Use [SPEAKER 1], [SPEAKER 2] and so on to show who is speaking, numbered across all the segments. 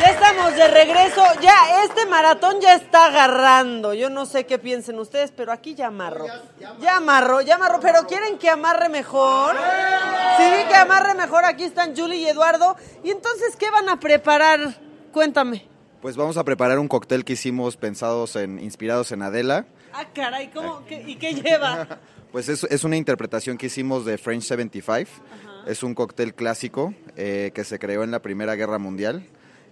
[SPEAKER 1] Ya estamos de regreso. Ya, este maratón ya está agarrando. Yo no sé qué piensen ustedes, pero aquí ya amarro. Ya amarro, ya amarro. Pero ¿quieren que amarre mejor? Sí, que amarre mejor. Aquí están Julie y Eduardo. ¿Y entonces qué van a preparar? Cuéntame.
[SPEAKER 2] Pues vamos a preparar un cóctel que hicimos pensados en, inspirados en Adela.
[SPEAKER 1] Ah, caray, ¿cómo? ¿Qué- ¿y qué lleva?
[SPEAKER 2] Pues es, es una interpretación que hicimos de French 75. Es un cóctel clásico eh, que se creó en la Primera Guerra Mundial.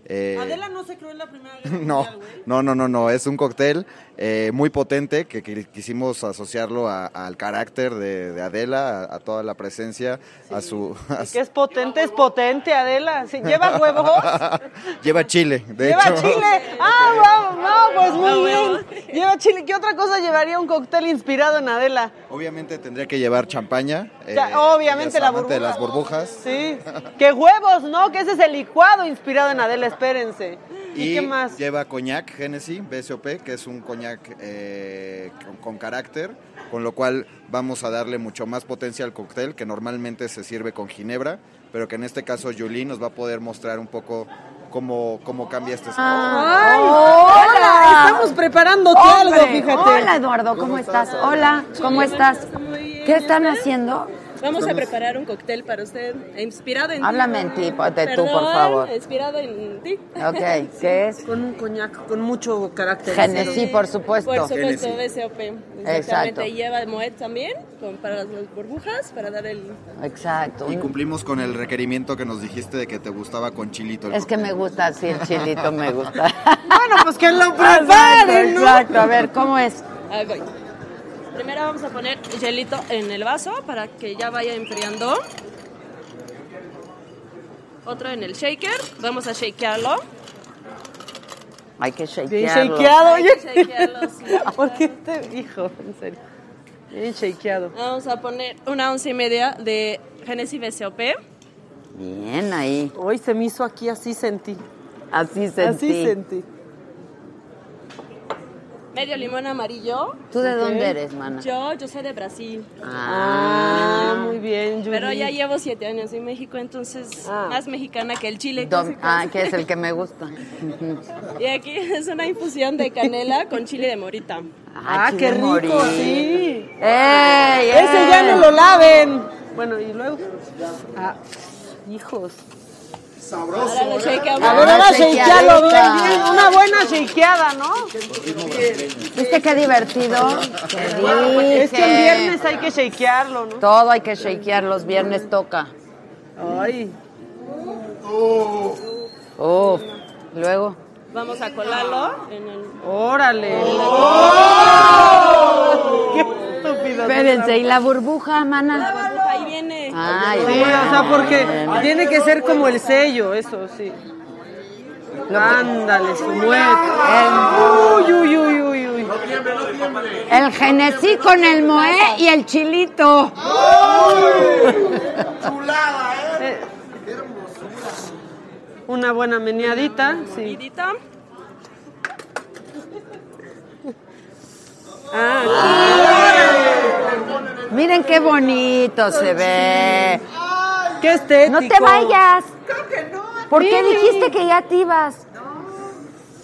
[SPEAKER 2] Eh,
[SPEAKER 1] Adela no se creó en la primera guerra
[SPEAKER 2] No,
[SPEAKER 1] mundial, güey.
[SPEAKER 2] no, no, no, no. Es un cóctel eh, muy potente que, qui- quisimos asociarlo a- al carácter de, de Adela, a, a toda la presencia, a su... a
[SPEAKER 1] Que es potente, es potente, Adela. Sí, lleva huevos.
[SPEAKER 2] su- lleva chile, de
[SPEAKER 1] Lleva
[SPEAKER 2] hecho.
[SPEAKER 1] chile. Ah, wow, no, pues muy bien. Lleva chile. ¿Qué otra cosa llevaría un cóctel inspirado en Adela?
[SPEAKER 2] Obviamente tendría que llevar champaña.
[SPEAKER 1] Ya,
[SPEAKER 2] eh,
[SPEAKER 1] obviamente
[SPEAKER 2] ella es
[SPEAKER 1] la
[SPEAKER 2] amante de
[SPEAKER 1] burbuja.
[SPEAKER 2] las burbujas.
[SPEAKER 1] Sí. Que huevos, ¿no? Que ese es el licuado inspirado en Adela, espérense. ¿Y,
[SPEAKER 2] Y
[SPEAKER 1] qué más?
[SPEAKER 2] lleva coñac Genesis BSOP, que es un coñac eh, con, con carácter, con lo cual vamos a darle mucho más potencia al cóctel, que normalmente se sirve con ginebra, pero que en este caso Julie nos va a poder mostrar un poco cómo, cómo cambia este sabor.
[SPEAKER 1] ¡Ay!
[SPEAKER 3] Ah. Hola.
[SPEAKER 1] Estamos preparándote
[SPEAKER 3] Hombre,
[SPEAKER 1] algo, fíjate.
[SPEAKER 3] Hola Eduardo, ¿cómo, estás? Hola, ¿cómo estás? ¿Qué están haciendo?
[SPEAKER 4] Vamos a preparar un cóctel para usted, inspirado en ti.
[SPEAKER 3] Háblame en ti, po- de tú, por
[SPEAKER 4] Perdón,
[SPEAKER 3] favor.
[SPEAKER 4] inspirado en ti.
[SPEAKER 3] Ok, ¿qué es?
[SPEAKER 1] pues, Con un coñac, con mucho carácter.
[SPEAKER 3] Genesis,
[SPEAKER 4] Sí,
[SPEAKER 3] por supuesto.
[SPEAKER 4] Por supuesto, BSOP.
[SPEAKER 3] Exacto.
[SPEAKER 4] Exactamente. Lleva Moet también, con- para las, las burbujas, para dar el...
[SPEAKER 3] Exacto.
[SPEAKER 2] Y cumplimos con el requerimiento que nos dijiste de que te gustaba con chilito. el
[SPEAKER 3] Es que me gusta así, el chilito me gusta.
[SPEAKER 1] Bueno, pues que lo
[SPEAKER 3] Exacto,
[SPEAKER 1] preparen, ¿no?
[SPEAKER 3] exacto. A ver, ¿cómo es?
[SPEAKER 4] Ah, voy. Primero vamos a poner hielito en el vaso para que ya vaya enfriando. Otro en el shaker. Vamos a shakearlo.
[SPEAKER 3] Hay que
[SPEAKER 1] Bien
[SPEAKER 3] shakearlo.
[SPEAKER 1] shakeado,
[SPEAKER 4] Hay que
[SPEAKER 1] oye.
[SPEAKER 4] shakearlo, sí,
[SPEAKER 1] ¿Por qué
[SPEAKER 4] claro.
[SPEAKER 1] te hijo? En serio. Bien shakeado.
[SPEAKER 4] Vamos a poner una once y media de Genesis BSOP.
[SPEAKER 3] Bien ahí.
[SPEAKER 1] Hoy se me hizo aquí, así sentí.
[SPEAKER 3] Así sentí.
[SPEAKER 1] Así sentí.
[SPEAKER 4] Medio limón amarillo.
[SPEAKER 3] ¿Tú de dónde eres, mana?
[SPEAKER 4] Yo, yo soy de Brasil,
[SPEAKER 1] Ah,
[SPEAKER 3] Ah,
[SPEAKER 1] muy bien, Julie.
[SPEAKER 4] pero ya llevo siete años en México, entonces
[SPEAKER 1] Ah.
[SPEAKER 4] más mexicana que el chile.
[SPEAKER 3] dom-
[SPEAKER 4] casi,
[SPEAKER 3] ah,
[SPEAKER 4] casi.
[SPEAKER 3] que es el que me gusta.
[SPEAKER 4] Y aquí es una infusión de canela con chile de morita.
[SPEAKER 1] Ah, qué
[SPEAKER 3] chile
[SPEAKER 1] rico,
[SPEAKER 3] morí.
[SPEAKER 1] sí.
[SPEAKER 3] ¡Ey,
[SPEAKER 1] Ese ya no
[SPEAKER 3] ey!
[SPEAKER 1] lo laven. Bueno, y luego. Ah, hijos.
[SPEAKER 4] Ahora lo
[SPEAKER 1] A
[SPEAKER 4] shakeamos.
[SPEAKER 1] ver, ahora shakealo bien,
[SPEAKER 3] shakeadita.
[SPEAKER 1] bien. Una buena shakeada, ¿no?
[SPEAKER 3] ¿Viste qué divertido? Te dije.
[SPEAKER 1] Es que en viernes hay que shakearlo, ¿no?
[SPEAKER 3] Todo hay que shakear, los viernes toca.
[SPEAKER 1] Ay.
[SPEAKER 3] Uf, luego.
[SPEAKER 4] Vamos a colarlo en el
[SPEAKER 1] Órale. Oh.
[SPEAKER 3] ¡Oh!
[SPEAKER 1] Qué estúpido.
[SPEAKER 3] Espérense, ¿y la Ah, burbuja, mana?
[SPEAKER 4] burbuja. Ahí viene.
[SPEAKER 3] Ay,
[SPEAKER 1] Sí, o sea, porque tiene que ser como el sello, eso sí. Ándale, su muerte. Uy, uy, uy, uy, uy.
[SPEAKER 3] el genesí con el moé y el chilito.
[SPEAKER 1] Eh, Una buena meneadita, sí.
[SPEAKER 4] Medidita.
[SPEAKER 1] Ah,
[SPEAKER 3] Miren qué bonito se ve.
[SPEAKER 1] qué estético.
[SPEAKER 3] No te vayas. ¿Por qué dijiste que ya te ibas?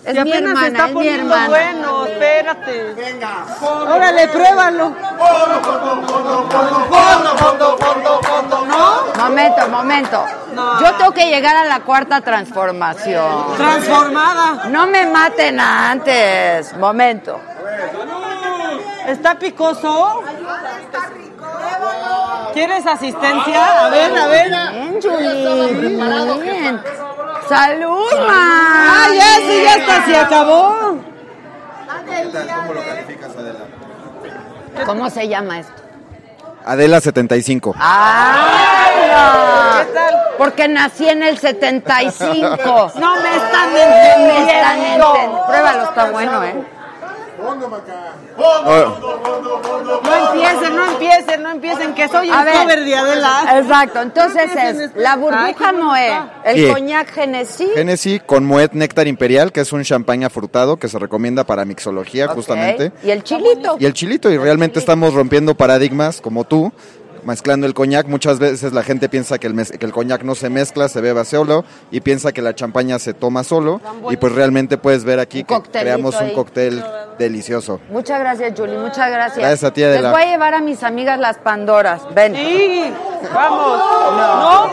[SPEAKER 3] Es
[SPEAKER 1] que
[SPEAKER 3] mi
[SPEAKER 1] apenas
[SPEAKER 3] hermana,
[SPEAKER 1] se está
[SPEAKER 3] es mi
[SPEAKER 1] poniendo
[SPEAKER 3] hermana.
[SPEAKER 1] bueno, espérate. Venga. Órale, pruébalo.
[SPEAKER 3] Momento, momento.
[SPEAKER 1] No.
[SPEAKER 3] Yo tengo que llegar a la cuarta transformación.
[SPEAKER 1] Transformada.
[SPEAKER 3] No me maten antes. Momento.
[SPEAKER 1] ¿Está picoso? ¿Quieres asistencia? A ver, a ver.
[SPEAKER 3] Bien, Juli. Bien. Salud, ma.
[SPEAKER 1] Ah, ya, sí, ya está, se acabó.
[SPEAKER 2] ¿Cómo lo calificas, Adela?
[SPEAKER 3] ¿Cómo se llama esto?
[SPEAKER 2] Adela 75.
[SPEAKER 3] ¡Ah!
[SPEAKER 1] ¿Qué tal?
[SPEAKER 3] Porque nací en el 75.
[SPEAKER 1] No me están
[SPEAKER 3] No me están
[SPEAKER 1] entendiendo.
[SPEAKER 3] enten- Pruébalo, está bueno, ¿eh?
[SPEAKER 2] Oh,
[SPEAKER 1] No empiecen, no empiecen, no empiecen, que soy
[SPEAKER 3] A
[SPEAKER 1] el
[SPEAKER 3] ver.
[SPEAKER 1] cover de Adela.
[SPEAKER 3] Exacto, entonces es la
[SPEAKER 1] Ay,
[SPEAKER 3] burbuja
[SPEAKER 1] qué bonito
[SPEAKER 3] Moe,
[SPEAKER 1] está.
[SPEAKER 3] el
[SPEAKER 2] Sí.
[SPEAKER 3] coñac Genesí.
[SPEAKER 2] Genesis con Moet Néctar Imperial, que es un champaña frutado que se recomienda para mixología,
[SPEAKER 3] ok,
[SPEAKER 2] justamente.
[SPEAKER 3] Y el chilito.
[SPEAKER 2] Y el chilito, y realmente estamos rompiendo paradigmas como tú, mezclando el coñac. Muchas veces la gente piensa que el, mez- que el coñac no se mezcla, se bebe solo, y piensa que la champaña se toma solo. Y pues realmente puedes ver aquí
[SPEAKER 3] Un
[SPEAKER 2] que
[SPEAKER 3] coctelito
[SPEAKER 2] creamos un
[SPEAKER 3] ahí.
[SPEAKER 2] cóctel delicioso.
[SPEAKER 3] Muchas gracias, Julie, muchas gracias.
[SPEAKER 2] Gracias a ti, Adela.
[SPEAKER 3] Les voy a llevar a mis amigas las Pandoras. Ven.
[SPEAKER 1] Sí, vamos. No, ah,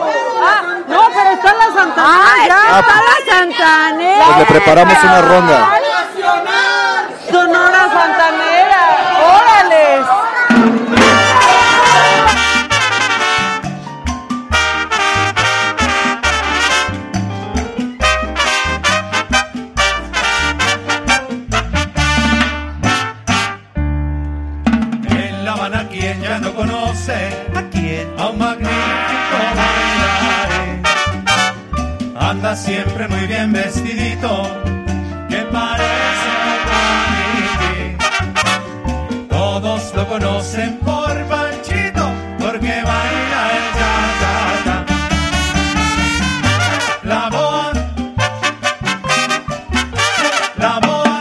[SPEAKER 1] no, pero está la Santa
[SPEAKER 3] ¡Ah,
[SPEAKER 1] Ana ya.
[SPEAKER 3] está la Santanera!
[SPEAKER 2] Pues le preparamos una ronda.
[SPEAKER 1] Sonora Santanera. ¡Órale!
[SPEAKER 5] En La Habana quien ya no conoce a quién a un magnífico bailarín anda siempre muy bien vestidito que parece maniquí. todos lo conocen por Panchito porque baila el cha la boa la boa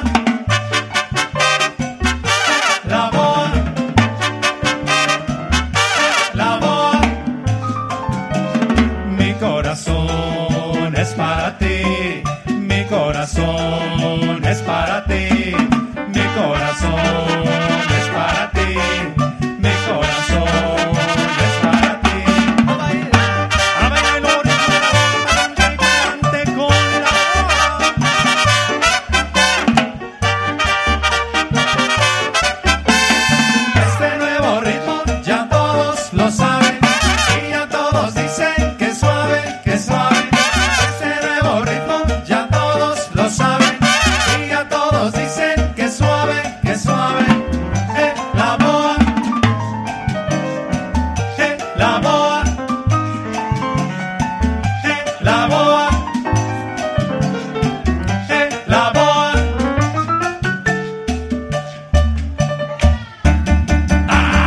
[SPEAKER 5] la boa la voz. Mi corazón es para ti, mi corazón es para ti, mi corazón es para ti, mi corazón es para ti. A bailar, a bailar el orden de la voz, cante con la voz. Este nuevo ritmo ya todos lo saben y ya todos dicen que suave, que suave. Este nuevo ritmo ya todos lo saben y ya todos dicen que suave, que suave. Eh, la boa, eh, la boa, eh, la boa, eh, la boa. Ah.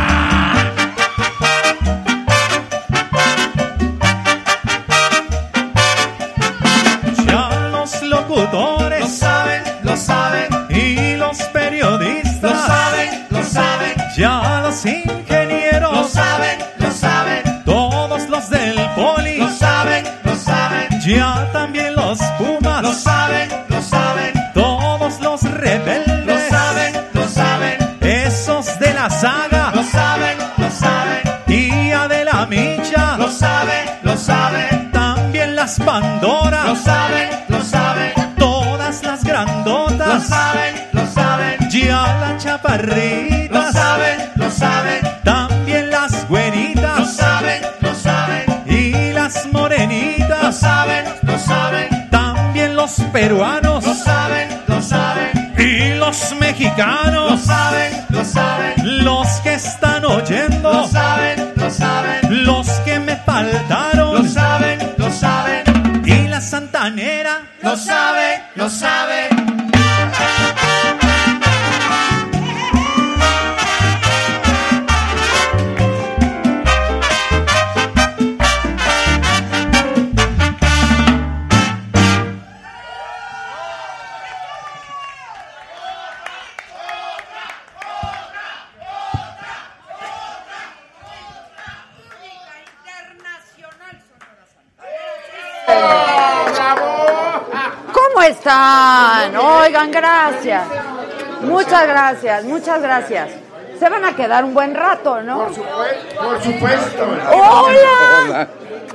[SPEAKER 5] Ya los locutores lo saben, lo saben. Y los periodistas lo saben, lo saben. Ya los ingenieros lo saben, lo saben. Todos los del poli lo saben, lo saben. Ya también los pumas lo saben, lo saben. Todos los rebeldes lo saben, lo saben. Esos de la saga lo saben, lo saben. Tía de la micha lo saben, lo saben. También las Pandoras lo saben, lo saben. Todas las grandotas lo saben, lo saben. Ya las chaparritas lo saben, lo saben. También las güeritas lo saben, lo saben. Y las morenitas lo saben, lo saben. También los peruanos lo saben, lo saben. Y los mexicanos lo saben, lo saben. Los que están oyendo lo saben, lo saben. Los que me faltaron lo saben, lo saben. Y la santanera lo sabe, lo sabe.
[SPEAKER 3] ¿Cómo es están? Oigan, gracias. Muchas gracias, muchas gracias. Se van a quedar un buen rato, ¿no?
[SPEAKER 6] Por, supue- por supuesto.
[SPEAKER 7] ¡Oh!
[SPEAKER 3] ¡Hola!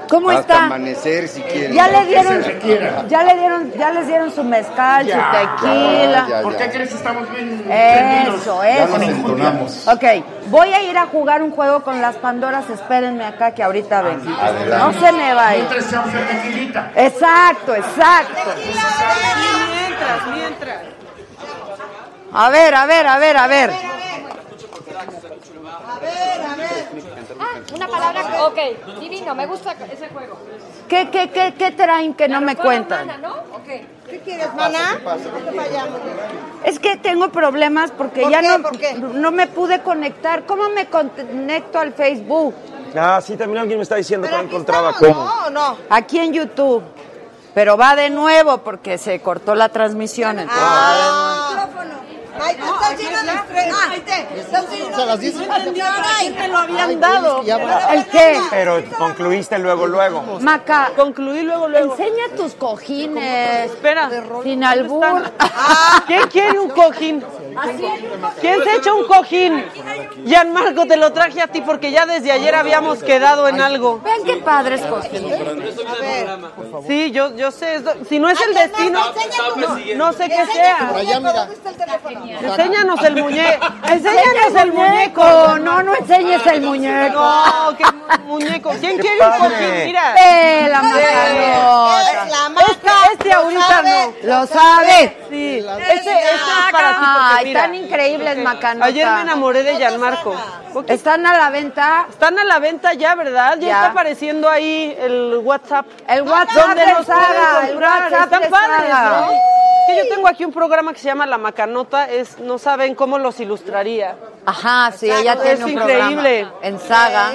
[SPEAKER 3] ¿Cómo
[SPEAKER 8] Hasta
[SPEAKER 3] está?
[SPEAKER 8] amanecer si quieres.
[SPEAKER 3] Ya le dieron,
[SPEAKER 6] se requiera.
[SPEAKER 3] ya le dieron, ya les dieron su mezcal, su
[SPEAKER 6] Ya, ya,
[SPEAKER 3] tequila.
[SPEAKER 8] ya,
[SPEAKER 6] ¿Por
[SPEAKER 8] ya.
[SPEAKER 6] qué crees que estamos bien prendidos?
[SPEAKER 3] Eso,
[SPEAKER 8] Ya
[SPEAKER 3] eso.
[SPEAKER 8] nos entonamos.
[SPEAKER 3] Ok, voy a ir a jugar un juego con las Pandoras, espérenme acá que ahorita ven.
[SPEAKER 8] Adelante.
[SPEAKER 3] No se me va a ir.
[SPEAKER 6] Mientras seamos de tequilita.
[SPEAKER 3] Exacto, exacto.
[SPEAKER 1] Mientras, mientras.
[SPEAKER 3] A ver, a ver, a ver, a ver.
[SPEAKER 9] Ah, Una palabra. Ok, divino, me gusta ese juego.
[SPEAKER 3] ¿Qué, qué, qué, qué traen que no me cuentan?
[SPEAKER 9] ¿no? Ok. Ah,
[SPEAKER 10] ¿Qué quieres, maná? ¿Qué vayamos?
[SPEAKER 3] Es que tengo problemas porque
[SPEAKER 10] ¿Por
[SPEAKER 3] ya
[SPEAKER 10] qué?
[SPEAKER 3] no,
[SPEAKER 10] ¿Por qué?
[SPEAKER 3] no me pude conectar. ¿Cómo me conecto al Facebook?
[SPEAKER 11] Ah, sí, también alguien me está diciendo que
[SPEAKER 10] Pero
[SPEAKER 11] no
[SPEAKER 10] aquí
[SPEAKER 11] encontraba
[SPEAKER 10] estamos,
[SPEAKER 11] cómo.
[SPEAKER 10] ¿No? ¿O no?
[SPEAKER 3] Aquí en YouTube. Pero va de nuevo porque se cortó la transmisión. entonces
[SPEAKER 9] Ah.
[SPEAKER 3] va de nuevo.
[SPEAKER 10] Ah. micrófono. Ay, tú estás lleno de estrés.
[SPEAKER 9] Ah.
[SPEAKER 10] ¿viste? Estás lleno de- No entendió nada.
[SPEAKER 1] Te lo habían dado.
[SPEAKER 3] ¿El qué?
[SPEAKER 11] Pero concluiste luego, luego.
[SPEAKER 3] Maca,
[SPEAKER 1] Concluí luego, luego.
[SPEAKER 3] enseña tus cojines.
[SPEAKER 1] Espera.
[SPEAKER 3] Eh, Sin albur.
[SPEAKER 1] Ah, ¿Quién quiere un cojín? ¿Quién se echa un cojín? Gianmarco, te lo traje a ti porque ya desde ayer habíamos quedado en algo.
[SPEAKER 3] Vean qué padres cojines.
[SPEAKER 1] Sí, yo, yo sé. es do- Si no es el
[SPEAKER 10] Ay,
[SPEAKER 1] destino,
[SPEAKER 10] Marta, enseña tu-
[SPEAKER 1] no, no sé qué
[SPEAKER 10] Enseña
[SPEAKER 1] sea.
[SPEAKER 10] tu muñeco, ¿dónde está el teléfono?
[SPEAKER 1] Enséñanos el muñeco. Enséñanos
[SPEAKER 3] Enseña
[SPEAKER 1] el muñeco.
[SPEAKER 3] No, no enseñes el muñeco.
[SPEAKER 1] No, qué mu- muñeco. ¿Quién quiere un cojín? Mira.
[SPEAKER 3] Pela,
[SPEAKER 10] Es
[SPEAKER 3] macarota.
[SPEAKER 10] la maca,
[SPEAKER 1] Este, este
[SPEAKER 10] lo
[SPEAKER 1] ahorita
[SPEAKER 10] sabe.
[SPEAKER 1] no.
[SPEAKER 3] Lo sabes.
[SPEAKER 1] Sí. Este, este es para ti. porque
[SPEAKER 3] Ay,
[SPEAKER 1] mira,
[SPEAKER 3] tan increíbles, Macanota.
[SPEAKER 1] Ayer me enamoré de Gianmarco. Porque
[SPEAKER 3] Están a la venta.
[SPEAKER 1] Están a la venta ya, ¿verdad? Ya,
[SPEAKER 3] Ya.
[SPEAKER 1] está apareciendo ahí el WhatsApp.
[SPEAKER 3] El WhatsApp
[SPEAKER 1] ¿Dónde
[SPEAKER 3] de
[SPEAKER 1] nos pueden
[SPEAKER 3] Saga. El
[SPEAKER 1] comprar?
[SPEAKER 3] WhatsApp
[SPEAKER 1] Están
[SPEAKER 3] de
[SPEAKER 1] padres,
[SPEAKER 3] Saga.
[SPEAKER 1] ¿no? Es que yo tengo aquí un programa que se llama La Macanota. Es, no saben cómo los ilustraría.
[SPEAKER 3] Ajá, sí, ella tiene un
[SPEAKER 1] increíble.
[SPEAKER 3] programa en Saga.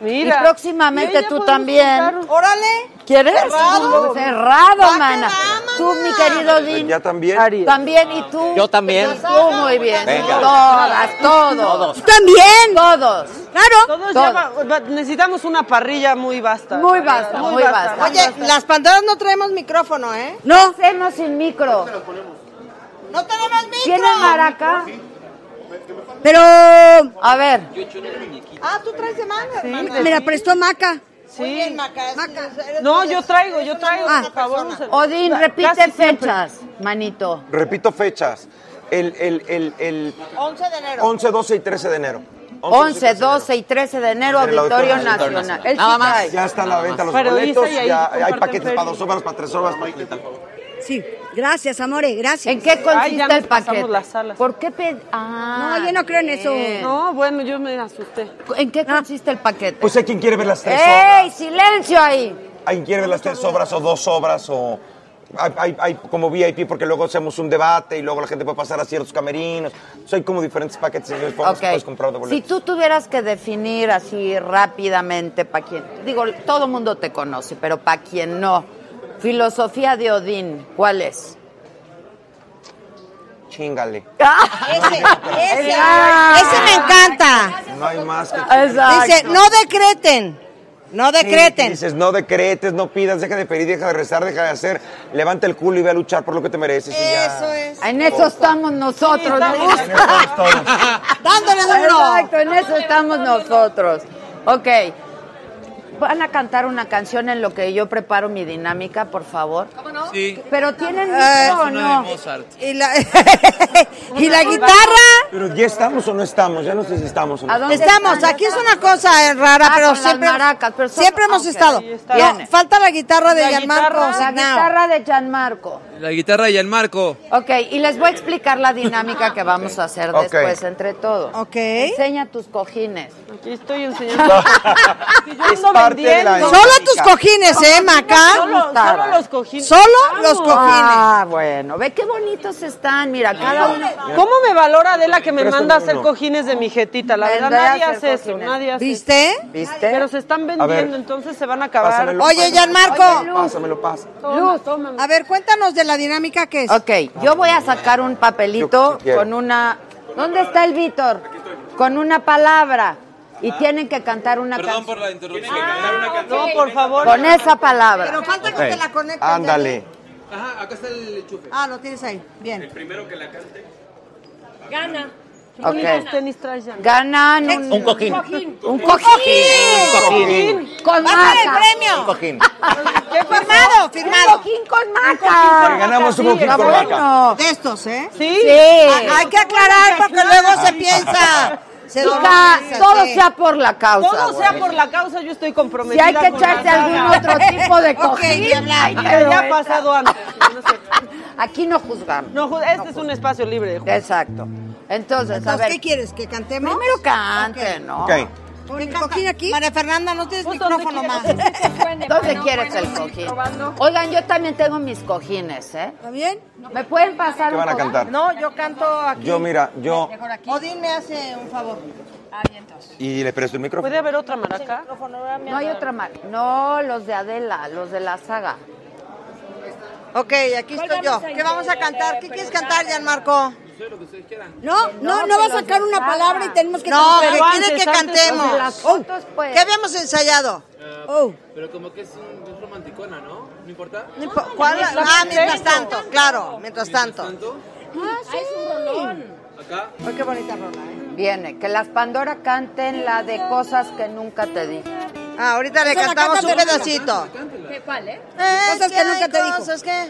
[SPEAKER 1] Mira.
[SPEAKER 3] Y próximamente
[SPEAKER 1] ya
[SPEAKER 3] tú
[SPEAKER 1] podemos
[SPEAKER 3] también.
[SPEAKER 1] usar-
[SPEAKER 10] Órale.
[SPEAKER 3] ¿Quieres?
[SPEAKER 10] Cerrado.
[SPEAKER 3] Cerrado,
[SPEAKER 10] Va que
[SPEAKER 3] mana.
[SPEAKER 10] va,
[SPEAKER 3] Tú, mi
[SPEAKER 10] mana.
[SPEAKER 3] querido Lin.
[SPEAKER 11] Ya también.
[SPEAKER 1] Aries.
[SPEAKER 3] También, ¿y tú?
[SPEAKER 12] Yo también.
[SPEAKER 3] Y tú, muy bien.
[SPEAKER 12] Venga.
[SPEAKER 3] Todas, todos.
[SPEAKER 9] También.
[SPEAKER 3] Todos.
[SPEAKER 1] Todos
[SPEAKER 3] Todos.
[SPEAKER 1] ya va- va- necesitamos una parrilla muy vasta.
[SPEAKER 3] Muy vasta, muy vasta.
[SPEAKER 10] Oye, las pantallas no traemos micrófono, ¿eh?
[SPEAKER 3] No hacemos sin micro.
[SPEAKER 10] No tenemos micro.
[SPEAKER 3] ¿Tienen maraca?
[SPEAKER 9] Pero
[SPEAKER 3] A ver.
[SPEAKER 10] Ah, tú traes de manga, hermana.
[SPEAKER 9] me la prestó Maca.
[SPEAKER 10] Muy
[SPEAKER 1] Sí.
[SPEAKER 10] bien, Maca. es- eres
[SPEAKER 1] No,
[SPEAKER 10] una-
[SPEAKER 1] yo traigo, yo traigo,
[SPEAKER 10] Ah.
[SPEAKER 1] por favor. usen.
[SPEAKER 3] Odín,
[SPEAKER 1] Ca-
[SPEAKER 3] repite
[SPEAKER 1] casi siempre.
[SPEAKER 3] fechas, manito.
[SPEAKER 11] Repito fechas. El, el, el, el
[SPEAKER 10] 11 de enero.
[SPEAKER 11] 11, 12 y 13 de enero. 12 y
[SPEAKER 3] 11, 12 y 13 de enero,
[SPEAKER 11] En el
[SPEAKER 3] Auditorio
[SPEAKER 11] Auditorio Nacional.
[SPEAKER 3] Nacional. Él sí
[SPEAKER 12] Nada más.
[SPEAKER 3] trae.
[SPEAKER 11] Ya está a la venta los
[SPEAKER 1] Pero
[SPEAKER 11] boletos.
[SPEAKER 1] dice ahí,
[SPEAKER 11] ya hay
[SPEAKER 1] comparten
[SPEAKER 11] paquetes
[SPEAKER 1] feria.
[SPEAKER 11] para dos horas, para tres horas, para cuarenta.
[SPEAKER 9] Sí, gracias, amore, gracias.
[SPEAKER 3] ¿En qué
[SPEAKER 1] Ay, ya
[SPEAKER 3] consiste
[SPEAKER 1] nos
[SPEAKER 3] el paquete?
[SPEAKER 1] pasamos las alas.
[SPEAKER 3] ¿Por qué ped- Ah,
[SPEAKER 9] No, yo no creo en eso. Ah.
[SPEAKER 3] bien.
[SPEAKER 1] No, bueno, yo me asusté.
[SPEAKER 3] ¿En qué consiste el paquete?
[SPEAKER 11] Pues hay quien quiere ver las
[SPEAKER 3] Eh.
[SPEAKER 11] tres obras.
[SPEAKER 3] ¡Ey, silencio ahí!
[SPEAKER 11] Hay quien quiere ver las tres obras o dos obras o. Hay, hay- hay como VIP porque luego hacemos un debate y luego la gente puede pasar a ciertos camerinos. Entonces, hay como diferentes paquetes en los
[SPEAKER 3] Ok.
[SPEAKER 11] que puedes comprar de
[SPEAKER 3] Si
[SPEAKER 11] boletos.
[SPEAKER 3] tú tuvieras que definir así rápidamente para quien... Digo, todo mundo te conoce, pero para quien no. Filosofía de Odín, ¿cuál es?
[SPEAKER 11] Chingale.
[SPEAKER 10] Ese, ese.
[SPEAKER 3] Ah.
[SPEAKER 10] Ese me encanta.
[SPEAKER 11] No hay más que.
[SPEAKER 1] Ah,
[SPEAKER 10] Dice, no decreten. No
[SPEAKER 11] Sí, que
[SPEAKER 10] decreten.
[SPEAKER 11] Dices, no decretes, no pidas, deja de pedir, deja de rezar, deja de hacer. Levanta el culo y ve a luchar por lo que te mereces. y ya.
[SPEAKER 10] Eso es.
[SPEAKER 3] En eso estamos nosotros. ¿no?
[SPEAKER 11] En eso estamos todos.
[SPEAKER 10] Dándole duro.
[SPEAKER 3] Exacto, en eso estamos nosotros. Ok. Van a cantar una canción en lo que yo preparo mi dinámica, por favor.
[SPEAKER 12] Sí.
[SPEAKER 3] Pero tienen
[SPEAKER 10] Eh,
[SPEAKER 3] micro o
[SPEAKER 12] Una
[SPEAKER 3] no.
[SPEAKER 12] de Mozart.
[SPEAKER 10] Y la, y la guitarra.
[SPEAKER 11] Pero ya estamos o no estamos, ya no sé si estamos o no.
[SPEAKER 3] ¿A dónde
[SPEAKER 10] Estamos,
[SPEAKER 3] están?
[SPEAKER 10] aquí es una cosa eh, rara,
[SPEAKER 3] Ah,
[SPEAKER 10] pero
[SPEAKER 3] con las
[SPEAKER 10] siempre,
[SPEAKER 3] maracas, pero son- Ah,
[SPEAKER 10] siempre hemos
[SPEAKER 3] ok,
[SPEAKER 10] estado.
[SPEAKER 3] sí, está
[SPEAKER 10] No,
[SPEAKER 3] bien.
[SPEAKER 10] falta la guitarra de
[SPEAKER 1] La
[SPEAKER 10] Gianmarco.
[SPEAKER 1] guitarra,
[SPEAKER 3] La
[SPEAKER 10] Now.
[SPEAKER 3] guitarra de Gianmarco.
[SPEAKER 12] La guitarra y el marco.
[SPEAKER 3] Ok, y les voy a explicar la dinámica que vamos a hacer
[SPEAKER 11] Ok.
[SPEAKER 3] después entre todos.
[SPEAKER 10] Ok.
[SPEAKER 3] Enseña tus cojines.
[SPEAKER 1] Aquí estoy enseñando. Que yo
[SPEAKER 11] Es
[SPEAKER 1] ando
[SPEAKER 11] parte de la-
[SPEAKER 1] vendiendo.
[SPEAKER 10] Solo tus cojines, ¿eh, Maca?
[SPEAKER 1] Solo, solo los cojines.
[SPEAKER 10] Solo los cojines.
[SPEAKER 3] Ah, bueno, ve qué bonitos están. Mira, cada uno.
[SPEAKER 1] ¿Cómo me valora Adela que me
[SPEAKER 11] Préstame
[SPEAKER 1] manda a hacer
[SPEAKER 11] uno.
[SPEAKER 1] cojines de mi jetita? La verdad,
[SPEAKER 3] Vendré a
[SPEAKER 1] nadie
[SPEAKER 3] hacer
[SPEAKER 1] hace eso,
[SPEAKER 3] cojines.
[SPEAKER 1] nadie hace eso.
[SPEAKER 10] ¿Viste?
[SPEAKER 3] ¿Viste?
[SPEAKER 1] Pero se están
[SPEAKER 11] ver,
[SPEAKER 1] vendiendo, entonces se van a acabar.
[SPEAKER 11] pásamelo.
[SPEAKER 10] Oye,
[SPEAKER 3] Oye,
[SPEAKER 10] Gianmarco,
[SPEAKER 3] Luz,
[SPEAKER 11] Pásamelo, pasa.
[SPEAKER 1] Toma, toma.
[SPEAKER 10] a ver, cuéntanos de la dinámica que es.
[SPEAKER 3] Ok, yo voy a sacar un
[SPEAKER 11] Yo
[SPEAKER 3] papelito
[SPEAKER 11] sí quiero.
[SPEAKER 3] con una. ¿Dónde está el Víctor? Con una palabra. Y tienen que cantar una
[SPEAKER 12] Perdón
[SPEAKER 3] canción.
[SPEAKER 12] por la
[SPEAKER 10] Ah,
[SPEAKER 12] interrupción.
[SPEAKER 1] No, por favor.
[SPEAKER 3] Con esa palabra.
[SPEAKER 10] Pero falta que te la conectes.
[SPEAKER 11] Ándale.
[SPEAKER 13] Ajá, acá está el enchufe.
[SPEAKER 10] Ah, lo tienes ahí. Bien.
[SPEAKER 13] El primero que la cante.
[SPEAKER 10] Gana.
[SPEAKER 3] Ok.
[SPEAKER 1] ¿Cuántos tenis traes ya?
[SPEAKER 3] Ganan
[SPEAKER 1] Un
[SPEAKER 3] un,
[SPEAKER 1] cojín.
[SPEAKER 3] Un cojín. Con
[SPEAKER 10] Va a ser el
[SPEAKER 3] maca.
[SPEAKER 10] premio.
[SPEAKER 3] Un cojín.
[SPEAKER 14] Ah,
[SPEAKER 10] Firmado, firmado. Un cojín con maca.
[SPEAKER 3] Le ganamos un cojín con maca.
[SPEAKER 10] De estos, ¿eh?
[SPEAKER 1] Sí.
[SPEAKER 10] Ah, Hay que aclarar porque luego se piensa. Se
[SPEAKER 3] Chica,
[SPEAKER 10] doloriza,
[SPEAKER 3] Ah, todo
[SPEAKER 10] sí.
[SPEAKER 3] sea por la causa.
[SPEAKER 1] Todo sea por la causa, yo estoy
[SPEAKER 3] Si
[SPEAKER 1] comprometida.
[SPEAKER 3] hay que
[SPEAKER 1] con la
[SPEAKER 3] echarse
[SPEAKER 1] saga.
[SPEAKER 3] algún otro tipo de
[SPEAKER 1] Ok,
[SPEAKER 3] cojín,
[SPEAKER 1] ni hablar.
[SPEAKER 3] ahí te
[SPEAKER 1] Ya
[SPEAKER 3] lo
[SPEAKER 1] ha
[SPEAKER 3] entra.
[SPEAKER 1] pasado antes.
[SPEAKER 3] Aquí no juzgamos.
[SPEAKER 1] No, ju- este es un espacio libre.
[SPEAKER 3] Exacto. Entonces, a ver.
[SPEAKER 10] ¿Qué quieres? ¿Que cantemos?
[SPEAKER 3] Primero cante, ¿no?
[SPEAKER 11] Ok.
[SPEAKER 10] ¿Qué cojín aquí? María Fernanda, no tienes micrófono más.
[SPEAKER 3] ¿Dónde quieres el cojín? Oigan, yo también tengo mis cojines, ¿eh?
[SPEAKER 10] ¿También?
[SPEAKER 3] ¿Me pueden pasar
[SPEAKER 11] ¿Qué van a
[SPEAKER 3] un cojín?
[SPEAKER 11] cantar?
[SPEAKER 10] No, yo canto aquí.
[SPEAKER 11] Yo, mira, yo.
[SPEAKER 10] Odín me hace un favor.
[SPEAKER 11] Y le presto el micrófono.
[SPEAKER 1] ¿Puede haber otra maraca?
[SPEAKER 3] No hay otra más. No, los de Adela, los de la saga.
[SPEAKER 10] Ok, aquí estoy yo. ¿Qué vamos a cantar? ¿Qué quieres cantar, Gianmarco?
[SPEAKER 15] No, no, no va a sacar una palabra y tenemos que
[SPEAKER 10] No,
[SPEAKER 15] cantar.
[SPEAKER 10] que quieres que cantemos.
[SPEAKER 15] Oh,
[SPEAKER 12] Pues.
[SPEAKER 10] ¿Qué habíamos ensayado?
[SPEAKER 13] Pero como que es, un, es romanticona, ¿no? ¿No importa?
[SPEAKER 10] No impo- ¿Cuál? Ah, mientras tanto, claro, mientras tanto. Ah,
[SPEAKER 13] Acá.
[SPEAKER 10] Ay, qué bonita rola, ¿eh?
[SPEAKER 3] Viene, que las Pandora canten la de cosas que nunca te di.
[SPEAKER 10] Ah, ahorita le
[SPEAKER 15] Esa la
[SPEAKER 10] cantamos
[SPEAKER 15] canta
[SPEAKER 10] un
[SPEAKER 15] Belinda.
[SPEAKER 10] pedacito.
[SPEAKER 12] ¿Cuál, eh?
[SPEAKER 10] Cosas
[SPEAKER 15] que nunca te dijo.
[SPEAKER 10] Cosas que...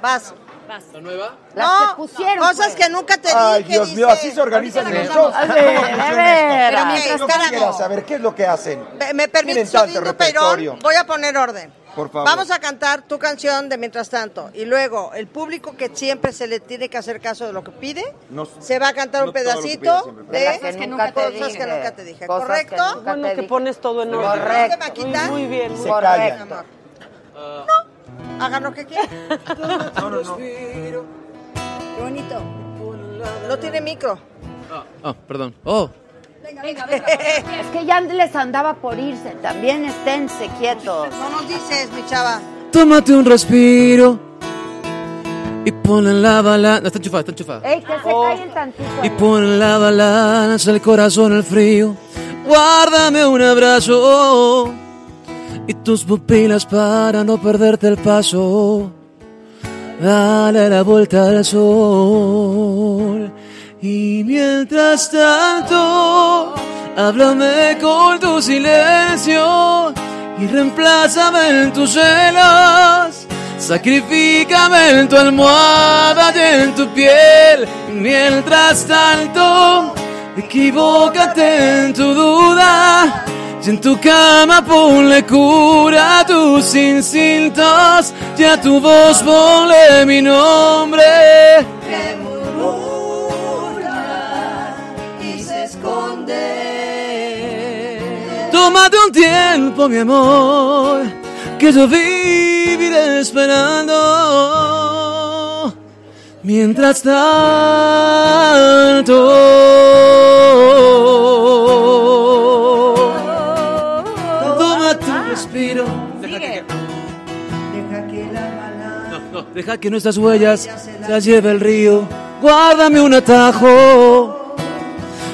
[SPEAKER 10] Vas.
[SPEAKER 12] Vas.
[SPEAKER 13] ¿La nueva?
[SPEAKER 3] Las que pusieron.
[SPEAKER 15] pues.
[SPEAKER 10] Cosas que nunca te dije.
[SPEAKER 11] Ay, Dios mío, así se organizan
[SPEAKER 10] Ahorita la
[SPEAKER 11] los shows.
[SPEAKER 3] cantamos.
[SPEAKER 11] ¿Cómo
[SPEAKER 3] A ver,
[SPEAKER 11] funciona
[SPEAKER 3] a
[SPEAKER 11] esto?
[SPEAKER 3] ver.
[SPEAKER 10] Pero mientras
[SPEAKER 11] Yo
[SPEAKER 10] cantamos.
[SPEAKER 11] quisiera saber qué es lo que hacen.
[SPEAKER 10] Me- Me permites,
[SPEAKER 11] tanto
[SPEAKER 10] Odín
[SPEAKER 11] repertorio.
[SPEAKER 10] Perón, voy a poner orden.
[SPEAKER 11] Por favor.
[SPEAKER 10] Vamos a cantar tu canción de Mientras Tanto. Y luego, el público que siempre se le tiene que hacer caso de lo que pide,
[SPEAKER 11] No-
[SPEAKER 10] se va a cantar
[SPEAKER 11] no
[SPEAKER 10] un
[SPEAKER 11] todo lo que pide
[SPEAKER 10] pedacito
[SPEAKER 11] siempre, pero-
[SPEAKER 10] de
[SPEAKER 3] Las que nunca te
[SPEAKER 10] cosas
[SPEAKER 3] dije.
[SPEAKER 10] que nunca te dije.
[SPEAKER 3] Cosas
[SPEAKER 10] ¿Correcto?
[SPEAKER 3] que nunca
[SPEAKER 1] Bueno,
[SPEAKER 3] te
[SPEAKER 1] que
[SPEAKER 3] dije.
[SPEAKER 1] pones todo en orden.
[SPEAKER 3] Correcto.
[SPEAKER 1] Muy, muy bien.
[SPEAKER 11] Y
[SPEAKER 1] muy
[SPEAKER 11] se
[SPEAKER 1] bien.
[SPEAKER 10] Correcto,
[SPEAKER 11] callan.
[SPEAKER 10] amor. No, hagan lo que quieran.
[SPEAKER 11] No, no, no.
[SPEAKER 15] Qué bonito.
[SPEAKER 10] No tiene micro.
[SPEAKER 13] Ah, ah, perdón. Oh.
[SPEAKER 3] Es que ya les andaba por irse. También esténse quietos.
[SPEAKER 10] No nos dices, mi chava.
[SPEAKER 13] Tómate un respiro y pon en la bala. No, está enchufada, está enchufada.
[SPEAKER 3] Ey, que se
[SPEAKER 15] Oh.
[SPEAKER 3] callen tantito.
[SPEAKER 13] Y pon en la balanza el corazón al frío. Guárdame un abrazo y tus pupilas para no perderte el paso. Dale la vuelta al sol. Y mientras tanto, háblame con tu silencio y reemplázame en tus celos. Sacrifícame en tu almohada y en tu piel. Y mientras tanto, equivócate en tu duda. Y en tu cama ponle cura a tus instintos y a tu voz ponle mi nombre. Tómate un tiempo, mi amor, que yo viviré esperando. Mientras tanto, toma tu respiro. No, no, deja que nuestras huellas se lleve el río. Guárdame un atajo.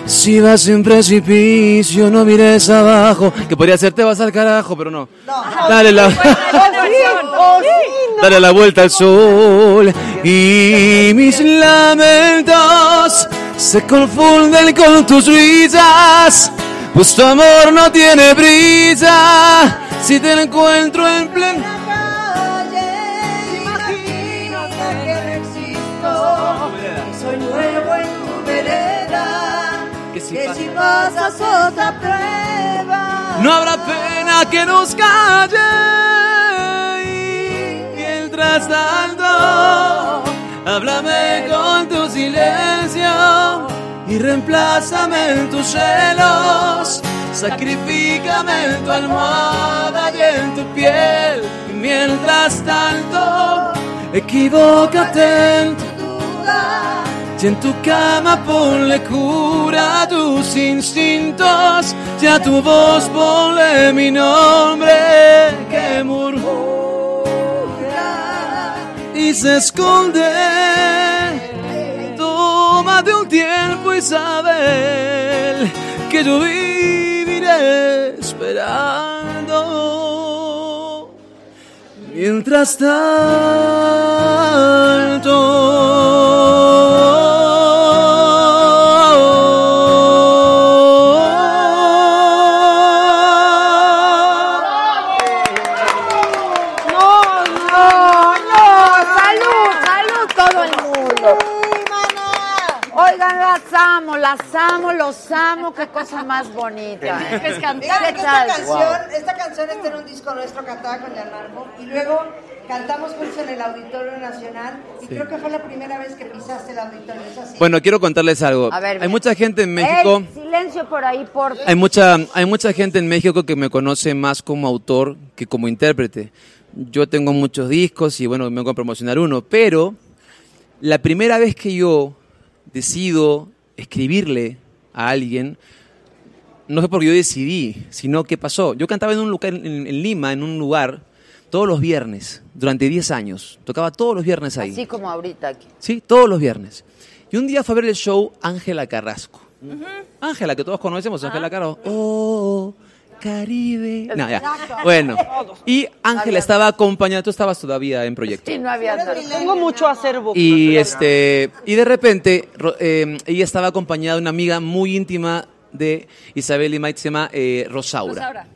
[SPEAKER 13] Si vas en precipicio, no mires abajo. Que podría ser te vas al carajo, pero no. Dale la. oh, Dale la vuelta al sol y mis lamentos se confunden con tus risas. Pues tu amor no tiene brisa si te encuentro en pleno.
[SPEAKER 10] Soy nuevo en tu vereda.
[SPEAKER 13] Que si
[SPEAKER 10] Que
[SPEAKER 13] pasa-
[SPEAKER 10] si pasas otra prueba.
[SPEAKER 13] No habrá pena que nos calle. Y Mientras tanto, háblame con tu silencio y reemplázame en tus celos. Sacrifícame en tu almohada y en tu piel. Y mientras tanto, equivócate en tu
[SPEAKER 10] Ah.
[SPEAKER 13] y en tu cama ponle cura a tus instintos Y a tu voz ponle mi nombre Que murmura y se esconde Tómate un tiempo Isabel Que yo viviré esperando
[SPEAKER 12] Mientras tanto...
[SPEAKER 1] ¡No,
[SPEAKER 3] no, no! ¡Salud, salud todo el mundo! Oigan, las amo, las amo, los amo, qué cosa más bonita.
[SPEAKER 10] Es
[SPEAKER 3] ¿Qué
[SPEAKER 10] Fíjate que esta
[SPEAKER 3] tal?
[SPEAKER 10] canción, esta canción está en un disco nuestro cantada con Gianmarco y luego cantamos juntos en el Auditorio Nacional y
[SPEAKER 12] Sí.
[SPEAKER 10] creo que fue la primera vez que pisaste el auditorio, ¿es así?
[SPEAKER 12] Bueno, quiero contarles algo.
[SPEAKER 10] A ver,
[SPEAKER 12] hay
[SPEAKER 10] bien.
[SPEAKER 12] mucha gente en México,
[SPEAKER 3] Ey, silencio por ahí, por
[SPEAKER 12] hay mucha, hay mucha gente en México que me conoce más como autor que como intérprete. Yo tengo muchos discos y bueno, me vengo a promocionar uno, pero la primera vez que yo decido escribirle a alguien, no fue porque yo decidí, sino que pasó. Yo cantaba en un lugar en, en Lima, en un lugar, todos los viernes, durante 10 años. Tocaba todos los viernes ahí.
[SPEAKER 3] Así como ahorita aquí.
[SPEAKER 12] Sí, todos los viernes. Y un día fue a ver el show Ángela Carrasco. Ángela, que todos conocemos, Ángela Carrasco. Oh, Caribe. No, ya.
[SPEAKER 3] Exacto.
[SPEAKER 12] Bueno, y Ángela estaba acompañada, tú estabas todavía en proyecto.
[SPEAKER 1] Sí,
[SPEAKER 3] no había
[SPEAKER 1] Tengo mucho acervo.
[SPEAKER 12] Y, este, y de repente, ro- eh, ella estaba acompañada de una amiga muy íntima de Isabel Lima, que se llama eh,
[SPEAKER 10] Pues
[SPEAKER 12] Rosaura.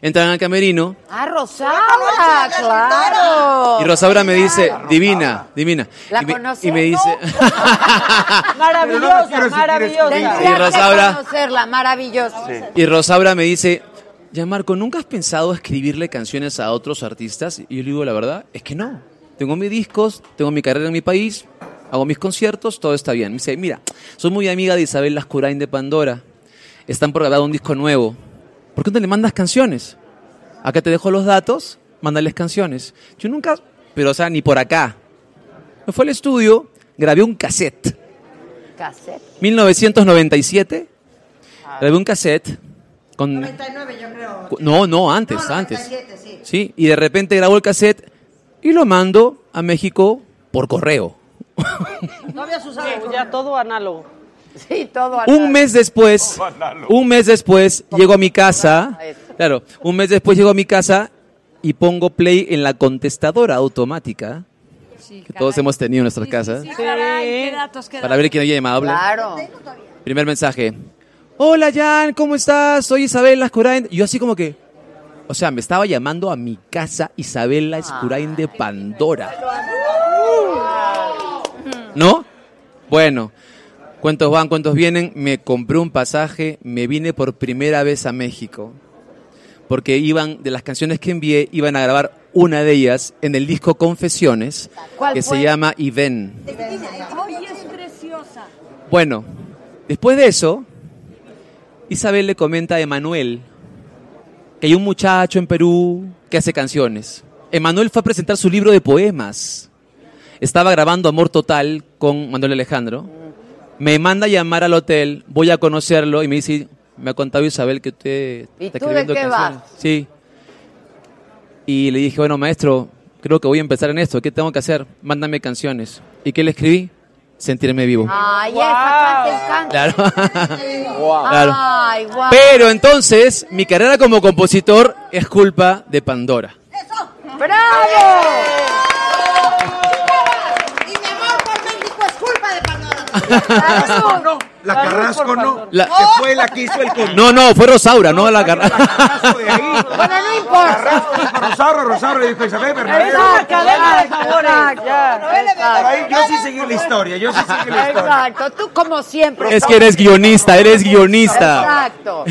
[SPEAKER 12] Entran al camerino
[SPEAKER 3] Ah, Rosaura, claro.
[SPEAKER 12] y Rosaura me dice, divina, divina.
[SPEAKER 3] ¿La
[SPEAKER 12] y, me,
[SPEAKER 3] conoces?
[SPEAKER 12] y me dice,
[SPEAKER 1] Maravillosa, maravillosa.
[SPEAKER 3] Tendrías que
[SPEAKER 12] Rosaura.
[SPEAKER 3] conocerla, maravillosa.
[SPEAKER 12] Y Rosaura me dice, ya Marco, ¿nunca has pensado escribirle canciones a otros artistas? Y yo le digo, la verdad, es que no. Tengo mis discos, tengo mi carrera en mi país, hago mis conciertos, todo está bien. Me dice, mira, soy muy amiga de Isabel Lascurain de Pandora. Están por grabar un disco nuevo. ¿Por qué no le mandas canciones? Acá te dejo los datos, mándales canciones. Yo nunca, pero o sea, ni por acá. Me fue al estudio, grabé un cassette.
[SPEAKER 3] Cassette.
[SPEAKER 12] 1997, grabé un cassette con...
[SPEAKER 10] 99 yo creo.
[SPEAKER 12] Cu- No, no, antes,
[SPEAKER 10] No,
[SPEAKER 12] antes.
[SPEAKER 10] 97, sí.
[SPEAKER 12] y de repente grabo el cassette y lo mando a México por correo.
[SPEAKER 1] No habías usado ya todo análogo.
[SPEAKER 3] Sí, todo
[SPEAKER 12] Un mes
[SPEAKER 1] Oh,
[SPEAKER 12] después, un mes después llego a mi casa, claro, un mes después llego a mi casa y pongo play en la contestadora automática que todos hemos tenido en nuestras casas
[SPEAKER 16] Caray, qué datos, qué
[SPEAKER 12] para ver quién había llamado. Habla.
[SPEAKER 3] Claro.
[SPEAKER 12] Primer mensaje. Hola Jan, ¿cómo estás? Soy Isabel Ascurain. Yo así como que, o sea, me estaba llamando a mi casa Isabel Ascurain de Pandora. ¿No? Bueno, cuántos van, cuántos vienen. Me compré un pasaje, me vine por primera vez a México. Porque iban, de las canciones que envié, iban a grabar una de ellas en el disco Confesiones,
[SPEAKER 16] ¿Cuál
[SPEAKER 12] que
[SPEAKER 16] fue?
[SPEAKER 12] se llama Y ven.
[SPEAKER 16] Oye, es preciosa.
[SPEAKER 12] Bueno, después de eso, Isabel le comenta a Emanuel que hay un muchacho en Perú que hace canciones. Emanuel fue a presentar su libro de poemas. Estaba grabando Amor Total con Manuel Alejandro. Me manda a llamar al hotel, voy a conocerlo y me dice, me ha contado Isabel que usted
[SPEAKER 3] ¿Y
[SPEAKER 12] está
[SPEAKER 3] tú de
[SPEAKER 12] escribiendo
[SPEAKER 3] qué
[SPEAKER 12] canciones".
[SPEAKER 3] vas?
[SPEAKER 12] Sí. Y le dije, bueno, maestro, creo que voy a empezar en esto. ¿Qué tengo que hacer? Mándame canciones. ¿Y qué le escribí? Sentirme
[SPEAKER 3] Ah,
[SPEAKER 12] vivo.
[SPEAKER 3] Ay, esa canta
[SPEAKER 12] Claro.
[SPEAKER 3] el canto.
[SPEAKER 12] Claro.
[SPEAKER 3] Ah, Ay, guau.
[SPEAKER 12] Pero entonces, mi carrera como compositor es culpa de Pandora.
[SPEAKER 3] ¡Bravo!
[SPEAKER 10] Pues culpa de Pandora.
[SPEAKER 12] No,
[SPEAKER 10] no.
[SPEAKER 11] La Carrasco no.
[SPEAKER 12] La-
[SPEAKER 11] Que fue la que hizo el con-
[SPEAKER 12] No, no, fue Rosaura, no la carrera.
[SPEAKER 3] Bueno, no importa.
[SPEAKER 11] Rosario, Rosario, dijo Isabel Bernabéu.
[SPEAKER 3] Es una cadena de favores,
[SPEAKER 11] Exacto.
[SPEAKER 3] ya.
[SPEAKER 11] Por ahí yo sí seguí la historia, yo sí seguí la historia.
[SPEAKER 3] Exacto, tú como siempre.
[SPEAKER 12] Es que eres guionista, eres guionista.
[SPEAKER 3] Exacto.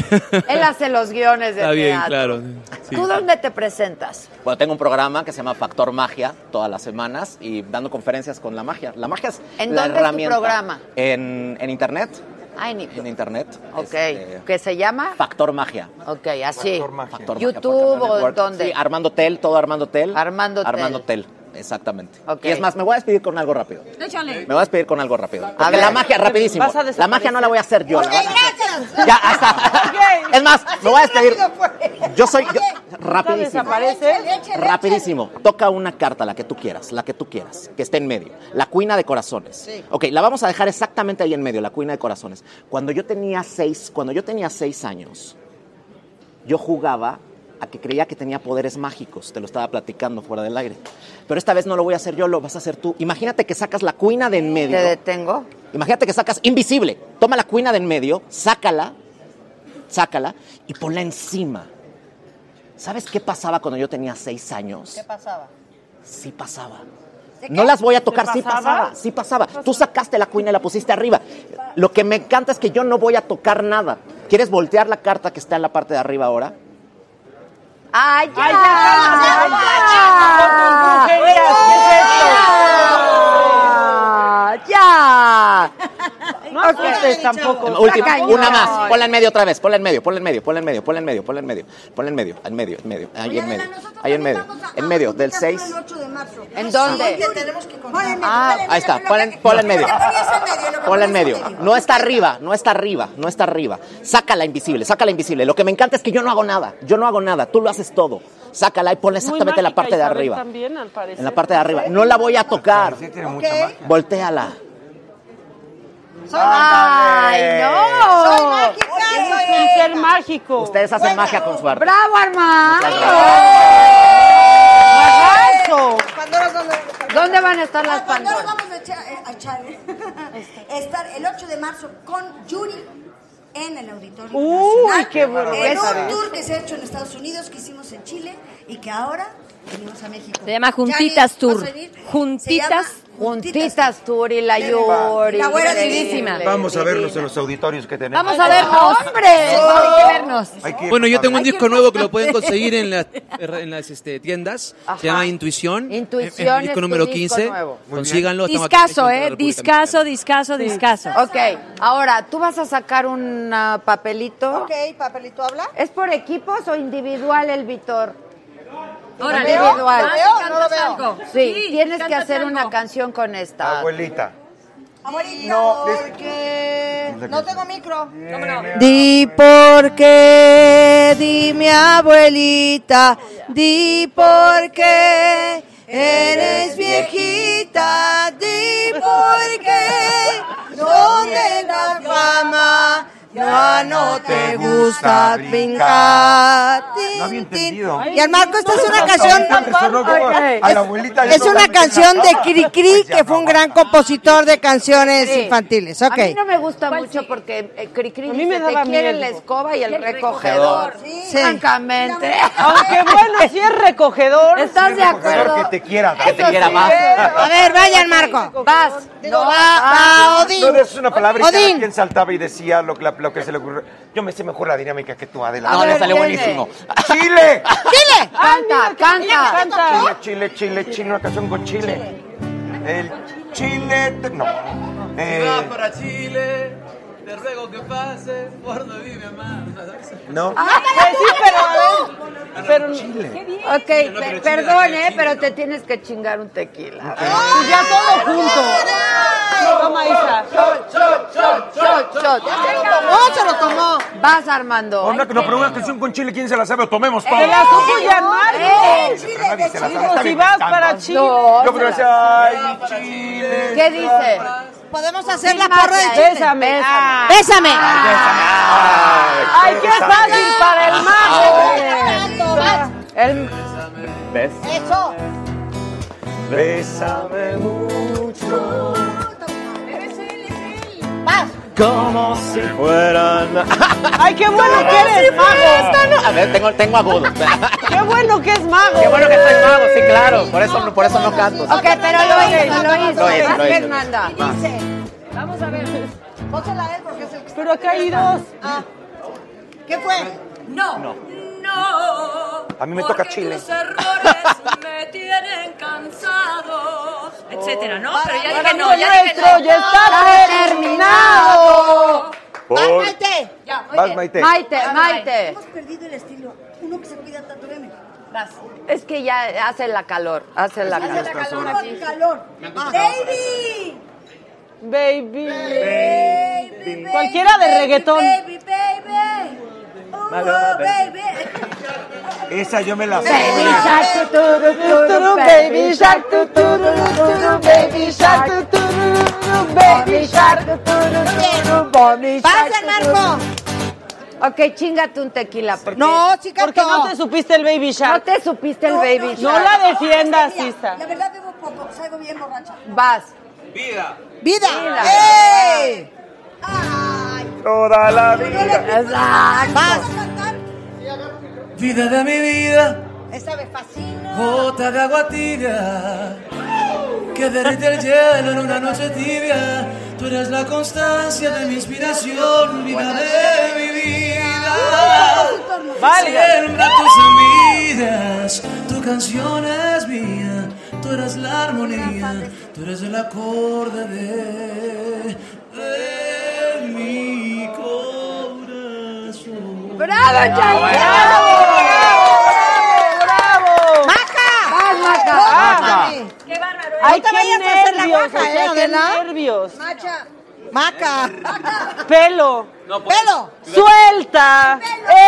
[SPEAKER 3] Él hace los guiones de
[SPEAKER 14] Está bien,
[SPEAKER 3] teatro.
[SPEAKER 14] claro. sí.
[SPEAKER 3] ¿Tú dónde te presentas?
[SPEAKER 14] Bueno, tengo un programa que se llama Factor Magia todas las semanas y dando conferencias con la magia. La magia es
[SPEAKER 3] ¿En
[SPEAKER 14] la
[SPEAKER 3] dónde es tu
[SPEAKER 14] herramienta.
[SPEAKER 3] programa?
[SPEAKER 14] En, en internet.
[SPEAKER 3] Ay, ni...
[SPEAKER 14] En internet.
[SPEAKER 3] Ok,
[SPEAKER 14] Este,
[SPEAKER 3] ¿qué se llama?
[SPEAKER 14] Factor Magia.
[SPEAKER 3] Ok, así.
[SPEAKER 14] Factor Magia,
[SPEAKER 3] YouTube
[SPEAKER 14] Factor
[SPEAKER 3] o
[SPEAKER 14] Network.
[SPEAKER 3] dónde.
[SPEAKER 14] Sí, Armando Tel, todo Armando Tel.
[SPEAKER 3] Armando Tel.
[SPEAKER 14] Armando Tel, exactamente.
[SPEAKER 3] Ok.
[SPEAKER 14] Y es más, me voy a despedir con algo rápido.
[SPEAKER 16] Échale.
[SPEAKER 14] Me voy a despedir con algo rápido. Porque
[SPEAKER 3] ver.
[SPEAKER 14] la magia, rapidísimo.
[SPEAKER 3] Vas a
[SPEAKER 14] La magia no la voy a hacer yo. la van a hacer. Ya, hasta.
[SPEAKER 1] Ok.
[SPEAKER 14] Es más, me voy a despedir.
[SPEAKER 3] pues.
[SPEAKER 14] Yo soy. yo- rapidísimo.
[SPEAKER 1] desaparece.
[SPEAKER 14] Rapidísimo. Toca una carta, la que tú quieras, la que tú quieras, que esté en medio. La cuina de corazones.
[SPEAKER 1] Sí.
[SPEAKER 14] Ok, la vamos a dejar exactamente ahí en medio, la cuina de corazones. Cuando yo tenía seis, cuando yo tenía seis años, yo jugaba a que creía que tenía poderes mágicos. Te lo estaba platicando fuera del aire. Pero esta vez no lo voy a hacer yo, lo vas a hacer tú. Imagínate que sacas la cuina de en medio.
[SPEAKER 3] ¿Te detengo?
[SPEAKER 14] Imagínate que sacas invisible. Toma la cuina de en medio, sácala, sácala y ponla encima. ¿Sabes qué pasaba cuando yo tenía seis años?
[SPEAKER 10] ¿Qué pasaba?
[SPEAKER 14] Sí pasaba. No las voy a tocar, sí pasaba, sí pasaba. Tú sacaste la cuina y la pusiste arriba. Lo que me encanta es que yo no voy a tocar nada. ¿Quieres voltear la carta que está en la parte de arriba ahora?
[SPEAKER 3] ¡Ay,
[SPEAKER 12] ya,
[SPEAKER 3] ya! ¡Ay, ya!
[SPEAKER 12] ya, ya, ya, ya, ya, ya, ya,
[SPEAKER 3] ¡Ya!
[SPEAKER 1] No asustes tampoco.
[SPEAKER 14] Última,
[SPEAKER 1] Saca-
[SPEAKER 14] una más. Ponla en medio otra vez. Ponla en medio, ponla en medio, ponla en medio, ponla en medio, ponla en medio, ponla en medio, en medio, en medio, ahí en medio, ahí en medio, en medio, del 6.
[SPEAKER 10] El 8 de marzo.
[SPEAKER 3] ¿En dónde?
[SPEAKER 10] Porque tenemos que contar.
[SPEAKER 3] Ah,
[SPEAKER 14] Ahí está, ponla en, ponla en medio. Ponla en medio. No está arriba, no está arriba, no está arriba. Sácala invisible, sácala invisible. Lo que me encanta es que yo no hago nada, yo no hago nada, tú lo haces todo. Sácala y ponla exactamente en la parte de arriba.
[SPEAKER 1] También, al parecer.
[SPEAKER 14] En la parte de arriba. No la voy a tocar. Voltéala.
[SPEAKER 3] Ah. ¡Ay, no!
[SPEAKER 1] Soy mágica,
[SPEAKER 3] Oye,
[SPEAKER 1] soy un ser mágico.
[SPEAKER 14] Ustedes hacen magia con su arte.
[SPEAKER 3] ¡Bravo, Armando!
[SPEAKER 1] ¡Bravazo!
[SPEAKER 10] Pandora, ¿dónde?
[SPEAKER 3] ¿Dónde van a estar las Este.
[SPEAKER 10] Pandora
[SPEAKER 3] pandoras?
[SPEAKER 10] vamos a echar, eh, a echar, eh. estar el 8 de marzo con Yuri en el auditorio.
[SPEAKER 1] Uy,
[SPEAKER 10] Nacional,
[SPEAKER 1] qué bueno.
[SPEAKER 10] En
[SPEAKER 1] Esa
[SPEAKER 10] un
[SPEAKER 1] vez.
[SPEAKER 10] tour que se ha hecho en Estados Unidos, que hicimos en Chile y que ahora venimos a México.
[SPEAKER 12] Se llama
[SPEAKER 10] Janis,
[SPEAKER 12] Juntitas
[SPEAKER 10] ¿vas a
[SPEAKER 12] Tour.
[SPEAKER 10] venir? Se llama
[SPEAKER 12] Juntitas.
[SPEAKER 3] Juntitas, Turi, la Yuri.
[SPEAKER 10] La güera
[SPEAKER 12] Divertidísima.
[SPEAKER 11] Vamos a verlos en los auditorios que tenemos.
[SPEAKER 12] Vamos a vernos.
[SPEAKER 3] ¡Hombre!
[SPEAKER 12] Hay que vernos.
[SPEAKER 11] Hay que ir
[SPEAKER 8] Bueno, yo
[SPEAKER 11] pasando.
[SPEAKER 8] tengo un disco nuevo que lo pueden conseguir en, las- en las este, tiendas. Se llama Intuición.
[SPEAKER 3] Intuición
[SPEAKER 8] Es mi
[SPEAKER 3] es tu
[SPEAKER 8] disco número
[SPEAKER 3] disco
[SPEAKER 8] 15.
[SPEAKER 3] nuevo. Muy
[SPEAKER 8] Consíganlo. estamos aquí en
[SPEAKER 12] Discaso,
[SPEAKER 8] México, en la
[SPEAKER 12] eh.
[SPEAKER 8] República
[SPEAKER 12] Discaso, discaso, discaso.
[SPEAKER 3] Ok, ahora, ¿tú vas a sacar un ah, papelito?
[SPEAKER 10] Ok, papelito habla.
[SPEAKER 3] ¿Es por equipos o individual el Vitor?
[SPEAKER 12] Órale. Vas
[SPEAKER 3] individual.
[SPEAKER 12] y
[SPEAKER 10] ¿Lo veo o no lo
[SPEAKER 12] cantas
[SPEAKER 10] veo?
[SPEAKER 12] algo.
[SPEAKER 3] Sí, tienes que
[SPEAKER 12] cántate
[SPEAKER 3] hacer
[SPEAKER 12] algo.
[SPEAKER 3] una canción con esta.
[SPEAKER 11] Abuelita.
[SPEAKER 10] Abuelita,
[SPEAKER 11] No, es-
[SPEAKER 10] porque no tengo micro.
[SPEAKER 9] Di por qué, di mi abuelita, di por qué eres viejita, di por qué no te la fama, ya no te gusta brincar.
[SPEAKER 11] No había entendido.
[SPEAKER 9] Y al Marco, esta es una
[SPEAKER 11] Ahorita me
[SPEAKER 9] canción.
[SPEAKER 11] sonó como a la abuelita le
[SPEAKER 9] Es
[SPEAKER 11] sonó
[SPEAKER 9] una
[SPEAKER 11] la-
[SPEAKER 9] canción de Cricri, que fue un gran compositor de canciones
[SPEAKER 3] Sí.
[SPEAKER 9] infantiles.
[SPEAKER 3] A mí
[SPEAKER 9] Ok.
[SPEAKER 3] no me gusta mucho porque eh, Cricri
[SPEAKER 1] A mí me
[SPEAKER 3] dice, te
[SPEAKER 1] daba
[SPEAKER 3] quieren
[SPEAKER 1] miedo.
[SPEAKER 3] la escoba y el,
[SPEAKER 14] recogedor".
[SPEAKER 3] recogedor. Francamente.
[SPEAKER 1] Aunque bueno, sí es recogedor.
[SPEAKER 3] ¿Estás de acuerdo?
[SPEAKER 11] Que te quiera.
[SPEAKER 14] Que te quiera más.
[SPEAKER 3] eh,
[SPEAKER 9] A ver, vayan, Marco.
[SPEAKER 3] Vas.
[SPEAKER 9] No, va, va, Odín.
[SPEAKER 11] No, es una palabra y cada
[SPEAKER 9] Odín.
[SPEAKER 11] quien saltaba y decía lo, que- la- lo que se le ocurrió. Yo me sé mejor la dinámica que tú, Adela.
[SPEAKER 3] A
[SPEAKER 14] No, le
[SPEAKER 3] ver,
[SPEAKER 14] salió
[SPEAKER 3] viene.
[SPEAKER 14] buenísimo.
[SPEAKER 11] ¡Chile!
[SPEAKER 9] ¡Chile!
[SPEAKER 3] Canta, canta.
[SPEAKER 1] Canta.
[SPEAKER 11] Chile, Chile, Chile, Chile, una canción con Chile. El Chile. te- No. Eh,
[SPEAKER 8] para Chile, te ruego que pases por donde vive mamá.
[SPEAKER 13] Ah,
[SPEAKER 11] no.
[SPEAKER 1] Pues sí, pero a ver. Pero
[SPEAKER 3] Ok, pe- perdón, eh, pero te tienes que chingar un tequila.
[SPEAKER 1] pues ya todo junto. Toma, Isa.
[SPEAKER 3] Shot, shot. Oh,
[SPEAKER 9] No, se lo tomó.
[SPEAKER 3] Vas, Armando.
[SPEAKER 11] Onda que nos preguntan canción con Chile, ¿quién se la sabe? Tomemos
[SPEAKER 1] Te Eh, la
[SPEAKER 11] todos.
[SPEAKER 1] supo llamar.
[SPEAKER 3] ¡Eh!
[SPEAKER 11] Pero nadie se la sabe,
[SPEAKER 1] Digo,
[SPEAKER 11] está
[SPEAKER 1] si vas
[SPEAKER 11] inventando.
[SPEAKER 1] para Chile.
[SPEAKER 3] No,
[SPEAKER 11] Yo creo que decía, ay, mi Chile.
[SPEAKER 3] ¿Qué dice?
[SPEAKER 9] Podemos hacer la
[SPEAKER 3] Magia,
[SPEAKER 9] porra de
[SPEAKER 3] ¿eh?
[SPEAKER 9] Chile.
[SPEAKER 1] Bésame. Ah,
[SPEAKER 9] Bésame.
[SPEAKER 1] Ay, qué fácil para el mago.
[SPEAKER 3] El-
[SPEAKER 14] ¿Ves?
[SPEAKER 9] Eso.
[SPEAKER 11] Bésame mucho.
[SPEAKER 14] Como si fueran.
[SPEAKER 1] Ay, qué bueno que eres mago.
[SPEAKER 14] A ver, tengo, tengo agudo.
[SPEAKER 1] Qué bueno que es mago.
[SPEAKER 14] Qué bueno que soy mago, sí, claro. Por eso, no- por eso no canto.
[SPEAKER 3] Ok, pero lo hizo, lo hizo.
[SPEAKER 14] Lo hizo,
[SPEAKER 3] Vas,
[SPEAKER 14] lo hizo.
[SPEAKER 3] Fernanda.
[SPEAKER 15] Vamos a ver.
[SPEAKER 10] Pónsela a él porque es el que
[SPEAKER 1] Pero acá hay dos.
[SPEAKER 10] ¿Qué fue?
[SPEAKER 12] No. No.
[SPEAKER 11] A mí me toca
[SPEAKER 12] porque
[SPEAKER 11] Chile.
[SPEAKER 12] Tus errores me tienen cansado. Etcétera, ¿no? Pero ya
[SPEAKER 1] Para
[SPEAKER 12] dije
[SPEAKER 1] mí
[SPEAKER 12] no,
[SPEAKER 1] lo
[SPEAKER 12] ya dije
[SPEAKER 1] nuestro
[SPEAKER 12] no.
[SPEAKER 1] ya está terminado.
[SPEAKER 11] Por-
[SPEAKER 9] Maite.
[SPEAKER 12] Ya, muy
[SPEAKER 11] Vas,
[SPEAKER 12] bien.
[SPEAKER 11] Maite.
[SPEAKER 3] Maite,
[SPEAKER 12] Vas,
[SPEAKER 3] Maite.
[SPEAKER 10] Hemos perdido el estilo. Uno que se cuida tanto, veme.
[SPEAKER 12] Vas.
[SPEAKER 3] Es que ya hace la calor, hace la calor.
[SPEAKER 10] Hace calor aquí. calor. Ah. Baby.
[SPEAKER 1] Baby.
[SPEAKER 10] Baby,
[SPEAKER 1] Cualquiera de
[SPEAKER 10] baby,
[SPEAKER 1] reggaetón.
[SPEAKER 10] Baby, baby. Oh, baby.
[SPEAKER 11] Esa yo me la
[SPEAKER 3] Baby
[SPEAKER 11] sé.
[SPEAKER 3] shark, tu, tu, tu, tu,
[SPEAKER 1] Tuturu, baby shark, tuturu, tuturu, baby shark, tuturu, baby shark, tuturu, tuturu, baby shark.
[SPEAKER 9] Pasa, Marco.
[SPEAKER 3] Ok, chingate un tequila. Porque,
[SPEAKER 1] No, sí cantó. Porque no te supiste el Baby Shark.
[SPEAKER 3] No te supiste el Baby
[SPEAKER 1] No
[SPEAKER 3] Shark.
[SPEAKER 1] la defiendas,
[SPEAKER 3] Mira,
[SPEAKER 1] Sista.
[SPEAKER 10] La verdad bebo poco, salgo bien borracha.
[SPEAKER 3] Vas.
[SPEAKER 15] Vida.
[SPEAKER 10] ¡Vida!
[SPEAKER 3] ¡Ey!
[SPEAKER 15] Toda la vida.
[SPEAKER 13] Vida de mi vida,
[SPEAKER 10] Esa me fascina.
[SPEAKER 13] gota de agua tibia, que derrite el hielo en una noche tibia. Tú eres la constancia de mi inspiración, vida de mi vida.
[SPEAKER 15] Válida.
[SPEAKER 13] Siembra tus semillas, tu canción es mía, tú eres la armonía, tú eres el acorde de, de mi corazón.
[SPEAKER 3] ¡Bravo, Ah. Chay!
[SPEAKER 1] ¡Bravo!
[SPEAKER 3] ¡Maca! ¡Vas, Maca!
[SPEAKER 1] Vas,
[SPEAKER 3] ¡Vas,
[SPEAKER 1] Mami.
[SPEAKER 10] ¡Qué bárbaro!
[SPEAKER 1] Ay,
[SPEAKER 10] No te
[SPEAKER 1] qué
[SPEAKER 10] vayas a hacer la
[SPEAKER 1] nervios,
[SPEAKER 10] maja,
[SPEAKER 1] o sea,
[SPEAKER 10] ¿eh,
[SPEAKER 1] qué
[SPEAKER 10] Adela?
[SPEAKER 1] nervios.
[SPEAKER 10] Macha.
[SPEAKER 1] Maca. Pelo.
[SPEAKER 10] Pelo.
[SPEAKER 1] Suelta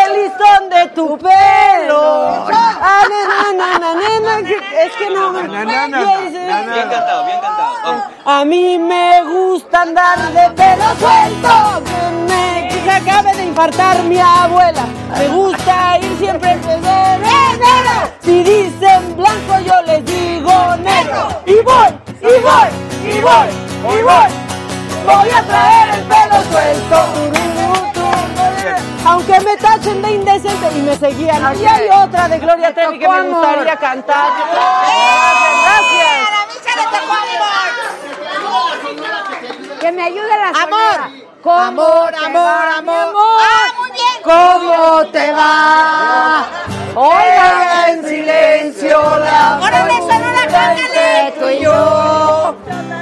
[SPEAKER 1] el listón de tu pelo. Ah, na, na, na, na, na, na, que- Es que no.
[SPEAKER 15] Na, na, na,
[SPEAKER 1] Ya dice-
[SPEAKER 15] na, na. Bien cantado, bien cantado. Vamos.
[SPEAKER 1] A mí me gusta andar de pelo suelto. que Me, que se acabe de infartar mi abuela. Me gusta ir siempre en febrero. Si dicen blanco, yo les digo negro. Y voy, y voy, y voy, y voy. Voy a traer el pelo suelto. Aunque me tachen de indecente y me seguían. Aquí hay otra de Gloria Trevi que me gustaría cantar. Gracias.
[SPEAKER 3] Que me ayude la
[SPEAKER 1] Amor.
[SPEAKER 3] señora. ¿Cómo
[SPEAKER 1] Amor,
[SPEAKER 3] te
[SPEAKER 1] amor,
[SPEAKER 3] va, mi
[SPEAKER 1] amor. Ah,
[SPEAKER 3] amor? ¿Cómo te va? Oiga en silencio la
[SPEAKER 15] Órale,
[SPEAKER 3] voz entre tú y yo.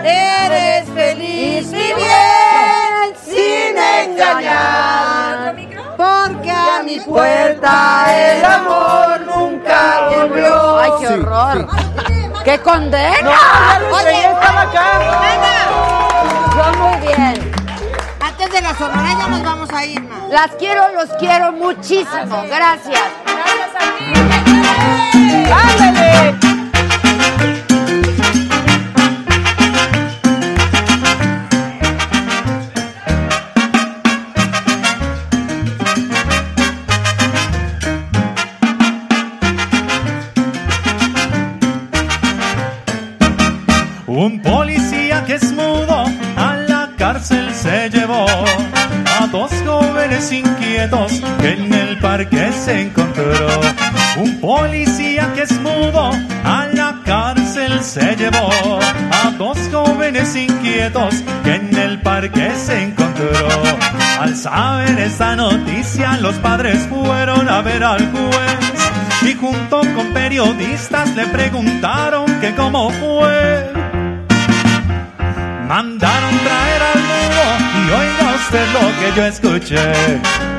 [SPEAKER 3] Eres feliz mi bien sin engañar. Porque a mi puerta el amor nunca volvió. Ay, qué horror. ¡Qué condena! Yo muy bien.
[SPEAKER 10] Antes de la sonora ya nos vamos a ir, ma.
[SPEAKER 3] Las quiero, los quiero muchísimo. Gracias.
[SPEAKER 1] ¡Ándale!
[SPEAKER 5] Un policía que es mudo a la cárcel se llevó a dos jóvenes inquietos que en el parque se encontró. Un policía que es mudo a la cárcel se llevó a dos jóvenes inquietos que en el parque se encontró. Al saber esa noticia, los padres fueron a ver al juez y junto con periodistas le preguntaron que cómo fue. Mandaron traer al mudo y oiga usted lo que yo escuché.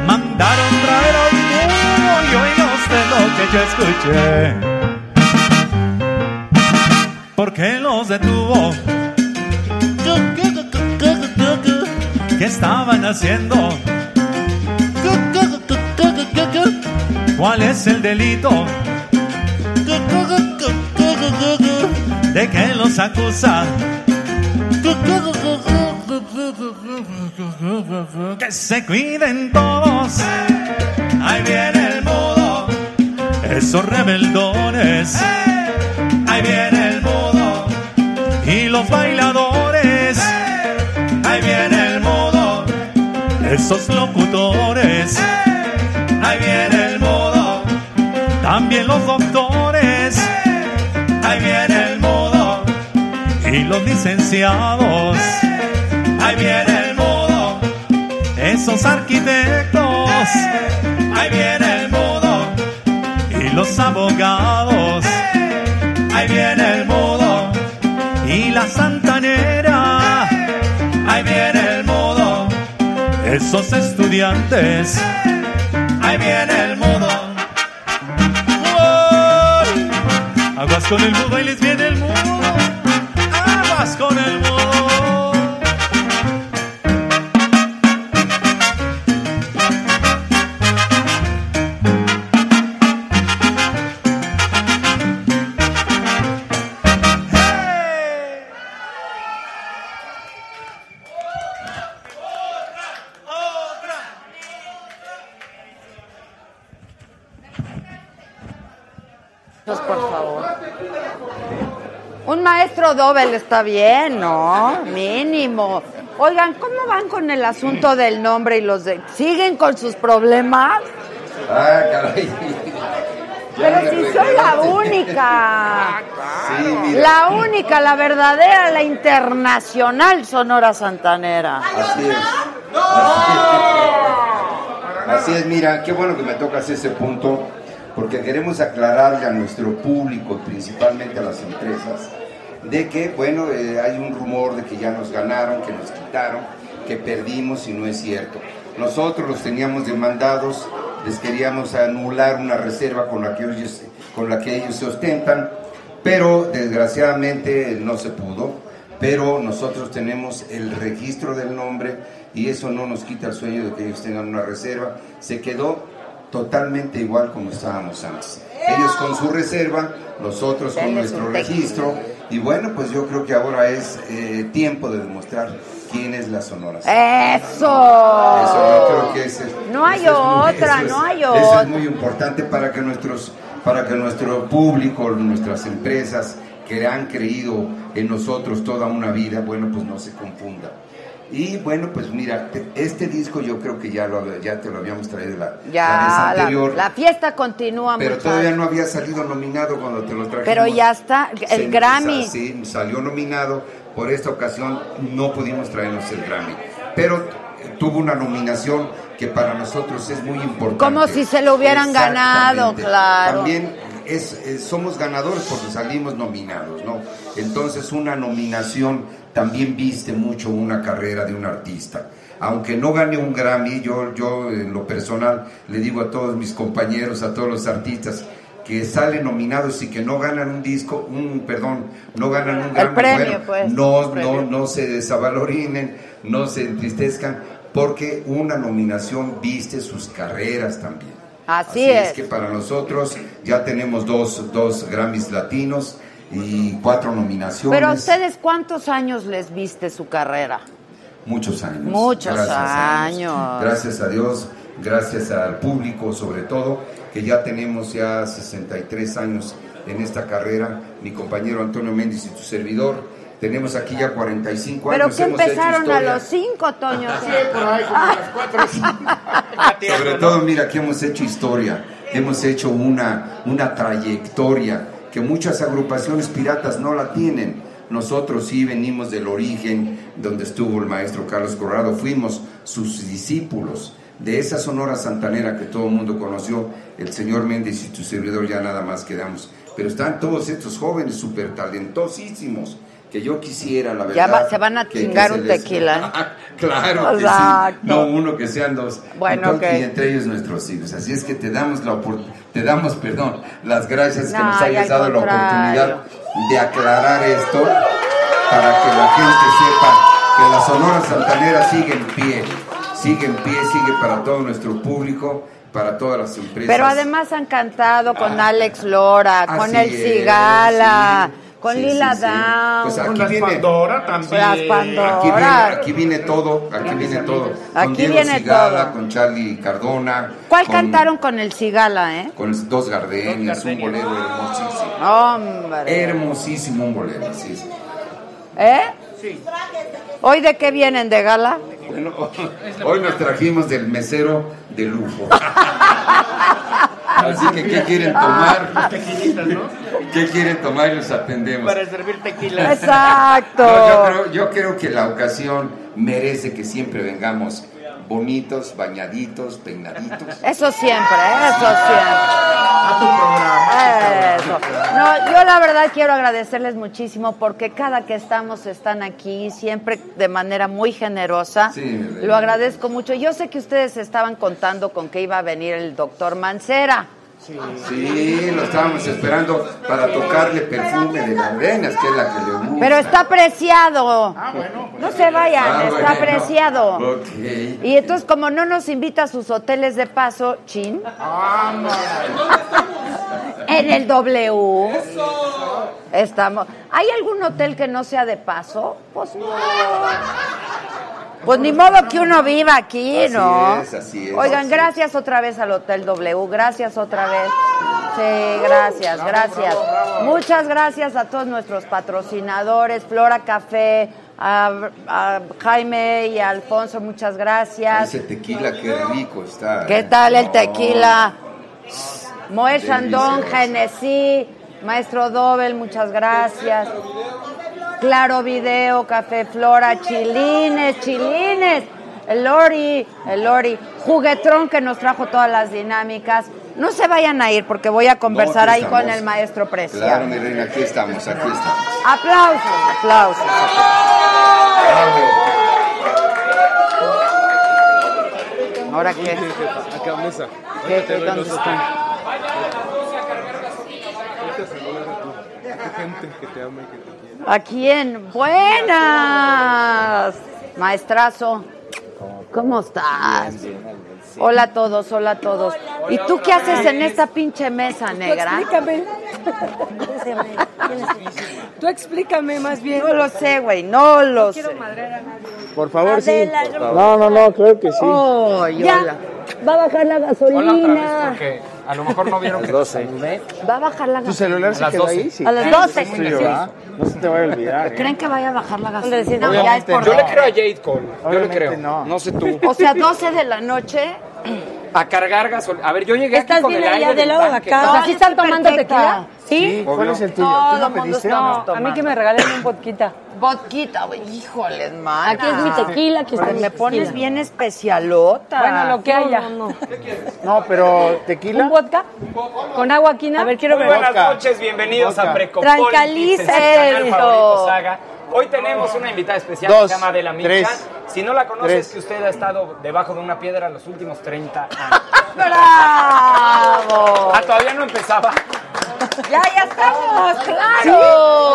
[SPEAKER 5] Mandaron traer al mudo y oiga usted lo que yo escuché. ¿Por qué los detuvo? ¿Qué estaban haciendo? ¿Cuál es el delito? ¿De qué los acusa? Que se cuiden todos. Ahí viene el mudo. Esos rebeldones. Ahí viene el mudo. Y los bailadores. Ahí viene el mudo. Esos locutores. Ahí viene el mudo. También los doctores. Ahí viene el mudo. Y los licenciados. Ahí viene el mudo. Esos arquitectos. Ahí viene el mudo. Y los abogados. Ahí viene el mudo. Y la santanera. Ahí viene el mudo. Esos estudiantes. Ahí viene el mudo. ¡Wow! Aguas con el mudo, ahí les viene el mudo. Aguas con el mudo.
[SPEAKER 3] Dios, por favor. Un maestro Dobel está bien, ¿no? Mínimo. Oigan, ¿cómo van con el asunto del nombre y los de... ¿Siguen con sus problemas?
[SPEAKER 17] Ah, caray. Ya
[SPEAKER 3] Pero
[SPEAKER 17] me
[SPEAKER 3] si soy la
[SPEAKER 17] regañaste.
[SPEAKER 3] única.
[SPEAKER 17] Sí, mira.
[SPEAKER 3] La única, la verdadera, la internacional Sonora Santanera.
[SPEAKER 17] Así es. Así es, mira, qué bueno que me tocas ese punto, porque queremos aclararle a nuestro público, principalmente a las empresas, de que, bueno, eh, hay un rumor de que ya nos ganaron, que nos quitaron, que perdimos y no es cierto. Nosotros los teníamos demandados, les queríamos anular una reserva con la que ellos, con la que ellos se ostentan, pero desgraciadamente no se pudo. Pero nosotros tenemos el registro del nombre y eso no nos quita el sueño de que ellos tengan una reserva. Se quedó totalmente igual como estábamos antes. Ellos con su reserva, nosotros con
[SPEAKER 3] Denles
[SPEAKER 17] nuestro
[SPEAKER 3] un tequila.
[SPEAKER 17] registro. Y bueno, pues yo creo que ahora es eh, tiempo de demostrar quién es la Sonora.
[SPEAKER 3] Eso.
[SPEAKER 17] Eso yo creo que es el-
[SPEAKER 3] Oh. No hay
[SPEAKER 17] eso es muy-
[SPEAKER 3] otra,
[SPEAKER 17] eso es-
[SPEAKER 3] no hay
[SPEAKER 17] Eso
[SPEAKER 3] otra.
[SPEAKER 17] es muy importante para que nuestros, para que nuestro público, nuestras empresas que han creído en nosotros toda una vida, bueno, pues no se confunda. Y bueno, pues mira, te- este disco yo creo que ya lo ya te lo habíamos traído la,
[SPEAKER 3] Ya,
[SPEAKER 17] la vez
[SPEAKER 3] la,
[SPEAKER 17] anterior,
[SPEAKER 3] la fiesta continúa,
[SPEAKER 17] pero
[SPEAKER 3] muchachos.
[SPEAKER 17] todavía no había salido nominado cuando te lo trajimos.
[SPEAKER 3] Pero ya está, el
[SPEAKER 17] Se-
[SPEAKER 3] Grammy.
[SPEAKER 17] sa- Sí, salió nominado. Por esta ocasión no pudimos traernos el Grammy. Pero eh, tuvo una nominación que para nosotros es muy importante.
[SPEAKER 3] Como si se lo hubieran ganado,
[SPEAKER 17] Exactamente.
[SPEAKER 3] claro.
[SPEAKER 17] También es, es- somos ganadores porque salimos nominados, ¿no? Entonces una nominación también viste mucho una carrera de un artista. Aunque no gane un Grammy, yo, yo en lo personal le digo a todos mis compañeros, a todos los artistas que salen nominados y que no ganan un disco, un perdón, no ganan un Grammy,
[SPEAKER 3] premio,
[SPEAKER 17] bueno,
[SPEAKER 3] pues,
[SPEAKER 17] no,
[SPEAKER 3] el premio.
[SPEAKER 17] no, no se desavalorinen, no se entristezcan, porque una nominación viste sus carreras también.
[SPEAKER 3] Así,
[SPEAKER 17] Así
[SPEAKER 3] es.
[SPEAKER 17] es que para nosotros ya tenemos dos, dos Grammys latinos y cuatro nominaciones.
[SPEAKER 3] Pero a ustedes, ¿cuántos años les viste su carrera?
[SPEAKER 17] Muchos años.
[SPEAKER 3] Muchos
[SPEAKER 17] a Dios.
[SPEAKER 3] años.
[SPEAKER 17] Gracias a Dios, gracias al público sobre todo, que ya tenemos ya 63 años en esta carrera. Mi compañero Antonio Méndez y tu servidor. Tenemos aquí ya 45
[SPEAKER 3] Pero
[SPEAKER 17] años.
[SPEAKER 3] que
[SPEAKER 17] hemos hecho
[SPEAKER 3] empezaron a
[SPEAKER 17] historia.
[SPEAKER 3] los cinco, Toño.
[SPEAKER 17] Sobre todo, mira, que hemos hecho historia, hemos hecho una, una trayectoria que muchas agrupaciones piratas no la tienen. Nosotros sí venimos del origen donde estuvo el maestro Carlos Corrado, fuimos sus discípulos. De esa Sonora Santanera que todo el mundo conoció, el señor Méndez y tu servidor ya nada más quedamos. Pero están todos estos jóvenes súper talentosísimos que yo quisiera, la
[SPEAKER 3] Ya
[SPEAKER 17] verdad.
[SPEAKER 3] va- se van a
[SPEAKER 17] que- que
[SPEAKER 3] chingar
[SPEAKER 17] se
[SPEAKER 3] un
[SPEAKER 17] les-
[SPEAKER 3] tequila. ¿eh?
[SPEAKER 17] Claro que
[SPEAKER 3] Exacto.
[SPEAKER 17] sí. No uno que sean dos.
[SPEAKER 3] Bueno,
[SPEAKER 17] Entonces,
[SPEAKER 3] ok.
[SPEAKER 17] y entre ellos nuestros hijos. Así es que te damos la opor- te damos, perdón, las gracias que
[SPEAKER 3] No,
[SPEAKER 17] nos
[SPEAKER 3] y
[SPEAKER 17] hayas
[SPEAKER 3] al
[SPEAKER 17] dado la
[SPEAKER 3] contrario.
[SPEAKER 17] oportunidad de aclarar esto para que la gente sepa que la Sonora Santanera sigue en pie, sigue en pie, sigue para todo nuestro público, para todas las empresas.
[SPEAKER 3] Pero además han cantado con Alex Lora,
[SPEAKER 17] Ah, así
[SPEAKER 3] con El
[SPEAKER 17] es,
[SPEAKER 3] Cigala, con
[SPEAKER 17] sí,
[SPEAKER 3] Lila
[SPEAKER 17] sí, sí.
[SPEAKER 3] Down.
[SPEAKER 17] Pues aquí viene Pandora también.
[SPEAKER 3] Las Pandora.
[SPEAKER 17] Aquí viene, aquí viene todo, aquí viene todo.
[SPEAKER 3] Aquí
[SPEAKER 17] con Diego
[SPEAKER 3] viene
[SPEAKER 17] Cigala,
[SPEAKER 3] todo.
[SPEAKER 17] con Charlie Cardona.
[SPEAKER 3] ¿Cuál
[SPEAKER 17] con-
[SPEAKER 3] cantaron con El Cigala, eh?
[SPEAKER 17] Con dos gardenias, un bolero hermosísimo.
[SPEAKER 3] Hombre.
[SPEAKER 17] Hermosísimo un bolero, así es.
[SPEAKER 3] ¿Eh? ¿Hoy de qué vienen? ¿De gala?
[SPEAKER 17] Bueno, hoy nos trajimos del mesero de lujo. Así que, ¿qué quieren tomar? ¿Qué quieren tomar? Y los atendemos.
[SPEAKER 18] Para servir tequila.
[SPEAKER 3] Exacto.
[SPEAKER 17] No, yo, creo, yo creo que la ocasión merece que siempre vengamos bonitos, bañaditos, peinaditos.
[SPEAKER 3] Eso siempre, eh, eso siempre. Eso. No, yo la verdad quiero agradecerles muchísimo porque cada que estamos están aquí, siempre de manera muy generosa. Lo agradezco mucho. Yo sé que ustedes estaban contando con que iba a venir el doctor Mancera.
[SPEAKER 17] Sí, lo estábamos esperando para tocarle perfume de banderas, que es la que le gusta.
[SPEAKER 3] Pero está preciado. No se vayan,
[SPEAKER 17] Ah,
[SPEAKER 3] está
[SPEAKER 17] bueno.
[SPEAKER 3] preciado.
[SPEAKER 17] Ok.
[SPEAKER 3] Y entonces, como no nos invita a sus hoteles de paso, chin. en el W. Estamos. ¿Hay algún hotel que no sea de paso? Pues no. Pues ni modo que uno viva aquí,
[SPEAKER 17] Así
[SPEAKER 3] ¿no?
[SPEAKER 17] es, así es.
[SPEAKER 3] Oigan,
[SPEAKER 17] Así
[SPEAKER 3] gracias otra vez al Hotel W, gracias otra vez. Sí, gracias, gracias. Muchas gracias a todos nuestros patrocinadores, Flora Café, a, a Jaime y a Alfonso, muchas gracias.
[SPEAKER 17] Ese tequila, qué rico está.
[SPEAKER 3] ¿Qué
[SPEAKER 17] ¿eh?
[SPEAKER 3] tal el
[SPEAKER 17] No.
[SPEAKER 3] tequila? Moe
[SPEAKER 17] Delicioso.
[SPEAKER 3] Shandón, Genesí, Maestro Dobel, muchas gracias. Claro Video, Café Flora, Chilines, Chilines, el Lori, el Lori, Juguetrón que nos trajo todas las dinámicas. No se vayan a ir porque voy a conversar
[SPEAKER 17] aquí
[SPEAKER 3] ahí con
[SPEAKER 17] estamos.
[SPEAKER 3] el maestro Precio.
[SPEAKER 17] Claro, mi reina, aquí estamos, aquí estamos.
[SPEAKER 3] Aplausos, aplausos. ¿Ahora qué?
[SPEAKER 19] Acá, mesa.
[SPEAKER 3] ¿Qué, qué, dónde están?
[SPEAKER 19] gente que te ama y que te quiere.
[SPEAKER 3] ¿A quién? Buenas, maestrazo. ¿Cómo estás? Hola a todos, hola a todos. ¿Y tú qué haces en esta pinche mesa negra?
[SPEAKER 9] Explícame. Tú explícame más bien.
[SPEAKER 3] No lo sé, güey, no lo sé.
[SPEAKER 18] Por favor, sí.
[SPEAKER 9] Adela,
[SPEAKER 18] por
[SPEAKER 9] yo-
[SPEAKER 18] favor.
[SPEAKER 3] No,
[SPEAKER 18] no, creo que sí.
[SPEAKER 3] Ya, va a bajar la gasolina.
[SPEAKER 18] porque a lo mejor no vieron que te
[SPEAKER 3] Va a bajar la gasolina.
[SPEAKER 18] ¿Tu celular se quedó ahí? Sí.
[SPEAKER 3] A las 12.
[SPEAKER 18] Sí, ¿verdad? No se te va a olvidar. ¿eh?
[SPEAKER 3] ¿Creen que vaya a bajar la gasolina?
[SPEAKER 18] No,
[SPEAKER 3] ya es por
[SPEAKER 18] yo le
[SPEAKER 3] dos.
[SPEAKER 18] creo a Jade Cole. Yo le creo. No. sé tú.
[SPEAKER 3] O sea, 12 de la noche.
[SPEAKER 18] A cargar gasolina. A ver, yo llegué aquí con el aire. del tanque.
[SPEAKER 16] O sea, ¿sí están tomando
[SPEAKER 3] perfecta.
[SPEAKER 16] tequila? ¿Sí?
[SPEAKER 18] ¿Cuál es el tuyo?
[SPEAKER 16] Todo
[SPEAKER 18] ¿Tú lo
[SPEAKER 16] mundo
[SPEAKER 18] pediste
[SPEAKER 16] está-
[SPEAKER 18] o no?
[SPEAKER 16] A mí que me regalen un vodquita.
[SPEAKER 3] Vodquita, güey. Híjoles, man.
[SPEAKER 16] Aquí es mi tequila, aquí está
[SPEAKER 3] Pues
[SPEAKER 16] mi
[SPEAKER 3] Me
[SPEAKER 16] tequila.
[SPEAKER 3] pones bien especialota.
[SPEAKER 16] Bueno, lo que haya.
[SPEAKER 18] No, pero tequila.
[SPEAKER 16] ¿Un vodka? ¿Con agua quina? A ver, quiero
[SPEAKER 18] Muy buenas noches, bienvenidos
[SPEAKER 16] Vodka.
[SPEAKER 18] a Precopol.
[SPEAKER 16] Tranquiliza
[SPEAKER 18] Institucional
[SPEAKER 16] eso.
[SPEAKER 18] Favorito Saga. Hoy tenemos una invitada especial que
[SPEAKER 20] Dos,
[SPEAKER 18] se llama Adela Micha.
[SPEAKER 20] tres,
[SPEAKER 18] si no la conoces,
[SPEAKER 20] tres.
[SPEAKER 18] que usted ha estado debajo de una piedra los últimos 30 años.
[SPEAKER 3] ¡Bravo!
[SPEAKER 18] Ah, todavía no empezaba.
[SPEAKER 3] Ya, ya estamos, ¡Ah, claro.
[SPEAKER 18] ¿Sí?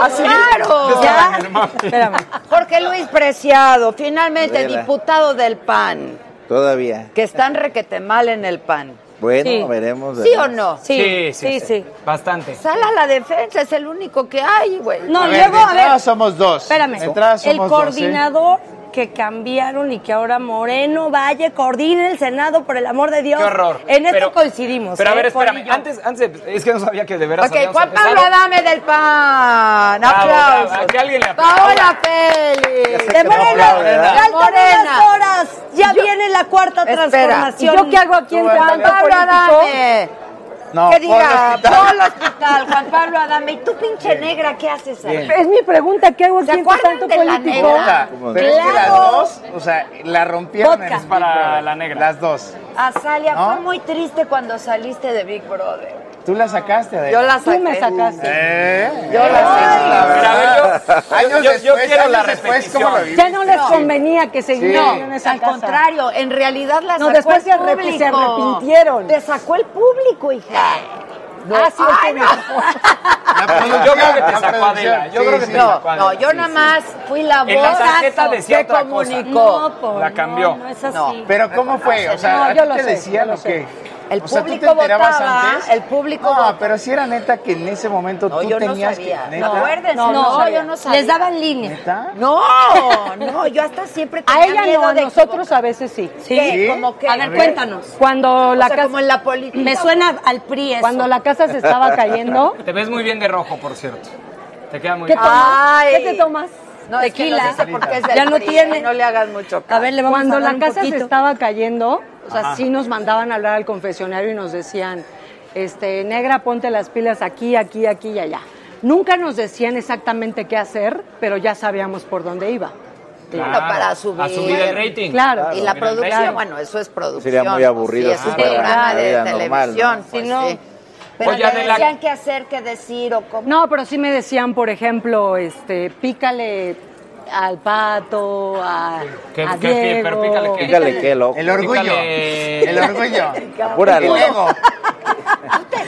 [SPEAKER 18] ¿Ah, sí?
[SPEAKER 3] Claro.
[SPEAKER 18] Yo estaba en el
[SPEAKER 3] Ya. Jorge Luis Preciado, finalmente
[SPEAKER 21] Adela.
[SPEAKER 3] diputado del PAN,
[SPEAKER 21] Todavía.
[SPEAKER 3] que están requete mal en el PAN.
[SPEAKER 21] Bueno,
[SPEAKER 3] Sí.
[SPEAKER 21] veremos.
[SPEAKER 3] ¿Sí o
[SPEAKER 21] veremos.
[SPEAKER 3] no?
[SPEAKER 18] Bastante.
[SPEAKER 3] Sal a la defensa, es el único
[SPEAKER 18] pues.
[SPEAKER 3] que hay, güey.
[SPEAKER 16] No,
[SPEAKER 20] A ver,
[SPEAKER 16] luego,
[SPEAKER 20] de
[SPEAKER 16] a ver.
[SPEAKER 20] entrada somos dos.
[SPEAKER 16] Espérame.
[SPEAKER 20] De entrada
[SPEAKER 16] El
[SPEAKER 20] somos dos, ¿eh?
[SPEAKER 16] coordinador que cambiaron y que ahora Moreno Valle coordina el Senado, por el amor de Dios.
[SPEAKER 18] Qué horror.
[SPEAKER 16] En esto
[SPEAKER 18] Pero-
[SPEAKER 16] coincidimos.
[SPEAKER 18] Pero a
[SPEAKER 16] ¿eh?
[SPEAKER 18] ver, espérame.
[SPEAKER 16] Polillo.
[SPEAKER 18] Antes, antes, de- es que no sabía que de veras
[SPEAKER 3] Ok,
[SPEAKER 18] habíamos
[SPEAKER 3] Juan Pablo
[SPEAKER 18] empezado.
[SPEAKER 3] Adame del PAN.
[SPEAKER 18] Bravo,
[SPEAKER 3] Aplausos.
[SPEAKER 18] bravo, que alguien le aplaude.
[SPEAKER 3] Paola Félix.
[SPEAKER 16] De Morena, faltan
[SPEAKER 3] Morena.
[SPEAKER 16] unas horas. Ya viene la cuarta
[SPEAKER 3] Espera,
[SPEAKER 16] transformación.
[SPEAKER 3] ¿y yo qué hago aquí en
[SPEAKER 16] Juan
[SPEAKER 3] tanto
[SPEAKER 16] Pablo
[SPEAKER 3] político?
[SPEAKER 16] Adame.
[SPEAKER 20] No,
[SPEAKER 3] que
[SPEAKER 20] Polo
[SPEAKER 3] diga,
[SPEAKER 20] Hospital.
[SPEAKER 3] Pablo Hospital, Juan Pablo Adame. ¿Y tú, pinche negra, qué haces ahí?
[SPEAKER 20] Bien. Es
[SPEAKER 16] mi pregunta, ¿qué hago
[SPEAKER 3] aquí en tanto político?
[SPEAKER 20] Puta, Pero es que las dos, o sea, la rompieron
[SPEAKER 3] Vodka.
[SPEAKER 20] en para la negra. Las dos.
[SPEAKER 3] Azalia,
[SPEAKER 20] ¿No?
[SPEAKER 3] fue muy triste cuando saliste de Big Brother.
[SPEAKER 20] Tú la sacaste,
[SPEAKER 3] Yo
[SPEAKER 20] Adela.
[SPEAKER 3] la Tú me saqué. sacaste.
[SPEAKER 20] ¿Eh?
[SPEAKER 3] Yo la saqué.
[SPEAKER 20] Mira, a ver, yo-
[SPEAKER 3] Años
[SPEAKER 20] yo, yo
[SPEAKER 3] después,
[SPEAKER 20] quiero
[SPEAKER 3] años
[SPEAKER 20] la
[SPEAKER 3] después,
[SPEAKER 20] repetición.
[SPEAKER 3] ¿cómo la viviste?
[SPEAKER 16] Ya no les
[SPEAKER 3] No.
[SPEAKER 16] convenía que
[SPEAKER 3] No,
[SPEAKER 16] siguieran en esa
[SPEAKER 3] al
[SPEAKER 16] casa.
[SPEAKER 3] contrario, en realidad la
[SPEAKER 16] No,
[SPEAKER 3] sacó
[SPEAKER 16] después se
[SPEAKER 3] el
[SPEAKER 16] arrep-
[SPEAKER 3] público.
[SPEAKER 16] se arrepintieron.
[SPEAKER 3] Te sacó el público, hija. Ah, sí, el público.
[SPEAKER 18] Yo creo que te sacó Adela. Yo
[SPEAKER 3] Sí,
[SPEAKER 18] creo que
[SPEAKER 3] sí.
[SPEAKER 18] te
[SPEAKER 3] No,
[SPEAKER 18] sacó Adela.
[SPEAKER 3] no, yo nada más fui la voz
[SPEAKER 18] En la tarjeta decía
[SPEAKER 3] que
[SPEAKER 18] otra
[SPEAKER 3] comunicó.
[SPEAKER 18] cosa. la cambió.
[SPEAKER 20] Pero ¿cómo fue? O sea,
[SPEAKER 3] No,
[SPEAKER 20] ¿a
[SPEAKER 3] yo
[SPEAKER 20] ti
[SPEAKER 3] lo
[SPEAKER 20] te
[SPEAKER 3] sé,
[SPEAKER 20] decían
[SPEAKER 3] yo lo
[SPEAKER 20] o qué?
[SPEAKER 3] El
[SPEAKER 20] o sea, ¿tú te
[SPEAKER 3] público
[SPEAKER 20] enterabas
[SPEAKER 3] votaba,
[SPEAKER 20] antes?
[SPEAKER 3] el público
[SPEAKER 20] No, pero si era neta que en ese momento tú
[SPEAKER 3] yo no
[SPEAKER 20] tenías
[SPEAKER 3] sabía.
[SPEAKER 20] que...
[SPEAKER 3] No, acuérdense,
[SPEAKER 16] No,
[SPEAKER 3] no,
[SPEAKER 16] no sabía.
[SPEAKER 3] yo no sabía.
[SPEAKER 16] Les daban línea.
[SPEAKER 3] No,
[SPEAKER 16] Oh,
[SPEAKER 3] no, yo hasta siempre tenía
[SPEAKER 16] A ella
[SPEAKER 3] miedo
[SPEAKER 16] no, a
[SPEAKER 3] de
[SPEAKER 16] nosotros a veces sí.
[SPEAKER 3] ¿Sí? ¿Cómo qué?
[SPEAKER 16] A ver, cuéntanos. Cuando la casa... como en
[SPEAKER 3] la política.
[SPEAKER 16] Me suena al PRI eso. Cuando la casa se estaba cayendo,
[SPEAKER 18] Te ves muy bien de rojo, por cierto. Te queda muy
[SPEAKER 16] ¿qué
[SPEAKER 18] bien. Ah,
[SPEAKER 16] tomas? ¿Qué te tomas?
[SPEAKER 3] No, es que lo dice porque es del
[SPEAKER 16] ya no
[SPEAKER 3] PRI,
[SPEAKER 16] tiene.
[SPEAKER 3] ¿eh? No le hagas mucho
[SPEAKER 16] A ver, le vamos
[SPEAKER 3] Cuando
[SPEAKER 16] a dar
[SPEAKER 3] la
[SPEAKER 16] un
[SPEAKER 3] casa se
[SPEAKER 16] poquito. estaba cayendo, o sea,
[SPEAKER 3] Ajá.
[SPEAKER 16] sí nos mandaban a hablar al confesionario y nos decían, este, negra, ponte las pilas aquí, aquí, aquí y allá. Nunca nos decían exactamente qué hacer, pero ya sabíamos por dónde iba.
[SPEAKER 3] Bueno, para subir.
[SPEAKER 18] A subir el rating.
[SPEAKER 16] Claro.
[SPEAKER 3] Y la
[SPEAKER 18] Subir el
[SPEAKER 3] producción,
[SPEAKER 18] rating.
[SPEAKER 3] bueno, eso es producción.
[SPEAKER 21] Sería muy aburrido
[SPEAKER 3] Sí, es
[SPEAKER 21] si
[SPEAKER 3] un
[SPEAKER 21] fuera
[SPEAKER 3] programa
[SPEAKER 21] la
[SPEAKER 3] de
[SPEAKER 21] vida normal, ¿no?
[SPEAKER 3] televisión.
[SPEAKER 21] Pues
[SPEAKER 3] si Ah, no.
[SPEAKER 21] sí.
[SPEAKER 3] Pero
[SPEAKER 16] Oye,
[SPEAKER 3] te
[SPEAKER 16] Adela-
[SPEAKER 3] decían qué hacer, qué decir o cómo.
[SPEAKER 16] No, pero sí me decían, por ejemplo, este, pícale al pato, a,
[SPEAKER 21] ¿Qué-
[SPEAKER 16] a
[SPEAKER 21] qué- qué-
[SPEAKER 16] Diego.
[SPEAKER 21] pero pícale qué? Pícale qué, loco. El orgullo.
[SPEAKER 16] Pícale-
[SPEAKER 21] El orgullo. Apúrale.
[SPEAKER 16] El ego.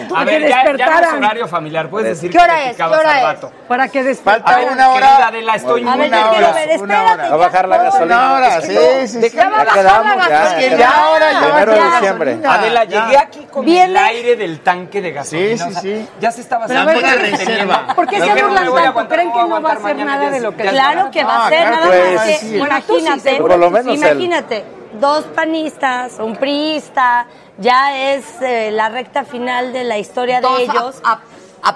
[SPEAKER 16] tuve
[SPEAKER 18] A ver,
[SPEAKER 16] que
[SPEAKER 18] ya- ya,
[SPEAKER 16] despertar.
[SPEAKER 18] no es horario familiar.
[SPEAKER 21] Pues,
[SPEAKER 18] Puedes decir
[SPEAKER 16] ¿Qué
[SPEAKER 18] que
[SPEAKER 16] hora
[SPEAKER 18] te
[SPEAKER 16] es? ¿Qué
[SPEAKER 18] picabas al
[SPEAKER 16] hora es?
[SPEAKER 18] rato.
[SPEAKER 16] Para que
[SPEAKER 18] Falta
[SPEAKER 16] despertara.
[SPEAKER 18] una hora. Querida Adela, estoy
[SPEAKER 16] A ver,
[SPEAKER 18] muy
[SPEAKER 16] yo quiero
[SPEAKER 18] hora,
[SPEAKER 16] ver,
[SPEAKER 18] una
[SPEAKER 16] espérate.
[SPEAKER 18] hora.
[SPEAKER 21] Va a bajar la gasolina.
[SPEAKER 20] Una hora,
[SPEAKER 21] Es que
[SPEAKER 20] sí,
[SPEAKER 21] no,
[SPEAKER 20] sí,
[SPEAKER 21] déjame
[SPEAKER 20] sí.
[SPEAKER 21] bajar la gasolina.
[SPEAKER 20] ya, ya, ahora, ya,
[SPEAKER 21] Primero de
[SPEAKER 20] ya.
[SPEAKER 21] diciembre.
[SPEAKER 18] Adela,
[SPEAKER 20] Ya.
[SPEAKER 18] llegué aquí con el
[SPEAKER 20] ¿Vienes?
[SPEAKER 18] aire del tanque de gasolina.
[SPEAKER 20] Sí,
[SPEAKER 18] o
[SPEAKER 20] sí,
[SPEAKER 18] sea, Ya se estaba
[SPEAKER 20] Pero a ver,
[SPEAKER 18] haciendo
[SPEAKER 20] ¿por qué
[SPEAKER 18] el
[SPEAKER 20] se
[SPEAKER 18] teniente.
[SPEAKER 16] ¿Por qué
[SPEAKER 18] Lo
[SPEAKER 16] se
[SPEAKER 18] dijeron,
[SPEAKER 16] burlan
[SPEAKER 18] lo voy a
[SPEAKER 16] tanto?
[SPEAKER 18] aguantar,
[SPEAKER 16] ¿Creen
[SPEAKER 18] no
[SPEAKER 16] que
[SPEAKER 18] voy
[SPEAKER 16] no va a
[SPEAKER 18] aguantar
[SPEAKER 16] hacer
[SPEAKER 18] mañana,
[SPEAKER 16] nada
[SPEAKER 18] ya
[SPEAKER 16] de
[SPEAKER 18] es-
[SPEAKER 16] lo que
[SPEAKER 18] ya es
[SPEAKER 22] Claro
[SPEAKER 18] mañana.
[SPEAKER 22] que va a ser, nada más que, imagínate,
[SPEAKER 21] Por lo menos él.
[SPEAKER 22] imagínate, dos panistas, un priista, ya es eh, la recta final de la historia
[SPEAKER 3] Dos
[SPEAKER 22] de ellos.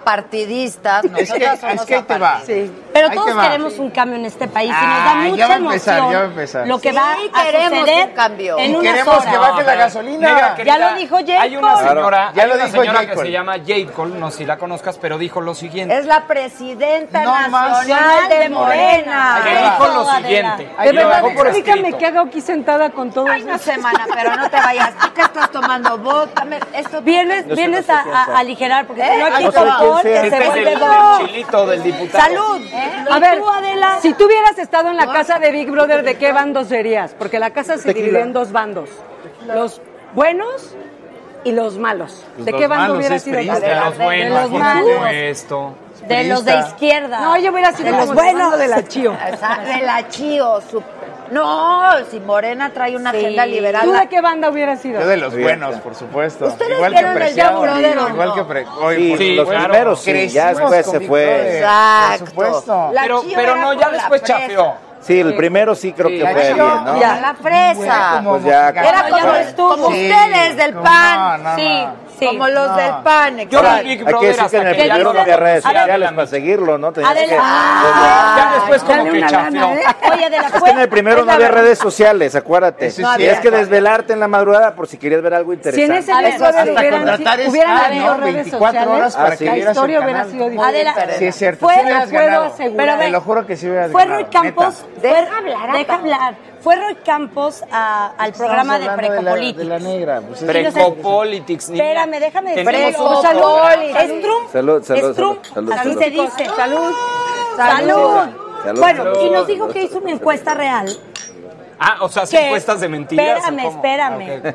[SPEAKER 3] Apartidistas,
[SPEAKER 22] Es que-
[SPEAKER 3] nosotros somos
[SPEAKER 22] es que ahí te va.
[SPEAKER 3] apartidistas.
[SPEAKER 22] Pero
[SPEAKER 3] Ahí te
[SPEAKER 22] todos
[SPEAKER 3] va.
[SPEAKER 22] queremos un cambio en este país y nos da
[SPEAKER 20] Ah,
[SPEAKER 22] mucha
[SPEAKER 20] ya va a empezar,
[SPEAKER 22] emoción
[SPEAKER 20] ya va a empezar.
[SPEAKER 22] lo que
[SPEAKER 20] Sí,
[SPEAKER 22] va a
[SPEAKER 20] queremos
[SPEAKER 22] suceder
[SPEAKER 20] un cambio.
[SPEAKER 22] en
[SPEAKER 20] Y
[SPEAKER 22] unas
[SPEAKER 20] queremos
[SPEAKER 22] horas.
[SPEAKER 20] que baje la gasolina.
[SPEAKER 18] Negra, querida,
[SPEAKER 22] ya lo dijo Jacob.
[SPEAKER 18] Hay una señora,
[SPEAKER 20] Ya
[SPEAKER 18] hay
[SPEAKER 20] lo
[SPEAKER 18] una
[SPEAKER 20] dijo
[SPEAKER 18] señora
[SPEAKER 20] J.
[SPEAKER 18] que
[SPEAKER 20] Cole.
[SPEAKER 18] se llama J. Cole, no sé si la conozcas, pero dijo lo siguiente.
[SPEAKER 3] Es la presidenta
[SPEAKER 22] No más.
[SPEAKER 3] nacional de Morena.
[SPEAKER 18] Que dijo lo siguiente.
[SPEAKER 16] De
[SPEAKER 18] y lo
[SPEAKER 16] verdad,
[SPEAKER 18] dejó por
[SPEAKER 16] explícame
[SPEAKER 18] escrito.
[SPEAKER 16] qué hago aquí sentada con todos. Ay,
[SPEAKER 3] una semana, pero no te vayas. ¿Tú qué estás tomando vodka? Me- Esto vienes,
[SPEAKER 22] Yo vienes a, a- a aligerar, porque
[SPEAKER 3] ¿Eh?
[SPEAKER 22] si no aquí
[SPEAKER 3] No sé
[SPEAKER 22] con
[SPEAKER 3] quién
[SPEAKER 22] Paul,
[SPEAKER 3] sea.
[SPEAKER 22] que
[SPEAKER 18] Este
[SPEAKER 22] se
[SPEAKER 18] es el,
[SPEAKER 22] vuelve
[SPEAKER 18] el
[SPEAKER 22] loco.
[SPEAKER 18] chilito del diputado.
[SPEAKER 16] ¡Salud!
[SPEAKER 22] ¿Y
[SPEAKER 16] A ver,
[SPEAKER 22] tú, Adela?
[SPEAKER 16] si tú hubieras estado en la casa de Big Brother, ¿de qué bandos serías? Porque la casa se
[SPEAKER 20] Tequila.
[SPEAKER 16] dividió en dos bandos. Los buenos y los malos.
[SPEAKER 18] Pues
[SPEAKER 16] ¿De
[SPEAKER 18] los
[SPEAKER 16] qué bando
[SPEAKER 18] malos
[SPEAKER 16] hubiera
[SPEAKER 18] es
[SPEAKER 16] sido?
[SPEAKER 18] priista, De los buenos,
[SPEAKER 16] los
[SPEAKER 18] por
[SPEAKER 16] malos.
[SPEAKER 18] supuesto.
[SPEAKER 22] De los de izquierda.
[SPEAKER 16] No, yo hubiera sido
[SPEAKER 3] De los
[SPEAKER 16] como el bando
[SPEAKER 3] buenos.
[SPEAKER 16] de la Chío.
[SPEAKER 3] Esa- de la Chío. su- No, si Morena trae una
[SPEAKER 16] Sí.
[SPEAKER 3] agenda liberal.
[SPEAKER 16] ¿Tú de qué banda hubiera sido?
[SPEAKER 20] Yo de los buenos, por supuesto.
[SPEAKER 3] ¿Ustedes
[SPEAKER 20] igual que
[SPEAKER 3] vieron el
[SPEAKER 20] Preciado,
[SPEAKER 3] Big Brother o
[SPEAKER 20] igual
[SPEAKER 3] no?
[SPEAKER 20] que pre hoy,
[SPEAKER 21] Sí,
[SPEAKER 20] por
[SPEAKER 21] sí,
[SPEAKER 20] supuesto.
[SPEAKER 21] los primeros sí, ya
[SPEAKER 20] Crecimos
[SPEAKER 21] después
[SPEAKER 20] con
[SPEAKER 21] se
[SPEAKER 20] Big
[SPEAKER 21] fue.
[SPEAKER 20] Brother,
[SPEAKER 3] Exacto.
[SPEAKER 20] Por supuesto.
[SPEAKER 3] La
[SPEAKER 18] Pero,
[SPEAKER 3] Chío
[SPEAKER 18] pero
[SPEAKER 3] era
[SPEAKER 18] no,
[SPEAKER 3] con
[SPEAKER 18] ya
[SPEAKER 3] la
[SPEAKER 18] después
[SPEAKER 3] fresa.
[SPEAKER 18] chafeó.
[SPEAKER 21] Sí, el primero sí creo que
[SPEAKER 18] Sí.
[SPEAKER 21] fue bien, ¿no?
[SPEAKER 3] Ya, la fresa.
[SPEAKER 21] Pues ya,
[SPEAKER 3] Era
[SPEAKER 21] como-
[SPEAKER 3] como, como
[SPEAKER 20] Sí,
[SPEAKER 3] ustedes del
[SPEAKER 20] como-
[SPEAKER 3] pan.
[SPEAKER 20] no, no,
[SPEAKER 3] sí,
[SPEAKER 20] no.
[SPEAKER 3] sí. Como los
[SPEAKER 20] No.
[SPEAKER 3] del pan.
[SPEAKER 18] Yo
[SPEAKER 3] exacto.
[SPEAKER 18] era el Big
[SPEAKER 21] Hay que
[SPEAKER 18] Brother
[SPEAKER 21] decir que en
[SPEAKER 18] hasta
[SPEAKER 21] el
[SPEAKER 18] que ya
[SPEAKER 21] primero
[SPEAKER 18] no
[SPEAKER 21] no había redes
[SPEAKER 18] A ver,
[SPEAKER 21] sociales para seguirlo, ¿no? Tenías que- Pues
[SPEAKER 3] Ah.
[SPEAKER 18] Ya después como que chafeó.
[SPEAKER 15] ¿eh?
[SPEAKER 22] Oye, de la
[SPEAKER 21] Es que en el primero
[SPEAKER 22] es
[SPEAKER 21] no
[SPEAKER 22] la
[SPEAKER 21] había
[SPEAKER 22] verdad.
[SPEAKER 21] redes sociales, acuérdate.
[SPEAKER 20] Eso es
[SPEAKER 21] Tienes que
[SPEAKER 20] cierto.
[SPEAKER 21] desvelarte en la madrugada por si querías ver algo
[SPEAKER 16] Si en
[SPEAKER 21] interesante.
[SPEAKER 16] ese
[SPEAKER 3] A ver,
[SPEAKER 16] Big Brother
[SPEAKER 3] hasta
[SPEAKER 16] hubieran,
[SPEAKER 20] contratar
[SPEAKER 16] si-
[SPEAKER 20] es-
[SPEAKER 16] hubieran
[SPEAKER 20] ah,
[SPEAKER 16] habido
[SPEAKER 20] no,
[SPEAKER 16] redes
[SPEAKER 20] 24
[SPEAKER 16] sociales,
[SPEAKER 20] horas para
[SPEAKER 16] la
[SPEAKER 20] que vieras el
[SPEAKER 16] historia hubiera
[SPEAKER 20] canal.
[SPEAKER 16] sido
[SPEAKER 3] Adela,
[SPEAKER 16] diferente.
[SPEAKER 20] Sí, es cierto.
[SPEAKER 22] Fue-
[SPEAKER 20] sí hubieras
[SPEAKER 16] puedo
[SPEAKER 20] ganado.
[SPEAKER 16] asegurar.
[SPEAKER 20] Te lo juro que sí hubieras
[SPEAKER 22] Fue
[SPEAKER 20] ganado.
[SPEAKER 22] Roy Campos.
[SPEAKER 20] neta.
[SPEAKER 22] Deja hablar. Deja hablar. Fue Roy Campos a- al programa de
[SPEAKER 20] Estamos hablando
[SPEAKER 22] Precopolitics.
[SPEAKER 20] De la, de la negra. Pues es-
[SPEAKER 18] Precopolitics, niña.
[SPEAKER 22] Espérame, déjame decir.
[SPEAKER 18] Tenemos
[SPEAKER 3] Preco-
[SPEAKER 18] un programa.
[SPEAKER 3] Salud.
[SPEAKER 22] Es Trump.
[SPEAKER 21] Salud, salud,
[SPEAKER 22] es Trump.
[SPEAKER 21] salud, salud,
[SPEAKER 22] Así
[SPEAKER 21] salud.
[SPEAKER 22] se dice. Salud.
[SPEAKER 3] Salud.
[SPEAKER 22] Salud.
[SPEAKER 21] Salud.
[SPEAKER 22] Bueno,
[SPEAKER 21] Salud.
[SPEAKER 22] y nos dijo que hizo una encuesta real.
[SPEAKER 18] Ah, o sea,
[SPEAKER 22] ¿Qué?
[SPEAKER 18] ¿se encuestas de mentiras. o
[SPEAKER 22] Espérame,
[SPEAKER 18] cómo?
[SPEAKER 22] espérame.
[SPEAKER 18] Ah, ok.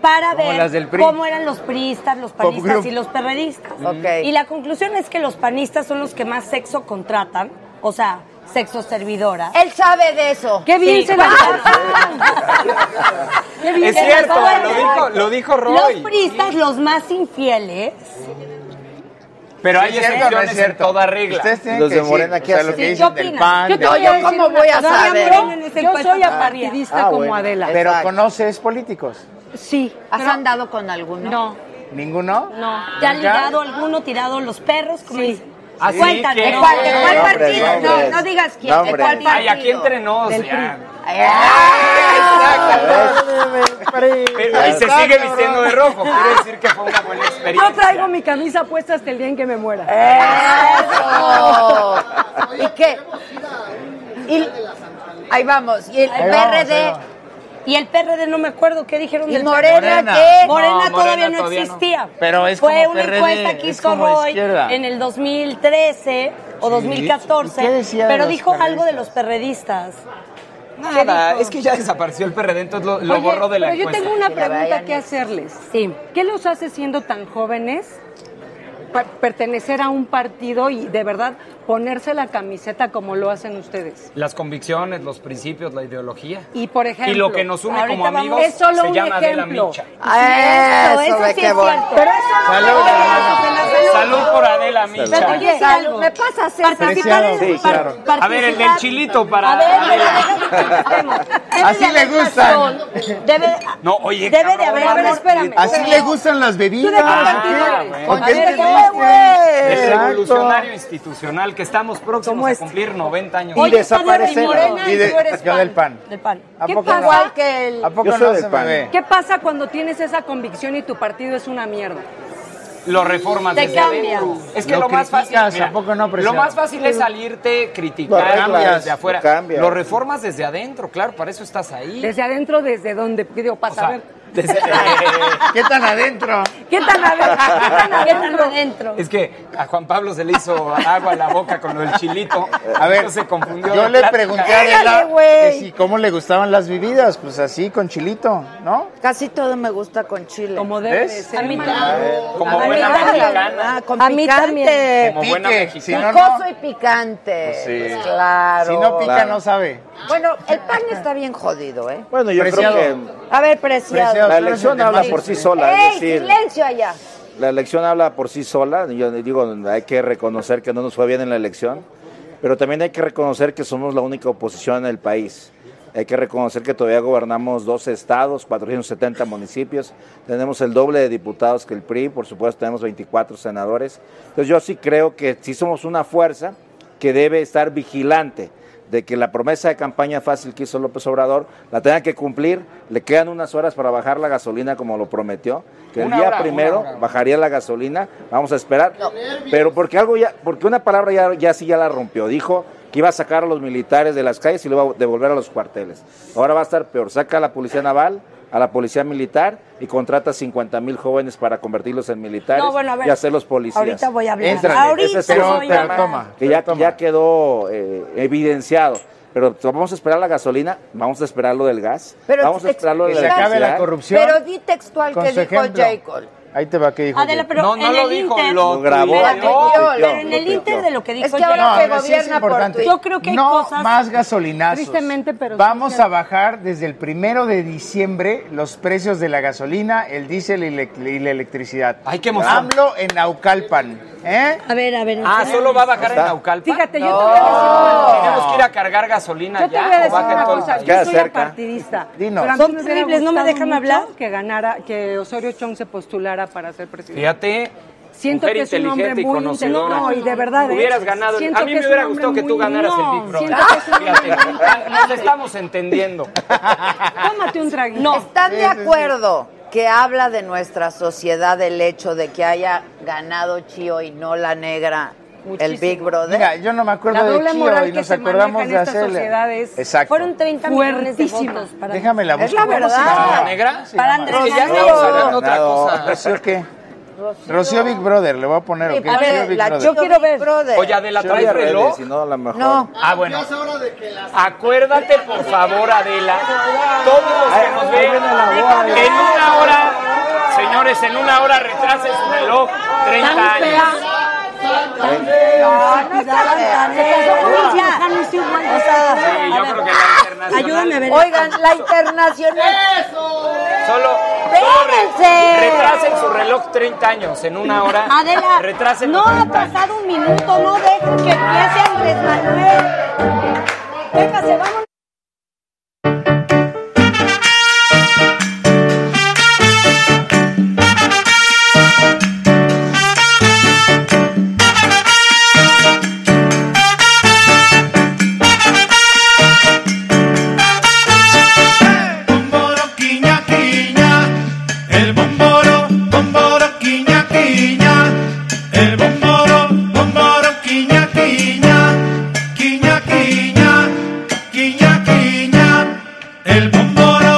[SPEAKER 22] Para
[SPEAKER 20] Como las
[SPEAKER 22] ver
[SPEAKER 20] del PRI.
[SPEAKER 22] cómo eran los priistas, los panistas
[SPEAKER 20] Popgrup.
[SPEAKER 22] y los perredistas.
[SPEAKER 3] Ok.
[SPEAKER 22] Y la conclusión es que los panistas son los que más sexo contratan, o sea, sexo servidora.
[SPEAKER 3] Él sabe de eso.
[SPEAKER 16] ¡Qué
[SPEAKER 22] Sí.
[SPEAKER 16] bien se la
[SPEAKER 22] Qué bien
[SPEAKER 18] Es
[SPEAKER 22] que
[SPEAKER 18] cierto,
[SPEAKER 22] las
[SPEAKER 18] lo
[SPEAKER 22] panistas.
[SPEAKER 18] dijo, lo dijo
[SPEAKER 22] Los
[SPEAKER 18] Roy.
[SPEAKER 22] priistas, los más infieles,
[SPEAKER 18] Pero hay
[SPEAKER 20] Sí, es cierto, no es
[SPEAKER 18] excepciones en
[SPEAKER 20] cierto.
[SPEAKER 18] toda regla.
[SPEAKER 20] Ustedes tienen
[SPEAKER 21] Los
[SPEAKER 20] que
[SPEAKER 21] de
[SPEAKER 20] decir,
[SPEAKER 21] Morena, ¿qué
[SPEAKER 20] o sea, lo
[SPEAKER 21] hacen?
[SPEAKER 20] que
[SPEAKER 21] Sí,
[SPEAKER 20] dicen
[SPEAKER 16] ¿Qué
[SPEAKER 20] del
[SPEAKER 16] opinas?
[SPEAKER 20] pan,
[SPEAKER 16] Yo te
[SPEAKER 20] del-
[SPEAKER 16] voy a decir
[SPEAKER 3] ¿cómo
[SPEAKER 16] una
[SPEAKER 3] voy a
[SPEAKER 16] cosa.
[SPEAKER 3] saber?
[SPEAKER 16] Yo-
[SPEAKER 3] Ponen
[SPEAKER 20] este
[SPEAKER 22] esa
[SPEAKER 16] Yo
[SPEAKER 22] encuesta.
[SPEAKER 16] soy
[SPEAKER 22] Ah,
[SPEAKER 16] apartidista
[SPEAKER 21] ah,
[SPEAKER 16] como
[SPEAKER 21] bueno.
[SPEAKER 16] Adela.
[SPEAKER 20] Pero
[SPEAKER 3] Exacto.
[SPEAKER 20] conoces políticos.
[SPEAKER 16] Sí.
[SPEAKER 3] ¿Has
[SPEAKER 16] pero-
[SPEAKER 3] andado con alguno?
[SPEAKER 22] no,
[SPEAKER 20] ¿Ninguno?
[SPEAKER 22] no. Ya han
[SPEAKER 20] ¿Nunca?
[SPEAKER 22] ligado alguno, tirado los perros, como dicen.
[SPEAKER 18] Así
[SPEAKER 22] Cuéntame,
[SPEAKER 18] que-
[SPEAKER 3] ¿De cuál, de
[SPEAKER 18] No,
[SPEAKER 3] cuál
[SPEAKER 21] hombre,
[SPEAKER 3] partido?
[SPEAKER 21] no,
[SPEAKER 3] No,
[SPEAKER 21] hombre.
[SPEAKER 3] no digas quién.
[SPEAKER 21] No,
[SPEAKER 3] ¿De
[SPEAKER 21] hombre.
[SPEAKER 3] cuál partido?
[SPEAKER 18] Ay, aquí entre nos,
[SPEAKER 16] Del
[SPEAKER 18] ya. Pero, y
[SPEAKER 21] Ahí
[SPEAKER 18] se
[SPEAKER 21] está,
[SPEAKER 18] sigue
[SPEAKER 21] cabrón.
[SPEAKER 18] vistiendo de rojo.
[SPEAKER 22] Ah,
[SPEAKER 18] Quiere decir que fue una buena experiencia.
[SPEAKER 16] Yo traigo mi camisa puesta hasta el día en que me muera.
[SPEAKER 3] ¡Eso! ¿Y qué? Y- ahí vamos. Y el
[SPEAKER 20] Ahí vamos,
[SPEAKER 3] PRD
[SPEAKER 20] ahí vamos.
[SPEAKER 22] Y el PRD, no me acuerdo qué dijeron
[SPEAKER 3] y
[SPEAKER 22] del
[SPEAKER 3] Morena,
[SPEAKER 20] Morena.
[SPEAKER 3] ¿qué?
[SPEAKER 22] Morena
[SPEAKER 18] No, Morena
[SPEAKER 22] todavía no
[SPEAKER 18] todavía no.
[SPEAKER 22] existía.
[SPEAKER 20] Pero es
[SPEAKER 22] Fue
[SPEAKER 20] como
[SPEAKER 22] una
[SPEAKER 20] PRD,
[SPEAKER 22] encuesta que
[SPEAKER 20] es
[SPEAKER 22] hizo
[SPEAKER 20] como de
[SPEAKER 22] Roy
[SPEAKER 20] izquierda.
[SPEAKER 22] en el 2013 o 2014.
[SPEAKER 20] ¿Y qué decía de
[SPEAKER 22] pero
[SPEAKER 20] los
[SPEAKER 22] dijo algo de
[SPEAKER 20] perredistas?
[SPEAKER 22] los perredistas.
[SPEAKER 18] Nada,
[SPEAKER 22] dijo?
[SPEAKER 18] es que ya desapareció el PRD, entonces lo, lo
[SPEAKER 16] Oye,
[SPEAKER 18] borró de la
[SPEAKER 16] pero yo
[SPEAKER 18] encuesta.
[SPEAKER 16] tengo una
[SPEAKER 3] Que la
[SPEAKER 16] pregunta
[SPEAKER 3] vayan
[SPEAKER 16] que
[SPEAKER 3] y-
[SPEAKER 16] hacerles.
[SPEAKER 22] Sí.
[SPEAKER 16] ¿Qué los hace siendo tan jóvenes pa- pertenecer a un partido y de verdad ponerse la camiseta como lo hacen ustedes?
[SPEAKER 18] Las convicciones, los principios, la ideología.
[SPEAKER 16] Y por ejemplo,
[SPEAKER 18] Y lo que nos une
[SPEAKER 22] ahorita
[SPEAKER 18] como
[SPEAKER 22] vamos-
[SPEAKER 18] amigos
[SPEAKER 16] es solo
[SPEAKER 18] se
[SPEAKER 16] un
[SPEAKER 18] llama Adela
[SPEAKER 16] ejemplo.
[SPEAKER 18] Micha.
[SPEAKER 3] Eso,
[SPEAKER 22] eso
[SPEAKER 3] ve
[SPEAKER 22] sí
[SPEAKER 3] qué
[SPEAKER 22] es
[SPEAKER 3] bueno.
[SPEAKER 22] cierto.
[SPEAKER 3] Pero eso no
[SPEAKER 20] Salud,
[SPEAKER 3] me-
[SPEAKER 20] hermano.
[SPEAKER 18] Salud por Adela Micha.
[SPEAKER 22] Oye,
[SPEAKER 3] Salud. ¿Me pasas eso?
[SPEAKER 22] participar en-
[SPEAKER 20] Preciado, sí,
[SPEAKER 22] par-
[SPEAKER 20] claro.
[SPEAKER 22] participar-
[SPEAKER 18] A ver, el del chilito para.
[SPEAKER 22] A ver, pero déjame que contestemos.
[SPEAKER 20] Así
[SPEAKER 22] Debe de
[SPEAKER 20] le
[SPEAKER 22] haber
[SPEAKER 20] gustan.
[SPEAKER 22] razón, Debe,
[SPEAKER 18] No, oye,
[SPEAKER 22] debe de
[SPEAKER 18] cabrón.
[SPEAKER 22] haber
[SPEAKER 16] a ver,
[SPEAKER 22] amor.
[SPEAKER 16] espérame.
[SPEAKER 20] Así
[SPEAKER 16] pero-
[SPEAKER 20] le gustan las
[SPEAKER 16] ¿Tú de qué
[SPEAKER 20] bebidas.
[SPEAKER 16] partido
[SPEAKER 18] Ah,
[SPEAKER 16] eres?
[SPEAKER 18] bueno.
[SPEAKER 16] A ver,
[SPEAKER 20] entendiste?
[SPEAKER 16] ¿qué,
[SPEAKER 18] El revolucionario
[SPEAKER 20] Exacto.
[SPEAKER 18] institucional que estamos próximos
[SPEAKER 16] Como
[SPEAKER 18] a
[SPEAKER 16] este.
[SPEAKER 18] cumplir 90 años.
[SPEAKER 21] Y
[SPEAKER 22] Oye,
[SPEAKER 21] desaparecer.
[SPEAKER 22] tú eres Morena
[SPEAKER 20] Y
[SPEAKER 22] y,
[SPEAKER 20] de-
[SPEAKER 22] tú eres
[SPEAKER 20] yo del pan.
[SPEAKER 22] Del pan.
[SPEAKER 20] ¿A
[SPEAKER 16] ¿Qué
[SPEAKER 20] poco
[SPEAKER 16] pasa?
[SPEAKER 20] no?
[SPEAKER 3] Igual que el...
[SPEAKER 20] ¿A
[SPEAKER 21] Yo
[SPEAKER 20] poco
[SPEAKER 21] soy
[SPEAKER 20] no
[SPEAKER 21] del
[SPEAKER 20] se me
[SPEAKER 21] pan.
[SPEAKER 20] ve?
[SPEAKER 16] ¿Qué pasa cuando tienes esa convicción y tu partido es una mierda?
[SPEAKER 18] Lo reformas
[SPEAKER 22] Te
[SPEAKER 18] desde
[SPEAKER 22] cambia.
[SPEAKER 18] adentro. Es que lo,
[SPEAKER 20] Lo
[SPEAKER 18] más fácil,
[SPEAKER 20] criticas,
[SPEAKER 18] mira,
[SPEAKER 20] ¿a poco no,
[SPEAKER 18] lo
[SPEAKER 20] preciado?
[SPEAKER 18] más fácil es salirte,
[SPEAKER 21] Lo
[SPEAKER 18] criticar
[SPEAKER 21] cambias,
[SPEAKER 18] desde afuera.
[SPEAKER 21] lo cambias.
[SPEAKER 18] Lo reformas desde adentro, claro, para eso estás ahí.
[SPEAKER 16] Desde adentro, ¿desde dónde? Digo,
[SPEAKER 18] O
[SPEAKER 16] para
[SPEAKER 18] sea,
[SPEAKER 16] saber.
[SPEAKER 20] ¿Qué tan adentro?
[SPEAKER 22] ¿Qué tan adentro? ¿Qué tan adentro?
[SPEAKER 18] Es que a Juan Pablo se le hizo agua a la boca con el chilito.
[SPEAKER 20] A ver,
[SPEAKER 18] se confundió.
[SPEAKER 20] Yo
[SPEAKER 18] la
[SPEAKER 20] le
[SPEAKER 18] plática.
[SPEAKER 20] pregunté a Adela que si cómo le gustaban las bebidas, pues así, con chilito, ¿no?
[SPEAKER 3] Casi todo me gusta con chile. Como
[SPEAKER 20] debe ¿Ves? de ser,
[SPEAKER 3] A mí
[SPEAKER 20] hermano.
[SPEAKER 3] también.
[SPEAKER 20] Como
[SPEAKER 3] A mí
[SPEAKER 20] buena
[SPEAKER 3] también.
[SPEAKER 20] mexicana.
[SPEAKER 3] Ah, con
[SPEAKER 20] A mí
[SPEAKER 3] picante.
[SPEAKER 20] también. Como buena Pique, mexicana. si no, no.
[SPEAKER 3] Picoso y picante.
[SPEAKER 20] Pues sí.
[SPEAKER 3] Claro.
[SPEAKER 20] Si no pica, Claro. no sabe.
[SPEAKER 3] Bueno, el pan está bien jodido, ¿eh?
[SPEAKER 21] Bueno, yo
[SPEAKER 20] Preciado.
[SPEAKER 21] creo que
[SPEAKER 3] A ver, preciado.
[SPEAKER 21] La elección habla por sí sola, es
[SPEAKER 3] ¡Ey,
[SPEAKER 21] decir-
[SPEAKER 3] silencio allá!
[SPEAKER 21] la elección habla por sí sola. Yo digo, hay que reconocer que no nos fue bien en la elección, pero también hay que reconocer que somos la única oposición en el país. Hay que reconocer que todavía gobernamos 12 estados, 470 municipios, tenemos el doble de diputados que el PRI, por supuesto tenemos 24 senadores. Entonces yo sí creo que sí somos una fuerza que debe estar vigilante de que la promesa de campaña fácil que hizo López Obrador la tenga que cumplir, le quedan unas horas para bajar la gasolina como lo prometió, que el
[SPEAKER 20] Una
[SPEAKER 21] día
[SPEAKER 20] hora,
[SPEAKER 21] primero
[SPEAKER 20] una hora.
[SPEAKER 21] bajaría la gasolina, vamos a esperar, pero porque algo ya, porque una palabra ya, ya sí ya la rompió, dijo que iba a sacar a los militares de las calles y lo iba a devolver a los cuarteles. Ahora va a estar peor, saca a la policía naval, a la policía militar y contrata 50 mil jóvenes para convertirlos en militares
[SPEAKER 22] No, bueno, a ver.
[SPEAKER 21] y hacerlos policías.
[SPEAKER 22] Ahorita voy a hablar.
[SPEAKER 21] Éntrale,
[SPEAKER 22] Ahorita
[SPEAKER 21] ese es
[SPEAKER 22] voy
[SPEAKER 21] otro
[SPEAKER 22] a
[SPEAKER 21] tema
[SPEAKER 22] hablar.
[SPEAKER 21] que ya, ya quedó eh, evidenciado. Pero vamos a esperar la gasolina, vamos a esperar lo del gas,
[SPEAKER 3] Pero
[SPEAKER 21] vamos a
[SPEAKER 3] ex-
[SPEAKER 21] esperar lo de
[SPEAKER 20] Que se acabe la
[SPEAKER 21] electricidad.
[SPEAKER 20] corrupción.
[SPEAKER 3] Pero di textual
[SPEAKER 20] Con
[SPEAKER 3] que
[SPEAKER 20] su
[SPEAKER 3] dijo
[SPEAKER 20] ejemplo.
[SPEAKER 3] Jacob.
[SPEAKER 20] Ahí te va que dijo.
[SPEAKER 22] Adela,
[SPEAKER 20] Jake.
[SPEAKER 22] pero en el Inter,
[SPEAKER 21] lo grabó,
[SPEAKER 22] Espérate,
[SPEAKER 21] lo
[SPEAKER 22] yo-
[SPEAKER 21] tuiteó,
[SPEAKER 22] pero en
[SPEAKER 21] lo
[SPEAKER 22] el Inter
[SPEAKER 21] tuiteó.
[SPEAKER 22] de lo que dijo
[SPEAKER 3] Es que ahora
[SPEAKER 22] Gerardo,
[SPEAKER 3] se
[SPEAKER 20] pero sí es
[SPEAKER 3] gobierna por
[SPEAKER 20] importante.
[SPEAKER 3] tu-
[SPEAKER 22] Yo creo que hay
[SPEAKER 20] no
[SPEAKER 22] cosas-
[SPEAKER 20] más gasolinazos.
[SPEAKER 22] Tristemente, pero sí es
[SPEAKER 20] Vamos
[SPEAKER 22] cierto.
[SPEAKER 20] a bajar desde el primero de diciembre los precios de la gasolina, el diésel y, la- y la electricidad. Hay que
[SPEAKER 18] emoción.
[SPEAKER 20] AMLO en Naucalpan. ¿eh?
[SPEAKER 22] A ver, a ver.
[SPEAKER 18] Ah, solo va a bajar en Naucalpan.
[SPEAKER 22] Fíjate, yo te voy a decir una
[SPEAKER 18] Tenemos que
[SPEAKER 22] cosa.
[SPEAKER 18] ir a cargar gasolina
[SPEAKER 22] Yo te
[SPEAKER 18] ya.
[SPEAKER 22] voy a
[SPEAKER 18] o
[SPEAKER 22] decir
[SPEAKER 18] baja en
[SPEAKER 22] una
[SPEAKER 18] todo el
[SPEAKER 22] cosa.
[SPEAKER 18] país.
[SPEAKER 22] Yo soy apartidista.
[SPEAKER 18] Dinos.
[SPEAKER 16] Pero a mí
[SPEAKER 22] Son
[SPEAKER 16] me hubiera
[SPEAKER 22] terribles, no me
[SPEAKER 16] gustado
[SPEAKER 22] dejan
[SPEAKER 16] mucho
[SPEAKER 22] hablar.
[SPEAKER 16] Que ganara, que Osorio Chong se postulara para ser presidente.
[SPEAKER 18] Fíjate.
[SPEAKER 16] Siento
[SPEAKER 18] mujer
[SPEAKER 16] que es un hombre
[SPEAKER 18] inteligente y
[SPEAKER 16] muy
[SPEAKER 18] conocedora.
[SPEAKER 16] inteligente. No, y de verdad, ¿eh?
[SPEAKER 18] Hubieras ganado.
[SPEAKER 16] Siento
[SPEAKER 18] a mí
[SPEAKER 16] que es un
[SPEAKER 18] me hubiera
[SPEAKER 16] hombre
[SPEAKER 18] gustado que tú
[SPEAKER 16] muy-
[SPEAKER 18] ganaras
[SPEAKER 16] No,
[SPEAKER 18] el Big Brother.
[SPEAKER 16] siento que es un
[SPEAKER 18] Fíjate, nos estamos entendiendo.
[SPEAKER 16] Tómate un traguito.
[SPEAKER 3] ¿Están de acuerdo que habla de nuestra sociedad el hecho de que haya ganado Chío y no la negra el Big Brother?
[SPEAKER 20] Mira, yo no me acuerdo
[SPEAKER 3] La doble
[SPEAKER 20] de Chío
[SPEAKER 3] moral
[SPEAKER 20] y
[SPEAKER 3] que
[SPEAKER 20] nos
[SPEAKER 3] se
[SPEAKER 20] acordamos
[SPEAKER 3] maneja en
[SPEAKER 20] de
[SPEAKER 3] esta sociedad
[SPEAKER 20] hacerle.
[SPEAKER 3] es-
[SPEAKER 20] Exacto.
[SPEAKER 22] Fueron 30 millones de
[SPEAKER 20] Fuertísimo.
[SPEAKER 22] votos para
[SPEAKER 20] Déjame la
[SPEAKER 22] Es
[SPEAKER 20] busco.
[SPEAKER 22] la
[SPEAKER 20] ¿Cómo se
[SPEAKER 22] verdad.
[SPEAKER 20] llama?
[SPEAKER 22] ¿Negra?
[SPEAKER 20] ¿Cómo se
[SPEAKER 22] Para
[SPEAKER 20] llama?
[SPEAKER 22] Andrés Es que ya Manuel. estamos hablando de otra
[SPEAKER 20] No,
[SPEAKER 18] cosa.
[SPEAKER 20] ¿Rocío qué? Rocío Big Brother, le voy a poner. ¿ok?
[SPEAKER 3] A ver,
[SPEAKER 20] Rocío Big
[SPEAKER 3] la
[SPEAKER 20] Brother.
[SPEAKER 3] Yo quiero ver.
[SPEAKER 18] Oye, Adela,
[SPEAKER 20] Yo
[SPEAKER 18] ¿traes
[SPEAKER 20] ya redes,
[SPEAKER 18] reloj?
[SPEAKER 20] si
[SPEAKER 21] no, a lo mejor.
[SPEAKER 3] No.
[SPEAKER 18] Ah, bueno.
[SPEAKER 22] Ah,
[SPEAKER 18] Acuérdate, por favor, Adela, todos los que nos ven, en una hora, señores, en una hora retrasen su reloj 30
[SPEAKER 12] Tan fea.
[SPEAKER 18] años. yo creo que la internacional.
[SPEAKER 3] Ayúdame a ver. Oigan, la internacional.
[SPEAKER 18] Solo, solo re-
[SPEAKER 3] Espérense.
[SPEAKER 18] retrasen su reloj 30 años, en una hora.
[SPEAKER 22] Adela,
[SPEAKER 18] retrasen
[SPEAKER 22] no
[SPEAKER 18] su
[SPEAKER 22] ha
[SPEAKER 18] reloj.
[SPEAKER 22] pasado un minuto, no dejen que empiece Andrés Manuel. Venga, se vamos.
[SPEAKER 5] bomboro quiña quiña, el bomboro, bomboro quiña quiña, el bomboro, bomboro quiña quiña, quiña quiña, quiña quiña, el bomboro.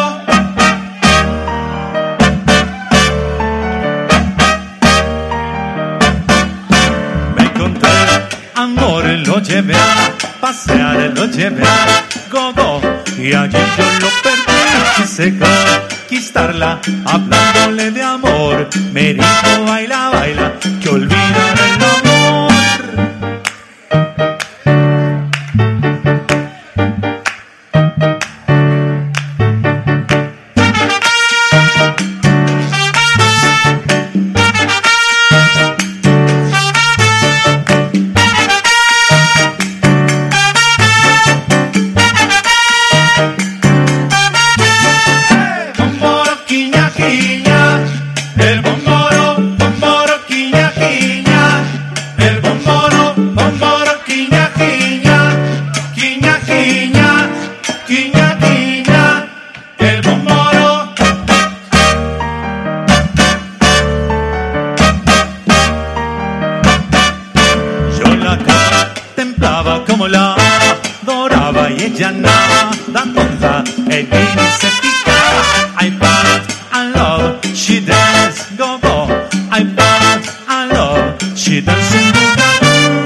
[SPEAKER 5] Me encontré amor, lo llevé a pasear, lo llevé a Gogo y allí yo lo perdí. Quise conquistarla hablándole de amor. Me dijo baila, baila, que olvidar el amor. bomboro quiña quiña, el bomboro, bomboro quiña quiña, and love, she dance, go go. I found and love, she dance.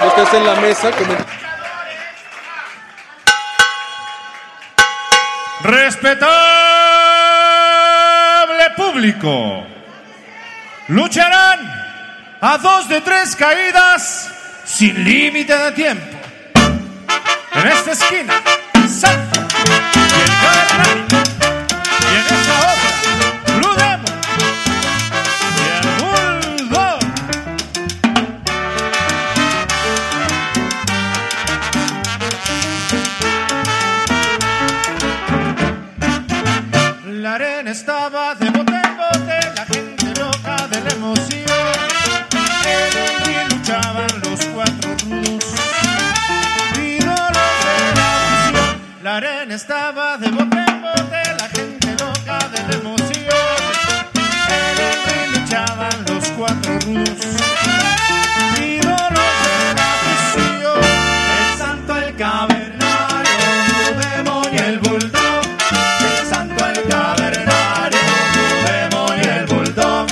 [SPEAKER 19] Los que hacen la mesa, comen-
[SPEAKER 5] Respetable público, lucharán a dos de tres caídas sin límite de tiempo. En este esta esquina, Santo y el Carnal. Y en esta otra, Blue Demon y el Bulldog. La arena estaba de bote en bote, la gente loca de la emoción. En un ring luchaban los cuatro rudos, ídolos de la afición. La arena estaba de bote en bote, la gente loca de la emoción. En un ring luchaban los cuatro rudos, ídolos de la afición. El santo, el cavernario, el demonio y el bulldog. El santo, el cavernario, el demonio y el bulldog.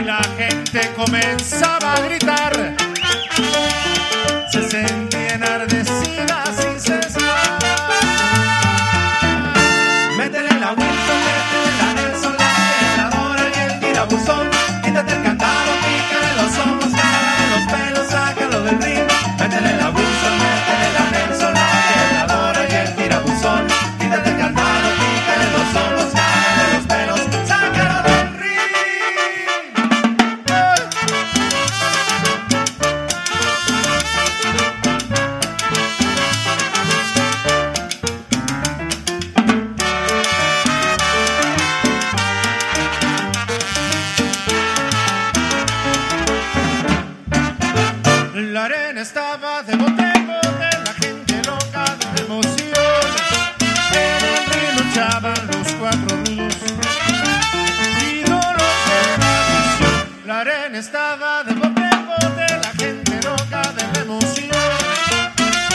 [SPEAKER 5] Y la gente comenzaba a gritar. Se sentía enardecida sin cesar. Métele la Wilson, métele la Nelson, la tentadora y el tirabuzón. Quítate el cantado, pícale los ojos, cárgale los pelos, sácalo del ring. Métele la Wilson, métele la Nelson, la tentadora y el tirabuzón. Quítate el cantado, pícale los ojos, cárgale los pelos, sácalo del ring. La arena estaba de bote en bote, la gente loca de emoción. En el ring luchaban los cuatro rudos. Ídolos de la afición. La arena estaba de bote en bote, la gente loca de la emoción.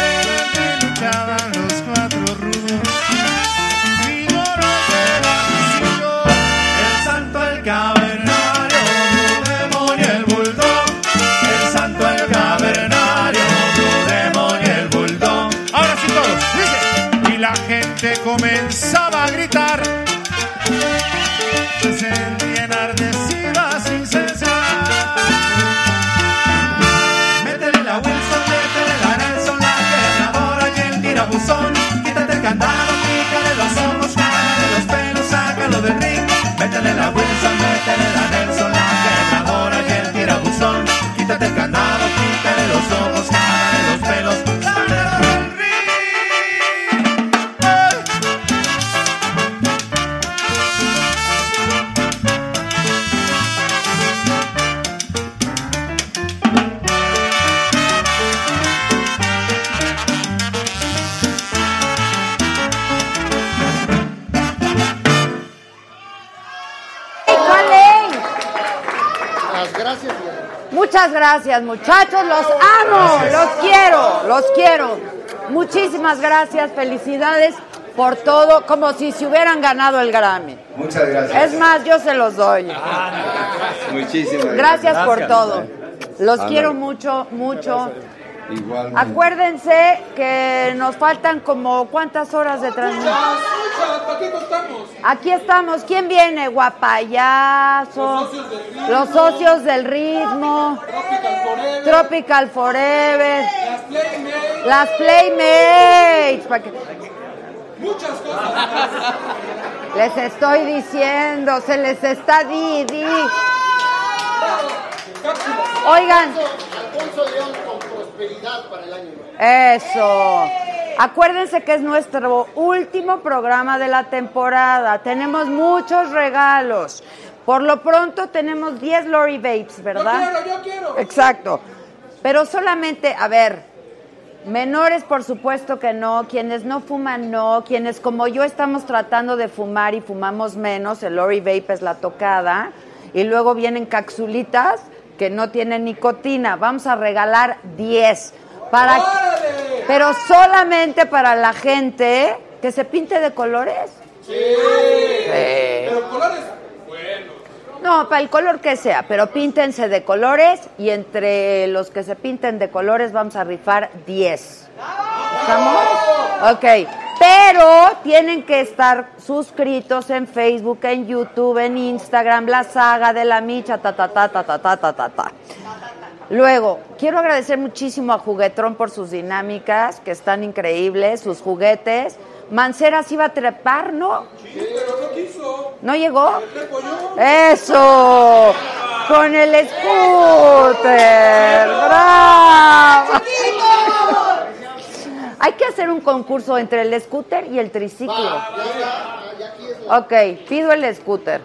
[SPEAKER 5] En el ring luchaban los cuatro rudos. Ídolos de la afición. El santo, el cavernario, el demonio, el bulldog. El santo, el cavernario, el demonio, el bulldog. Ahora sí todos, dice y la gente comenzaba a gritar. Se sentía enardecida sin cesar. Métele la Wilson, métele la Nelson, la quebradora y el tirabuzón. Quítate el candado, pícale los ojos, cágale los pelos, sácalo del ring. Métele la Wilson, métele la Nelson, la quebradora y el tirabuzón. Quítate el candado, pícale los ojos, cágale los pelos, sácalo del ring.
[SPEAKER 9] Las gracias, Diana.
[SPEAKER 3] Muchas gracias, muchachos. Los amo, los quiero, los quiero. Muchísimas gracias, felicidades por todo, como si se hubieran ganado el Grammy.
[SPEAKER 17] Muchas gracias.
[SPEAKER 3] Es más, yo se los doy.
[SPEAKER 20] Ah,
[SPEAKER 17] Muchísimas
[SPEAKER 3] Gracias por todo. Los
[SPEAKER 17] Ándale.
[SPEAKER 3] quiero mucho, mucho.
[SPEAKER 17] Igual.
[SPEAKER 16] Ah,
[SPEAKER 3] Acuérdense que nos faltan como cuántas horas de transmisión.
[SPEAKER 19] ¿Para qué costamos?
[SPEAKER 3] Aquí estamos. ¿Quién viene? Guapayazo. Los socios del ritmo. Tropical Forever. Las Playmates. pa' que-
[SPEAKER 19] Muchas cosas.
[SPEAKER 3] Les estoy diciendo, se les está di, di. Oigan.
[SPEAKER 9] Alfonso León con prosperidad para el año.
[SPEAKER 3] Eso. Acuérdense que es nuestro último programa de la temporada. Tenemos muchos regalos. Por lo pronto tenemos 10 Lori Vapes, ¿verdad?
[SPEAKER 19] Yo quiero, yo quiero.
[SPEAKER 3] Exacto. Pero solamente, a ver, menores por supuesto que no, quienes no fuman no, quienes como yo estamos tratando de fumar y fumamos menos, el Lori Vape es la tocada, y luego vienen capsulitas que no tienen nicotina. Vamos a regalar 10. Para, pero solamente para la gente que se pinte de colores.
[SPEAKER 19] Sí. Pero colores. Bueno.
[SPEAKER 3] No, para el color que sea, pero píntense de colores y entre los que se pinten de colores vamos a rifar 10. ¿Estamos? Ok. Pero tienen que estar suscritos en Facebook, en YouTube, en Instagram, la saga de la micha, ta, ta, ta, ta, ta, ta, ta, ta, ta. Luego, quiero agradecer muchísimo a Juguetrón por sus dinámicas, que están increíbles, sus juguetes. Mancera se iba a trepar, ¿no?
[SPEAKER 19] Sí, pero no quiso.
[SPEAKER 3] ¿No llegó?
[SPEAKER 19] Trepo yo.
[SPEAKER 3] ¡Eso! Con el scooter. ¡Bravo! Hay que hacer un concurso entre el scooter y el triciclo. Ok, pido el scooter.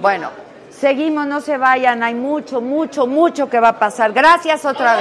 [SPEAKER 3] Bueno, seguimos, no se vayan. Hay mucho, mucho, mucho que va a pasar. Gracias otra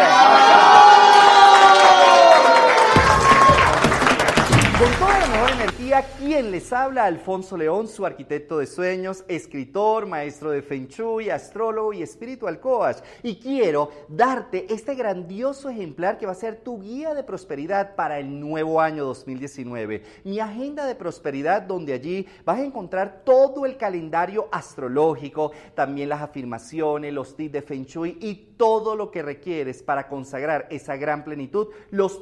[SPEAKER 23] Con toda la mejor energía, quien les habla, Alfonso León, su arquitecto de sueños, escritor, maestro de Feng Shui, astrólogo y espiritual coach. Y quiero darte este grandioso ejemplar que va a ser tu guía de prosperidad para el nuevo año 2019. Mi agenda de prosperidad, donde allí vas a encontrar todo el calendario astrológico, también las afirmaciones, los tips de Feng Shui y todo lo que requieres para consagrar esa gran plenitud los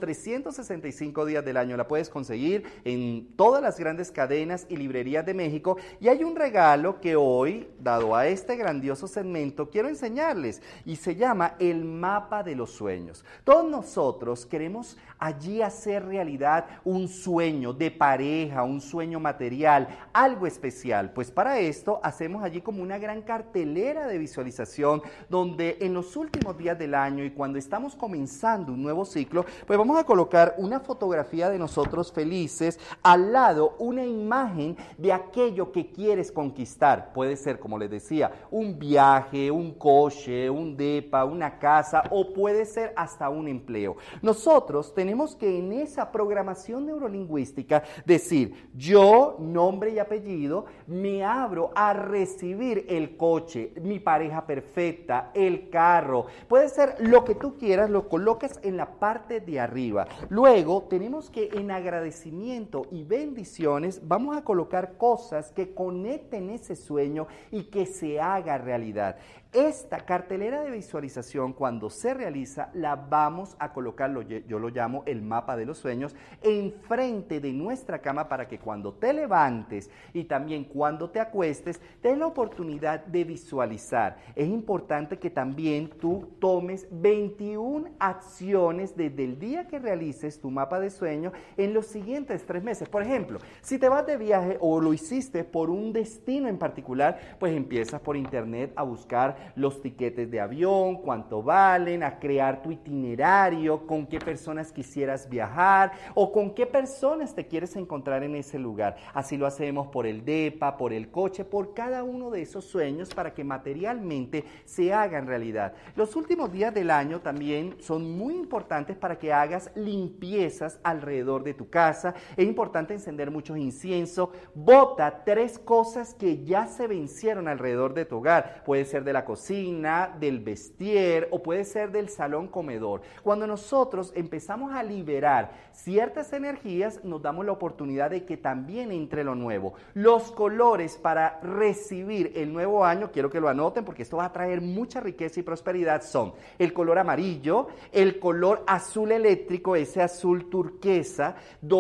[SPEAKER 23] 365 días del año. La puedes conseguir en todas las grandes cadenas y librerías de México. Y hay un regalo que hoy, dado a este grandioso segmento, quiero enseñarles y se llama el mapa de los sueños. Todos nosotros queremos allí hacer realidad un sueño de pareja, un sueño material, algo especial. Pues para esto hacemos allí como una gran cartelera de visualización donde en los últimos días del año y cuando estamos comenzando un nuevo ciclo, pues vamos a colocar una fotografía de nosotros felices al lado una imagen de aquello que quieres conquistar. Puede ser, como les decía, un viaje, un coche, un depa, una casa o puede ser hasta un empleo. Nosotros tenemos que en esa programación neurolingüística decir, yo, nombre y apellido, me abro a recibir el coche, mi pareja perfecta, el carro. Puede ser lo que tú quieras, lo colocas en la parte de arriba. Luego tenemos que en agradecimiento y bendiciones vamos a colocar cosas que conecten ese sueño y que se haga realidad. Esta cartelera de visualización, cuando se realiza, la vamos a colocar, lo lle- yo lo llamo el mapa de los sueños, enfrente de nuestra cama para que cuando te levantes y también cuando te acuestes, tengas la oportunidad de visualizar. Es importante que también tú tomes 21 acciones desde el día que realices tu mapa de sueño en los siguientes tres meses. Por ejemplo, si te vas de viaje o lo hiciste por un destino en particular, pues empiezas por internet a buscar los tiquetes de avión, cuánto valen, a crear tu itinerario, con qué personas quisieras viajar o con qué personas te quieres encontrar en ese lugar. Así lo hacemos por el DEPA, por el coche, por cada uno de esos sueños para que materialmente se hagan realidad. Los últimos días del año también son muy importantes para que hagas limpiezas alrededor de tu casa. Es importante encender muchos inciensos. Bota tres cosas que ya se vencieron alrededor de tu hogar. Puede ser de la cocina, del vestier o puede ser del salón comedor. Cuando nosotros empezamos a liberar ciertas energías, nos damos la oportunidad de que también entre lo nuevo. Los colores para recibir el nuevo año, quiero que lo anoten porque esto va a traer mucha riqueza y prosperidad, son el color amarillo, el color azul eléctrico, ese azul turquesa,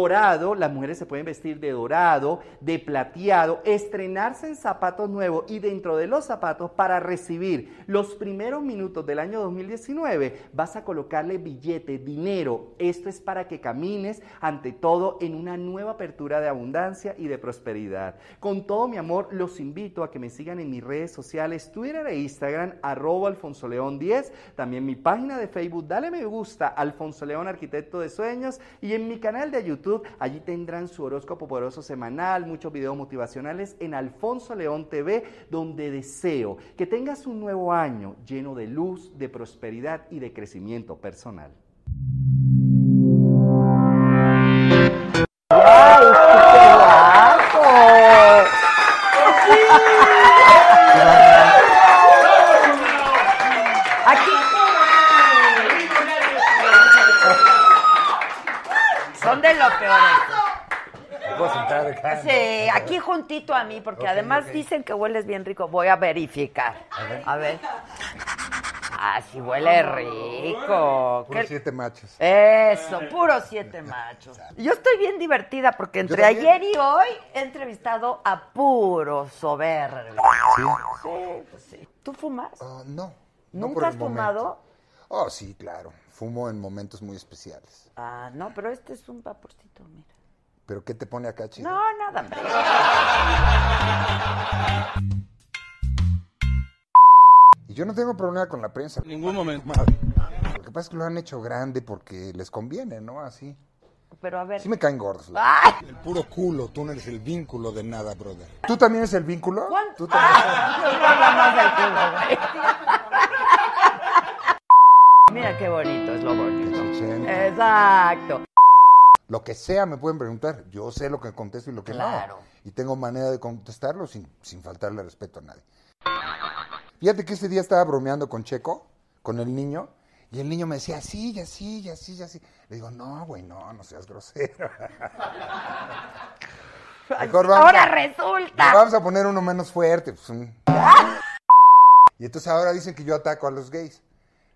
[SPEAKER 23] dorado, las mujeres se pueden vestir de dorado, de plateado, estrenarse en zapatos nuevos y dentro de los zapatos para recibir recibir los primeros minutos del año 2019, vas a colocarle billete, dinero. Esto es para que camines ante todo en una nueva apertura de abundancia y de prosperidad. Con todo mi amor, los invito a que me sigan en mis redes sociales, Twitter e Instagram, arroba Alfonso León 10, también mi página de Facebook, dale me gusta, Alfonso León Arquitecto de Sueños, y en mi canal de YouTube, allí tendrán su horóscopo poderoso semanal, muchos videos motivacionales en Alfonso León TV, donde deseo que tengas un nuevo año lleno de luz, de prosperidad y de crecimiento personal.
[SPEAKER 19] ¡Oh!
[SPEAKER 3] Son de lo peor.
[SPEAKER 7] Voy a sentar acá.
[SPEAKER 3] Sí, aquí juntito a mí, porque
[SPEAKER 7] Ok,
[SPEAKER 3] además
[SPEAKER 7] ok.
[SPEAKER 3] dicen que hueles bien rico. Voy a verificar. A ver. Ah, sí huele rico.
[SPEAKER 7] Puro
[SPEAKER 3] Qué-
[SPEAKER 7] siete machos.
[SPEAKER 3] Eso, puro siete machos. Yo estoy bien divertida porque entre
[SPEAKER 7] también.
[SPEAKER 3] ayer y hoy he entrevistado a puro soberbio.
[SPEAKER 7] Sí.
[SPEAKER 3] Sí, pues sí. ¿Tú fumas?
[SPEAKER 7] Ah, no. no por
[SPEAKER 3] ¿Nunca
[SPEAKER 7] el
[SPEAKER 3] has fumado?
[SPEAKER 7] momento. Oh, sí, claro. Fumo en momentos muy especiales.
[SPEAKER 3] Ah, no, pero este es un vaporcito, mira.
[SPEAKER 7] ¿Pero qué te pone acá, chico?
[SPEAKER 3] No, nada, hombre.
[SPEAKER 7] Y yo no tengo problema con la prensa. En ningún momento. Lo que pasa es que lo han hecho grande porque les conviene, ¿no? Así.
[SPEAKER 3] Pero a ver.
[SPEAKER 7] Sí me caen gordos. la-
[SPEAKER 3] ¡Ay!
[SPEAKER 7] El puro culo, tú no eres el vínculo de nada, brother. ¿Tú también eres el vínculo? ¿Tú también?
[SPEAKER 3] Ah. Mira qué bonito, es lo bonito. Eh, Exacto.
[SPEAKER 7] Lo que sea me pueden preguntar. Yo sé lo que contesto y lo que
[SPEAKER 3] Claro.
[SPEAKER 7] no. Y tengo manera de contestarlo sin, sin faltarle respeto a nadie. Fíjate que ese día estaba bromeando con Checo, con el niño, y el niño me decía, sí, ya sí, ya sí, ya sí. Le digo, no, güey, no, no seas grosero. Mejor vamos
[SPEAKER 3] Ahora
[SPEAKER 7] a-
[SPEAKER 3] resulta.
[SPEAKER 7] Vamos a poner uno menos fuerte. pues, un- Y entonces ahora dicen que yo ataco a los gays.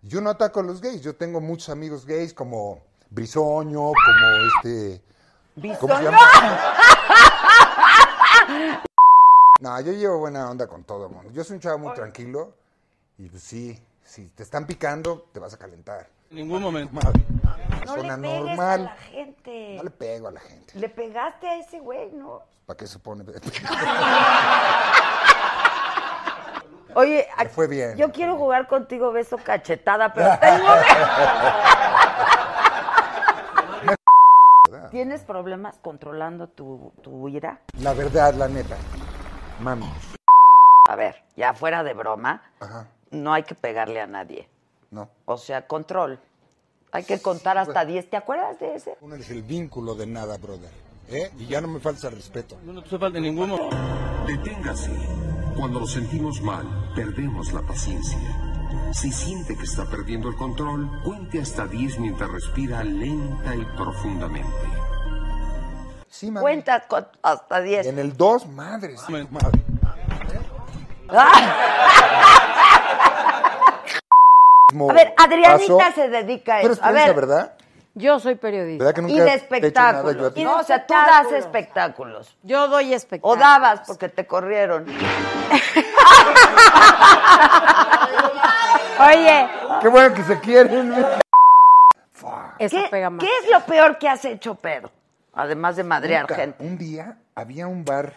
[SPEAKER 7] Yo no ataco a los gays, yo tengo muchos amigos gays como Brisoño, como este... ¿Cómo se llama? No, yo llevo buena onda con todo el mundo. Yo soy un chavo muy tranquilo y pues sí, si te están picando, te vas a calentar. En ningún momento.
[SPEAKER 3] No le
[SPEAKER 7] Persona
[SPEAKER 3] pegues a
[SPEAKER 7] normal.
[SPEAKER 3] la gente.
[SPEAKER 7] No le pego a la gente.
[SPEAKER 3] Le pegaste a ese güey, ¿no?
[SPEAKER 7] ¿Para qué se pone?
[SPEAKER 3] Oye,
[SPEAKER 7] Me fue bien.
[SPEAKER 3] yo quiero jugar contigo beso cachetada, pero tengo... ¿Tienes problemas controlando tu, tu ira?
[SPEAKER 7] La verdad, la neta. Mami.
[SPEAKER 3] A ver, ya fuera de broma, no hay que pegarle a nadie.
[SPEAKER 7] No.
[SPEAKER 3] O sea, control. Hay que contar hasta 10. ¿Te acuerdas de ese?
[SPEAKER 7] No eres el vínculo de nada, brother. ¿Eh? Y ya no me falta respeto.
[SPEAKER 24] No, no te falta en ningún momento.
[SPEAKER 25] Deténgase. Cuando nos sentimos mal, perdemos la paciencia. Si siente que está perdiendo el control, cuente hasta 10 mientras respira lenta y profundamente.
[SPEAKER 3] Cuenta con- hasta 10.
[SPEAKER 7] En el 2, madres.
[SPEAKER 3] ¡Ah! A ver, Adrianita
[SPEAKER 7] Paso.
[SPEAKER 3] se dedica a
[SPEAKER 7] Tú eres
[SPEAKER 3] eso. A
[SPEAKER 7] prensa,
[SPEAKER 3] ver,
[SPEAKER 7] ¿verdad?
[SPEAKER 16] Yo soy periodista.
[SPEAKER 7] ¿Verdad que nunca
[SPEAKER 3] y de
[SPEAKER 7] te he hecho nada yo a
[SPEAKER 3] espectáculos.
[SPEAKER 7] ti?
[SPEAKER 3] No, o sea, tú das espectáculos.
[SPEAKER 16] Yo doy
[SPEAKER 3] O
[SPEAKER 16] espectáculos.
[SPEAKER 3] dabas porque te corrieron.
[SPEAKER 16] Oye,
[SPEAKER 7] Qué bueno que se quieren. ¿eh?
[SPEAKER 3] ¿Qué, qué es lo peor que has hecho, Pedro? Además de madrear
[SPEAKER 7] Nunca.
[SPEAKER 3] gente.
[SPEAKER 7] Un día había un bar.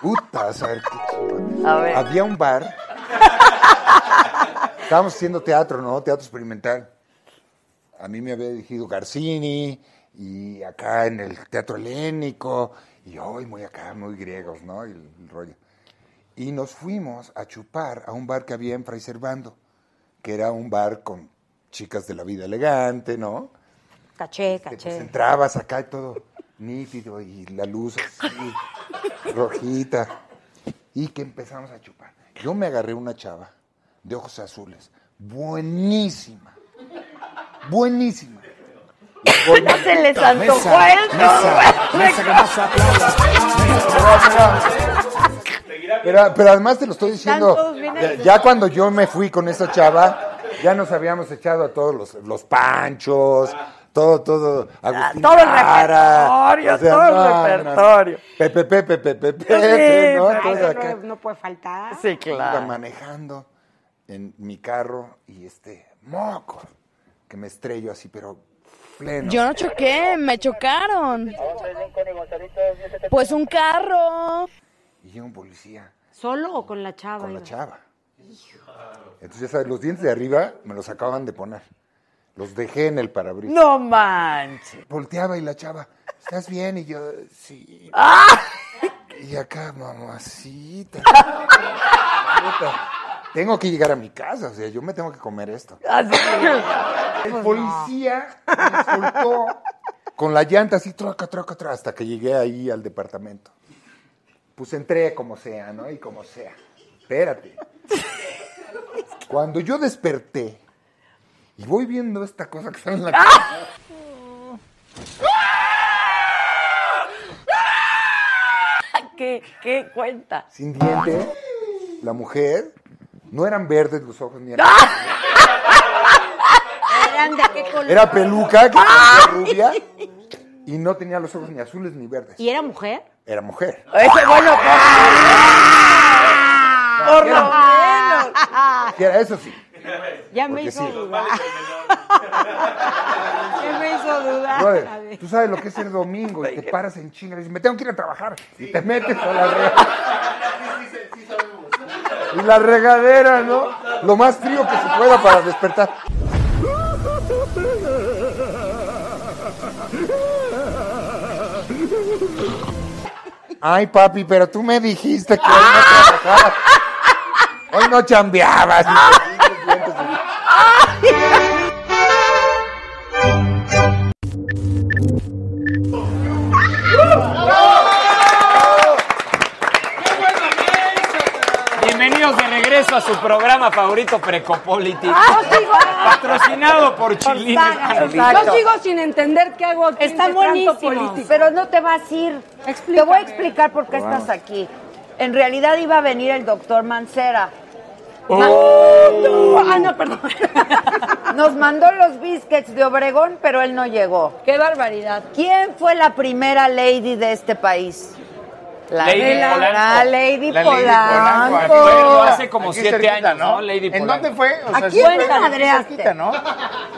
[SPEAKER 7] Puta, a saber qué-
[SPEAKER 3] A ver.
[SPEAKER 7] Había un bar. Estábamos haciendo teatro, ¿no? Teatro experimental. A mí me había dirigido Garcini y acá en el teatro helénico y hoy muy acá, muy griegos, ¿no? Y el, el rollo. Y nos fuimos a chupar a un bar que había en Fray Servando, que era un bar con chicas de la vida elegante, ¿no?
[SPEAKER 22] Caché,
[SPEAKER 7] Pues
[SPEAKER 22] caché.
[SPEAKER 7] entrabas acá y todo nítido y la luz así, rojita. Y que empezamos a chupar. Yo me agarré una chava de ojos azules, buenísima, buenísima.
[SPEAKER 3] No se les antojó ¿eh?
[SPEAKER 7] Mesa,
[SPEAKER 3] a él, no.
[SPEAKER 7] mesa, mesa, mesa, Pero, pero además te lo estoy diciendo,
[SPEAKER 3] todos bien
[SPEAKER 7] ya,
[SPEAKER 3] aislados.
[SPEAKER 7] ya cuando yo me fui con esa chava, ya nos habíamos echado a todos los, los panchos, todo, todo, Agustín
[SPEAKER 3] Ah, todo el
[SPEAKER 7] Lara,
[SPEAKER 3] repertorio, todo el repertorio.
[SPEAKER 7] Pepe, Pepe, Pepe, Pepe,
[SPEAKER 3] Sí,
[SPEAKER 7] ¿no?
[SPEAKER 3] pero
[SPEAKER 7] Todo
[SPEAKER 3] eso
[SPEAKER 7] acá.
[SPEAKER 3] no-
[SPEAKER 16] no puede faltar.
[SPEAKER 3] Sí,
[SPEAKER 7] Iba
[SPEAKER 3] claro.
[SPEAKER 7] manejando. en mi carro y este moco que me estrello así, pero pleno.
[SPEAKER 2] Yo no choqué, me chocaron. Pues un carro.
[SPEAKER 7] Y llega un policía
[SPEAKER 2] ¿Solo o con la chava?
[SPEAKER 7] con la chava. Entonces, ya sabes, los dientes de arriba me los acaban de poner. Los dejé en el parabrisas.
[SPEAKER 2] No manches.
[SPEAKER 7] Volteaba y la chava, ¿estás bien? Y yo, sí. Y acá, mamacita. Puta, Tengo que llegar a mi casa, o sea, yo me tengo que comer esto.
[SPEAKER 15] Ah,
[SPEAKER 7] El policía me soltó con la llanta así, troca, troca, troca, hasta que llegué ahí al departamento. Pues entré como sea, ¿no? Y como sea. Espérate. Cuando yo desperté y voy viendo esta cosa que está en la
[SPEAKER 15] ¡Ah!
[SPEAKER 2] Ah.
[SPEAKER 7] cama,
[SPEAKER 2] ¿Qué, ¿Qué cuenta?
[SPEAKER 7] sin dientes, la mujer, no eran verdes los ojos ni eran.
[SPEAKER 2] Eran de qué color.
[SPEAKER 7] Era peluca, que era rubia, y no tenía los ojos ni azules ni verdes.
[SPEAKER 2] ¿Y era mujer?
[SPEAKER 7] Era mujer.
[SPEAKER 2] Ese bueno,
[SPEAKER 15] pues.
[SPEAKER 2] por lo
[SPEAKER 7] Y era eso Ah. sí.
[SPEAKER 2] Ya
[SPEAKER 7] me Porque hizo sí.
[SPEAKER 2] dudar.
[SPEAKER 1] ¿Qué me hizo
[SPEAKER 7] Brother,
[SPEAKER 1] dudar?
[SPEAKER 7] tú sabes lo que es el domingo y te paras en chinga y dices, me tengo que ir a trabajar. Y te metes a la regadera. Y la regadera, ¿no? Lo más frío que se pueda para despertar. Ay, papi, pero tú me dijiste que hoy no trabajabas. Hoy no chambeabas.
[SPEAKER 18] Bienvenidos de regreso a su programa favorito Precopolity.
[SPEAKER 15] Ah.
[SPEAKER 16] Yo sigo,
[SPEAKER 18] Patrocinado por Chilín.
[SPEAKER 16] yo sigo sin entender qué hago aquí.
[SPEAKER 3] Están
[SPEAKER 16] entre tanto
[SPEAKER 3] buenísimos.
[SPEAKER 16] político.
[SPEAKER 3] Pero no te vas a ir. Te voy a explicar por qué estás aquí. En realidad iba a venir el doctor Mancera. Ma-
[SPEAKER 16] Ah, no, perdón.
[SPEAKER 3] Nos mandó los biscuits de Obregón, pero él no llegó.
[SPEAKER 16] ¡Qué barbaridad!
[SPEAKER 3] ¿Quién fue la primera lady de este país? La
[SPEAKER 18] Lady Polanco.
[SPEAKER 3] la Lady
[SPEAKER 18] La Lady
[SPEAKER 3] Polanco.
[SPEAKER 18] Polanco, acuerdo, hace como
[SPEAKER 20] Aquí
[SPEAKER 18] siete
[SPEAKER 20] cerquita,
[SPEAKER 18] años, ¿no? Lady
[SPEAKER 20] ¿En
[SPEAKER 18] Polanco.
[SPEAKER 20] dónde fue? O sea,
[SPEAKER 3] Aquí
[SPEAKER 20] sí fue
[SPEAKER 3] en Madreaste.
[SPEAKER 20] cerquita, ¿no?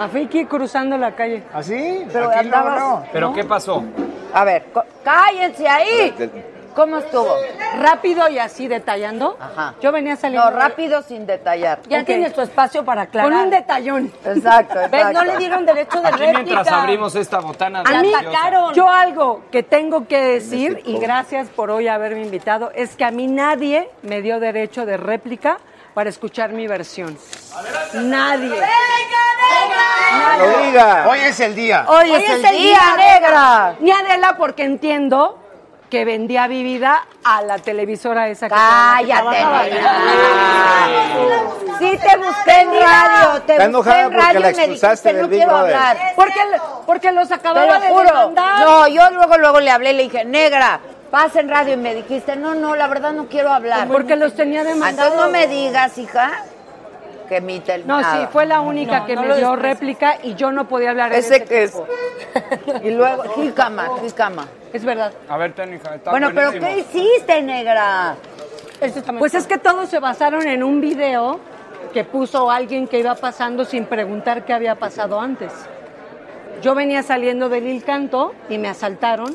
[SPEAKER 16] A Fiki cruzando la calle.
[SPEAKER 20] ¿Así?
[SPEAKER 3] Pero
[SPEAKER 20] Aquí luego,
[SPEAKER 3] andabas-
[SPEAKER 20] no.
[SPEAKER 18] ¿Pero qué pasó?
[SPEAKER 3] A ver, co- cállense ahí. ¿Cómo estuvo?
[SPEAKER 16] Rápido y así detallando.
[SPEAKER 3] Ajá.
[SPEAKER 16] Yo venía saliendo.
[SPEAKER 3] No, rápido sin detallar.
[SPEAKER 22] Ya
[SPEAKER 3] Ok.
[SPEAKER 22] tienes tu espacio para aclarar.
[SPEAKER 16] Con un detallón.
[SPEAKER 3] Exacto,
[SPEAKER 22] ¿Ves?
[SPEAKER 3] exacto.
[SPEAKER 22] No le dieron derecho de
[SPEAKER 18] Aquí
[SPEAKER 22] réplica.
[SPEAKER 18] mientras abrimos esta botana.
[SPEAKER 22] A mí,
[SPEAKER 18] deliciosa.
[SPEAKER 22] atacaron.
[SPEAKER 16] Yo algo que tengo que decir,
[SPEAKER 18] tipo.
[SPEAKER 16] y gracias por hoy haberme invitado, es que a mí nadie me dio derecho de réplica para escuchar mi versión. Nadie.
[SPEAKER 20] Lo diga. Hoy es el día.
[SPEAKER 3] Hoy, es, el, día negra.
[SPEAKER 16] Ni Adela, porque entiendo que vendía mi vida a la televisora esa que
[SPEAKER 3] Cállate, negra. Sí te busqué en radio, te
[SPEAKER 21] Está
[SPEAKER 3] busqué
[SPEAKER 21] enojada
[SPEAKER 3] en
[SPEAKER 21] porque
[SPEAKER 3] radio
[SPEAKER 21] la
[SPEAKER 3] y me
[SPEAKER 21] expulsaste
[SPEAKER 3] dijiste no
[SPEAKER 21] del Big
[SPEAKER 3] quiero
[SPEAKER 21] Brother".
[SPEAKER 3] hablar.
[SPEAKER 16] Porque, porque los
[SPEAKER 3] Te lo
[SPEAKER 16] acababa de
[SPEAKER 3] juro.
[SPEAKER 16] demandar.
[SPEAKER 3] No, yo luego, luego le hablé y le dije, negra, pasa en radio y me dijiste, no, no, la verdad no quiero hablar.
[SPEAKER 16] Porque los tenía
[SPEAKER 3] Ah,
[SPEAKER 16] demandados.
[SPEAKER 3] Entonces no me digas, hija, que mi tel-
[SPEAKER 16] No, sí,
[SPEAKER 3] nada.
[SPEAKER 16] fue la única
[SPEAKER 3] No,
[SPEAKER 16] que
[SPEAKER 3] no
[SPEAKER 16] me
[SPEAKER 3] lo
[SPEAKER 16] dio
[SPEAKER 3] desprecies.
[SPEAKER 16] réplica y yo no podía hablar en
[SPEAKER 3] Ese
[SPEAKER 16] ese
[SPEAKER 3] que es.
[SPEAKER 16] tiempo.
[SPEAKER 3] Y luego, jícama, jícama.
[SPEAKER 16] Es verdad.
[SPEAKER 18] A ver, Técnica, está
[SPEAKER 3] Bueno, pero
[SPEAKER 18] buenísimo.
[SPEAKER 3] ¿qué hiciste, negra?
[SPEAKER 16] Pues es que todos se basaron en un video que puso alguien que iba pasando sin preguntar qué había pasado antes. Yo venía saliendo del Il Canto y me asaltaron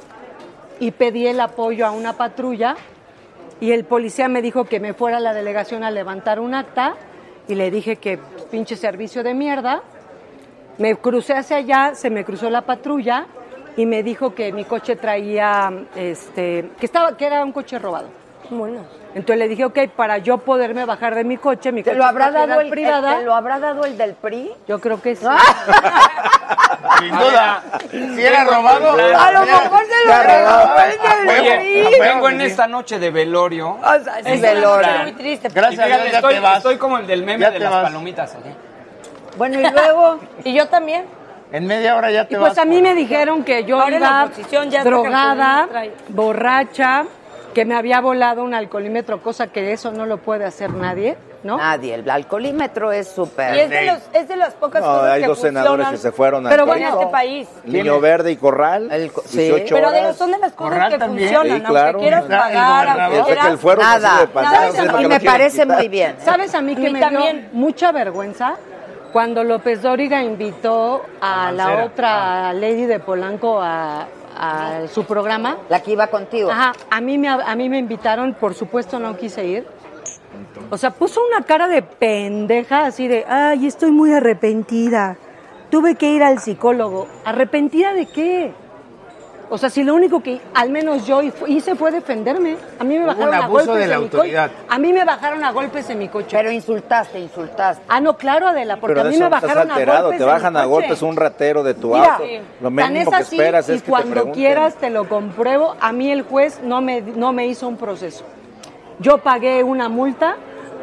[SPEAKER 16] y pedí el apoyo a una patrulla y el policía me dijo que me fuera a la delegación a levantar un acta y le dije que pinche servicio de mierda. Me crucé hacia allá, se me cruzó la patrulla y me dijo que mi coche traía este que estaba que era un coche robado.
[SPEAKER 22] Bueno.
[SPEAKER 16] Entonces le dije, ok, para yo poderme bajar de mi coche, mi
[SPEAKER 3] ¿Te
[SPEAKER 16] coche
[SPEAKER 3] lo
[SPEAKER 16] es
[SPEAKER 3] habrá
[SPEAKER 16] propiedad
[SPEAKER 3] dado el,
[SPEAKER 16] privada.
[SPEAKER 3] te lo habrá dado el del PRI?
[SPEAKER 16] Yo creo que sí.
[SPEAKER 20] Sin duda.
[SPEAKER 3] Ah.
[SPEAKER 20] Si era robado.
[SPEAKER 3] A lo mejor se lo regaló el del PRI.
[SPEAKER 18] Oye, vengo en esta noche de velorio.
[SPEAKER 3] O
[SPEAKER 6] Ah,
[SPEAKER 3] sea, sí,
[SPEAKER 18] Es
[SPEAKER 3] velorio.
[SPEAKER 18] una-
[SPEAKER 22] Muy triste.
[SPEAKER 18] Y
[SPEAKER 20] Gracias a
[SPEAKER 18] fíjate,
[SPEAKER 20] Dios ya
[SPEAKER 18] estoy,
[SPEAKER 20] te vas.
[SPEAKER 18] estoy como el del meme
[SPEAKER 20] Ya
[SPEAKER 18] de
[SPEAKER 20] te
[SPEAKER 18] las
[SPEAKER 20] vas.
[SPEAKER 18] palomitas. así.
[SPEAKER 3] Bueno, y luego,
[SPEAKER 22] Y yo también.
[SPEAKER 20] En media hora ya
[SPEAKER 16] Y
[SPEAKER 20] te vas.
[SPEAKER 16] pues a mí me dijeron que yo
[SPEAKER 22] Ahora la
[SPEAKER 16] iba
[SPEAKER 22] oposición ya está
[SPEAKER 16] drogada,
[SPEAKER 22] campeona, trae.
[SPEAKER 16] borracha, que me había volado un alcoholímetro, cosa que eso no lo puede hacer nadie. ¿no?
[SPEAKER 3] Nadie, el alcoholímetro es súper.
[SPEAKER 22] Y es de, los, es de las pocas
[SPEAKER 21] No,
[SPEAKER 22] cosas
[SPEAKER 21] hay
[SPEAKER 22] que
[SPEAKER 21] dos senadores
[SPEAKER 22] funcionan
[SPEAKER 21] que se fueron al
[SPEAKER 22] pero
[SPEAKER 21] país.
[SPEAKER 22] bueno, en este país.
[SPEAKER 21] Niño Verde y Corral, 18
[SPEAKER 22] Pero de-
[SPEAKER 21] horas.
[SPEAKER 22] son de las cosas
[SPEAKER 21] Corral
[SPEAKER 22] que
[SPEAKER 21] también.
[SPEAKER 22] funcionan,
[SPEAKER 21] Sí, claro.
[SPEAKER 22] aunque quieras
[SPEAKER 21] Está el
[SPEAKER 22] pagar,
[SPEAKER 21] gobernador.
[SPEAKER 22] aunque
[SPEAKER 21] Desde que
[SPEAKER 22] quieras...
[SPEAKER 21] el fuero
[SPEAKER 16] Ah,
[SPEAKER 21] no
[SPEAKER 3] Nada.
[SPEAKER 21] sirve para nada,
[SPEAKER 3] ¿Sabes?
[SPEAKER 21] es lo que
[SPEAKER 3] Y
[SPEAKER 21] lo
[SPEAKER 3] me
[SPEAKER 21] quieren
[SPEAKER 3] parece
[SPEAKER 21] quitar.
[SPEAKER 3] muy bien. ¿eh?
[SPEAKER 16] ¿Sabes a mí que me dio mucha vergüenza? Cuando López Dóriga invitó a la,
[SPEAKER 3] Mancera.
[SPEAKER 20] Ah.
[SPEAKER 16] otra Lady de Polanco a, a su programa.
[SPEAKER 3] La que iba contigo.
[SPEAKER 16] Ajá, a mí, me, a mí me invitaron, por supuesto no quise ir. O sea, puso una cara de pendeja así de, ay, estoy muy arrepentida. Tuve que ir al psicólogo. ¿Arrepentida de qué? O sea, si lo único que al menos yo hice fue defenderme. A mí me
[SPEAKER 20] Hubo
[SPEAKER 16] bajaron
[SPEAKER 20] un
[SPEAKER 16] a
[SPEAKER 20] abuso
[SPEAKER 16] golpes
[SPEAKER 20] de la
[SPEAKER 16] en mi co-
[SPEAKER 20] autoridad.
[SPEAKER 16] A mí me bajaron a golpes en mi coche. Pero
[SPEAKER 3] insultaste, insultaste.
[SPEAKER 16] Ah, no, claro, Adela, porque
[SPEAKER 21] Pero
[SPEAKER 16] a
[SPEAKER 21] de
[SPEAKER 16] mí
[SPEAKER 21] eso
[SPEAKER 16] me
[SPEAKER 21] estás
[SPEAKER 16] bajaron a
[SPEAKER 21] alterado,
[SPEAKER 16] golpes.
[SPEAKER 21] te
[SPEAKER 16] en mi
[SPEAKER 21] bajan a
[SPEAKER 16] coche.
[SPEAKER 21] golpes un ratero de tu
[SPEAKER 16] Mira,
[SPEAKER 21] auto. Lo
[SPEAKER 16] tan
[SPEAKER 21] mínimo
[SPEAKER 16] es
[SPEAKER 21] que
[SPEAKER 16] así,
[SPEAKER 21] esperas
[SPEAKER 16] y
[SPEAKER 21] es que te
[SPEAKER 16] cuando
[SPEAKER 21] pregunten.
[SPEAKER 16] quieras te lo compruebo. A mí el juez no me, no me hizo un proceso. Yo pagué una multa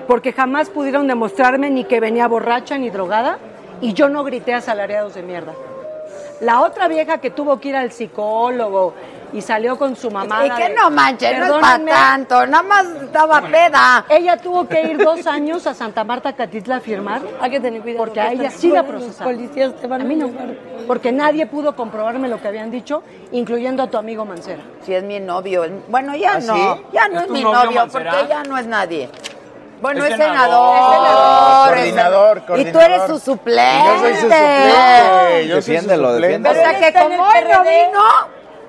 [SPEAKER 16] porque jamás pudieron demostrarme ni que venía borracha ni drogada y yo no grité a asalariados de mierda. La otra vieja que tuvo que ir al psicólogo y salió con su mamá.
[SPEAKER 3] Y que no manches, no es para tanto, nada más estaba peda.
[SPEAKER 16] Ella tuvo que ir dos años a Santa Marta Catitla a firmar. Hay que tener cuidado. Porque a ella sí la procesaron. a mí no, porque nadie pudo comprobarme lo que habían dicho, incluyendo a tu amigo Mancera.
[SPEAKER 3] Si es mi novio. Bueno, ya
[SPEAKER 16] ¿Ah,
[SPEAKER 3] no.
[SPEAKER 16] sí?
[SPEAKER 3] Ya no
[SPEAKER 16] ¿Es
[SPEAKER 3] es,
[SPEAKER 16] tu
[SPEAKER 3] mi
[SPEAKER 16] novio,
[SPEAKER 3] novio,
[SPEAKER 16] Mancera?
[SPEAKER 3] porque ya no es nadie. Bueno,
[SPEAKER 20] Es
[SPEAKER 3] es,
[SPEAKER 20] senador,
[SPEAKER 3] senador.
[SPEAKER 20] es
[SPEAKER 3] es
[SPEAKER 20] coordinador,
[SPEAKER 3] sen- Y tú
[SPEAKER 20] coordinador.
[SPEAKER 3] eres su suplente.
[SPEAKER 20] Yo soy su suplente. Yo soy su
[SPEAKER 21] Defiéndelo,
[SPEAKER 20] suplente.
[SPEAKER 3] O sea que como hoy no vino,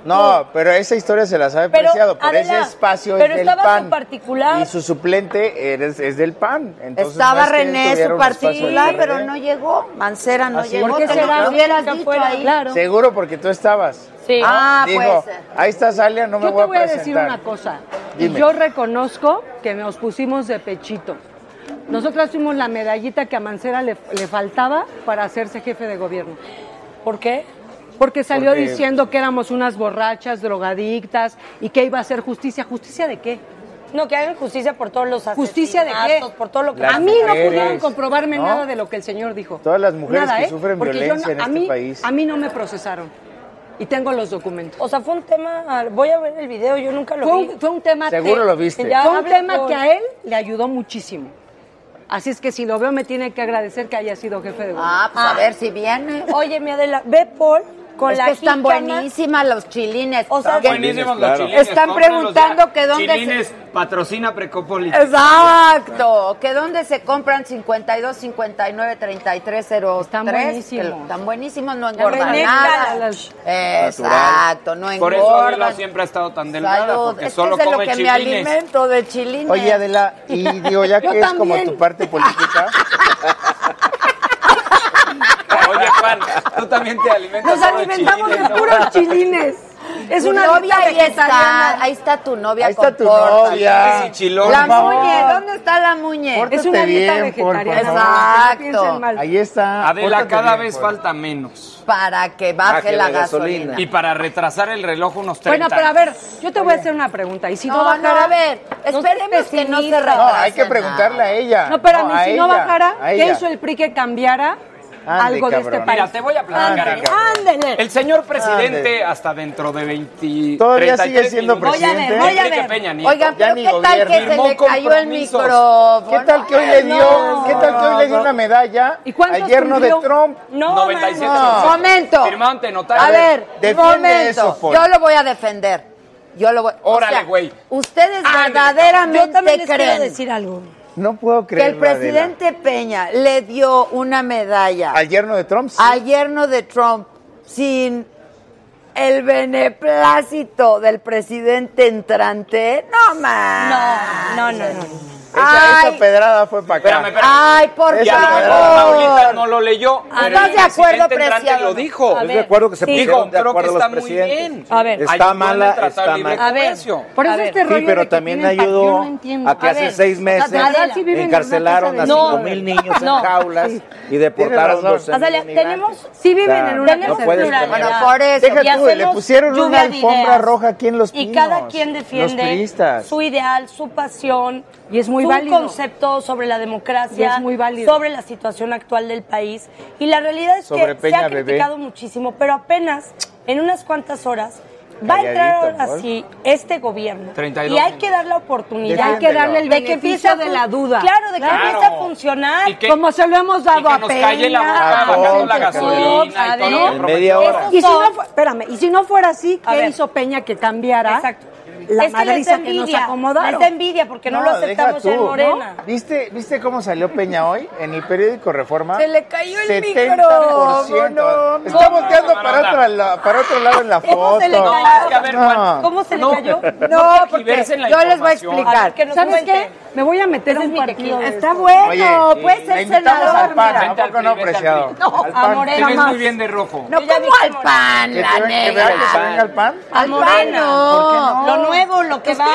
[SPEAKER 20] No, pero esa historia se la sabe
[SPEAKER 22] Pero,
[SPEAKER 20] Preciado. Por ese
[SPEAKER 22] Adela,
[SPEAKER 20] espacio
[SPEAKER 22] pero
[SPEAKER 20] es del
[SPEAKER 22] estaba su
[SPEAKER 20] PAN.
[SPEAKER 22] particular.
[SPEAKER 20] Y su suplente eres- es del PAN. Entonces, no
[SPEAKER 3] estaba
[SPEAKER 20] es que
[SPEAKER 3] René,
[SPEAKER 20] tuviera
[SPEAKER 3] su
[SPEAKER 20] un espacio del
[SPEAKER 3] particular,
[SPEAKER 20] PRD.
[SPEAKER 3] pero no llegó. Mancera no
[SPEAKER 20] Así
[SPEAKER 3] llegó.
[SPEAKER 20] es.
[SPEAKER 3] te lo hubieras dicho ahí.
[SPEAKER 20] Seguro porque tú estabas.
[SPEAKER 16] Sí.
[SPEAKER 3] Ah,
[SPEAKER 20] Digo,
[SPEAKER 3] puede ser.
[SPEAKER 20] ahí está Salia, no me
[SPEAKER 16] yo
[SPEAKER 20] voy
[SPEAKER 16] te
[SPEAKER 20] a
[SPEAKER 16] voy a decir
[SPEAKER 20] presentar.
[SPEAKER 16] una cosa.
[SPEAKER 20] Dime.
[SPEAKER 16] Yo reconozco que nos pusimos de pechito. Nosotras fuimos la medallita que a Mancera le, le faltaba para hacerse jefe de gobierno. ¿Por qué? Porque salió
[SPEAKER 22] Porque-
[SPEAKER 16] diciendo que éramos unas borrachas, drogadictas y que iba a hacer justicia. ¿Justicia de qué?
[SPEAKER 22] No, que hagan justicia por todos los
[SPEAKER 16] ¿Justicia de qué?
[SPEAKER 22] asesinatos, por todo lo que...
[SPEAKER 20] Las
[SPEAKER 16] a mí no
[SPEAKER 20] mujeres,
[SPEAKER 16] pudieron comprobarme
[SPEAKER 20] ¿no?
[SPEAKER 16] nada de lo que el señor dijo.
[SPEAKER 20] Todas las mujeres
[SPEAKER 16] Nada,
[SPEAKER 20] que
[SPEAKER 16] ¿eh?
[SPEAKER 20] sufren
[SPEAKER 16] Porque yo
[SPEAKER 20] violencia en
[SPEAKER 16] no- a
[SPEAKER 20] este
[SPEAKER 16] mí-
[SPEAKER 20] país.
[SPEAKER 16] A mí no me procesaron. Y tengo los documentos.
[SPEAKER 22] O sea, fue un tema... Voy a ver el video, yo nunca lo
[SPEAKER 16] Fue
[SPEAKER 22] vi.
[SPEAKER 16] un, fue un tema
[SPEAKER 22] Seguro
[SPEAKER 16] que-
[SPEAKER 22] lo viste. Ya
[SPEAKER 16] fue un
[SPEAKER 22] hablen
[SPEAKER 16] tema
[SPEAKER 22] por-
[SPEAKER 16] que a él le ayudó muchísimo. Así es que si lo veo me tiene que agradecer que haya sido jefe de gobierno.
[SPEAKER 3] Ah, pues a ver si viene.
[SPEAKER 22] Oye, mi Adela, ve Paul con
[SPEAKER 3] es
[SPEAKER 22] la
[SPEAKER 3] que están
[SPEAKER 22] jícama.
[SPEAKER 3] buenísimas los chilines.
[SPEAKER 22] O
[SPEAKER 6] Ah,
[SPEAKER 22] sea,
[SPEAKER 3] Que- Están preguntando que dónde
[SPEAKER 6] Chilines
[SPEAKER 3] se...
[SPEAKER 6] patrocina Precopolis.
[SPEAKER 3] Exacto, que dónde se compran 52, 59, 33, 03. Están
[SPEAKER 16] buenísimos.
[SPEAKER 3] Están buenísimos, no
[SPEAKER 16] Están
[SPEAKER 3] engordan
[SPEAKER 16] buenísimas.
[SPEAKER 3] nada.
[SPEAKER 6] Exacto,
[SPEAKER 3] Exacto, no
[SPEAKER 6] Por eso
[SPEAKER 3] engordan.
[SPEAKER 6] Adela siempre ha estado tan delgada,
[SPEAKER 3] Salud.
[SPEAKER 6] porque
[SPEAKER 3] Es que
[SPEAKER 6] solo
[SPEAKER 3] es de lo
[SPEAKER 6] come
[SPEAKER 3] que me
[SPEAKER 6] chilines.
[SPEAKER 3] alimento, de chilines.
[SPEAKER 20] Oye, Adela, y digo, ya que
[SPEAKER 3] Yo
[SPEAKER 20] es como
[SPEAKER 3] también.
[SPEAKER 20] tu parte política.
[SPEAKER 6] Oye, Juan, tú también te alimentas
[SPEAKER 16] Nos
[SPEAKER 6] solo de
[SPEAKER 16] alimentamos de
[SPEAKER 6] chilines, ¿no?
[SPEAKER 16] puros chilines. Es
[SPEAKER 3] Tu
[SPEAKER 16] una
[SPEAKER 3] novia
[SPEAKER 16] dieta
[SPEAKER 3] ahí está,
[SPEAKER 16] vegetariana.
[SPEAKER 3] ahí está tu novia.
[SPEAKER 20] Ahí está tu
[SPEAKER 3] compórtate.
[SPEAKER 20] novia. Sí, chilón,
[SPEAKER 3] La
[SPEAKER 20] por favor.
[SPEAKER 3] muñe, ¿dónde está la muñe?
[SPEAKER 20] Pórtate bien, por favor.
[SPEAKER 3] Exacto.
[SPEAKER 20] Ahí está.
[SPEAKER 6] Adela,
[SPEAKER 20] pórtate
[SPEAKER 6] cada
[SPEAKER 20] bien,
[SPEAKER 6] vez
[SPEAKER 20] por-
[SPEAKER 6] falta menos.
[SPEAKER 3] Para Ah, que baje la gasolina.
[SPEAKER 6] Y para retrasar el reloj unos 30
[SPEAKER 16] Bueno, pero a ver, yo te voy a hacer una pregunta. Y si no,
[SPEAKER 3] No,
[SPEAKER 16] bajara...
[SPEAKER 3] no, a ver, esperemos que no se retrase
[SPEAKER 20] No, hay que preguntarle a ella.
[SPEAKER 16] No, espérame,
[SPEAKER 20] a
[SPEAKER 16] si
[SPEAKER 20] ella,
[SPEAKER 16] no bajara,
[SPEAKER 20] a
[SPEAKER 16] ¿qué
[SPEAKER 20] ella.
[SPEAKER 16] hizo el PRI que cambiara
[SPEAKER 20] Ande,
[SPEAKER 16] algo de este
[SPEAKER 20] cabrón.
[SPEAKER 16] país?
[SPEAKER 20] Mira, te voy a
[SPEAKER 6] platicar
[SPEAKER 16] Ándele,
[SPEAKER 6] algo.
[SPEAKER 16] ándele.
[SPEAKER 6] El señor presidente hasta dentro de 20
[SPEAKER 20] Todavía
[SPEAKER 6] 33
[SPEAKER 20] sigue siendo
[SPEAKER 6] minutos.
[SPEAKER 20] presidente. Voy a ver, voy a
[SPEAKER 6] Enrique
[SPEAKER 20] ver.
[SPEAKER 6] Peña Nieto.
[SPEAKER 3] Oigan, pero
[SPEAKER 20] ni
[SPEAKER 3] ¿qué tal que
[SPEAKER 20] gobierno.
[SPEAKER 3] se le
[SPEAKER 20] Firmó
[SPEAKER 3] cayó el
[SPEAKER 20] compromisos.
[SPEAKER 3] micrófono?
[SPEAKER 20] ¿Qué tal que hoy le dio?
[SPEAKER 3] No,
[SPEAKER 20] ¿Qué tal que hoy le dio
[SPEAKER 3] no.
[SPEAKER 20] una medalla al yerno de Trump?
[SPEAKER 3] No,
[SPEAKER 6] 97.
[SPEAKER 3] no. Momento.
[SPEAKER 6] Firmante, notario.
[SPEAKER 3] A ver,
[SPEAKER 6] Defiende
[SPEAKER 3] momento.
[SPEAKER 6] eso, Paul.
[SPEAKER 18] pues.
[SPEAKER 3] Yo lo voy a defender. Yo lo voy. o
[SPEAKER 6] Órale,
[SPEAKER 3] sea,
[SPEAKER 6] güey.
[SPEAKER 3] Ustedes
[SPEAKER 22] Yo también
[SPEAKER 3] verdaderamente
[SPEAKER 22] les quiero
[SPEAKER 3] creen
[SPEAKER 22] decir algo.
[SPEAKER 20] No puedo
[SPEAKER 3] que el
[SPEAKER 20] creerlo, Adela.
[SPEAKER 3] presidente Peña le dio una medalla
[SPEAKER 20] Al yerno de Trump, sí.
[SPEAKER 3] al yerno de Trump sin el beneplácito del presidente entrante. No más. No, no, no.
[SPEAKER 20] Esa, esa
[SPEAKER 3] Ay,
[SPEAKER 20] pedrada fue para acá.
[SPEAKER 3] ay, por
[SPEAKER 6] Y a lo mejor Paulita
[SPEAKER 3] favor.
[SPEAKER 6] no lo leyó.
[SPEAKER 3] Ah,
[SPEAKER 6] pero
[SPEAKER 3] ¿estás
[SPEAKER 6] el
[SPEAKER 3] de acuerdo,
[SPEAKER 6] presidente entrante
[SPEAKER 3] Preciado?
[SPEAKER 6] lo dijo.
[SPEAKER 3] A Estoy de ver, acuerdo que se sí. pusieron
[SPEAKER 6] Digo,
[SPEAKER 21] de
[SPEAKER 6] creo que
[SPEAKER 21] acuerdo
[SPEAKER 6] está
[SPEAKER 21] los
[SPEAKER 6] muy
[SPEAKER 21] presidentes.
[SPEAKER 6] bien.
[SPEAKER 21] A ver. Está
[SPEAKER 6] Ayudó en el
[SPEAKER 21] mala,
[SPEAKER 6] Tratado
[SPEAKER 21] está
[SPEAKER 6] de Libre
[SPEAKER 21] mala. A ver,
[SPEAKER 6] Comercio.
[SPEAKER 16] Por eso este rollo
[SPEAKER 21] Sí, pero
[SPEAKER 16] de que
[SPEAKER 21] también
[SPEAKER 16] tienen
[SPEAKER 21] ayudó
[SPEAKER 16] partido, no entiendo.
[SPEAKER 21] a que
[SPEAKER 16] A
[SPEAKER 21] hace
[SPEAKER 16] ver,
[SPEAKER 21] seis
[SPEAKER 16] o sea,
[SPEAKER 21] meses
[SPEAKER 16] Adela sí vive en una
[SPEAKER 21] encarcelaron
[SPEAKER 16] casa
[SPEAKER 21] a
[SPEAKER 16] de-
[SPEAKER 21] cinco
[SPEAKER 16] No.
[SPEAKER 21] mil niños
[SPEAKER 16] No.
[SPEAKER 21] en jaulas
[SPEAKER 16] Sí.
[SPEAKER 21] y deportaron
[SPEAKER 20] razón.
[SPEAKER 21] dos
[SPEAKER 22] Adela, tenemos...
[SPEAKER 16] Sí viven en una
[SPEAKER 22] Tenemos
[SPEAKER 16] casa
[SPEAKER 21] puedes
[SPEAKER 22] pluralidad.
[SPEAKER 21] tener-
[SPEAKER 20] Bueno, por eso. Deja
[SPEAKER 22] Y
[SPEAKER 20] tú, le
[SPEAKER 22] hacemos
[SPEAKER 20] pusieron una
[SPEAKER 22] lluvia de
[SPEAKER 20] alfombra
[SPEAKER 22] ideas.
[SPEAKER 20] roja aquí en Los
[SPEAKER 22] Y
[SPEAKER 20] Pinos,
[SPEAKER 22] cada quien
[SPEAKER 20] los
[SPEAKER 22] defiende
[SPEAKER 20] priistas.
[SPEAKER 22] su ideal, su pasión.
[SPEAKER 16] Y es muy
[SPEAKER 22] su
[SPEAKER 16] válido.
[SPEAKER 22] concepto sobre la democracia.
[SPEAKER 16] Y es muy válido.
[SPEAKER 22] Sobre la situación actual del país. Y la realidad es
[SPEAKER 20] Sobre
[SPEAKER 22] que
[SPEAKER 20] Peña
[SPEAKER 22] se ha
[SPEAKER 20] Bebé.
[SPEAKER 22] criticado muchísimo, pero apenas en unas cuantas horas Va a entrar
[SPEAKER 11] Calladito,
[SPEAKER 22] ahora
[SPEAKER 11] ¿no?
[SPEAKER 22] sí este gobierno.
[SPEAKER 6] 32
[SPEAKER 22] y hay que dar la oportunidad.
[SPEAKER 16] Hay que darle el
[SPEAKER 22] de que
[SPEAKER 16] beneficio
[SPEAKER 22] empiece a
[SPEAKER 16] de
[SPEAKER 22] fun-
[SPEAKER 16] la duda.
[SPEAKER 22] Claro, de que
[SPEAKER 16] Claro.
[SPEAKER 22] empiece a funcionar.
[SPEAKER 16] Y que- Ah, Como se lo hemos dado y que a
[SPEAKER 22] a
[SPEAKER 16] nos calle la boca Peña,
[SPEAKER 22] bajando
[SPEAKER 16] bajando la gasolina y todo lo que En
[SPEAKER 21] media hora.
[SPEAKER 16] Y si no, fu- espérame, y si no fuera así,
[SPEAKER 22] A
[SPEAKER 16] ¿qué
[SPEAKER 22] ver.
[SPEAKER 16] hizo Peña que cambiara?
[SPEAKER 22] Exacto.
[SPEAKER 16] La
[SPEAKER 22] Es que les da
[SPEAKER 16] madriza que nos
[SPEAKER 22] envidia,
[SPEAKER 16] acomodaron.
[SPEAKER 22] les da envidia porque no lo aceptamos
[SPEAKER 20] deja
[SPEAKER 22] en Morena.
[SPEAKER 20] ¿no? ¿Viste, ¿Viste cómo salió Peña hoy en el periódico Reforma?
[SPEAKER 22] Se le cayó el
[SPEAKER 20] 70%.
[SPEAKER 22] micrófono.
[SPEAKER 20] Está volteando para, otra la- para otro lado en la foto.
[SPEAKER 22] se le cayó?
[SPEAKER 16] No, es que a ver, Juan,
[SPEAKER 20] No.
[SPEAKER 16] ¿cómo se le
[SPEAKER 20] No.
[SPEAKER 16] cayó?
[SPEAKER 20] No,
[SPEAKER 16] porque
[SPEAKER 20] tergiversen la
[SPEAKER 16] yo les voy a
[SPEAKER 20] información.
[SPEAKER 16] explicar.
[SPEAKER 20] A ver, que nos
[SPEAKER 16] ¿Sabes qué?
[SPEAKER 20] cuenten.
[SPEAKER 16] Me voy a meter a un partido. de
[SPEAKER 9] Está
[SPEAKER 16] estos.
[SPEAKER 9] bueno,
[SPEAKER 20] Oye,
[SPEAKER 16] Pues
[SPEAKER 9] puede
[SPEAKER 20] la
[SPEAKER 9] ser
[SPEAKER 20] invitamos
[SPEAKER 9] senador.
[SPEAKER 20] al PAN,
[SPEAKER 9] mira.
[SPEAKER 20] ¿a poco no, preciado?
[SPEAKER 9] No,
[SPEAKER 20] Al
[SPEAKER 9] a
[SPEAKER 20] PAN.
[SPEAKER 9] Morena.
[SPEAKER 6] Te ves
[SPEAKER 20] Jamás.
[SPEAKER 6] muy bien de rojo.
[SPEAKER 9] No como al pan,
[SPEAKER 20] Que
[SPEAKER 9] la
[SPEAKER 20] te ve- que vea que se venga
[SPEAKER 9] negra.
[SPEAKER 20] el pan.
[SPEAKER 9] Al pan no.
[SPEAKER 16] Lo nuevo, lo
[SPEAKER 3] Pues
[SPEAKER 16] que va.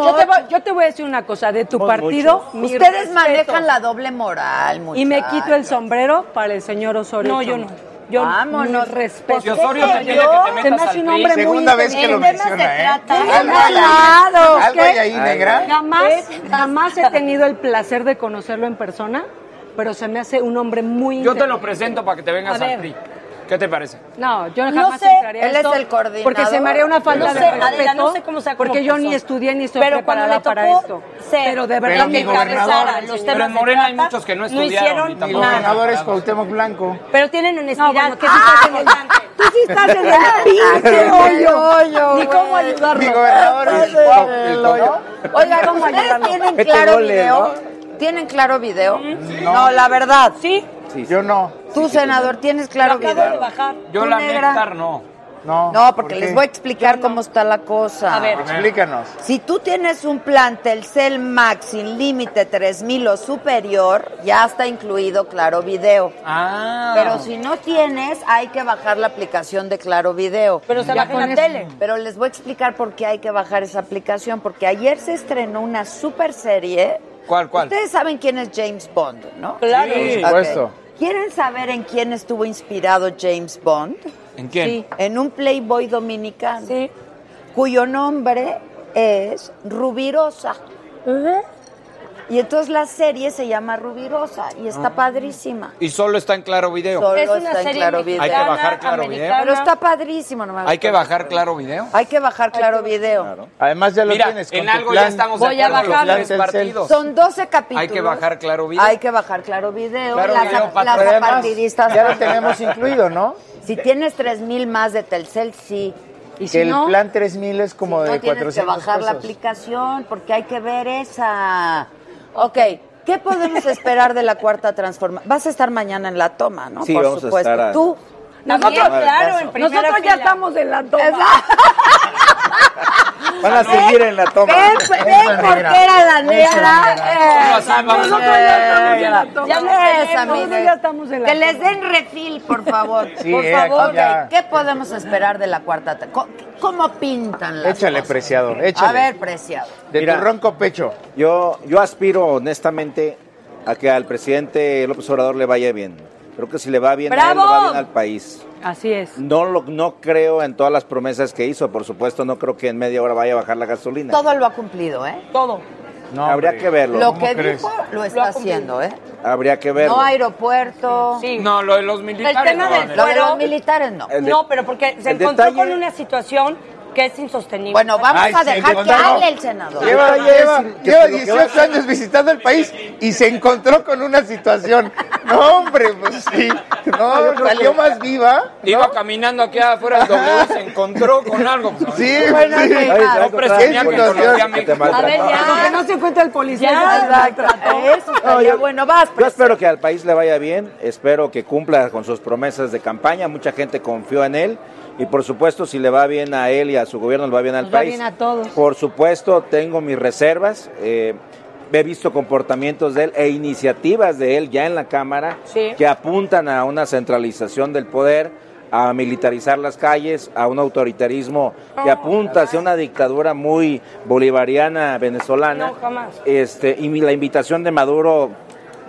[SPEAKER 16] yo, te voy, yo te voy a decir una cosa, de tu partido,
[SPEAKER 3] muchos.
[SPEAKER 16] mis
[SPEAKER 3] Ustedes
[SPEAKER 16] respetos.
[SPEAKER 3] manejan la doble moral, muchachos.
[SPEAKER 16] Y me quito el sombrero para el señor Osorio.
[SPEAKER 3] No, yo
[SPEAKER 16] Chong.
[SPEAKER 3] no.
[SPEAKER 16] Yo
[SPEAKER 3] Vámonos.
[SPEAKER 16] mis respetos.
[SPEAKER 3] Pues, Osorio te pide que te metas
[SPEAKER 16] Se me hace
[SPEAKER 3] al
[SPEAKER 16] un
[SPEAKER 3] PRI.
[SPEAKER 16] hombre muy
[SPEAKER 20] Segunda vez que lo
[SPEAKER 16] inteligente.
[SPEAKER 20] menciona, ¿eh?
[SPEAKER 16] Algo
[SPEAKER 20] hay ahí,
[SPEAKER 16] alado,
[SPEAKER 20] algo
[SPEAKER 16] ¿qué?
[SPEAKER 20] hay ahí, negra.
[SPEAKER 16] Jamás, jamás he tenido el placer de conocerlo en persona, pero se me hace un hombre muy
[SPEAKER 6] Yo te
[SPEAKER 16] inteligente.
[SPEAKER 6] lo presento para que te vengas
[SPEAKER 16] A
[SPEAKER 6] al
[SPEAKER 16] ver.
[SPEAKER 6] PRI. ¿Qué te parece?
[SPEAKER 16] No, yo
[SPEAKER 3] No
[SPEAKER 16] jamás
[SPEAKER 3] sé,
[SPEAKER 16] entraría a
[SPEAKER 3] él
[SPEAKER 16] esto
[SPEAKER 3] es el coordinador.
[SPEAKER 16] Porque se me haría una falta
[SPEAKER 3] No sé,
[SPEAKER 16] de
[SPEAKER 3] Adela,
[SPEAKER 16] respeto.
[SPEAKER 3] no sé cómo sea como
[SPEAKER 16] porque yo ni
[SPEAKER 3] persona.
[SPEAKER 16] estudié ni estoy
[SPEAKER 3] Pero cuando
[SPEAKER 16] preparada
[SPEAKER 3] le tocó
[SPEAKER 16] para esto.
[SPEAKER 3] ser-
[SPEAKER 16] pero
[SPEAKER 3] Pero
[SPEAKER 16] de verdad
[SPEAKER 3] mi
[SPEAKER 16] me
[SPEAKER 3] gobernador,
[SPEAKER 16] encabezara
[SPEAKER 3] los
[SPEAKER 16] los
[SPEAKER 3] temas
[SPEAKER 16] temas.
[SPEAKER 6] Pero en Morena hay muchos que no
[SPEAKER 16] no hicieron
[SPEAKER 6] estudiaron. ni
[SPEAKER 20] El
[SPEAKER 6] tampoco-
[SPEAKER 20] gobernador es Cuauhtémoc Blanco.
[SPEAKER 22] Pero tienen honestidad.
[SPEAKER 16] bueno,
[SPEAKER 22] que
[SPEAKER 16] tú
[SPEAKER 22] sí
[SPEAKER 16] estás en
[SPEAKER 22] estás en el-
[SPEAKER 16] Tú sí estás en el pinche hoyo. Ni cómo
[SPEAKER 15] Eh,
[SPEAKER 16] ayudarlo.
[SPEAKER 20] Mi gobernador es
[SPEAKER 3] Pues,
[SPEAKER 20] Cuau-
[SPEAKER 3] eh,
[SPEAKER 20] el Cuau-
[SPEAKER 3] Oigan,
[SPEAKER 16] ¿Cómo
[SPEAKER 3] ¿ustedes
[SPEAKER 16] ayudarlo?
[SPEAKER 3] tienen
[SPEAKER 20] Mete
[SPEAKER 3] claro
[SPEAKER 20] goles,
[SPEAKER 3] video? ¿Tienen claro video? No. la verdad. ¿Sí?
[SPEAKER 20] Yo no.
[SPEAKER 3] Tú, senador, ¿tienes claro video?
[SPEAKER 22] Acabo de bajar.
[SPEAKER 6] Yo
[SPEAKER 3] Tú,
[SPEAKER 6] la
[SPEAKER 3] negra.
[SPEAKER 6] militar no.
[SPEAKER 20] No,
[SPEAKER 3] No, porque
[SPEAKER 20] ¿por qué?
[SPEAKER 3] les voy a explicar cómo está la cosa.
[SPEAKER 22] A ver.
[SPEAKER 20] Explícanos.
[SPEAKER 3] Si tú tienes un plan Telcel Max sin límite 3000 o superior, ya está incluido Claro Video.
[SPEAKER 6] Ah.
[SPEAKER 3] Pero si no tienes, hay que bajar la aplicación de Claro Video.
[SPEAKER 22] Pero se
[SPEAKER 3] Ya
[SPEAKER 22] baja en la
[SPEAKER 3] con
[SPEAKER 22] tele.
[SPEAKER 3] Pero les voy a explicar por qué hay que bajar esa aplicación. Porque ayer se estrenó una super serie.
[SPEAKER 6] ¿Cuál, cuál?
[SPEAKER 3] Ustedes saben quién es James Bond, ¿no?
[SPEAKER 6] Claro. Sí, por
[SPEAKER 3] Ok.
[SPEAKER 6] supuesto.
[SPEAKER 3] ¿Quieren saber en quién estuvo inspirado James Bond?
[SPEAKER 6] ¿En quién?
[SPEAKER 3] Sí, en un playboy dominicano. Cuyo nombre es Rubirosa. Y entonces la serie se llama Rubirosa y está
[SPEAKER 6] Ah.
[SPEAKER 3] padrísima.
[SPEAKER 6] Y solo está en claro video.
[SPEAKER 3] Solo Es una está en serie Claro Video.
[SPEAKER 6] Hay que
[SPEAKER 3] mexicana,
[SPEAKER 6] bajar claro
[SPEAKER 3] Pero
[SPEAKER 6] video.
[SPEAKER 3] está padrísimo, no me
[SPEAKER 6] Hay que
[SPEAKER 3] acuerdo.
[SPEAKER 6] bajar claro video.
[SPEAKER 3] Hay que bajar claro video.
[SPEAKER 20] Además ya lo
[SPEAKER 6] Mira,
[SPEAKER 20] tienes. con
[SPEAKER 6] en
[SPEAKER 20] tu
[SPEAKER 6] algo
[SPEAKER 20] plan.
[SPEAKER 6] ya estamos de
[SPEAKER 20] Voy a
[SPEAKER 6] acuerdo los
[SPEAKER 20] bajar
[SPEAKER 6] tres
[SPEAKER 20] Telcel.
[SPEAKER 6] partidos.
[SPEAKER 3] Son 12 capítulos.
[SPEAKER 6] Hay que bajar claro video.
[SPEAKER 3] Hay que bajar claro video.
[SPEAKER 6] Claro
[SPEAKER 3] las
[SPEAKER 6] Video,
[SPEAKER 3] las
[SPEAKER 20] Pero además,
[SPEAKER 3] partidistas.
[SPEAKER 20] Ya lo tenemos incluido, ¿no?
[SPEAKER 3] Si tienes 3000 más de Telcel, sí.
[SPEAKER 20] Que el plan 3000 es como de
[SPEAKER 3] no tienes que
[SPEAKER 20] 400
[SPEAKER 3] bajar la
[SPEAKER 20] pesos.
[SPEAKER 3] aplicación porque hay que ver esa. Ok, ¿qué podemos esperar de la cuarta transformación? Vas a estar mañana en la toma, ¿no?
[SPEAKER 21] Sí,
[SPEAKER 3] Por
[SPEAKER 21] vamos a
[SPEAKER 3] supuesto.
[SPEAKER 21] estar a-
[SPEAKER 3] Tú.
[SPEAKER 16] Nosotros,
[SPEAKER 3] También,
[SPEAKER 16] claro, en
[SPEAKER 3] eso.
[SPEAKER 16] primera Nosotros ya fila. estamos en la toma.
[SPEAKER 21] Van a seguir en la toma.
[SPEAKER 3] Ah, Ven, ven porque era la negra.
[SPEAKER 21] Eso,
[SPEAKER 3] Esa, mi
[SPEAKER 21] negra. Nosotros ya estamos en la
[SPEAKER 3] negra.
[SPEAKER 21] toma.
[SPEAKER 3] Ya
[SPEAKER 16] Ya
[SPEAKER 3] esa, mi
[SPEAKER 16] estamos,
[SPEAKER 3] negra.
[SPEAKER 16] ya estamos en la
[SPEAKER 3] Que
[SPEAKER 16] toma.
[SPEAKER 3] les den refil, por favor.
[SPEAKER 20] Sí,
[SPEAKER 3] por
[SPEAKER 20] eh, aquí
[SPEAKER 3] favor.
[SPEAKER 20] ya.
[SPEAKER 3] Ok, ¿Qué podemos esperar de la cuarta? tra- co- ¿Cómo pintan las
[SPEAKER 20] Échale,
[SPEAKER 3] cosas?
[SPEAKER 20] preciado,
[SPEAKER 3] A
[SPEAKER 20] échale.
[SPEAKER 3] ver, preciado.
[SPEAKER 20] De tu ronco pecho.
[SPEAKER 21] Yo, yo aspiro honestamente a que al presidente López Obrador le vaya bien. Creo que si le va bien, a él, le va
[SPEAKER 16] ¡Bravo!
[SPEAKER 21] bien al país.
[SPEAKER 16] Así es.
[SPEAKER 21] No, lo, no creo en todas las promesas que hizo, por supuesto, no creo que en media hora vaya a bajar la gasolina.
[SPEAKER 3] Todo lo ha cumplido, ¿eh? Todo.
[SPEAKER 21] Habría que verlo.
[SPEAKER 3] Lo que dijo lo está haciendo, ¿eh?
[SPEAKER 21] Habría que verlo.
[SPEAKER 3] No aeropuerto.
[SPEAKER 6] No, lo de los militares.
[SPEAKER 22] El tema
[SPEAKER 6] no,
[SPEAKER 22] del
[SPEAKER 6] Adela.
[SPEAKER 3] Lo de los militares no.
[SPEAKER 21] El de-
[SPEAKER 22] No, pero porque se
[SPEAKER 21] el
[SPEAKER 22] encontró
[SPEAKER 21] detalle-
[SPEAKER 22] con una situación que es insostenible.
[SPEAKER 3] Bueno, vamos
[SPEAKER 20] Ay,
[SPEAKER 3] a
[SPEAKER 20] se
[SPEAKER 3] dejar que
[SPEAKER 20] encontró.
[SPEAKER 3] hable el senador.
[SPEAKER 20] Lleva, lleva,
[SPEAKER 21] que
[SPEAKER 20] lleva
[SPEAKER 21] lo que
[SPEAKER 20] 18 años visitando el país y se encontró con una situación. No, hombre, pues sí. No, salió más viva.
[SPEAKER 6] Iba caminando aquí afuera del W, se encontró con algo. pues,
[SPEAKER 20] Sí,
[SPEAKER 6] ahorita.
[SPEAKER 20] bueno, sí.
[SPEAKER 6] No
[SPEAKER 20] Ay, algo
[SPEAKER 6] presumía
[SPEAKER 20] trágico,
[SPEAKER 6] que conocía a
[SPEAKER 20] Dios,
[SPEAKER 6] mi-
[SPEAKER 20] que te maltrató.
[SPEAKER 16] Aunque no se encuentra el policía.
[SPEAKER 3] Ya,
[SPEAKER 16] ya se
[SPEAKER 3] exacto.
[SPEAKER 16] trató.
[SPEAKER 3] Eso estaría
[SPEAKER 21] yo-
[SPEAKER 3] bueno, vas. pues.
[SPEAKER 21] Yo espero que al país le vaya bien, espero que cumpla con sus promesas de campaña, mucha gente confió en él y por supuesto si le va bien a él y a su gobierno le va bien al
[SPEAKER 16] Nos va
[SPEAKER 21] país.
[SPEAKER 16] bien a todos.
[SPEAKER 21] Por supuesto tengo mis reservas, eh, he visto comportamientos de él e iniciativas de él ya en la Cámara
[SPEAKER 22] Sí.
[SPEAKER 21] que apuntan a una centralización del poder, a militarizar las calles, a un autoritarismo
[SPEAKER 22] Oh,
[SPEAKER 21] que apunta hacia una dictadura muy bolivariana venezolana Eh,
[SPEAKER 22] No, jamás.
[SPEAKER 21] este y mi- la invitación de Maduro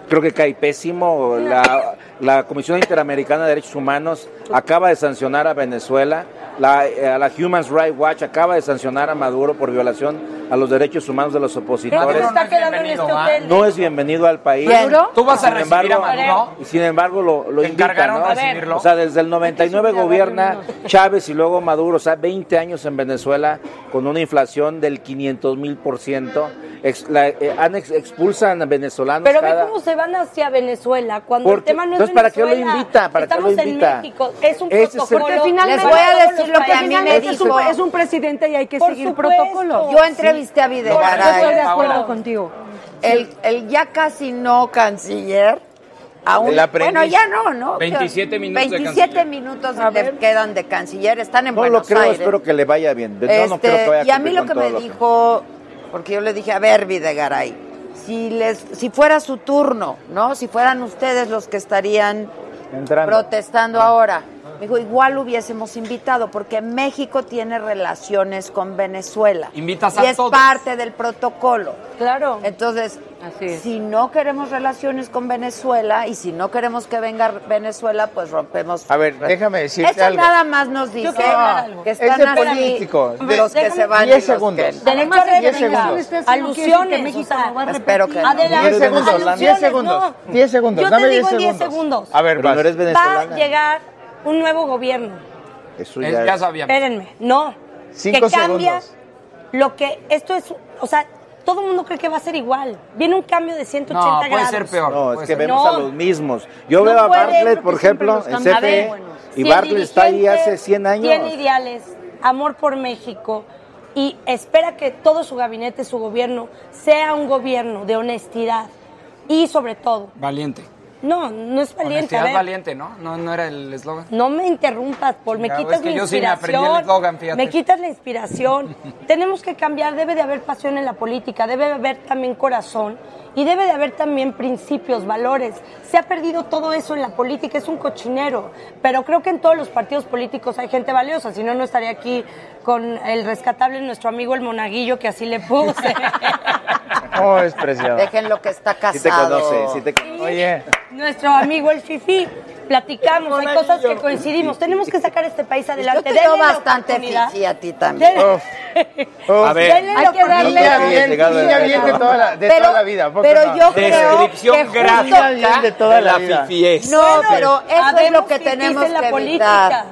[SPEAKER 21] creo que cae pésimo. La, la Comisión Interamericana de Derechos Humanos acaba de sancionar a Venezuela. La, eh, la Human Rights Watch acaba de sancionar a Maduro por violación a los derechos humanos de los opositores.
[SPEAKER 22] está quedando en este hotel.
[SPEAKER 21] No es bienvenido al país.
[SPEAKER 22] ¿Maduro?
[SPEAKER 21] ¿Tú
[SPEAKER 22] vas a recibir a
[SPEAKER 18] Maduro?
[SPEAKER 21] Y sin embargo lo, lo invitan,
[SPEAKER 18] encargaron
[SPEAKER 21] ¿no?
[SPEAKER 18] de recibirlo?
[SPEAKER 21] O sea, desde el 99 gobierna Chávez y luego Maduro. O sea, 20 años en Venezuela con una inflación del 500 mil por ciento. Ex- la- eh, han ex- expulsan a venezolanos
[SPEAKER 22] Pero ve
[SPEAKER 21] cada...
[SPEAKER 22] cómo se van hacia Venezuela cuando el
[SPEAKER 21] Porque-
[SPEAKER 22] tema no es
[SPEAKER 21] entonces, ¿para qué lo
[SPEAKER 22] Venezuela.
[SPEAKER 21] invita? ¿Para qué lo
[SPEAKER 22] Estamos
[SPEAKER 21] invita?
[SPEAKER 22] en México. Es un
[SPEAKER 21] Ese es el-
[SPEAKER 22] protocolo.
[SPEAKER 21] Porque
[SPEAKER 3] finalmente- Les voy a decir lo que a mí
[SPEAKER 16] finalmente
[SPEAKER 3] me
[SPEAKER 16] es un,
[SPEAKER 3] dijo.
[SPEAKER 16] es un presidente y hay que
[SPEAKER 3] Por
[SPEAKER 16] seguir
[SPEAKER 3] supuesto.
[SPEAKER 16] protocolo.
[SPEAKER 3] Yo entrevisté a Videgaray.
[SPEAKER 16] No, yo estoy de
[SPEAKER 3] Ahora.
[SPEAKER 16] acuerdo contigo.
[SPEAKER 3] El, el ya casi no canciller. Aún,
[SPEAKER 21] El aprendiz.
[SPEAKER 3] bueno, ya no, ¿no?
[SPEAKER 21] 27 minutos de
[SPEAKER 3] 27 minutos le quedan de canciller. Están en
[SPEAKER 21] No
[SPEAKER 3] Buenos
[SPEAKER 21] lo creo,
[SPEAKER 3] Aires.
[SPEAKER 21] espero que le vaya bien. No, no
[SPEAKER 3] Este,
[SPEAKER 21] creo que vaya
[SPEAKER 3] y a mí
[SPEAKER 21] cumplir
[SPEAKER 3] lo
[SPEAKER 21] con
[SPEAKER 3] que
[SPEAKER 21] todo
[SPEAKER 3] me dijo, porque yo le dije, a ver, Videgaray, si, les, si fuera su turno, ¿no? Si fueran ustedes los que estarían protestando ahora. Me dijo, igual hubiésemos invitado, porque México tiene relaciones con Venezuela.
[SPEAKER 18] Invitas
[SPEAKER 3] y
[SPEAKER 18] a
[SPEAKER 3] es
[SPEAKER 18] todos.
[SPEAKER 3] parte del protocolo.
[SPEAKER 22] Claro.
[SPEAKER 3] Entonces,
[SPEAKER 16] es.
[SPEAKER 3] si no queremos relaciones con Venezuela y si no queremos que venga Venezuela, pues rompemos.
[SPEAKER 20] A ver, déjame decirte
[SPEAKER 3] Eso
[SPEAKER 20] algo.
[SPEAKER 3] nada más nos dice
[SPEAKER 20] quiero hablar algo.
[SPEAKER 3] que
[SPEAKER 20] Es
[SPEAKER 3] están
[SPEAKER 20] de
[SPEAKER 3] así
[SPEAKER 20] políticos, de-
[SPEAKER 3] los que
[SPEAKER 20] déjame-
[SPEAKER 3] se van y
[SPEAKER 20] diez
[SPEAKER 3] los
[SPEAKER 20] segundos.
[SPEAKER 3] que no.
[SPEAKER 20] Además, Además, diez
[SPEAKER 22] Rebeca,
[SPEAKER 20] segundos.
[SPEAKER 22] Alusiones.
[SPEAKER 16] México
[SPEAKER 22] o sea,
[SPEAKER 16] lo va a repetir.
[SPEAKER 3] Espero que no.
[SPEAKER 22] Adelante.
[SPEAKER 20] Diez segundos,
[SPEAKER 22] Alusiones,
[SPEAKER 20] diez segundos,
[SPEAKER 22] no.
[SPEAKER 20] diez segundos,
[SPEAKER 22] Yo
[SPEAKER 20] dame
[SPEAKER 22] te
[SPEAKER 20] diez
[SPEAKER 22] digo en diez
[SPEAKER 20] segundos.
[SPEAKER 21] Ah,
[SPEAKER 22] segundos.
[SPEAKER 20] A ver, Pero vas. no eres
[SPEAKER 22] Va
[SPEAKER 20] venezolana.
[SPEAKER 22] a llegar un nuevo gobierno.
[SPEAKER 21] Eso
[SPEAKER 18] Es- ya sabíamos.
[SPEAKER 22] Espérenme, no.
[SPEAKER 20] Cinco
[SPEAKER 22] que cambia
[SPEAKER 20] segundos.
[SPEAKER 22] lo que esto es, o sea, todo el mundo cree que va a ser igual. Viene un cambio de 180 grados.
[SPEAKER 21] No, es
[SPEAKER 22] puede
[SPEAKER 21] que
[SPEAKER 22] ser
[SPEAKER 21] vemos
[SPEAKER 22] peor.
[SPEAKER 21] a los mismos. Yo
[SPEAKER 22] No
[SPEAKER 21] veo a
[SPEAKER 22] puede,
[SPEAKER 21] Bartlett,
[SPEAKER 22] porque
[SPEAKER 21] por
[SPEAKER 22] siempre
[SPEAKER 21] ejemplo,
[SPEAKER 22] los
[SPEAKER 21] en
[SPEAKER 22] cambian. A
[SPEAKER 21] CFE,
[SPEAKER 22] ver,
[SPEAKER 21] y
[SPEAKER 22] si el
[SPEAKER 21] Bartlett está ahí
[SPEAKER 22] dirigente
[SPEAKER 21] hace 100
[SPEAKER 22] Tiene
[SPEAKER 21] años.
[SPEAKER 22] ideales, amor por México y espera que todo su gabinete, su gobierno, sea un gobierno de honestidad y sobre todo.
[SPEAKER 18] Valiente.
[SPEAKER 22] No, no es valiente. a
[SPEAKER 18] Honestidad
[SPEAKER 22] ver,
[SPEAKER 18] valiente, ¿no? ¿no? No era el eslogan.
[SPEAKER 22] No me interrumpas, Paul, me
[SPEAKER 18] Chingado,
[SPEAKER 22] quitas
[SPEAKER 18] es que
[SPEAKER 22] mi
[SPEAKER 18] yo sí me aprendí
[SPEAKER 22] inspiración.
[SPEAKER 18] el eslogan, fíjate.
[SPEAKER 22] me quitas la inspiración. Tenemos que cambiar, debe de haber pasión en la política, debe de haber también corazón y debe de haber también principios, valores. Se ha perdido todo eso en la política, es un cochinero, pero creo que en todos los partidos políticos hay gente valiosa, si no no estaría aquí con el rescatable nuestro amigo el monaguillo que así le puse.
[SPEAKER 20] Oh, es precioso.
[SPEAKER 3] Déjenlo que está casado.
[SPEAKER 20] Sí te conoce, sí te
[SPEAKER 21] Oye.
[SPEAKER 22] nuestro amigo el Fifi. Platicamos, hay cosas que coincidimos. Tenemos que sacar este país adelante.
[SPEAKER 3] Pues Yo te veo
[SPEAKER 22] Denle la
[SPEAKER 3] bastante
[SPEAKER 22] oportunidad.
[SPEAKER 3] fifi a ti también.
[SPEAKER 22] Denle-
[SPEAKER 20] Pues,
[SPEAKER 21] A ver,
[SPEAKER 22] Denle la oportunidad.
[SPEAKER 20] Niña bien,
[SPEAKER 21] Llegado
[SPEAKER 20] niña
[SPEAKER 21] el-
[SPEAKER 20] bien de toda la, de toda la vida. ¿a poco
[SPEAKER 3] pero
[SPEAKER 20] no?
[SPEAKER 3] yo creo que justo
[SPEAKER 20] Niña bien de toda la, vida.
[SPEAKER 3] No,
[SPEAKER 22] Bueno,
[SPEAKER 3] pero eso es
[SPEAKER 22] habemos
[SPEAKER 3] lo que
[SPEAKER 22] fifís
[SPEAKER 3] tenemos
[SPEAKER 22] en la
[SPEAKER 3] que
[SPEAKER 22] política.
[SPEAKER 3] evitar.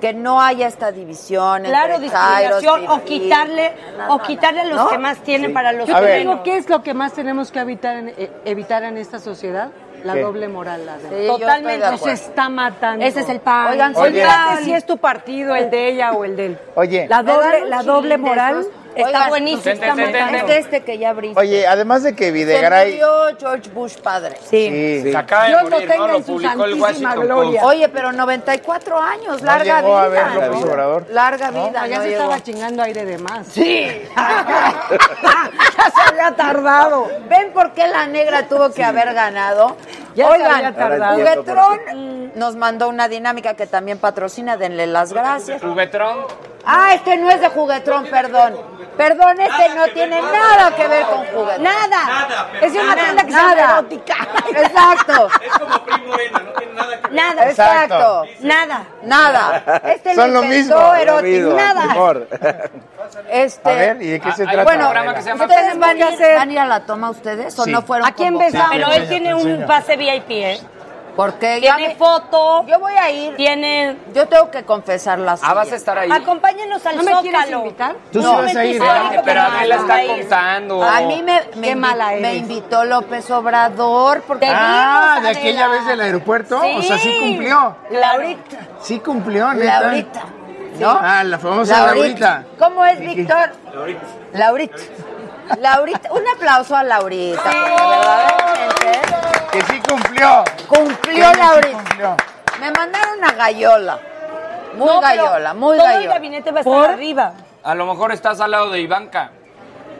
[SPEAKER 3] Que no haya esta división
[SPEAKER 22] Claro,
[SPEAKER 3] entre chairos,
[SPEAKER 22] discriminación o
[SPEAKER 3] fifís.
[SPEAKER 22] quitarle o quitarle a los
[SPEAKER 3] ¿No?
[SPEAKER 22] que más tienen
[SPEAKER 3] Sí.
[SPEAKER 22] para los
[SPEAKER 16] Yo
[SPEAKER 22] que
[SPEAKER 16] te
[SPEAKER 22] menos.
[SPEAKER 16] digo, ¿qué es lo que más tenemos que evitar en, eh, evitar en esta sociedad? La
[SPEAKER 22] ¿Qué?
[SPEAKER 16] doble moral. La de-
[SPEAKER 3] Sí, yo estoy de
[SPEAKER 16] Totalmente. Nos
[SPEAKER 3] acuerdo.
[SPEAKER 16] está matando.
[SPEAKER 22] Ese es el pan.
[SPEAKER 16] Oigan,
[SPEAKER 20] Oye.
[SPEAKER 16] olvídate si es tu partido, el de ella o el de él.
[SPEAKER 20] Oye,
[SPEAKER 16] La
[SPEAKER 3] Me dan
[SPEAKER 16] doble,
[SPEAKER 3] un
[SPEAKER 16] la
[SPEAKER 3] chilín de
[SPEAKER 16] doble moral
[SPEAKER 3] esos. Oigan,
[SPEAKER 22] buenísimo.
[SPEAKER 3] está
[SPEAKER 22] Ten, ten, ten,
[SPEAKER 3] matando.
[SPEAKER 22] ten.
[SPEAKER 3] Es este que ya brilla.
[SPEAKER 20] oye, además de que
[SPEAKER 3] Se
[SPEAKER 20] Videgaray...
[SPEAKER 3] murió George Bush padre.
[SPEAKER 20] Sí,
[SPEAKER 18] Se acaba de
[SPEAKER 3] Dios lo
[SPEAKER 18] morir,
[SPEAKER 3] tenga
[SPEAKER 18] ¿no?
[SPEAKER 3] en
[SPEAKER 18] Lo
[SPEAKER 3] su
[SPEAKER 18] publicó el
[SPEAKER 3] santísima
[SPEAKER 18] Washington
[SPEAKER 3] gloria.
[SPEAKER 18] Post.
[SPEAKER 3] Oye, pero 94 años, larga
[SPEAKER 20] llegó
[SPEAKER 3] vida.
[SPEAKER 20] a verlo, López
[SPEAKER 3] ¿no?
[SPEAKER 20] Obrador.
[SPEAKER 3] Larga
[SPEAKER 16] No,
[SPEAKER 3] vida.
[SPEAKER 16] ya
[SPEAKER 3] no
[SPEAKER 16] se
[SPEAKER 3] llegó.
[SPEAKER 16] estaba chingando aire de más.
[SPEAKER 3] Sí. ya se había tardado. ¿Ven por qué la negra tuvo que haber ganado?
[SPEAKER 16] Ya se había
[SPEAKER 3] Oigan,
[SPEAKER 16] tardado.
[SPEAKER 3] Juguetrón nos mandó una dinámica que también patrocina, denle las gracias.
[SPEAKER 18] Juguetrón.
[SPEAKER 3] Ah, este no es de Juguetrón, perdón. Perdón, este no tiene nada que ver con Juguetrón.
[SPEAKER 22] Nada.
[SPEAKER 3] Es de una tienda que se llama erótica. Exacto.
[SPEAKER 22] Nada.
[SPEAKER 3] Exacto.
[SPEAKER 22] Nada.
[SPEAKER 3] Nada. Este
[SPEAKER 20] Son lo
[SPEAKER 3] inventó
[SPEAKER 20] mismo.
[SPEAKER 3] erótico.
[SPEAKER 20] Lo mismo,
[SPEAKER 3] Nada.
[SPEAKER 20] amor.
[SPEAKER 3] Este,
[SPEAKER 20] A ver, ¿y de qué se trata?
[SPEAKER 3] Bueno,
[SPEAKER 20] Adela?
[SPEAKER 3] ¿ustedes van, a ir, van a ir a la toma ustedes o
[SPEAKER 20] Sí.
[SPEAKER 3] no fueron
[SPEAKER 22] ¿A quién
[SPEAKER 3] convocados?
[SPEAKER 22] besa? Pero él
[SPEAKER 20] enseño,
[SPEAKER 22] tiene
[SPEAKER 20] te
[SPEAKER 22] un
[SPEAKER 20] enseño.
[SPEAKER 22] pase VIP, ¿eh?
[SPEAKER 3] Porque ya
[SPEAKER 22] Tiene
[SPEAKER 3] me-
[SPEAKER 22] foto,
[SPEAKER 3] yo voy a ir.
[SPEAKER 22] tiene...
[SPEAKER 3] Yo tengo que confesar las
[SPEAKER 18] Ah, vas a estar ahí.
[SPEAKER 22] Acompáñenos al
[SPEAKER 16] ¿No me quieres
[SPEAKER 22] Zócalo.
[SPEAKER 16] invitar?
[SPEAKER 20] Tú sí
[SPEAKER 22] Un
[SPEAKER 20] vas a ir,
[SPEAKER 22] momento
[SPEAKER 20] ¿eh?
[SPEAKER 22] histórico
[SPEAKER 18] Pero
[SPEAKER 22] para
[SPEAKER 18] Adela
[SPEAKER 22] nuestro
[SPEAKER 18] está
[SPEAKER 22] país.
[SPEAKER 18] contando.
[SPEAKER 3] A mí me, me,
[SPEAKER 16] Qué
[SPEAKER 3] invi-
[SPEAKER 16] mala
[SPEAKER 3] me
[SPEAKER 16] eres.
[SPEAKER 3] invitó López Obrador porque
[SPEAKER 20] Ah,
[SPEAKER 3] Vimos,
[SPEAKER 20] de aquella
[SPEAKER 3] Adela.
[SPEAKER 20] vez del aeropuerto. O sea, sí
[SPEAKER 3] Sí.
[SPEAKER 20] cumplió.
[SPEAKER 3] Laurita,
[SPEAKER 20] Sí cumplió, neta.
[SPEAKER 3] Laurita, ¿no?
[SPEAKER 20] Ah, la famosa Laurita.
[SPEAKER 3] ¿Cómo es, Víctor? Laurita. Laurita. Laurita. Un aplauso a Laurita. porque verdaderamente
[SPEAKER 20] Que sí cumplió.
[SPEAKER 3] Cumplió
[SPEAKER 20] Sí, sí
[SPEAKER 3] Laurita.
[SPEAKER 20] cumplió.
[SPEAKER 3] Me mandaron a Gallola. Muy
[SPEAKER 22] No, pero
[SPEAKER 3] Gallola, muy
[SPEAKER 22] Todo el
[SPEAKER 3] Gallola.
[SPEAKER 22] gabinete va a estar arriba.
[SPEAKER 18] A lo mejor estás al lado de Ivanka.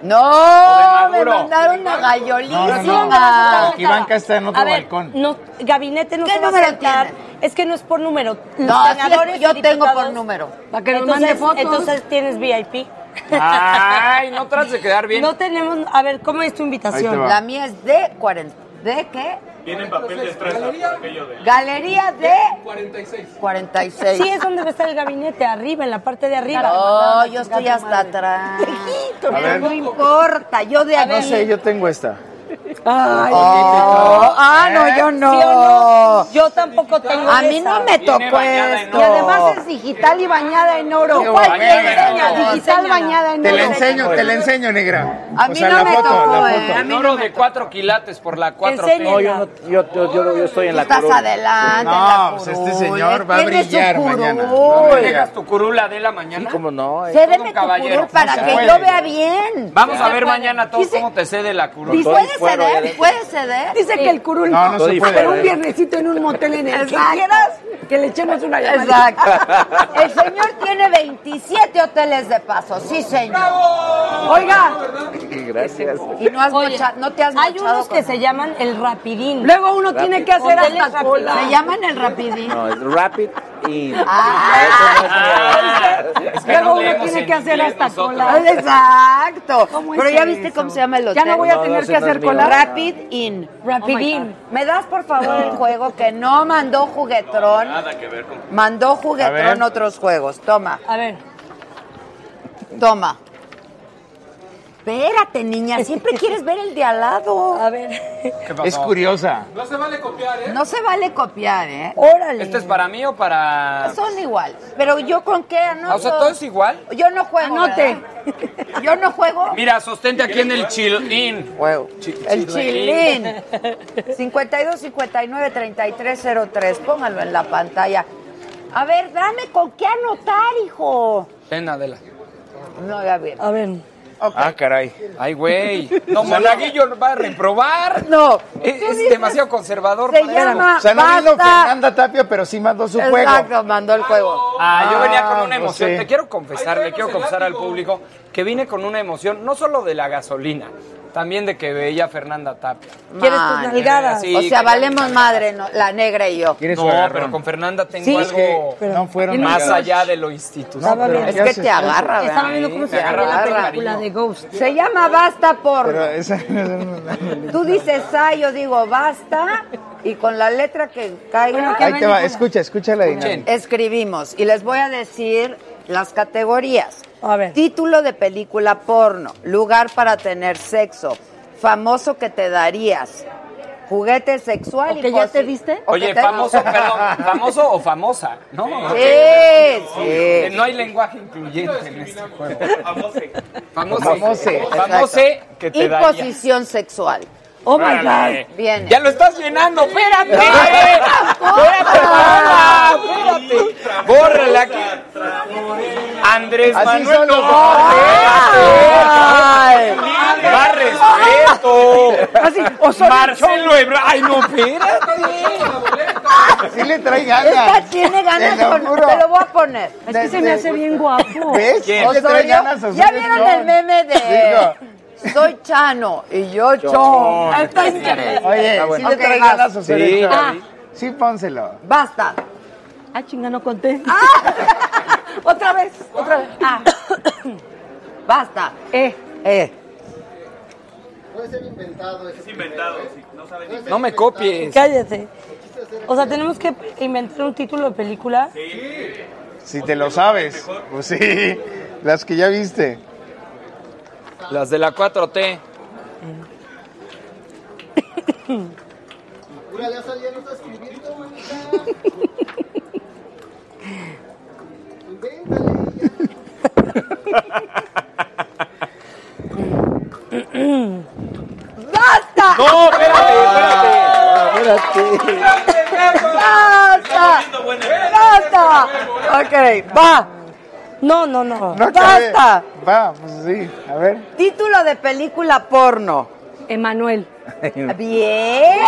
[SPEAKER 3] No,
[SPEAKER 18] de
[SPEAKER 3] me
[SPEAKER 18] Maduro.
[SPEAKER 3] mandaron a Gallolísima.
[SPEAKER 20] No, no, no.
[SPEAKER 22] Ah.
[SPEAKER 20] Ivanka está en otro
[SPEAKER 22] a ver,
[SPEAKER 20] balcón.
[SPEAKER 22] No, gabinete no
[SPEAKER 3] ¿Qué
[SPEAKER 22] se va a
[SPEAKER 3] número
[SPEAKER 22] sentar. Es que no es por número. Los
[SPEAKER 3] No, así es,
[SPEAKER 22] senadores y
[SPEAKER 3] yo tengo por
[SPEAKER 22] diputados-
[SPEAKER 3] número.
[SPEAKER 16] Para que nos mande
[SPEAKER 22] Entonces,
[SPEAKER 16] fotos.
[SPEAKER 22] entonces tienes VIP.
[SPEAKER 18] Ay, no trates de quedar bien.
[SPEAKER 22] No tenemos. A ver, ¿cómo es tu
[SPEAKER 20] Ahí te
[SPEAKER 22] invitación?
[SPEAKER 20] va.
[SPEAKER 3] La mía es de 40. ¿De qué?
[SPEAKER 18] Tienen papel de estrés por aquello de...
[SPEAKER 3] Galería de
[SPEAKER 19] 46.
[SPEAKER 3] 46.
[SPEAKER 22] Sí, es donde va a estar el gabinete, arriba, en la parte de arriba.
[SPEAKER 3] No, Oh, yo estoy hasta atrás.
[SPEAKER 22] A
[SPEAKER 3] Pero
[SPEAKER 22] ver.
[SPEAKER 3] no importa, yo de aquí.
[SPEAKER 20] No sé, yo tengo esta.
[SPEAKER 3] Ay,
[SPEAKER 20] Oh,
[SPEAKER 3] ah, no, yo no.
[SPEAKER 22] Ah, ¿Sí o no? Yo tampoco tengo
[SPEAKER 3] A mí
[SPEAKER 22] esa.
[SPEAKER 3] no me tocó esto.
[SPEAKER 22] Y además es digital y bañada en oro.
[SPEAKER 3] Yo
[SPEAKER 22] ¿Cuál te
[SPEAKER 3] bañada en
[SPEAKER 22] enseña?
[SPEAKER 3] oro.
[SPEAKER 22] Digital bañada en
[SPEAKER 20] Te
[SPEAKER 22] oro.
[SPEAKER 20] la enseño, te la enseño, negra.
[SPEAKER 3] A
[SPEAKER 20] O
[SPEAKER 3] mí
[SPEAKER 20] sea,
[SPEAKER 3] no
[SPEAKER 20] la
[SPEAKER 3] me
[SPEAKER 20] foto,
[SPEAKER 3] tocó,
[SPEAKER 20] la
[SPEAKER 3] eh.
[SPEAKER 20] foto.
[SPEAKER 18] Un oro de cuatro quilates por la 4
[SPEAKER 21] No, yo, no, yo, yo, yo- yo estoy en la
[SPEAKER 3] Estás
[SPEAKER 21] curul.
[SPEAKER 3] adelante.
[SPEAKER 20] No, pues este señor va a
[SPEAKER 3] Tiene su
[SPEAKER 20] brillar
[SPEAKER 3] curul.
[SPEAKER 20] mañana.
[SPEAKER 18] ¿No me dejas tu curula de la mañana?
[SPEAKER 21] ¿Cómo no? eh.
[SPEAKER 3] Cédeme
[SPEAKER 18] Todo un
[SPEAKER 3] tu
[SPEAKER 18] caballero.
[SPEAKER 3] curul para
[SPEAKER 18] No se
[SPEAKER 3] que
[SPEAKER 18] puede.
[SPEAKER 3] yo vea bien.
[SPEAKER 18] Vamos
[SPEAKER 3] No
[SPEAKER 18] a
[SPEAKER 3] se
[SPEAKER 18] ver
[SPEAKER 3] puede.
[SPEAKER 18] mañana todos cómo te cede la curula.
[SPEAKER 3] ¿Y puede ceder? ¿Puede ceder?
[SPEAKER 22] Dice que el curul
[SPEAKER 18] No, no se puede. ¿eh?
[SPEAKER 22] Pero un
[SPEAKER 3] ¿eh?
[SPEAKER 22] viernesito en un motel en el que
[SPEAKER 3] Exacto.
[SPEAKER 22] quieras que le echemos una llamada.
[SPEAKER 3] Exacto. El señor tiene 27 hoteles de paso, sí, señor.
[SPEAKER 22] Oiga,
[SPEAKER 21] Gracias.
[SPEAKER 3] Y no has
[SPEAKER 22] Oye,
[SPEAKER 3] mocha- no te has
[SPEAKER 22] hay
[SPEAKER 3] mochado
[SPEAKER 22] unos
[SPEAKER 3] con-
[SPEAKER 22] que se llaman el rapidín.
[SPEAKER 3] Luego uno tiene que hacer
[SPEAKER 22] Hoteles
[SPEAKER 3] hasta
[SPEAKER 22] Rapidín.
[SPEAKER 3] cola. Se llaman el rapidín.
[SPEAKER 21] No, es Rapid y...
[SPEAKER 22] Ah, Luego uno tiene que hacer hasta cola.
[SPEAKER 3] Exacto.
[SPEAKER 22] ¿Cómo
[SPEAKER 3] Pero
[SPEAKER 22] es
[SPEAKER 3] ya viste
[SPEAKER 22] eso?
[SPEAKER 3] cómo se llama el
[SPEAKER 22] Ya
[SPEAKER 3] hotel.
[SPEAKER 22] no voy a No, no, tener ese que no es hacer mío. cola.
[SPEAKER 3] Rapid In.
[SPEAKER 22] Rapid
[SPEAKER 3] Oh my
[SPEAKER 22] In.
[SPEAKER 3] God. ¿Me das por favor el juego que no mandó juguetrón?
[SPEAKER 18] Nada que ver con...
[SPEAKER 3] Mandó
[SPEAKER 18] A ver.
[SPEAKER 3] juguetrón otros juegos. Toma,
[SPEAKER 22] A ver,
[SPEAKER 3] toma. Espérate, niña, siempre quieres ver el de al lado.
[SPEAKER 22] A ver.
[SPEAKER 20] Es curiosa.
[SPEAKER 19] No se vale copiar, ¿eh?
[SPEAKER 3] No se vale copiar, ¿eh?
[SPEAKER 22] Órale.
[SPEAKER 18] ¿Este es para mí o para...?
[SPEAKER 3] Son igual. Pero yo con qué anoto.
[SPEAKER 22] Ah,
[SPEAKER 18] O sea, ¿todo es igual?
[SPEAKER 3] Yo no juego.
[SPEAKER 22] Anote.
[SPEAKER 3] ¿verdad? Yo no juego.
[SPEAKER 18] Mira, sostente aquí en el chilín.
[SPEAKER 3] El chilín. 52 59 33 03. Póngalo en la pantalla. A ver, dame con qué anotar, hijo.
[SPEAKER 18] Ven, Adela.
[SPEAKER 3] No, ya bien.
[SPEAKER 22] a ver.
[SPEAKER 21] Ah, caray.
[SPEAKER 18] Ay, güey. No, Monaguillo va a reprobar.
[SPEAKER 3] No.
[SPEAKER 18] Es, es demasiado conservador.
[SPEAKER 3] Se
[SPEAKER 18] para eso.
[SPEAKER 3] llama
[SPEAKER 20] O sea, no vino
[SPEAKER 3] Basta.
[SPEAKER 20] Fernanda Tapia, pero sí mandó su juego.
[SPEAKER 3] Exacto, mandó el juego.
[SPEAKER 18] Ah, yo venía con una
[SPEAKER 20] Ah, pues
[SPEAKER 18] emoción.
[SPEAKER 20] sí.
[SPEAKER 18] Te quiero confesar, le quiero confesar al público que vine con una emoción, no solo de la gasolina, también de que veía a Fernanda Tapia.
[SPEAKER 22] ¿Quieres tus
[SPEAKER 3] Man.
[SPEAKER 22] nalgadas?
[SPEAKER 18] Sí,
[SPEAKER 3] o sea,
[SPEAKER 18] que-
[SPEAKER 3] valemos madre, no, la negra y yo.
[SPEAKER 20] ¿Quieres
[SPEAKER 18] No,
[SPEAKER 20] jugar,
[SPEAKER 18] pero
[SPEAKER 20] Ron?
[SPEAKER 18] con Fernanda tengo
[SPEAKER 22] Sí,
[SPEAKER 20] Es que
[SPEAKER 18] algo
[SPEAKER 20] no fueron
[SPEAKER 18] más
[SPEAKER 20] nalgadas.
[SPEAKER 18] allá de lo
[SPEAKER 20] No,
[SPEAKER 18] institucional.
[SPEAKER 20] pero
[SPEAKER 3] Es
[SPEAKER 20] ¿qué
[SPEAKER 3] que
[SPEAKER 20] haces?
[SPEAKER 3] te agarra, ¿verdad?
[SPEAKER 22] Estaba viendo cómo
[SPEAKER 18] Sí,
[SPEAKER 22] se
[SPEAKER 18] me agarra
[SPEAKER 22] llama
[SPEAKER 18] bastante
[SPEAKER 22] la película
[SPEAKER 18] cariño.
[SPEAKER 22] de Ghost.
[SPEAKER 3] Se llama Basta
[SPEAKER 20] Pero eh,
[SPEAKER 3] Porno.
[SPEAKER 20] esa no es una-
[SPEAKER 3] Tú dices A, yo digo basta, y con la letra que caiga
[SPEAKER 20] Ahí te va, escucha, escucha la dinámica.
[SPEAKER 3] escribimos. Y les voy a decir las categorías.
[SPEAKER 22] A ver.
[SPEAKER 3] Título de película porno, lugar para tener sexo, famoso que te darías, juguete sexual.
[SPEAKER 22] ¿O
[SPEAKER 3] y
[SPEAKER 22] que ya
[SPEAKER 3] posi-
[SPEAKER 22] te diste?
[SPEAKER 3] o que
[SPEAKER 18] Oye,
[SPEAKER 3] te-
[SPEAKER 18] famoso, perdón, famoso o famosa, ¿no?
[SPEAKER 3] Sí,
[SPEAKER 18] Eh,
[SPEAKER 3] sí.
[SPEAKER 18] No hay lenguaje incluyente en este juego. Famose.
[SPEAKER 20] Famose.
[SPEAKER 18] Famose que te
[SPEAKER 3] Y
[SPEAKER 18] daría.
[SPEAKER 3] posición sexual.
[SPEAKER 22] Oh my
[SPEAKER 18] Órale.
[SPEAKER 22] God.
[SPEAKER 3] Viene.
[SPEAKER 18] Ya lo estás llenando, espérate.
[SPEAKER 3] tampoco.
[SPEAKER 18] Espérate, Bárbara, espérate. Bórrala aquí. Andrés
[SPEAKER 20] Así
[SPEAKER 18] Manuel
[SPEAKER 20] son los-
[SPEAKER 18] no. espérate. Más respeto.
[SPEAKER 22] Así, o son
[SPEAKER 18] Marcelo Ebrard. Ay, no, espérate.
[SPEAKER 20] Sí le trae
[SPEAKER 3] Esta
[SPEAKER 20] ganas.
[SPEAKER 3] tiene ganas,
[SPEAKER 20] Te lo
[SPEAKER 3] con-
[SPEAKER 20] juro.
[SPEAKER 3] te lo voy a poner.
[SPEAKER 22] Es que se me hace bien guapo.
[SPEAKER 20] ¿Ves? Sí le trae
[SPEAKER 3] Osorio,
[SPEAKER 20] ganas. Osorio
[SPEAKER 3] ¿Ya vieron
[SPEAKER 20] Chon.
[SPEAKER 3] el meme de soy Chano y yo Chon? Está
[SPEAKER 20] Digo,
[SPEAKER 3] increíble.
[SPEAKER 20] Oye,
[SPEAKER 3] Está
[SPEAKER 20] sí
[SPEAKER 3] bueno.
[SPEAKER 20] le
[SPEAKER 3] Ok,
[SPEAKER 20] trae
[SPEAKER 3] vas. Ah.
[SPEAKER 20] ganas, Osorio
[SPEAKER 18] Sí,
[SPEAKER 20] Chon.
[SPEAKER 18] la vi.
[SPEAKER 20] Sí, pónselo.
[SPEAKER 3] Basta.
[SPEAKER 22] Ah, chinga, no conté. otra vez, otra vez. Ah,
[SPEAKER 3] Basta.
[SPEAKER 22] eh.
[SPEAKER 3] Eh,
[SPEAKER 18] No me copies.
[SPEAKER 22] Cállate. O sea, tenemos que inventar un título de película.
[SPEAKER 20] Si te lo sabes. Pues sí, las que ya viste.
[SPEAKER 18] Las de la 4T.
[SPEAKER 3] ¡Basta!
[SPEAKER 18] No, espérate, espérate.
[SPEAKER 3] ¡Basta! ¡Basta! Ok, va.
[SPEAKER 22] No, no, no.
[SPEAKER 20] No acabé.
[SPEAKER 3] ¡Basta!
[SPEAKER 20] Va, pues sí, a ver.
[SPEAKER 3] Título de película porno.
[SPEAKER 22] Emanuel.
[SPEAKER 3] ¡Eh! ¡Bien!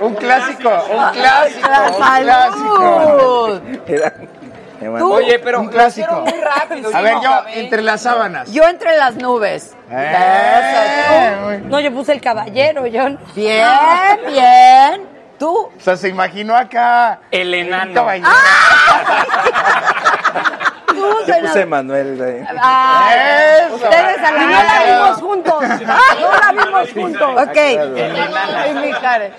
[SPEAKER 20] Un clásico, un clásico,
[SPEAKER 3] Ah, La
[SPEAKER 20] un clásico.
[SPEAKER 3] salud.
[SPEAKER 21] Era-
[SPEAKER 18] Oye, pero
[SPEAKER 20] Un clásico.
[SPEAKER 18] lo hicieron muy rápido,
[SPEAKER 20] A
[SPEAKER 18] yo
[SPEAKER 20] ver,
[SPEAKER 18] no
[SPEAKER 20] yo,
[SPEAKER 18] acabé.
[SPEAKER 20] entre las sábanas.
[SPEAKER 3] Yo entre las nubes.
[SPEAKER 20] Eh,
[SPEAKER 3] Eso,
[SPEAKER 20] muy-
[SPEAKER 22] No, yo puse el caballero, John.
[SPEAKER 3] tú. Bien, bien. Tú.
[SPEAKER 20] O sea, se imaginó acá.
[SPEAKER 18] El
[SPEAKER 3] Ah.
[SPEAKER 20] Benito
[SPEAKER 18] enano.
[SPEAKER 20] bailando.
[SPEAKER 3] Tú
[SPEAKER 21] Yo
[SPEAKER 3] juzguen.
[SPEAKER 21] puse Manuel. eh.
[SPEAKER 22] Ah,
[SPEAKER 3] Ay,
[SPEAKER 21] Eso.
[SPEAKER 3] ustedes a la
[SPEAKER 21] Y no la vimos
[SPEAKER 3] juntos. No la vimos juntos. Ok. Ay, mi Karen.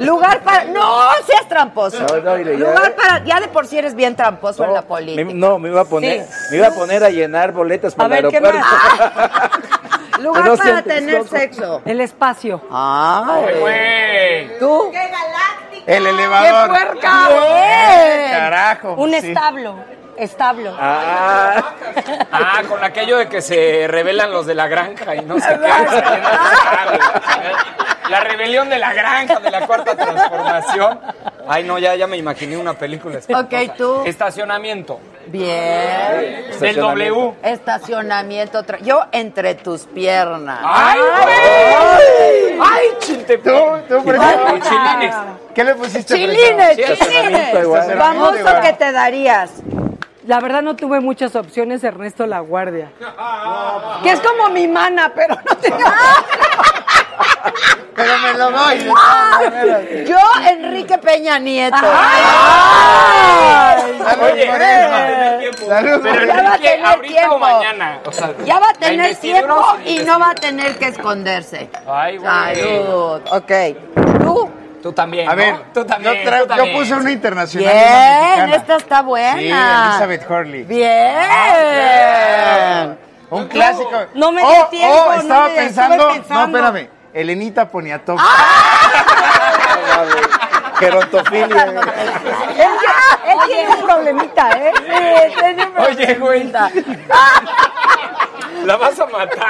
[SPEAKER 3] Lugar para. ¡No! Seas tramposo.
[SPEAKER 21] No, no, mire, ya-
[SPEAKER 3] Lugar para. Ya de por sí eres bien tramposo en la política.
[SPEAKER 21] Me- no, me iba a poner,
[SPEAKER 3] Sí.
[SPEAKER 21] me iba a poner a llenar boletas para
[SPEAKER 3] ver,
[SPEAKER 21] el
[SPEAKER 3] ¿qué
[SPEAKER 21] aeropuerto.
[SPEAKER 3] Lugar
[SPEAKER 21] No
[SPEAKER 3] para
[SPEAKER 21] sientes
[SPEAKER 3] tener
[SPEAKER 21] loco.
[SPEAKER 3] sexo.
[SPEAKER 16] El espacio.
[SPEAKER 3] Ah.
[SPEAKER 16] ¿Tú?
[SPEAKER 20] eh. El
[SPEAKER 16] elevador.
[SPEAKER 3] ¡Qué puerca!
[SPEAKER 16] Bien.
[SPEAKER 20] Eh, Carajo.
[SPEAKER 22] Un
[SPEAKER 20] sí.
[SPEAKER 22] establo. Establo.
[SPEAKER 18] Ah, Ah, con aquello de que se rebelan los de la granja y no sé qué. La rebelión de la granja, de la cuarta transformación. Ay, no, ya, ya me imaginé una película.
[SPEAKER 3] Ok, tú.
[SPEAKER 18] Estacionamiento.
[SPEAKER 21] Ah,
[SPEAKER 3] Bien.
[SPEAKER 18] Del W.
[SPEAKER 3] Estacionamiento. tra- Yo entre tus piernas.
[SPEAKER 18] ¡Ay,
[SPEAKER 3] güey!
[SPEAKER 18] ¡Ay, chinte!
[SPEAKER 3] ¿Tú, tú,
[SPEAKER 20] por ejemplo. Chilines. ¿Qué le pusiste? Este
[SPEAKER 3] Chilines,
[SPEAKER 20] Fresno?
[SPEAKER 3] chilines.
[SPEAKER 20] Estacionamiento
[SPEAKER 3] Famoso
[SPEAKER 20] igual.
[SPEAKER 3] que te darías.
[SPEAKER 16] La verdad no tuve muchas opciones, Ernesto La Guardia. Que es como mi mana, pero no tengo.
[SPEAKER 20] Pero me lo doy. de
[SPEAKER 3] Ah,
[SPEAKER 20] todas maneras.
[SPEAKER 3] Yo, Enrique Peña Nieto.
[SPEAKER 18] Oye,
[SPEAKER 20] Salud.
[SPEAKER 18] pero
[SPEAKER 3] Ya va a tener
[SPEAKER 18] Enrique, ahorita o
[SPEAKER 3] tiempo.
[SPEAKER 18] mañana. O sea,
[SPEAKER 3] Ya va a
[SPEAKER 18] la
[SPEAKER 3] tener
[SPEAKER 18] investidura
[SPEAKER 3] tiempo
[SPEAKER 18] o sin
[SPEAKER 3] y no va a tener que esconderse.
[SPEAKER 18] Ay, güey.
[SPEAKER 3] Salud. Ok. ¿Tú?
[SPEAKER 18] Tú también.
[SPEAKER 20] A ver,
[SPEAKER 18] ¿no? tú también.
[SPEAKER 20] yo, tra-
[SPEAKER 18] tú también.
[SPEAKER 20] yo puse una internacional. y una
[SPEAKER 3] Bien,
[SPEAKER 20] mexicana.
[SPEAKER 3] esta está buena.
[SPEAKER 20] Sí, Elizabeth Hurley. Ah,
[SPEAKER 3] Bien.
[SPEAKER 20] Un clásico.
[SPEAKER 3] no me
[SPEAKER 20] Oh,
[SPEAKER 3] dio tiempo,
[SPEAKER 20] oh,
[SPEAKER 3] no me
[SPEAKER 20] estaba
[SPEAKER 3] dio- estuve
[SPEAKER 20] pensando,
[SPEAKER 3] pensando.
[SPEAKER 20] No, espérame. Elenita Poniatowska.
[SPEAKER 3] ¡Ah!
[SPEAKER 21] Gerontofilia.
[SPEAKER 3] Él, ya- él tiene un problemita, ¿eh? Sí, tiene un
[SPEAKER 18] Oye, güey,
[SPEAKER 3] problemita.
[SPEAKER 18] la vas a matar.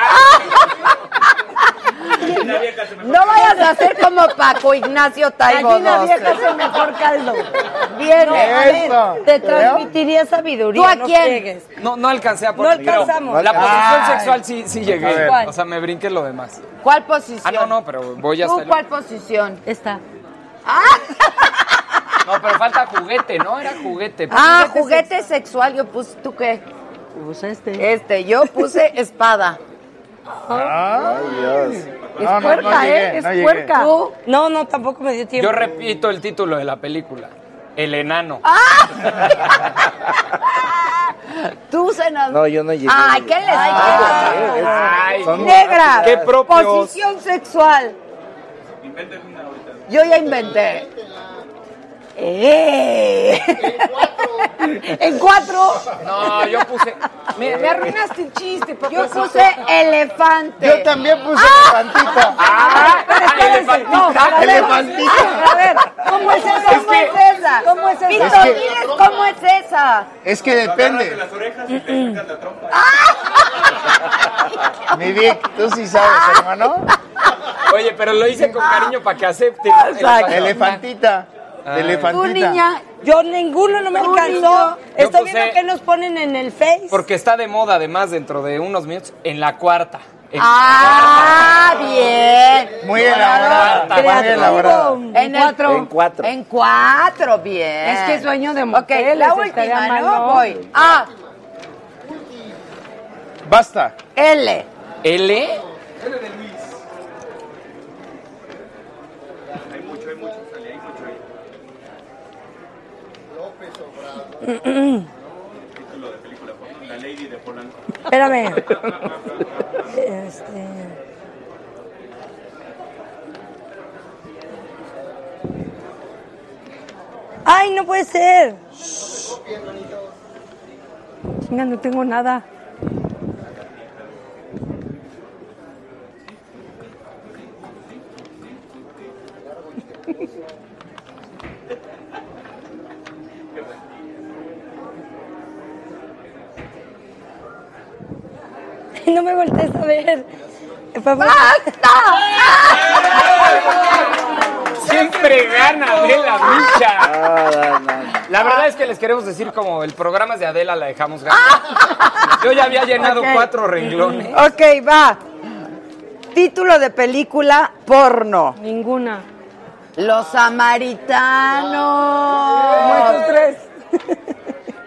[SPEAKER 3] No vayas a hacer como Paco Ignacio Taibo
[SPEAKER 22] Aquí la
[SPEAKER 3] II.
[SPEAKER 22] vieja hace mejor caldo.
[SPEAKER 3] Bien,
[SPEAKER 22] No, a ver,
[SPEAKER 3] eso.
[SPEAKER 22] te transmitiría sabiduría.
[SPEAKER 3] ¿Tú a
[SPEAKER 22] no
[SPEAKER 3] quién?
[SPEAKER 22] friegues.
[SPEAKER 18] No, no alcancé a
[SPEAKER 22] No
[SPEAKER 18] poner. pero
[SPEAKER 22] alcanzamos.
[SPEAKER 18] La
[SPEAKER 3] Ah.
[SPEAKER 18] posición
[SPEAKER 22] Ay.
[SPEAKER 18] sexual sí, sí
[SPEAKER 22] A
[SPEAKER 18] llegué.
[SPEAKER 22] ver. ¿Cuál?
[SPEAKER 18] O sea, me brinqué lo demás.
[SPEAKER 3] ¿Cuál posición?
[SPEAKER 18] Ah, no, no, pero voy hasta
[SPEAKER 3] ¿Tú
[SPEAKER 18] el...
[SPEAKER 3] cuál posición?
[SPEAKER 16] Esta.
[SPEAKER 18] No, pero falta juguete, ¿no? Era juguete.
[SPEAKER 3] Ah, juguete sexual. Yo puse, ¿tú qué?
[SPEAKER 16] Puse este.
[SPEAKER 3] Este, yo puse espada.
[SPEAKER 20] Ay, Dios.
[SPEAKER 3] Es
[SPEAKER 20] No, no, no
[SPEAKER 3] puerca,
[SPEAKER 20] llegué,
[SPEAKER 3] ¿eh? Es
[SPEAKER 20] no llegué.
[SPEAKER 3] puerca. ¿Tú?
[SPEAKER 22] No, no, tampoco me dio tiempo.
[SPEAKER 18] Yo repito el título de la película. El enano.
[SPEAKER 3] Ah. ¿Tú, senador?
[SPEAKER 21] No, yo no llegué.
[SPEAKER 3] Ay, ¿qué les pasa?
[SPEAKER 18] Ay,
[SPEAKER 21] Son-
[SPEAKER 3] Negra.
[SPEAKER 21] Qué propios.
[SPEAKER 3] Posición sexual. Yo ya inventé. ¡Eh! En cuatro.
[SPEAKER 18] No, yo puse.
[SPEAKER 3] Me, me arruinaste el chiste, papá. Yo
[SPEAKER 20] Eso
[SPEAKER 3] puse elefante.
[SPEAKER 20] Yo también puse elefantita.
[SPEAKER 18] Ah,
[SPEAKER 20] elefantita. elefantita.
[SPEAKER 3] A ver, ¿cómo es esa? ¿Cómo es, esa? ¿Cómo es esa? Víctor,
[SPEAKER 20] Es que-
[SPEAKER 3] diles, ¿cómo es esa?
[SPEAKER 20] Es que depende.
[SPEAKER 3] ¡Ah!
[SPEAKER 20] Mi Vic, tú sí
[SPEAKER 3] ¡Ah!
[SPEAKER 20] sabes, hermano.
[SPEAKER 18] Oye, pero lo hice con cariño para que acepte.
[SPEAKER 20] Exacto. Elefantita.
[SPEAKER 18] Ah.
[SPEAKER 20] Elefantita.
[SPEAKER 22] Tú, niña, yo ninguno no me alcanzó. Estoy
[SPEAKER 18] Yo puse-
[SPEAKER 22] viendo que nos ponen en el Face.
[SPEAKER 18] Porque está de moda, además, dentro de unos minutos, en la cuarta. En-
[SPEAKER 3] Ah, bien.
[SPEAKER 20] Muy elaborada.
[SPEAKER 18] Creativo.
[SPEAKER 20] Muy elaborada.
[SPEAKER 3] En el-
[SPEAKER 16] cuatro.
[SPEAKER 21] En cuatro.
[SPEAKER 3] En cuatro, bien.
[SPEAKER 16] Es que es dueño de
[SPEAKER 3] Ok,
[SPEAKER 16] moteles,
[SPEAKER 3] la
[SPEAKER 16] estaría
[SPEAKER 3] última,
[SPEAKER 16] mal,
[SPEAKER 3] ¿no?
[SPEAKER 16] ¿no?
[SPEAKER 3] Voy. Ah, A,
[SPEAKER 20] Basta.
[SPEAKER 3] L.
[SPEAKER 18] ¿L?
[SPEAKER 22] Mm, Espérame. Este... Ay, no puede ser.
[SPEAKER 16] Chinga, no tengo nada.
[SPEAKER 22] No me voltees a ver. Por favor.
[SPEAKER 18] Siempre gana Adela Micha.
[SPEAKER 20] Ah,
[SPEAKER 18] La verdad es que les queremos decir, como el programa es de Adela, la dejamos ganar. Yo ya había llenado
[SPEAKER 3] Ok.
[SPEAKER 18] cuatro renglones.
[SPEAKER 3] Ok, va. Título de película porno.
[SPEAKER 16] Ninguna.
[SPEAKER 3] Los samaritanos.
[SPEAKER 16] Muchos tres.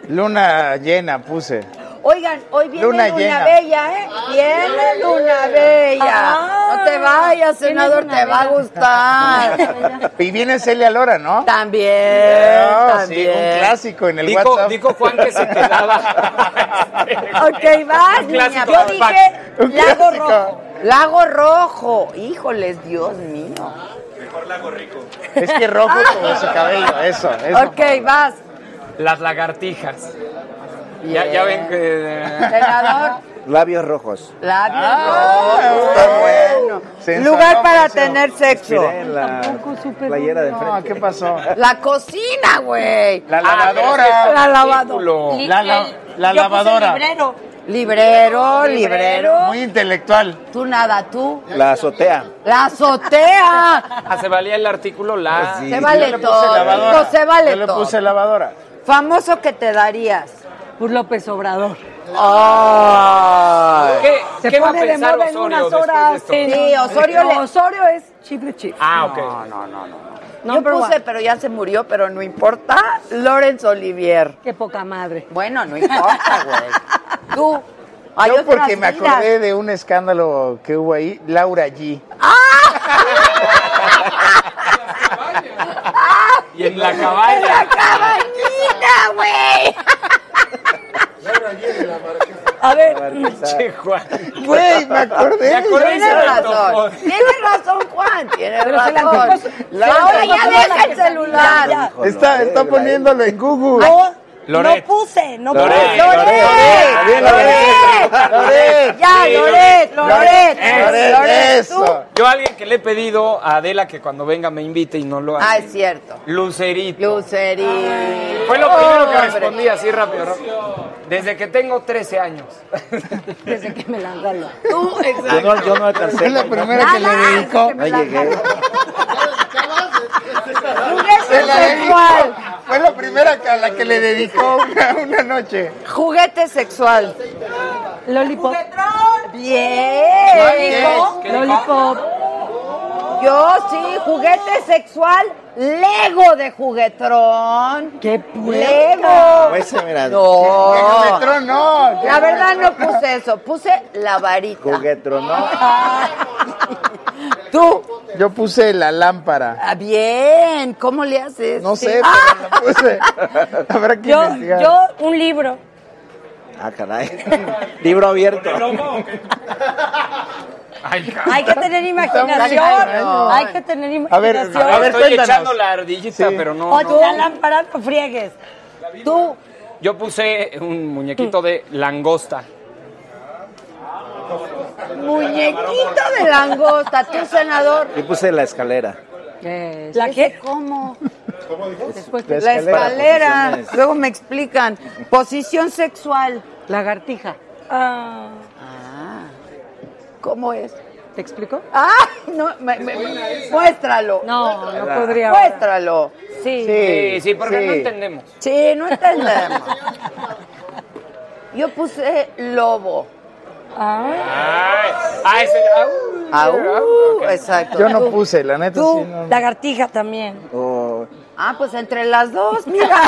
[SPEAKER 20] Luna llena puse.
[SPEAKER 3] Oigan, hoy viene
[SPEAKER 20] Luna
[SPEAKER 3] Luna,
[SPEAKER 20] llena.
[SPEAKER 3] Bella, ¿eh? Viene Luna Bella.
[SPEAKER 20] Ah,
[SPEAKER 3] no te vayas,
[SPEAKER 20] viene
[SPEAKER 3] senador,
[SPEAKER 20] Luna
[SPEAKER 3] te va a
[SPEAKER 20] Bella.
[SPEAKER 3] gustar.
[SPEAKER 20] Y viene Celia Lora, ¿no? Oh,
[SPEAKER 3] También,
[SPEAKER 20] Ah, Sí, un clásico en el
[SPEAKER 3] Dijo-
[SPEAKER 20] WhatsApp.
[SPEAKER 18] Dijo Juan que se quedaba.
[SPEAKER 3] ok, vas,
[SPEAKER 20] Un
[SPEAKER 3] niña.
[SPEAKER 20] clásico
[SPEAKER 3] Yo
[SPEAKER 20] del
[SPEAKER 3] dije
[SPEAKER 20] pack. Un
[SPEAKER 3] Lago
[SPEAKER 20] clásico.
[SPEAKER 3] Rojo. Lago Rojo. Híjoles, Dios mío.
[SPEAKER 18] Mejor lago rico.
[SPEAKER 20] Es que rojo como su cabello, eso, eso.
[SPEAKER 3] Ok, vas.
[SPEAKER 18] Las lagartijas. Ya, ya ven que. eh,
[SPEAKER 3] Senador,
[SPEAKER 21] Labios rojos.
[SPEAKER 3] labios
[SPEAKER 20] Ah,
[SPEAKER 3] rojos. Lugar para tener sexo.
[SPEAKER 21] Miré en la playera de frente.
[SPEAKER 20] ¿qué pasó?
[SPEAKER 3] La cocina, güey. Ah,
[SPEAKER 20] La lavadora.
[SPEAKER 3] la lavadora.
[SPEAKER 20] Li- La la- la
[SPEAKER 3] Yo puse
[SPEAKER 20] lavadora.
[SPEAKER 3] Librero. Librero, librero.
[SPEAKER 20] Muy intelectual.
[SPEAKER 3] Tú nada, tú.
[SPEAKER 21] La azotea.
[SPEAKER 3] La azotea.
[SPEAKER 18] Ah, se valía el artículo la.
[SPEAKER 20] Pues
[SPEAKER 3] Se vale todo. hijo, Pues Se vale todo.
[SPEAKER 20] lavadora.
[SPEAKER 3] Famoso que te darías. Ah,
[SPEAKER 16] Pues López Obrador.
[SPEAKER 18] ¿Qué,
[SPEAKER 16] Se
[SPEAKER 18] qué va a
[SPEAKER 16] pone de
[SPEAKER 18] pensar
[SPEAKER 16] moda en
[SPEAKER 18] Osorio
[SPEAKER 16] unas
[SPEAKER 18] después
[SPEAKER 16] horas.
[SPEAKER 18] de esto?
[SPEAKER 3] Sí, Osorio le-
[SPEAKER 16] Osorio es chifle chifle.
[SPEAKER 18] Ah, ok.
[SPEAKER 20] No, no, no.
[SPEAKER 3] Yo
[SPEAKER 16] Number
[SPEAKER 3] puse,
[SPEAKER 16] one.
[SPEAKER 3] pero ya se murió, pero no importa. Lawrence Olivier.
[SPEAKER 16] Qué poca madre.
[SPEAKER 3] Bueno, no importa, güey. Tú. hay
[SPEAKER 20] Yo porque
[SPEAKER 3] otras
[SPEAKER 20] me
[SPEAKER 3] vidas.
[SPEAKER 20] acordé de un escándalo que hubo ahí, Laura G.
[SPEAKER 18] Y en la cabaña.
[SPEAKER 3] ¡La cabañita, güey!
[SPEAKER 16] A ver.
[SPEAKER 18] Che, Juan.
[SPEAKER 20] Güey, me acordé.
[SPEAKER 18] Me acordé y se me
[SPEAKER 3] Tienes
[SPEAKER 18] antojó.
[SPEAKER 3] razón. Tienes razón, Juan. Tienes
[SPEAKER 16] Pero se le
[SPEAKER 3] razón.
[SPEAKER 16] antojó su-
[SPEAKER 3] La-
[SPEAKER 16] se le
[SPEAKER 3] Ahora
[SPEAKER 16] antojó
[SPEAKER 3] ya
[SPEAKER 16] su-
[SPEAKER 3] deja
[SPEAKER 16] la-
[SPEAKER 3] el celular.
[SPEAKER 16] Ya.
[SPEAKER 20] Está, está poniéndolo en Google.
[SPEAKER 18] Loret.
[SPEAKER 22] puse, no
[SPEAKER 18] Loret.
[SPEAKER 22] puse.
[SPEAKER 18] Loret.
[SPEAKER 20] Bien, Loret. Loret.
[SPEAKER 3] Ya,
[SPEAKER 18] Sí,
[SPEAKER 3] Loret, Loret,
[SPEAKER 18] Loret,
[SPEAKER 20] Loret,
[SPEAKER 3] Loret, tú.
[SPEAKER 20] eso.
[SPEAKER 18] Yo a alguien que le he pedido a Adela que cuando venga me invite y no lo hace.
[SPEAKER 3] Ah, es cierto.
[SPEAKER 18] Lucerito.
[SPEAKER 3] Luceri.
[SPEAKER 18] Fue lo primero que
[SPEAKER 3] Hombre.
[SPEAKER 18] respondí así rápido. ¿no? Desde que tengo 13 años.
[SPEAKER 16] Desde que me la regalo.
[SPEAKER 3] Tú,
[SPEAKER 21] Yo
[SPEAKER 3] exacto.
[SPEAKER 21] no, yo no alcancé.
[SPEAKER 20] Es la primera que le
[SPEAKER 3] Nada,
[SPEAKER 20] dedicó.
[SPEAKER 21] No llegué.
[SPEAKER 3] Juguete
[SPEAKER 20] Se la dedicó.
[SPEAKER 3] sexual.
[SPEAKER 20] Fue la primera que- a la que le dedicó una, una noche.
[SPEAKER 3] Juguete sexual.
[SPEAKER 16] Lollipop.
[SPEAKER 3] Bien.
[SPEAKER 18] dijo? ¿Qué dijo?
[SPEAKER 16] Lollipop.
[SPEAKER 3] Yo sí, juguete sexual, Lego de juguetrón.
[SPEAKER 16] Qué puerca.
[SPEAKER 3] Lego.
[SPEAKER 21] Ese, mira.
[SPEAKER 3] No.
[SPEAKER 20] Juguetrón, no.
[SPEAKER 3] La verdad no puse eso, puse la varita.
[SPEAKER 21] Juguetro, ¿no?
[SPEAKER 3] Tú,
[SPEAKER 20] Yo puse la lámpara.
[SPEAKER 3] ah, bien, ¿cómo le haces?
[SPEAKER 20] No
[SPEAKER 3] Sí.
[SPEAKER 20] sé,
[SPEAKER 3] ¡Ah!
[SPEAKER 20] pero la puse. Habrá que
[SPEAKER 22] Yo,
[SPEAKER 20] investigar.
[SPEAKER 22] yo un libro.
[SPEAKER 21] Ah, caray. Libro abierto.
[SPEAKER 18] Ay, cabrón.
[SPEAKER 22] Hay que tener imaginación.
[SPEAKER 20] cañón.
[SPEAKER 22] Hay que tener
[SPEAKER 20] A ver,
[SPEAKER 22] imaginación.
[SPEAKER 20] a ver,
[SPEAKER 18] Estoy
[SPEAKER 20] cuéntanos.
[SPEAKER 18] echando la ardillita,
[SPEAKER 20] Sí.
[SPEAKER 18] pero no.
[SPEAKER 22] O
[SPEAKER 18] no.
[SPEAKER 22] tú la lámpara, no friegues. Tú,
[SPEAKER 18] Yo puse un muñequito de langosta.
[SPEAKER 3] Muñequito de langosta, tú senador.
[SPEAKER 21] Yo puse la escalera.
[SPEAKER 16] Eh,
[SPEAKER 22] ¿la qué?
[SPEAKER 3] ¿Cómo?
[SPEAKER 16] después
[SPEAKER 21] La
[SPEAKER 3] La
[SPEAKER 21] escalera,
[SPEAKER 3] escalera.
[SPEAKER 21] posiciones.
[SPEAKER 3] Luego me explican. Posición sexual.
[SPEAKER 16] lagartija.
[SPEAKER 22] Ah,
[SPEAKER 3] Ah, ¿cómo es?
[SPEAKER 16] ¿Te explico?
[SPEAKER 3] Ah, no, me- me- muéstralo.
[SPEAKER 16] No, no podría.
[SPEAKER 3] Ah. Muéstralo.
[SPEAKER 22] sí.
[SPEAKER 18] Sí, sí, porque no entendemos.
[SPEAKER 3] Sí, no entendemos. Yo puse lobo.
[SPEAKER 22] Ah,
[SPEAKER 18] Ay, ah, ese- ah,
[SPEAKER 3] Au,
[SPEAKER 18] uh.
[SPEAKER 3] exacto.
[SPEAKER 20] Yo no
[SPEAKER 3] Tú.
[SPEAKER 20] puse, la neta
[SPEAKER 22] tú,
[SPEAKER 20] sí. no.
[SPEAKER 22] lagartija también.
[SPEAKER 21] Oh,
[SPEAKER 3] Ah, pues entre las dos, mira.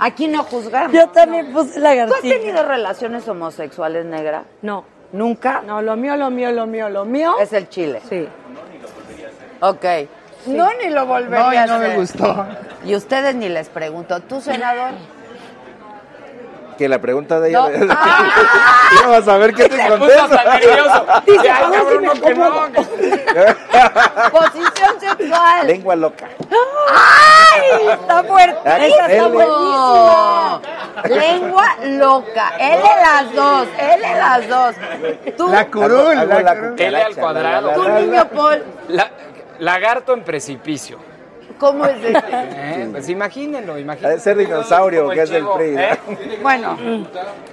[SPEAKER 3] Aquí no juzgamos.
[SPEAKER 22] Yo también puse
[SPEAKER 3] ¿Tú has
[SPEAKER 22] lagartija.
[SPEAKER 3] tenido relaciones homosexuales, negra?
[SPEAKER 16] No,
[SPEAKER 3] ¿Nunca?
[SPEAKER 16] no, lo mío, lo mío, lo mío, lo mío.
[SPEAKER 3] Es el chile.
[SPEAKER 16] Sí.
[SPEAKER 3] Ok. No, ni lo volvería
[SPEAKER 20] No, y
[SPEAKER 3] a
[SPEAKER 20] no me
[SPEAKER 3] hacer.
[SPEAKER 20] gustó.
[SPEAKER 3] Y ustedes ni les pregunto. ¿Tú, senador?
[SPEAKER 21] que la pregunta de
[SPEAKER 3] No.
[SPEAKER 21] ella. Vamos a ver qué te Ah,
[SPEAKER 18] Puso hasta
[SPEAKER 21] contesta.
[SPEAKER 18] nervioso. Ya, cabrón, no, que no, que-
[SPEAKER 3] Posición sexual.
[SPEAKER 21] Lengua loca.
[SPEAKER 3] ¡Ay! Está fuerte.
[SPEAKER 21] Esa está
[SPEAKER 3] buenísima. Lengua loca. L de las dos. L de las dos. Tú,
[SPEAKER 20] La curul.
[SPEAKER 21] Hago- hago
[SPEAKER 20] la
[SPEAKER 21] la
[SPEAKER 20] curul.
[SPEAKER 21] cucaracha,
[SPEAKER 18] L al cuadrado.
[SPEAKER 21] la,
[SPEAKER 3] tú,
[SPEAKER 21] la, la, la.
[SPEAKER 3] niño Paul.
[SPEAKER 18] La- lagarto en precipicio.
[SPEAKER 3] ¿Cómo es este?
[SPEAKER 18] ¿eh? Pues imagínenlo,
[SPEAKER 21] Ha de
[SPEAKER 18] imagínenlo.
[SPEAKER 21] ser dinosaurio,
[SPEAKER 18] Como el
[SPEAKER 21] que es del
[SPEAKER 18] chivo,
[SPEAKER 21] PRI.
[SPEAKER 18] ¿eh?
[SPEAKER 3] Bueno.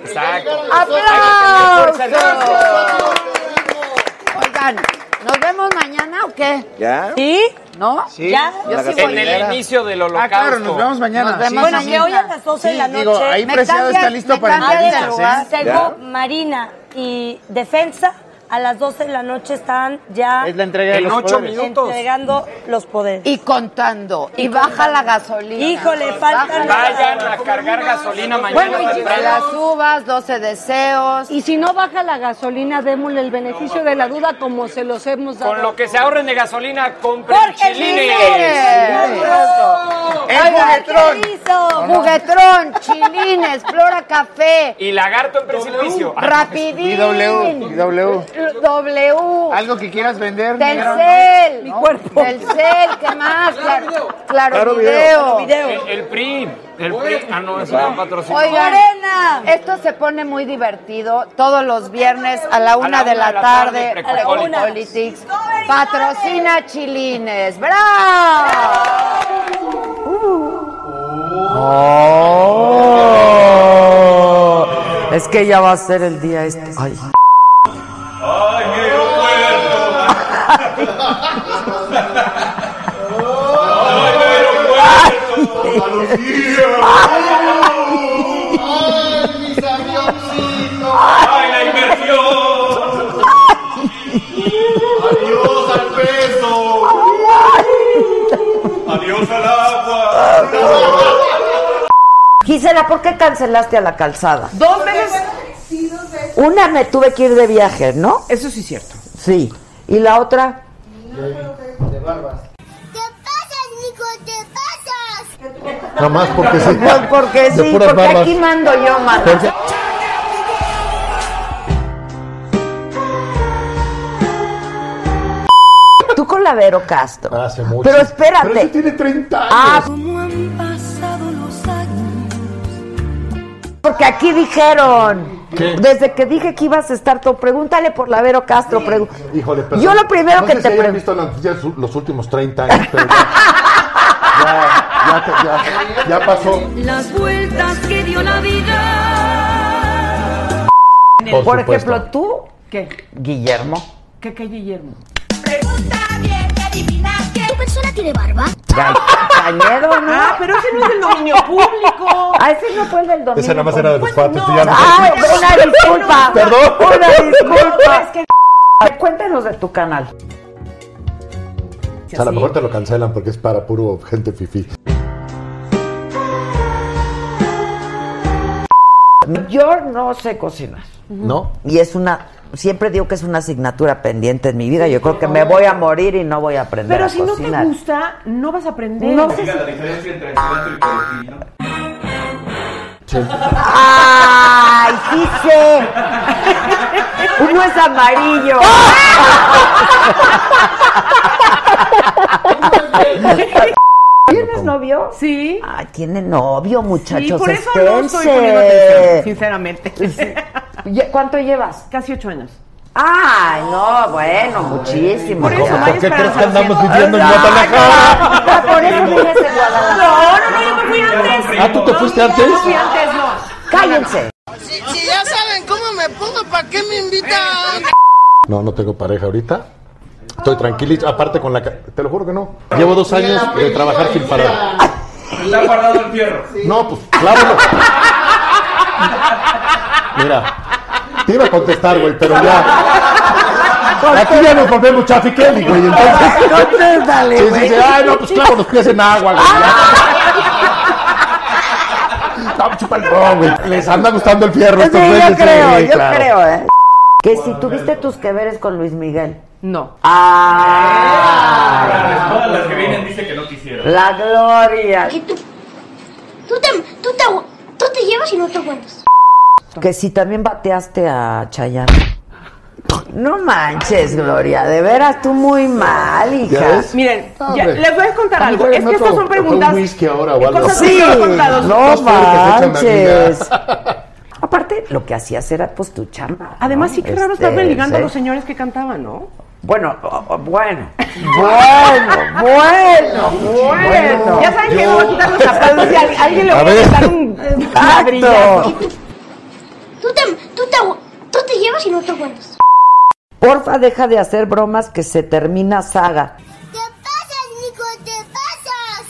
[SPEAKER 18] Exacto.
[SPEAKER 3] ¡Aplausos!
[SPEAKER 18] Hay que tener fuerza
[SPEAKER 3] Oigan, ¿nos vemos mañana o qué?
[SPEAKER 21] ¿Ya?
[SPEAKER 22] ¿Sí?
[SPEAKER 3] ¿No?
[SPEAKER 20] Sí.
[SPEAKER 3] ¿Ya? Yo
[SPEAKER 21] La
[SPEAKER 3] sí voy.
[SPEAKER 18] En
[SPEAKER 21] gasolina.
[SPEAKER 18] el inicio del
[SPEAKER 20] Ah,
[SPEAKER 18] holocausto.
[SPEAKER 20] claro, nos vemos mañana.
[SPEAKER 3] Nos vemos.
[SPEAKER 20] Sí,
[SPEAKER 22] Bueno,
[SPEAKER 20] sí,
[SPEAKER 22] que hoy a
[SPEAKER 3] mañana.
[SPEAKER 22] las 12 de la
[SPEAKER 20] Sí,
[SPEAKER 22] noche.
[SPEAKER 20] digo, ahí
[SPEAKER 3] Me
[SPEAKER 20] Preciado
[SPEAKER 3] cambian-
[SPEAKER 20] está listo
[SPEAKER 3] me
[SPEAKER 20] para ¿eh?
[SPEAKER 3] cambian de
[SPEAKER 20] entrevistas,
[SPEAKER 3] lugar.
[SPEAKER 20] ¿eh?
[SPEAKER 22] Según
[SPEAKER 21] Ya.
[SPEAKER 22] Marina y Defensa, a las 12 de la noche están ya
[SPEAKER 20] Es la entrega de En los ocho poderes. minutos.
[SPEAKER 22] entregando los poderes.
[SPEAKER 20] Y contando. Y, baja la gasolina.
[SPEAKER 22] Híjole, faltan
[SPEAKER 18] Vayan a cargar gasolina mañana.
[SPEAKER 22] Bueno, y si
[SPEAKER 18] temprano.
[SPEAKER 16] las
[SPEAKER 20] uvas, 12 deseos.
[SPEAKER 16] Y si no baja la gasolina, démosle el beneficio de la duda como se los hemos dado.
[SPEAKER 18] Con lo que se ahorren de gasolina, compren chilines.
[SPEAKER 20] juguetrón. Juguetrón, chilines, flora café.
[SPEAKER 18] Y lagarto en precipicio.
[SPEAKER 20] Rapidín.
[SPEAKER 26] Y W, y W.
[SPEAKER 20] W.
[SPEAKER 26] Algo que quieras vender.
[SPEAKER 20] Telcel.
[SPEAKER 26] Mi cuerpo.
[SPEAKER 20] Telcel, ¿qué más? Claro, claro,
[SPEAKER 26] Claro
[SPEAKER 20] video.
[SPEAKER 18] El, el PRI. El PRI. Ah, no, es un patrocinio.
[SPEAKER 20] Oigan, esto se pone muy divertido todos los viernes a la una, de, la tarde.
[SPEAKER 18] tarde, Precocolitis.
[SPEAKER 20] Precocolitis. Patrocina Chilines. ¡Bravo!
[SPEAKER 3] Oh, Es que ya va a ser el día este. Ay.
[SPEAKER 13] ¡Ay, la inversión! ¡Adiós al peso! ¡Adiós al agua!
[SPEAKER 3] Gisela, ¿por qué cancelaste a la calzada?
[SPEAKER 27] Dos veces.
[SPEAKER 3] Una me tuve que ir de viaje, ¿no?
[SPEAKER 15] Eso sí es cierto.
[SPEAKER 3] Sí. ¿Y la otra?
[SPEAKER 27] De barbas. ¿Qué pasas, Nico? ¿Qué pasas?
[SPEAKER 3] Nada más porque sí. Pues porque
[SPEAKER 20] sí, porque aquí mando yo, mano.
[SPEAKER 24] Pues
[SPEAKER 3] Tú con la Vero Castro. Hace mucho. Pero espérate.
[SPEAKER 13] Pero ella tiene 30 años.
[SPEAKER 3] Ah,
[SPEAKER 13] ¿Cómo han pasado los años?
[SPEAKER 3] Ah, porque aquí dijeron. Desde que dije que ibas a estar tú, pregúntale por la Vero Castro. pregu-
[SPEAKER 24] Híjole, perdón.
[SPEAKER 3] Yo lo primero
[SPEAKER 24] No
[SPEAKER 3] que
[SPEAKER 24] sé
[SPEAKER 3] te
[SPEAKER 24] si hayan
[SPEAKER 3] pregunto.
[SPEAKER 24] visto las noticias su- los últimos 30 años, pero ya, ya, ya- ya- ya pasó.
[SPEAKER 1] Las vueltas que dio la vida.
[SPEAKER 3] Por,
[SPEAKER 24] Por supuesto.
[SPEAKER 3] ejemplo, tú,
[SPEAKER 15] ¿Qué?
[SPEAKER 3] Guillermo.
[SPEAKER 15] ¿Qué, qué, Guillermo?
[SPEAKER 1] ¿Tu persona tiene barba?
[SPEAKER 3] Ga- Cañedo, ¿no?
[SPEAKER 15] Ah, pero ese no es del dominio público.
[SPEAKER 3] Ah, ese no fue el del dominio.
[SPEAKER 24] Esa nada más era de los patos. tú ya no-
[SPEAKER 3] Ay, una disculpa.
[SPEAKER 24] Perdón.
[SPEAKER 3] Una
[SPEAKER 15] No,
[SPEAKER 3] disculpa.
[SPEAKER 15] es
[SPEAKER 3] Cuéntanos de tu canal.
[SPEAKER 24] O sea, a lo mejor te lo cancelan porque es para puro gente fifí.
[SPEAKER 3] Yo no sé cocinar.
[SPEAKER 24] ¿No?
[SPEAKER 3] Y es una. Siempre digo que es una asignatura pendiente en mi vida. Yo creo que me voy a morir y no voy a aprender
[SPEAKER 15] Pero
[SPEAKER 3] a
[SPEAKER 15] si no
[SPEAKER 3] cocinar.
[SPEAKER 15] te gusta, no vas a aprender.
[SPEAKER 3] No sé si- Diga
[SPEAKER 15] diferencia entre
[SPEAKER 3] ¡Ay, sí sé! Uno es amarillo. ¿Tienes novio?
[SPEAKER 15] Sí.
[SPEAKER 3] Ay, tiene novio, muchachos.
[SPEAKER 15] Sí, por eso no estoy
[SPEAKER 3] espérense.
[SPEAKER 15] poniendo atención, sinceramente.
[SPEAKER 3] ¿Cuánto llevas?
[SPEAKER 15] Casi ocho años.
[SPEAKER 3] Ay, no, bueno, muchísimo.
[SPEAKER 15] Por eso, vaya esperanza.
[SPEAKER 24] andamos viviendo en
[SPEAKER 3] Ay,
[SPEAKER 24] Guadalajara?
[SPEAKER 3] no, Ah, por eso vives en Guadalajara.
[SPEAKER 15] No, no, no, yo me fui antes.
[SPEAKER 24] Ah, ¿tú te fuiste antes?
[SPEAKER 15] Yo fui antes, no.
[SPEAKER 3] Cállense.
[SPEAKER 28] Si, si ya saben cómo me pongo, ¿para qué me invitan?
[SPEAKER 24] No, no tengo pareja ahorita. Estoy tranquilito. Aparte con la... ca- Te lo juro que no. Llevo dos
[SPEAKER 13] Ni el
[SPEAKER 24] años de
[SPEAKER 13] apellido
[SPEAKER 24] trabajar sin
[SPEAKER 13] ni
[SPEAKER 24] parar.
[SPEAKER 13] Está guardado el fierro.
[SPEAKER 24] No, pues clávalo. Mira, te iba a contestar, güey, pero ya. Aquí ya nos volvemos chafiqueli, güey. Entonces.
[SPEAKER 3] Contéstale,
[SPEAKER 24] Sí, sí,
[SPEAKER 3] güey.
[SPEAKER 24] sí. Ay, no, pues clavo los pies en agua,
[SPEAKER 5] Ah.
[SPEAKER 24] güey. ya. No, chupa el ron, güey. Les anda gustando el fierro estos
[SPEAKER 3] Sí, yo
[SPEAKER 24] güeyes,
[SPEAKER 3] creo,
[SPEAKER 24] güey,
[SPEAKER 3] yo
[SPEAKER 24] claro.
[SPEAKER 3] creo, ¿eh? Que si tuviste tus que veres con Luis Miguel.
[SPEAKER 15] No.
[SPEAKER 3] Ah,
[SPEAKER 28] las que vienen dice que no quisieron.
[SPEAKER 3] la gloria.
[SPEAKER 28] ¿Y tú? Tú te, tú te, tú te llevas y no te aguantas.
[SPEAKER 3] Que si también bateaste a Chayanne. No manches, Gloria, de veras tú muy mal,
[SPEAKER 24] ¿Ya
[SPEAKER 3] hija.
[SPEAKER 24] ves?
[SPEAKER 15] Miren,
[SPEAKER 24] No,
[SPEAKER 15] ya,
[SPEAKER 24] hombre.
[SPEAKER 15] les voy a contar
[SPEAKER 24] Ah,
[SPEAKER 15] algo.
[SPEAKER 24] güey,
[SPEAKER 15] Es
[SPEAKER 24] no
[SPEAKER 15] que estas
[SPEAKER 24] otro-
[SPEAKER 15] son
[SPEAKER 24] otro
[SPEAKER 15] preguntas.
[SPEAKER 24] whisky ahora o algo.
[SPEAKER 15] cosas
[SPEAKER 3] Sí,
[SPEAKER 15] que no he contado.
[SPEAKER 3] no
[SPEAKER 15] Dos
[SPEAKER 3] manches. Aparte, lo que hacías era pues tu chamba.
[SPEAKER 15] Además,
[SPEAKER 3] ¿no?
[SPEAKER 15] sí, qué raro
[SPEAKER 3] Este,
[SPEAKER 15] estarme ligando
[SPEAKER 3] sí.
[SPEAKER 15] a los señores que cantaban, ¿no?
[SPEAKER 3] Bueno, o- o- bueno, bueno, bueno, bueno.
[SPEAKER 15] Ya saben que me voy a quitar los zapatos y a alguien le
[SPEAKER 3] A
[SPEAKER 15] voy a
[SPEAKER 3] ver.
[SPEAKER 15] quitar un
[SPEAKER 3] Exacto.
[SPEAKER 28] Tú te, tú te, agu- tú te llevas y no te aguantas.
[SPEAKER 3] Porfa, deja de hacer bromas que se termina saga.
[SPEAKER 28] Nico, te pasas.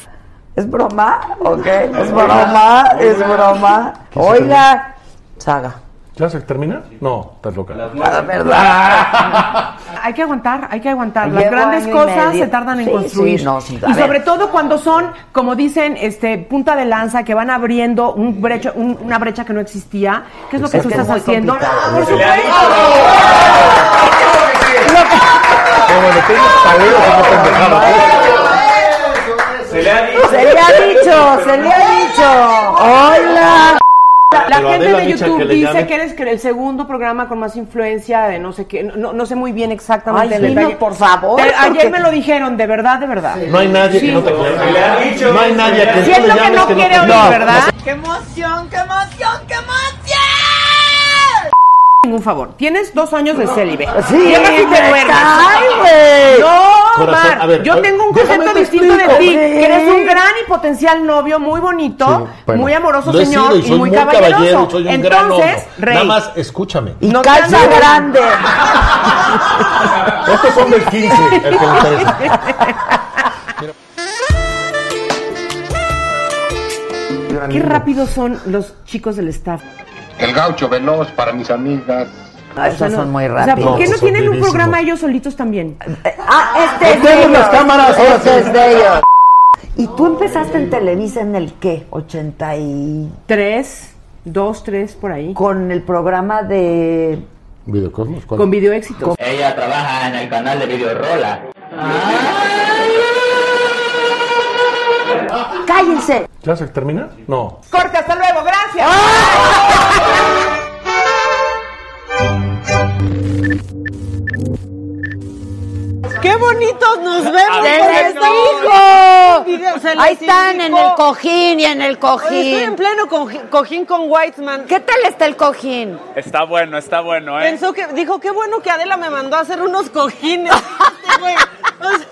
[SPEAKER 3] ¿Es
[SPEAKER 15] Ah,
[SPEAKER 3] broma? ¿Ok? ¿Es broma? ¿Es broma? Oiga, saga.
[SPEAKER 24] ¿Ya se termina? No, estás loca.
[SPEAKER 15] La verdad. Ah.
[SPEAKER 14] Hay que aguantar, hay que aguantar. Las
[SPEAKER 15] Llevo
[SPEAKER 14] grandes
[SPEAKER 15] año y
[SPEAKER 14] cosas
[SPEAKER 15] medio.
[SPEAKER 14] se tardan en
[SPEAKER 15] Sí,
[SPEAKER 14] construir.
[SPEAKER 15] sí, no, sí, a
[SPEAKER 14] y
[SPEAKER 15] ver.
[SPEAKER 14] sobre todo cuando son, como dicen, este punta de lanza, que van abriendo un brecho, un- una brecha que no existía. ¿Qué es lo que
[SPEAKER 15] Es
[SPEAKER 14] tú
[SPEAKER 15] que es
[SPEAKER 14] estás
[SPEAKER 15] muy
[SPEAKER 14] haciendo?
[SPEAKER 15] complicado.
[SPEAKER 14] ¡Ah, por
[SPEAKER 15] Se le ha
[SPEAKER 14] supuesto!
[SPEAKER 24] Como le tienes talento, no pendejada.
[SPEAKER 19] Se le ha
[SPEAKER 15] Se le ha dicho, se le ha dicho. Hola.
[SPEAKER 14] La, la
[SPEAKER 15] Pero
[SPEAKER 14] gente
[SPEAKER 15] Adela
[SPEAKER 14] de
[SPEAKER 15] Micha,
[SPEAKER 14] YouTube
[SPEAKER 15] que le
[SPEAKER 14] dice
[SPEAKER 15] llame.
[SPEAKER 14] que eres que el segundo programa con más influencia de no sé qué, no, no sé muy bien exactamente
[SPEAKER 15] Ay,
[SPEAKER 14] el
[SPEAKER 15] sí,
[SPEAKER 14] detalle.
[SPEAKER 15] no, por favor,
[SPEAKER 14] Te-
[SPEAKER 15] porque-
[SPEAKER 14] ayer me lo dijeron, de verdad, de verdad.
[SPEAKER 24] No hay nadie que no te
[SPEAKER 19] Se le ha
[SPEAKER 24] crea.
[SPEAKER 19] dicho.
[SPEAKER 24] No hay nadie que
[SPEAKER 14] Si es
[SPEAKER 24] tú le
[SPEAKER 14] lo que
[SPEAKER 24] llames
[SPEAKER 14] no
[SPEAKER 24] que no
[SPEAKER 14] quiere
[SPEAKER 24] te
[SPEAKER 14] oír,
[SPEAKER 24] No,
[SPEAKER 14] ¿verdad?
[SPEAKER 24] no
[SPEAKER 1] ¡Qué emoción, qué emoción, qué emoción!
[SPEAKER 14] Ningún favor. Tienes dos años de célibe.
[SPEAKER 15] Sí,
[SPEAKER 14] Llegas y te
[SPEAKER 15] me
[SPEAKER 14] duermes.
[SPEAKER 15] cae, güey.
[SPEAKER 14] No,
[SPEAKER 15] Corazón,
[SPEAKER 14] Mar,
[SPEAKER 15] a ver,
[SPEAKER 14] yo
[SPEAKER 15] a ver,
[SPEAKER 14] tengo un
[SPEAKER 15] déjame
[SPEAKER 14] concepto
[SPEAKER 15] te
[SPEAKER 14] distinto de
[SPEAKER 15] explico.
[SPEAKER 14] ti.
[SPEAKER 15] Sí.
[SPEAKER 14] Que eres un gran y potencial novio, muy bonito,
[SPEAKER 24] Sí, bueno,
[SPEAKER 14] muy amoroso
[SPEAKER 24] lo he
[SPEAKER 14] señor
[SPEAKER 24] sido
[SPEAKER 14] y,
[SPEAKER 24] soy
[SPEAKER 14] muy caballeroso.
[SPEAKER 24] y soy un gran hombre.
[SPEAKER 14] Entonces, rey.
[SPEAKER 24] Nada más, escúchame.
[SPEAKER 15] Y
[SPEAKER 14] No te
[SPEAKER 15] calza
[SPEAKER 14] andes-
[SPEAKER 15] grande.
[SPEAKER 24] Estos son del 15, el que le interesa.
[SPEAKER 14] Qué rápido son los chicos del staff.
[SPEAKER 25] El gaucho veloz para mis amigas.
[SPEAKER 15] No,
[SPEAKER 14] O sea,
[SPEAKER 15] estos
[SPEAKER 14] Ah, no-
[SPEAKER 15] son muy
[SPEAKER 14] O sea,
[SPEAKER 15] rápidos.
[SPEAKER 14] ¿por qué no
[SPEAKER 24] son
[SPEAKER 14] tienen un
[SPEAKER 24] rapidísimos.
[SPEAKER 14] programa ellos solitos también?
[SPEAKER 15] Ah, este es de
[SPEAKER 24] Prendemos
[SPEAKER 15] ellos.
[SPEAKER 24] las cámaras, ahora
[SPEAKER 15] Este
[SPEAKER 24] sí.
[SPEAKER 15] es de ellos. ¿Y tú empezaste en Televisa en el qué? ¿80 y...?
[SPEAKER 14] Tres, dos, tres, por ahí.
[SPEAKER 15] Con el programa de...
[SPEAKER 24] ¿Videocosmos? ¿Cuál?
[SPEAKER 14] Con video éxitos.
[SPEAKER 5] Ella trabaja en el canal de Videorola.
[SPEAKER 15] ¡Cállense!
[SPEAKER 24] ¿Ya se termina? No.
[SPEAKER 14] Ah. Corte, hasta luego, gracias.
[SPEAKER 1] ¡Qué bonitos nos vemos!
[SPEAKER 15] ¡Se
[SPEAKER 1] porque
[SPEAKER 15] les
[SPEAKER 1] estamos
[SPEAKER 15] dijo!
[SPEAKER 1] en video, se les
[SPEAKER 15] Ahí están
[SPEAKER 1] indicó.
[SPEAKER 15] en el cojín y en el cojín.
[SPEAKER 1] Oye, estoy en pleno coji- cojín con Whiteman.
[SPEAKER 15] ¿Qué tal está el cojín?
[SPEAKER 8] Está bueno, está bueno, ¿eh?
[SPEAKER 1] Pensó que, dijo, qué bueno que Adela me mandó a hacer unos cojines. Este güey, o sea,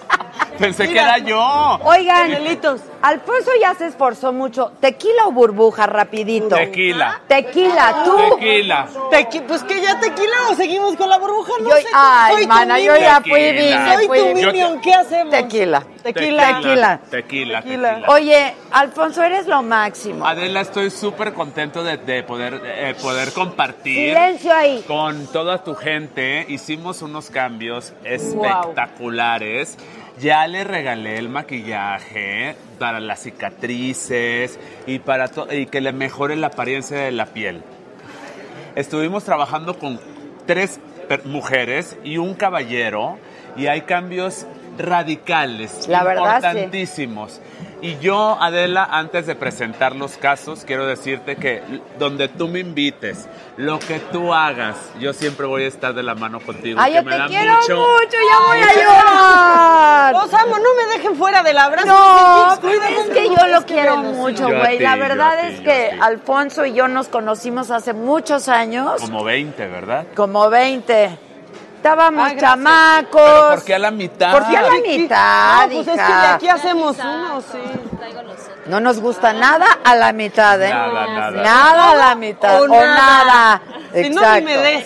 [SPEAKER 8] Pensé
[SPEAKER 1] mira.
[SPEAKER 8] que era yo.
[SPEAKER 3] Oigan,
[SPEAKER 1] Angelitos.
[SPEAKER 3] Alfonso ya se esforzó mucho. ¿Tequila o burbuja? Rapidito.
[SPEAKER 8] Tequila.
[SPEAKER 3] Tequila, tú.
[SPEAKER 8] Tequila.
[SPEAKER 1] tequi- pues que ya tequila o seguimos con la burbuja, no
[SPEAKER 3] Yo-
[SPEAKER 1] sé.
[SPEAKER 3] ay,
[SPEAKER 1] soy tu
[SPEAKER 3] mana, yo
[SPEAKER 1] minion.
[SPEAKER 3] ya fui, vine,
[SPEAKER 1] Soy
[SPEAKER 3] fui,
[SPEAKER 1] tu
[SPEAKER 3] vine.
[SPEAKER 1] minion, ¿qué hacemos?
[SPEAKER 3] Tequila.
[SPEAKER 1] Tequila.
[SPEAKER 8] Tequila. Tequila. tequila.
[SPEAKER 3] Oye, Alfonso, eres lo máximo.
[SPEAKER 8] Adela, estoy súper contento de, de poder, eh, poder compartir
[SPEAKER 3] Silencio ahí.
[SPEAKER 8] con toda tu gente. ¿eh? Hicimos unos cambios espectaculares. Ya le regalé el maquillaje para las cicatrices y, para to- y que le mejore la apariencia de la piel. Estuvimos trabajando con tres per- mujeres y un caballero y hay cambios radicales,
[SPEAKER 3] La verdad, sí.
[SPEAKER 8] importantísimos. Y yo, Adela, antes de presentar los casos, quiero decirte que l- donde tú me invites, lo que tú hagas, yo siempre voy a estar de la mano contigo.
[SPEAKER 3] Ay,
[SPEAKER 8] que
[SPEAKER 3] yo
[SPEAKER 8] me
[SPEAKER 3] te
[SPEAKER 8] da
[SPEAKER 3] quiero mucho, ya voy
[SPEAKER 8] mucho-
[SPEAKER 3] a llorar.
[SPEAKER 1] Los amo, no me dejen fuera del abrazo.
[SPEAKER 3] No,
[SPEAKER 1] Mis
[SPEAKER 3] pues,
[SPEAKER 1] pics, cuídame
[SPEAKER 3] es que
[SPEAKER 1] mucho,
[SPEAKER 3] yo lo
[SPEAKER 1] es que
[SPEAKER 3] quiero
[SPEAKER 1] menos, sí.
[SPEAKER 3] mucho,
[SPEAKER 8] Yo a
[SPEAKER 3] güey.
[SPEAKER 8] ti,
[SPEAKER 3] La
[SPEAKER 8] yo a
[SPEAKER 3] verdad
[SPEAKER 8] ti,
[SPEAKER 3] es
[SPEAKER 8] yo
[SPEAKER 3] que
[SPEAKER 8] a ti.
[SPEAKER 3] Alfonso y yo nos conocimos hace muchos años,
[SPEAKER 8] Como 20, ¿verdad?
[SPEAKER 3] como 20. Estábamos
[SPEAKER 1] Ay, Ah, gracias.
[SPEAKER 3] chamacos.
[SPEAKER 8] Porque a la mitad.
[SPEAKER 3] Pues, ¿Por qué a la mitad,
[SPEAKER 1] No, pues es que de
[SPEAKER 3] hija?
[SPEAKER 1] aquí hacemos uno, sí.
[SPEAKER 3] No nos gusta nada a la mitad, ¿eh?
[SPEAKER 8] Nada, nada.
[SPEAKER 3] Nada a la mitad. O, nada.
[SPEAKER 1] Si no, ni
[SPEAKER 3] Exacto.
[SPEAKER 1] me des.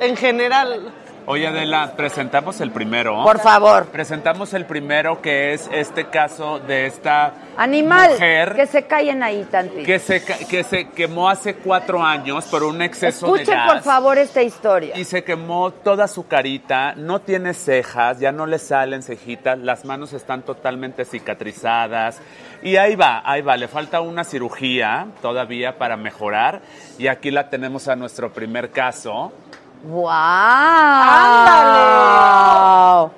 [SPEAKER 1] En general.
[SPEAKER 8] Oye, Adela, presentamos el primero.
[SPEAKER 3] Por favor.
[SPEAKER 8] Presentamos el primero que es este caso de esta
[SPEAKER 3] Animal,
[SPEAKER 8] mujer
[SPEAKER 3] que se callen ahí tantito.
[SPEAKER 8] que se, ca- que se quemó hace cuatro años por un exceso de
[SPEAKER 3] Escuchen,
[SPEAKER 8] gas.
[SPEAKER 3] por favor, esta historia.
[SPEAKER 8] Y se quemó toda su carita, no tiene cejas, ya no le salen cejitas, las manos están totalmente cicatrizadas. Y ahí va, ahí va, le falta una cirugía todavía para mejorar. Y aquí la tenemos a nuestro primer caso.
[SPEAKER 3] ¡Wow!
[SPEAKER 1] ¡Ándale!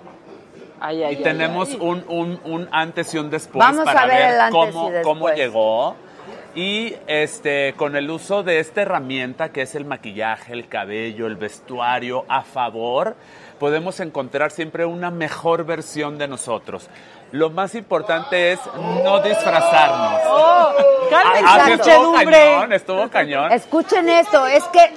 [SPEAKER 1] Ay, ay,
[SPEAKER 8] Y
[SPEAKER 1] ay,
[SPEAKER 8] tenemos
[SPEAKER 1] ay.
[SPEAKER 8] Un, un- un antes y un después
[SPEAKER 3] Vamos
[SPEAKER 8] para
[SPEAKER 3] a ver el antes
[SPEAKER 8] cómo,
[SPEAKER 3] y después.
[SPEAKER 8] cómo llegó. Y este, con el uso de esta herramienta que es el maquillaje, el cabello, el vestuario a favor, podemos encontrar siempre una mejor versión de nosotros. Lo más importante es no disfrazarnos.
[SPEAKER 1] ¡Oh!
[SPEAKER 8] Ah,
[SPEAKER 1] ¡Cálmense,
[SPEAKER 8] sí, estuvo
[SPEAKER 1] muchedumbre!
[SPEAKER 8] cañón, estuvo cañón.
[SPEAKER 3] Escuchen esto, es que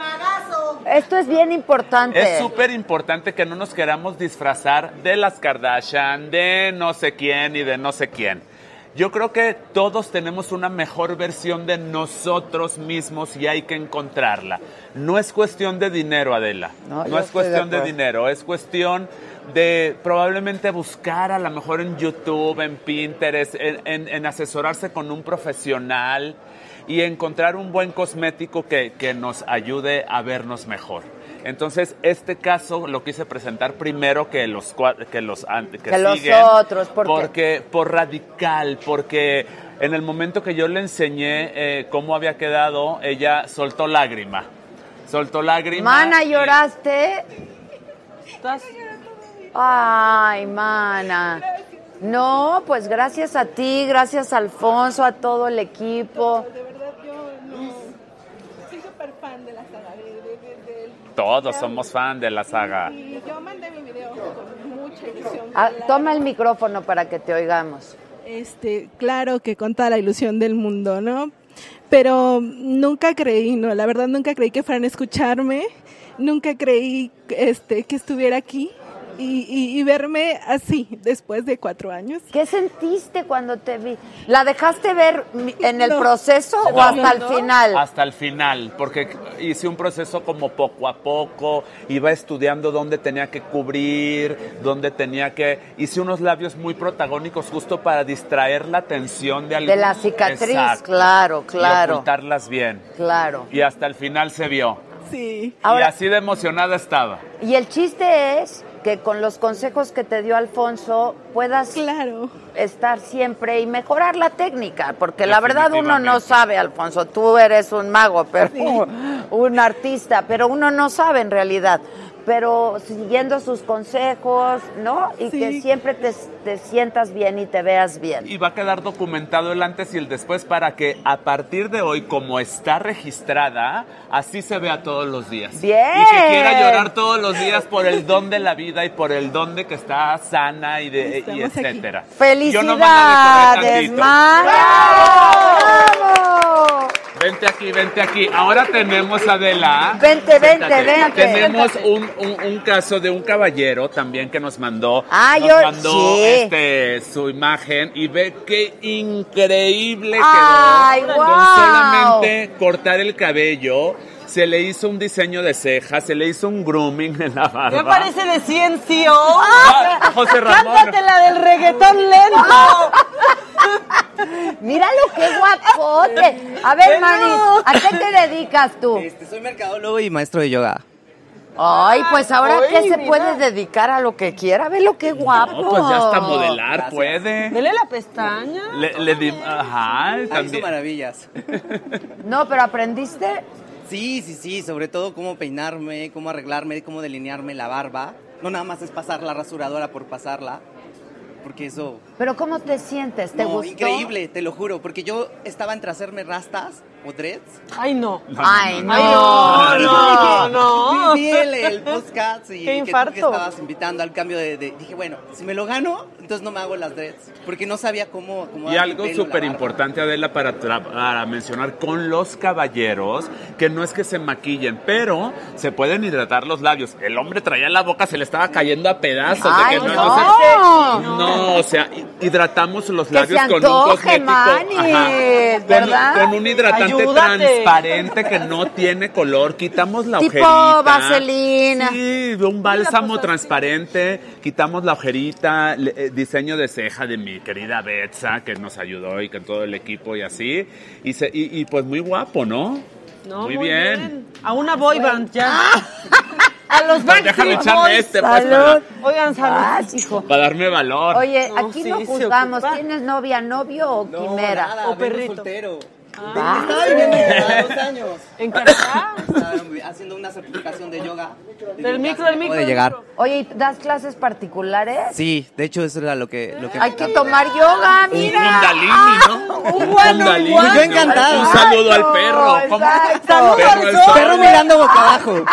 [SPEAKER 3] esto es bien importante.
[SPEAKER 8] Es súper importante que no nos queramos disfrazar de las Kardashian, de no sé quién y de no sé quién. Yo creo que todos tenemos una mejor versión de nosotros mismos y hay que encontrarla. No es cuestión de dinero, Adela.
[SPEAKER 3] No,
[SPEAKER 8] No,
[SPEAKER 3] yo estoy
[SPEAKER 8] es
[SPEAKER 3] de
[SPEAKER 8] cuestión de,
[SPEAKER 3] acuerdo.
[SPEAKER 8] dinero, es cuestión de probablemente buscar a lo mejor en YouTube, en Pinterest, en, en- en asesorarse con un profesional y encontrar un buen cosmético que, que nos ayude a vernos mejor. Entonces, este caso lo quise presentar primero que los, cua- que los, an- que
[SPEAKER 3] Que los
[SPEAKER 8] siguen,
[SPEAKER 3] otros, ¿por qué?
[SPEAKER 8] porque por radical, porque en el momento que yo le enseñé eh, cómo había quedado, ella soltó lágrima. Soltó lágrima.
[SPEAKER 3] Mana, lloraste. Ay, mana. No, pues gracias a ti, gracias a Alfonso, a todo el equipo.
[SPEAKER 15] Soy súper fan de la saga, de, de- de- de-
[SPEAKER 8] Todos somos fan de la saga.
[SPEAKER 15] Y yo mandé mi video con mucha ilusión.
[SPEAKER 3] Ah,
[SPEAKER 15] Claro.
[SPEAKER 3] toma el micrófono para que te oigamos.
[SPEAKER 15] Este, claro que con toda la ilusión del mundo, ¿no? Pero nunca creí, no, la verdad nunca creí que fueran a escucharme, nunca creí este, que estuviera aquí y, y- y verme así después de cuatro años.
[SPEAKER 3] ¿Qué sentiste cuando te vi? ¿La dejaste ver mi- en el
[SPEAKER 15] No.
[SPEAKER 3] proceso o
[SPEAKER 8] No.
[SPEAKER 3] hasta el final?
[SPEAKER 8] Hasta el final, porque hice un proceso como poco a poco, iba estudiando dónde tenía que cubrir, dónde tenía que... Hice unos labios muy protagónicos justo para distraer la atención de
[SPEAKER 3] De
[SPEAKER 8] alguien.
[SPEAKER 3] la cicatriz,
[SPEAKER 8] Exacto.
[SPEAKER 3] claro,
[SPEAKER 8] Y
[SPEAKER 3] claro,
[SPEAKER 8] ocultarlas bien.
[SPEAKER 3] claro.
[SPEAKER 8] Y hasta el final se vio.
[SPEAKER 15] Sí.
[SPEAKER 8] y
[SPEAKER 3] Ahora,
[SPEAKER 8] así de emocionada estaba.
[SPEAKER 3] y el chiste es que con los consejos que te dio Alfonso puedas estar siempre y mejorar la técnica, porque la verdad uno no
[SPEAKER 15] Definitivamente.
[SPEAKER 3] sabe, Alfonso, tú eres un mago, pero
[SPEAKER 15] Sí.
[SPEAKER 3] un artista, pero uno no sabe en realidad. Pero siguiendo sus consejos, ¿no? Y que siempre te, te sientas bien y te veas bien.
[SPEAKER 8] Y va a quedar documentado el antes y el después para que a partir de hoy, como está registrada, así se vea todos los días.
[SPEAKER 3] Bien.
[SPEAKER 8] Y que quiera llorar todos los días por el don de la vida y por el don de que está sana y, de, y etcétera. Yo no mando de correr
[SPEAKER 3] ¡Felicidades,
[SPEAKER 8] tantito.
[SPEAKER 3] Mara! ¡Bravo!
[SPEAKER 8] Vente aquí, vente aquí. Ahora tenemos a Adela.
[SPEAKER 3] Vente, vente,
[SPEAKER 8] Siéntate.
[SPEAKER 3] vente.
[SPEAKER 8] Tenemos un, un- un caso de un caballero también que nos mandó.
[SPEAKER 3] Ah,
[SPEAKER 8] nos
[SPEAKER 3] yo-
[SPEAKER 8] mandó
[SPEAKER 3] sí.
[SPEAKER 8] este, su imagen y ve qué increíble quedó.
[SPEAKER 3] Ay,
[SPEAKER 8] Con
[SPEAKER 3] guau.
[SPEAKER 8] solamente cortar el cabello. Se le hizo un diseño de cejas, se le hizo un grooming en la barba.
[SPEAKER 1] Ya parece de 100 CEO.
[SPEAKER 8] Ah, José Ramón.
[SPEAKER 1] Cántate la del reggaetón
[SPEAKER 3] Ah.
[SPEAKER 1] lento.
[SPEAKER 3] Mira lo que guapote. A ver, Manis, ¿a qué te dedicas tú?
[SPEAKER 8] Este,
[SPEAKER 9] Soy mercadólogo y maestro de yoga.
[SPEAKER 3] Ay, pues ahora
[SPEAKER 9] Ay,
[SPEAKER 3] que se
[SPEAKER 9] mira.
[SPEAKER 3] puede dedicar a lo que quiera, ve lo que guapo.
[SPEAKER 8] No, pues ya hasta modelar puede.
[SPEAKER 1] Dele la pestaña.
[SPEAKER 8] Le, le di- ajá, también.
[SPEAKER 9] maravillas.
[SPEAKER 3] No, pero aprendiste.
[SPEAKER 9] Sí, sí, sí, sobre todo cómo peinarme, cómo arreglarme, cómo delinearme la barba. No nada más es pasar la rasuradora por pasarla, porque eso...
[SPEAKER 3] Pero ¿cómo te sientes? ¿Te
[SPEAKER 9] No,
[SPEAKER 3] gustó?
[SPEAKER 9] increíble, te lo juro, porque yo estaba entre hacerme rastas o dreads.
[SPEAKER 1] Ay, no.
[SPEAKER 3] Ay, no.
[SPEAKER 1] Ay, no, no, no.
[SPEAKER 9] Vi el, el podcast y
[SPEAKER 1] Qué
[SPEAKER 9] que tú
[SPEAKER 1] infarto.
[SPEAKER 9] que estabas invitando al cambio de, de- Dije, bueno, si me lo gano, entonces no me hago las dreads, porque no sabía cómo... acomodar
[SPEAKER 8] Y
[SPEAKER 9] mi
[SPEAKER 8] algo
[SPEAKER 9] pelo, la
[SPEAKER 8] súper
[SPEAKER 9] barba.
[SPEAKER 8] importante, Adela, para, tra- para mencionar con los caballeros, que no es que se maquillen, pero se pueden hidratar los labios. El hombre traía la boca, se le estaba cayendo a pedazos. de
[SPEAKER 3] Ay,
[SPEAKER 8] que no,
[SPEAKER 3] no.
[SPEAKER 8] no se- no, o sea, hi- hidratamos los
[SPEAKER 3] Que
[SPEAKER 8] labios
[SPEAKER 3] se
[SPEAKER 8] con un
[SPEAKER 3] antoje,
[SPEAKER 8] cosmético.
[SPEAKER 3] manis,
[SPEAKER 8] ajá, con,
[SPEAKER 3] ¿verdad?
[SPEAKER 8] con un hidratante
[SPEAKER 3] Ayúdate.
[SPEAKER 8] transparente que no tiene color. Quitamos la
[SPEAKER 3] Tipo
[SPEAKER 8] ojerita.
[SPEAKER 3] vaselina.
[SPEAKER 8] Sí, un bálsamo transparente, quitamos la ojerita, le- eh, diseño de ceja de mi querida Betsa, que nos ayudó y con todo el equipo y así. Y, se- y- y, pues muy guapo, ¿no?
[SPEAKER 1] No,
[SPEAKER 8] Muy bien.
[SPEAKER 1] A una boy band ya.
[SPEAKER 3] Ah.
[SPEAKER 1] A los
[SPEAKER 8] Pues déjame
[SPEAKER 1] Backstreet
[SPEAKER 8] echarme
[SPEAKER 1] Boys.
[SPEAKER 8] este, pues, Salud.
[SPEAKER 1] Oigan, salud.
[SPEAKER 3] hijo.
[SPEAKER 8] Para darme valor.
[SPEAKER 3] Oye,
[SPEAKER 1] No,
[SPEAKER 3] aquí
[SPEAKER 1] sí,
[SPEAKER 3] no
[SPEAKER 1] se
[SPEAKER 3] juzgamos.
[SPEAKER 1] ocupa.
[SPEAKER 3] ¿Tienes novia, novio o quimera?
[SPEAKER 9] nada,
[SPEAKER 3] o
[SPEAKER 9] vengo soltero.
[SPEAKER 3] Ah.
[SPEAKER 9] Estaba viviendo en Canadá dos años.
[SPEAKER 1] ¿En
[SPEAKER 9] Canadá? haciendo una certificación de yoga.
[SPEAKER 3] Del micro, del micro.
[SPEAKER 9] Puede llegar.
[SPEAKER 3] Oye, ¿y das clases particulares?
[SPEAKER 9] Sí, de hecho eso era lo que... Lo que
[SPEAKER 3] Hay que tomar yoga, mira.
[SPEAKER 9] kundalini,
[SPEAKER 3] Ah,
[SPEAKER 9] ¿no?
[SPEAKER 3] un
[SPEAKER 9] Un
[SPEAKER 3] bueno,
[SPEAKER 9] kundalini.
[SPEAKER 3] igual.
[SPEAKER 9] Pues yo encantada.
[SPEAKER 3] Exacto,
[SPEAKER 9] Un saludo al perro. ¿Cómo?
[SPEAKER 3] exacto.
[SPEAKER 9] Saludo al Perro sol. mirando boca abajo.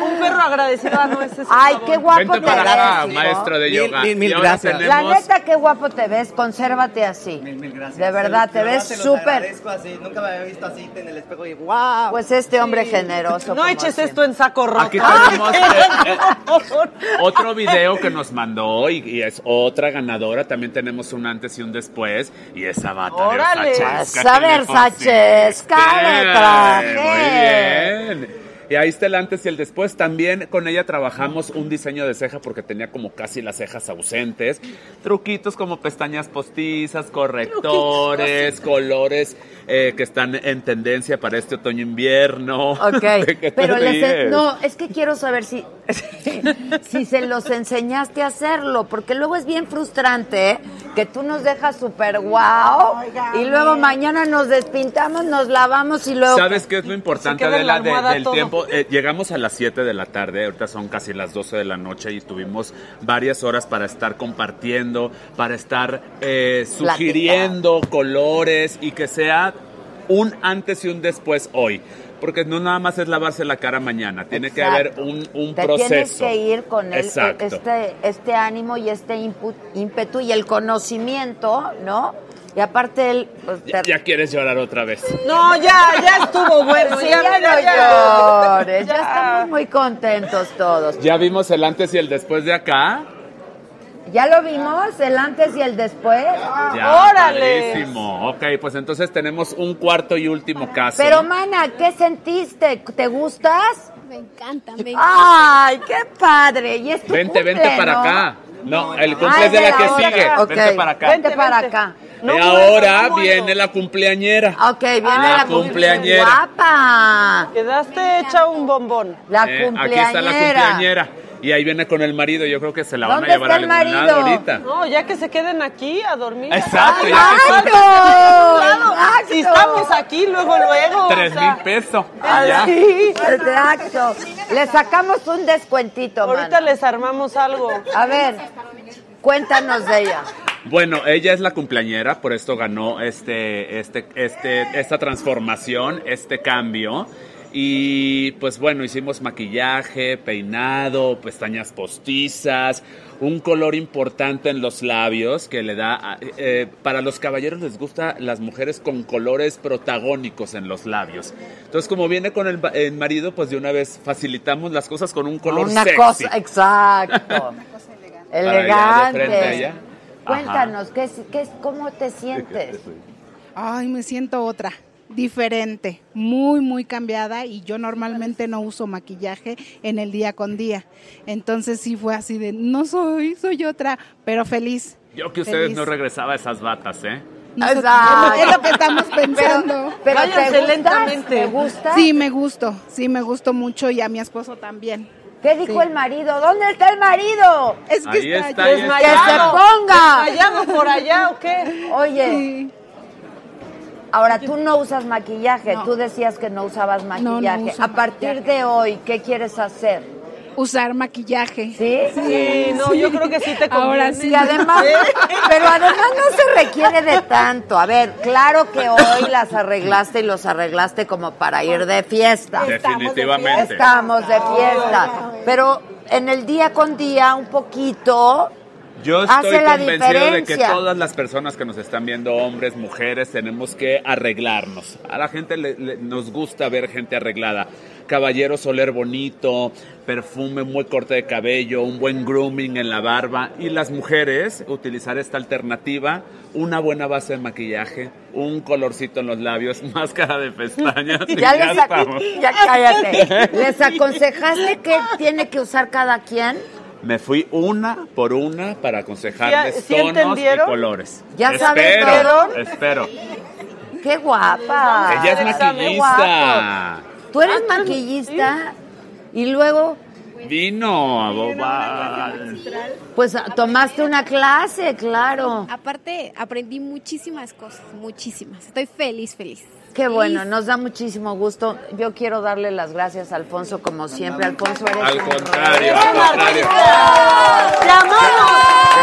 [SPEAKER 1] Un perro
[SPEAKER 3] ah,
[SPEAKER 1] agradecido no es eso.
[SPEAKER 3] Ay, qué guapo
[SPEAKER 8] Vente
[SPEAKER 3] te
[SPEAKER 8] para acá,
[SPEAKER 3] ves.
[SPEAKER 8] maestro de
[SPEAKER 2] Mil-
[SPEAKER 8] yoga.
[SPEAKER 2] mil- mil
[SPEAKER 8] Y ahora
[SPEAKER 2] gracias.
[SPEAKER 3] La
[SPEAKER 8] tenemos-
[SPEAKER 3] neta, qué guapo te ves. Consérvate así. De verdad, te ves súper.
[SPEAKER 2] así, nunca me había visto así en el espejo y wow.
[SPEAKER 3] Pues este hombre generoso.
[SPEAKER 1] No
[SPEAKER 3] como
[SPEAKER 1] eches
[SPEAKER 3] siempre.
[SPEAKER 1] esto en saco roto.
[SPEAKER 8] Aquí tenemos,
[SPEAKER 1] Ay,
[SPEAKER 8] eh, Otro video que nos mandó y, y es otra ganadora. También tenemos un antes y un después. Y esa bata
[SPEAKER 3] Órale. pues,
[SPEAKER 8] de Versace.
[SPEAKER 3] Esa Versachesca
[SPEAKER 8] que
[SPEAKER 3] de
[SPEAKER 8] le
[SPEAKER 3] traje.
[SPEAKER 8] pusiste. Muy bien. Y ahí está el antes y el después. También con ella trabajamos un diseño de ceja porque tenía como casi las cejas ausentes. Truquitos como pestañas postizas, correctores, colores eh, que están en tendencia para este otoño-invierno. ¿De qué
[SPEAKER 3] Ok,
[SPEAKER 8] te
[SPEAKER 3] pero les
[SPEAKER 8] ríes?
[SPEAKER 3] no, es que quiero saber si, si se los enseñaste a hacerlo, porque luego es bien frustrante ¿eh? que tú nos dejas súper guau y luego mañana nos despintamos, nos lavamos y luego...
[SPEAKER 8] ¿Sabes qué es lo importante,
[SPEAKER 3] queda en la
[SPEAKER 8] Adela, de-
[SPEAKER 3] almohada
[SPEAKER 8] del
[SPEAKER 3] todo.
[SPEAKER 8] tiempo? Eh, llegamos a las 7 de la tarde, ahorita son casi las 12 de la noche y tuvimos varias horas para estar compartiendo, para estar eh, sugiriendo colores y que sea un antes y un después hoy. Porque no nada más es lavarse la cara mañana, tiene que haber
[SPEAKER 3] Exacto.
[SPEAKER 8] un, un
[SPEAKER 3] Te
[SPEAKER 8] proceso.
[SPEAKER 3] tienes que ir con el,
[SPEAKER 8] Exacto.
[SPEAKER 3] este, este ánimo y este input- ímpetu y el conocimiento, ¿no? Y aparte él... pues, te-
[SPEAKER 8] Ya, ya quieres llorar otra vez.
[SPEAKER 1] No, ya, ya estuvo bueno.
[SPEAKER 3] Sí,
[SPEAKER 1] ya,
[SPEAKER 3] ya
[SPEAKER 1] mira,
[SPEAKER 3] no
[SPEAKER 1] ya.
[SPEAKER 3] llores, ya estamos muy contentos todos.
[SPEAKER 8] Ya vimos el antes y el después de acá.
[SPEAKER 3] ¿Ya lo vimos? ¿El antes y el después?
[SPEAKER 8] Ya,
[SPEAKER 3] ¡Órale!
[SPEAKER 8] padrísimo. Ok, pues entonces tenemos un cuarto y último caso.
[SPEAKER 3] Pero, mana, ¿qué sentiste? ¿Te gustas?
[SPEAKER 28] Me encanta, me
[SPEAKER 3] ¡Ay, qué padre! Y es tu
[SPEAKER 8] Vente,
[SPEAKER 3] cumple,
[SPEAKER 8] vente para
[SPEAKER 3] ¿no?
[SPEAKER 8] acá. No, el
[SPEAKER 3] Ah,
[SPEAKER 8] cumple es de la que
[SPEAKER 3] otra.
[SPEAKER 8] sigue.
[SPEAKER 3] Ok,
[SPEAKER 8] Vente para acá.
[SPEAKER 3] Vente para acá.
[SPEAKER 8] y ahora viene la cumpleañera.
[SPEAKER 3] Ok, viene
[SPEAKER 8] La
[SPEAKER 3] la
[SPEAKER 8] Ah, cumpleañera.
[SPEAKER 3] ¡Guapa!
[SPEAKER 1] Quedaste hecha un bombón.
[SPEAKER 3] La
[SPEAKER 8] Eh, aquí está la cumpleañera. Y ahí viene con el marido. Yo creo que se la van a
[SPEAKER 3] ¿Dónde
[SPEAKER 8] llevar
[SPEAKER 3] está
[SPEAKER 8] al
[SPEAKER 3] el
[SPEAKER 8] lado
[SPEAKER 3] marido?
[SPEAKER 8] ahorita.
[SPEAKER 1] No, ya que se queden aquí a dormir.
[SPEAKER 8] Exacto,
[SPEAKER 1] Ay,
[SPEAKER 8] ya que se-
[SPEAKER 1] exacto,
[SPEAKER 3] exacto.
[SPEAKER 1] Si estamos aquí, luego, luego. o
[SPEAKER 8] Tres
[SPEAKER 1] sea,
[SPEAKER 8] mil pesos.
[SPEAKER 3] Ah,
[SPEAKER 8] Ya.
[SPEAKER 3] Así, exacto. Le sacamos un descuentito,
[SPEAKER 1] Ahorita
[SPEAKER 3] mana.
[SPEAKER 1] les armamos algo.
[SPEAKER 3] A ver, cuéntanos de ella.
[SPEAKER 8] Bueno, ella es la cumpleañera, por esto ganó este, este, este, esta transformación, este cambio. Y pues bueno, hicimos maquillaje, peinado, pestañas postizas, un color importante en los labios que le da... a- eh, para los caballeros les gusta las mujeres con colores protagónicos en los labios. Entonces como viene con el, ba- el marido, pues de una vez facilitamos las cosas con un color
[SPEAKER 3] Una
[SPEAKER 8] sexy.
[SPEAKER 3] cosa, exacto.
[SPEAKER 8] Para allá, de
[SPEAKER 3] Elegante.
[SPEAKER 8] frente a ella. Ajá.
[SPEAKER 3] Cuéntanos, ¿qué, es- qué, es- ¿cómo te sientes?
[SPEAKER 9] Ay, me siento otra, diferente, muy, muy cambiada y yo normalmente no uso maquillaje en el día con día. Entonces sí fue así de, no soy, soy otra, pero feliz.
[SPEAKER 8] Yo que ustedes
[SPEAKER 9] Feliz.
[SPEAKER 8] no regresaba a esas batas, ¿eh?
[SPEAKER 9] Nosotros-
[SPEAKER 3] Exacto.
[SPEAKER 9] Es lo que estamos pensando.
[SPEAKER 3] Pero
[SPEAKER 1] Váyanse
[SPEAKER 3] te gustas,
[SPEAKER 1] lentamente.
[SPEAKER 3] ¿Te gusta?
[SPEAKER 9] Sí, me gusto, sí, me gusto mucho y a mi esposo también.
[SPEAKER 3] ¿Qué dijo el marido? ¿Dónde está el marido?
[SPEAKER 9] Es que
[SPEAKER 8] Ahí está, ahí está.
[SPEAKER 3] ¡Que se ponga!
[SPEAKER 1] ¿Desmayado por allá o qué?
[SPEAKER 3] Oye,
[SPEAKER 9] Sí.
[SPEAKER 3] ahora tú no usas maquillaje,
[SPEAKER 9] No.
[SPEAKER 3] tú decías que no usabas maquillaje.
[SPEAKER 9] no uso
[SPEAKER 3] a partir de hoy, ¿qué quieres hacer?
[SPEAKER 9] usar maquillaje.
[SPEAKER 3] ¿Sí?
[SPEAKER 1] Sí, no, yo creo que sí te conviene. ¿Eh?
[SPEAKER 9] Ahora sí.
[SPEAKER 3] Y además, pero además no se requiere de tanto. A ver, claro que hoy las arreglaste y los arreglaste como para ir de fiesta.
[SPEAKER 8] Definitivamente.
[SPEAKER 3] Estamos de fiesta. Pero en el día con día, un poquito.
[SPEAKER 8] Yo estoy
[SPEAKER 3] Hace la
[SPEAKER 8] convencido de que
[SPEAKER 3] diferencia.
[SPEAKER 8] todas las personas que nos están viendo, hombres, mujeres, tenemos que arreglarnos. A la gente le- le- nos gusta ver gente arreglada. Caballeros, oler bonito, perfume, muy corte de cabello, un buen grooming en la barba. Y las mujeres, utilizar esta alternativa, una buena base de maquillaje, un colorcito en los labios, máscara de pestañas. y
[SPEAKER 3] Ya, les,
[SPEAKER 8] estamos.
[SPEAKER 3] ya cállate. ¿Les aconsejaste que tiene que usar cada quien?
[SPEAKER 8] Me fui una por una para aconsejarles
[SPEAKER 1] ¿Sí- sí
[SPEAKER 8] tonos y
[SPEAKER 1] entendieron?
[SPEAKER 8] colores.
[SPEAKER 3] ¿Ya saben
[SPEAKER 8] espero,
[SPEAKER 3] todo?
[SPEAKER 8] espero.
[SPEAKER 3] ¡Qué guapa!
[SPEAKER 8] Ella es
[SPEAKER 3] Qué Ah, guapo.
[SPEAKER 8] maquillista.
[SPEAKER 3] Tú eres maquillista y luego,
[SPEAKER 8] Vino a boba.
[SPEAKER 3] pues, tomaste una clase, claro.
[SPEAKER 11] Aparte, aprendí muchísimas cosas, muchísimas. Estoy feliz, feliz.
[SPEAKER 3] Qué bueno, nos da muchísimo gusto. Yo quiero darle las gracias a Alfonso, como siempre. Alfonso, eres
[SPEAKER 8] Al
[SPEAKER 3] un
[SPEAKER 8] contrario,
[SPEAKER 3] rey.
[SPEAKER 8] al contrario.
[SPEAKER 1] ¡Te amamos!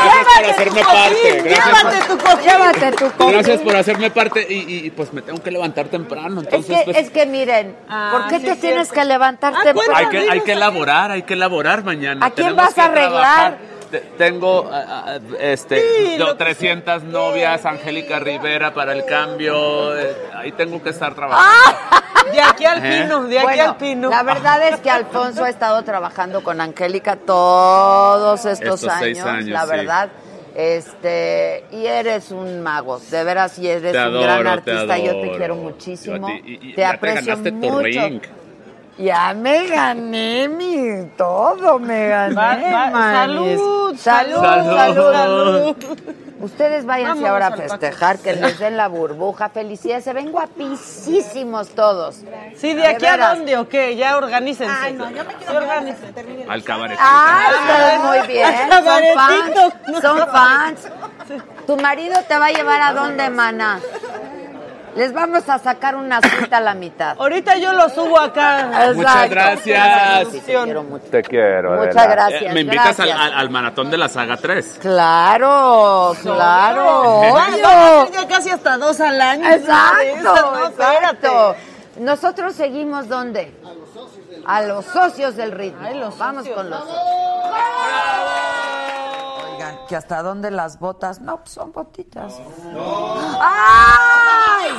[SPEAKER 8] Gracias por
[SPEAKER 1] ¡Llévate
[SPEAKER 8] hacerme parte. Gracias por-
[SPEAKER 1] tu cojín.
[SPEAKER 3] Llévate tu cojín.
[SPEAKER 8] Gracias por hacerme parte y, y- y, pues me tengo que levantar temprano.
[SPEAKER 3] Es
[SPEAKER 8] Entonces,
[SPEAKER 3] que,
[SPEAKER 8] pues,
[SPEAKER 3] es que miren, ¿por qué
[SPEAKER 1] sí
[SPEAKER 3] te
[SPEAKER 1] es
[SPEAKER 3] tienes
[SPEAKER 1] cierto.
[SPEAKER 3] que levantar
[SPEAKER 1] Ah,
[SPEAKER 3] temprano?
[SPEAKER 8] hay, que, hay que elaborar, hay que elaborar mañana.
[SPEAKER 3] ¿A quién
[SPEAKER 8] Tenemos
[SPEAKER 3] vas
[SPEAKER 8] que
[SPEAKER 3] a arreglar?
[SPEAKER 8] trabajar. Te- Tengo ah, ah, este,
[SPEAKER 3] Sí,
[SPEAKER 8] yo,
[SPEAKER 3] lo que
[SPEAKER 8] 300 novias, Angélica Rivera para el cambio. eh, ahí tengo que estar trabajando.
[SPEAKER 3] Ah,
[SPEAKER 1] De aquí al
[SPEAKER 8] ¿Eh?
[SPEAKER 1] pino, de aquí
[SPEAKER 3] Bueno,
[SPEAKER 1] al pino.
[SPEAKER 3] La verdad es que Alfonso ha estado trabajando con Angélica todos estos,
[SPEAKER 8] Estos seis
[SPEAKER 3] años,
[SPEAKER 8] años,
[SPEAKER 3] la
[SPEAKER 8] sí.
[SPEAKER 3] verdad. Este, y eres un mago, de veras, y eres
[SPEAKER 8] Te
[SPEAKER 3] un
[SPEAKER 8] adoro,
[SPEAKER 3] gran
[SPEAKER 8] te
[SPEAKER 3] artista, yo te
[SPEAKER 8] adoro.
[SPEAKER 3] quiero
[SPEAKER 8] Yo a
[SPEAKER 3] muchísimo.
[SPEAKER 8] ti- y- y
[SPEAKER 3] te
[SPEAKER 8] ya te
[SPEAKER 3] aprecio
[SPEAKER 8] ganaste tu
[SPEAKER 3] mucho.
[SPEAKER 8] ring.
[SPEAKER 3] Ya me gané mi todo, me gané.
[SPEAKER 1] Va- va-
[SPEAKER 3] manis.
[SPEAKER 1] salud,
[SPEAKER 3] salud,
[SPEAKER 1] salud,
[SPEAKER 3] salud,
[SPEAKER 1] salud.
[SPEAKER 3] Ustedes váyanse
[SPEAKER 1] Vámonos
[SPEAKER 3] ahora a
[SPEAKER 1] al patio.
[SPEAKER 3] festejar, que les den la burbuja. Felicidades, se ven guapísimos todos.
[SPEAKER 1] Sí, de aquí a
[SPEAKER 3] veras.
[SPEAKER 1] dónde o qué, ya organícense. Ay, no, yo me quiero
[SPEAKER 8] Al cabaret.
[SPEAKER 3] Ah, ustedes muy bien. Son
[SPEAKER 1] Cabaretito.
[SPEAKER 3] fans. Son fans. Tu marido te va a llevar a dónde, mana. Les vamos a sacar una cita a la mitad.
[SPEAKER 1] Ahorita yo lo subo acá.
[SPEAKER 8] Muchas gracias.
[SPEAKER 3] Sí, te quiero mucho.
[SPEAKER 8] Te quiero.
[SPEAKER 3] Muchas Adela. gracias,
[SPEAKER 8] Eh, ¿Me invitas al,
[SPEAKER 3] gracias.
[SPEAKER 8] al- al maratón de la saga 3?
[SPEAKER 3] Claro, claro.
[SPEAKER 1] Bueno,
[SPEAKER 3] obvio.
[SPEAKER 1] vamos a hacer ya casi hasta dos al año.
[SPEAKER 3] Exacto,
[SPEAKER 1] No, espérate.
[SPEAKER 3] exacto. Nosotros seguimos dónde? A los socios del ritmo. Vamos con los socios.
[SPEAKER 15] Oigan, que hasta dónde las botas. No, pues son botitas.
[SPEAKER 3] ¡Ay!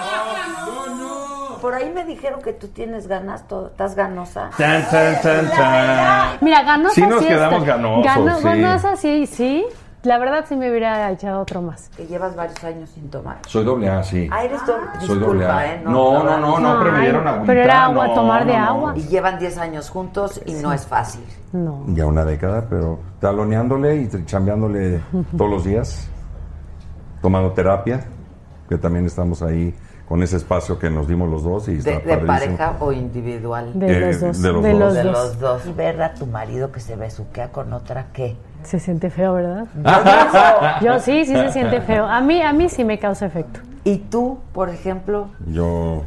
[SPEAKER 3] Por ahí me dijeron que tú tienes ganas, todo, estás ganosa.
[SPEAKER 6] Tan, tan, tan, tan.
[SPEAKER 17] Mira, ganosa
[SPEAKER 6] Sí nos
[SPEAKER 17] sí está.
[SPEAKER 6] quedamos ganosos, sí.
[SPEAKER 17] Ganosa sí, sí. La verdad sí me hubiera echado otro más.
[SPEAKER 3] Que llevas varios años sin tomar.
[SPEAKER 6] Soy doble A, sí.
[SPEAKER 3] Ah, eres doble.
[SPEAKER 6] Soy
[SPEAKER 3] disculpa,
[SPEAKER 6] doble A.
[SPEAKER 3] ¿eh?
[SPEAKER 6] No, no, no, no, pero me dieron agüita,
[SPEAKER 17] Pero era agua,
[SPEAKER 6] no,
[SPEAKER 17] tomar de
[SPEAKER 6] no, no.
[SPEAKER 17] agua.
[SPEAKER 3] Y llevan 10 años juntos y no es fácil.
[SPEAKER 17] No.
[SPEAKER 6] Ya una década, pero taloneándole y chambeándole todos los días, tomando terapia, que también estamos ahí con ese espacio que nos dimos los dos y está
[SPEAKER 3] De, de
[SPEAKER 6] padrísimo.
[SPEAKER 3] pareja o individual.
[SPEAKER 6] De Eh, los dos, de los de dos. los
[SPEAKER 3] De
[SPEAKER 6] dos.
[SPEAKER 3] los dos. Y ver a tu marido que se besuquea con otra, ¿qué?
[SPEAKER 17] Se siente feo, ¿verdad?
[SPEAKER 3] Yo-
[SPEAKER 17] Yo sí, sí se siente feo. A mí, a mí sí me causa efecto.
[SPEAKER 3] ¿Y tú, por ejemplo?
[SPEAKER 6] Yo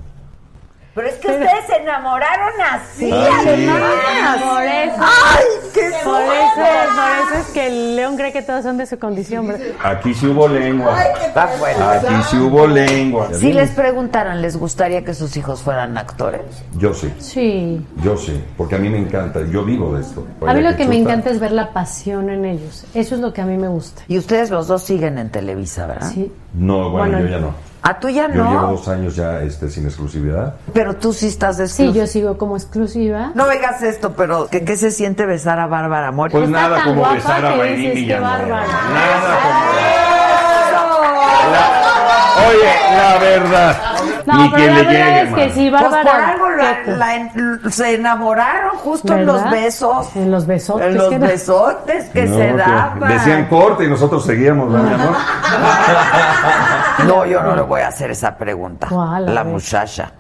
[SPEAKER 3] Pero es que ustedes se enamoraron así,
[SPEAKER 17] Ah, sí.
[SPEAKER 3] además.
[SPEAKER 17] Por eso.
[SPEAKER 3] ¡Ay, qué
[SPEAKER 17] Por
[SPEAKER 3] bueno!
[SPEAKER 17] eso, por eso es que el león cree que todos son de su condición, ¿verdad?
[SPEAKER 6] aquí sí hubo lengua.
[SPEAKER 17] Ay,
[SPEAKER 6] Aquí sí hubo lengua.
[SPEAKER 3] Si les preguntaran, ¿les gustaría que sus hijos fueran actores?
[SPEAKER 6] Yo sí,
[SPEAKER 17] Sí.
[SPEAKER 6] yo sí, porque a mí me encanta, yo vivo de esto.
[SPEAKER 17] A mí lo que me
[SPEAKER 6] Chuta.
[SPEAKER 17] encanta es ver la pasión en ellos. Eso es lo que a mí me gusta.
[SPEAKER 3] Y ustedes los dos siguen en Televisa, ¿verdad?
[SPEAKER 17] Sí.
[SPEAKER 6] No, bueno,
[SPEAKER 17] Bueno,
[SPEAKER 6] yo ya no.
[SPEAKER 3] ¿A tú ya
[SPEAKER 6] Yo
[SPEAKER 3] no?
[SPEAKER 6] llevo dos años ya este, sin exclusividad.
[SPEAKER 3] Pero tú sí estás de
[SPEAKER 17] Sí,
[SPEAKER 3] exclus-
[SPEAKER 17] yo sigo como exclusiva.
[SPEAKER 3] No digas esto, pero ¿qué, qué se siente besar a Bárbara Mori?
[SPEAKER 6] Pues
[SPEAKER 17] Está
[SPEAKER 6] nada
[SPEAKER 17] tan
[SPEAKER 6] como
[SPEAKER 17] guapa
[SPEAKER 6] besar a
[SPEAKER 17] que
[SPEAKER 6] Mayrín
[SPEAKER 17] dices, qué
[SPEAKER 6] Villanueva.
[SPEAKER 17] bárbara.
[SPEAKER 6] Nada como. La- Oye, la verdad.
[SPEAKER 17] No,
[SPEAKER 6] ni
[SPEAKER 17] pero
[SPEAKER 6] quien
[SPEAKER 17] la
[SPEAKER 6] le
[SPEAKER 17] verdad
[SPEAKER 6] llegue.
[SPEAKER 17] es que
[SPEAKER 6] mano.
[SPEAKER 17] sí,
[SPEAKER 3] Pues por
[SPEAKER 17] Bárbara.
[SPEAKER 3] algo la- la en- se enamoraron justo en los
[SPEAKER 17] ¿Verdad?
[SPEAKER 3] besos.
[SPEAKER 17] En los besotes.
[SPEAKER 3] En los
[SPEAKER 17] que da.
[SPEAKER 3] besotes que
[SPEAKER 6] No,
[SPEAKER 3] se
[SPEAKER 6] que
[SPEAKER 3] daban.
[SPEAKER 6] Decían corte y nosotros seguíamos, ¿verdad, mi amor?
[SPEAKER 3] No, yo no le voy a hacer esa pregunta.
[SPEAKER 17] ¿Cuál? A
[SPEAKER 3] La
[SPEAKER 17] ver.
[SPEAKER 3] muchacha.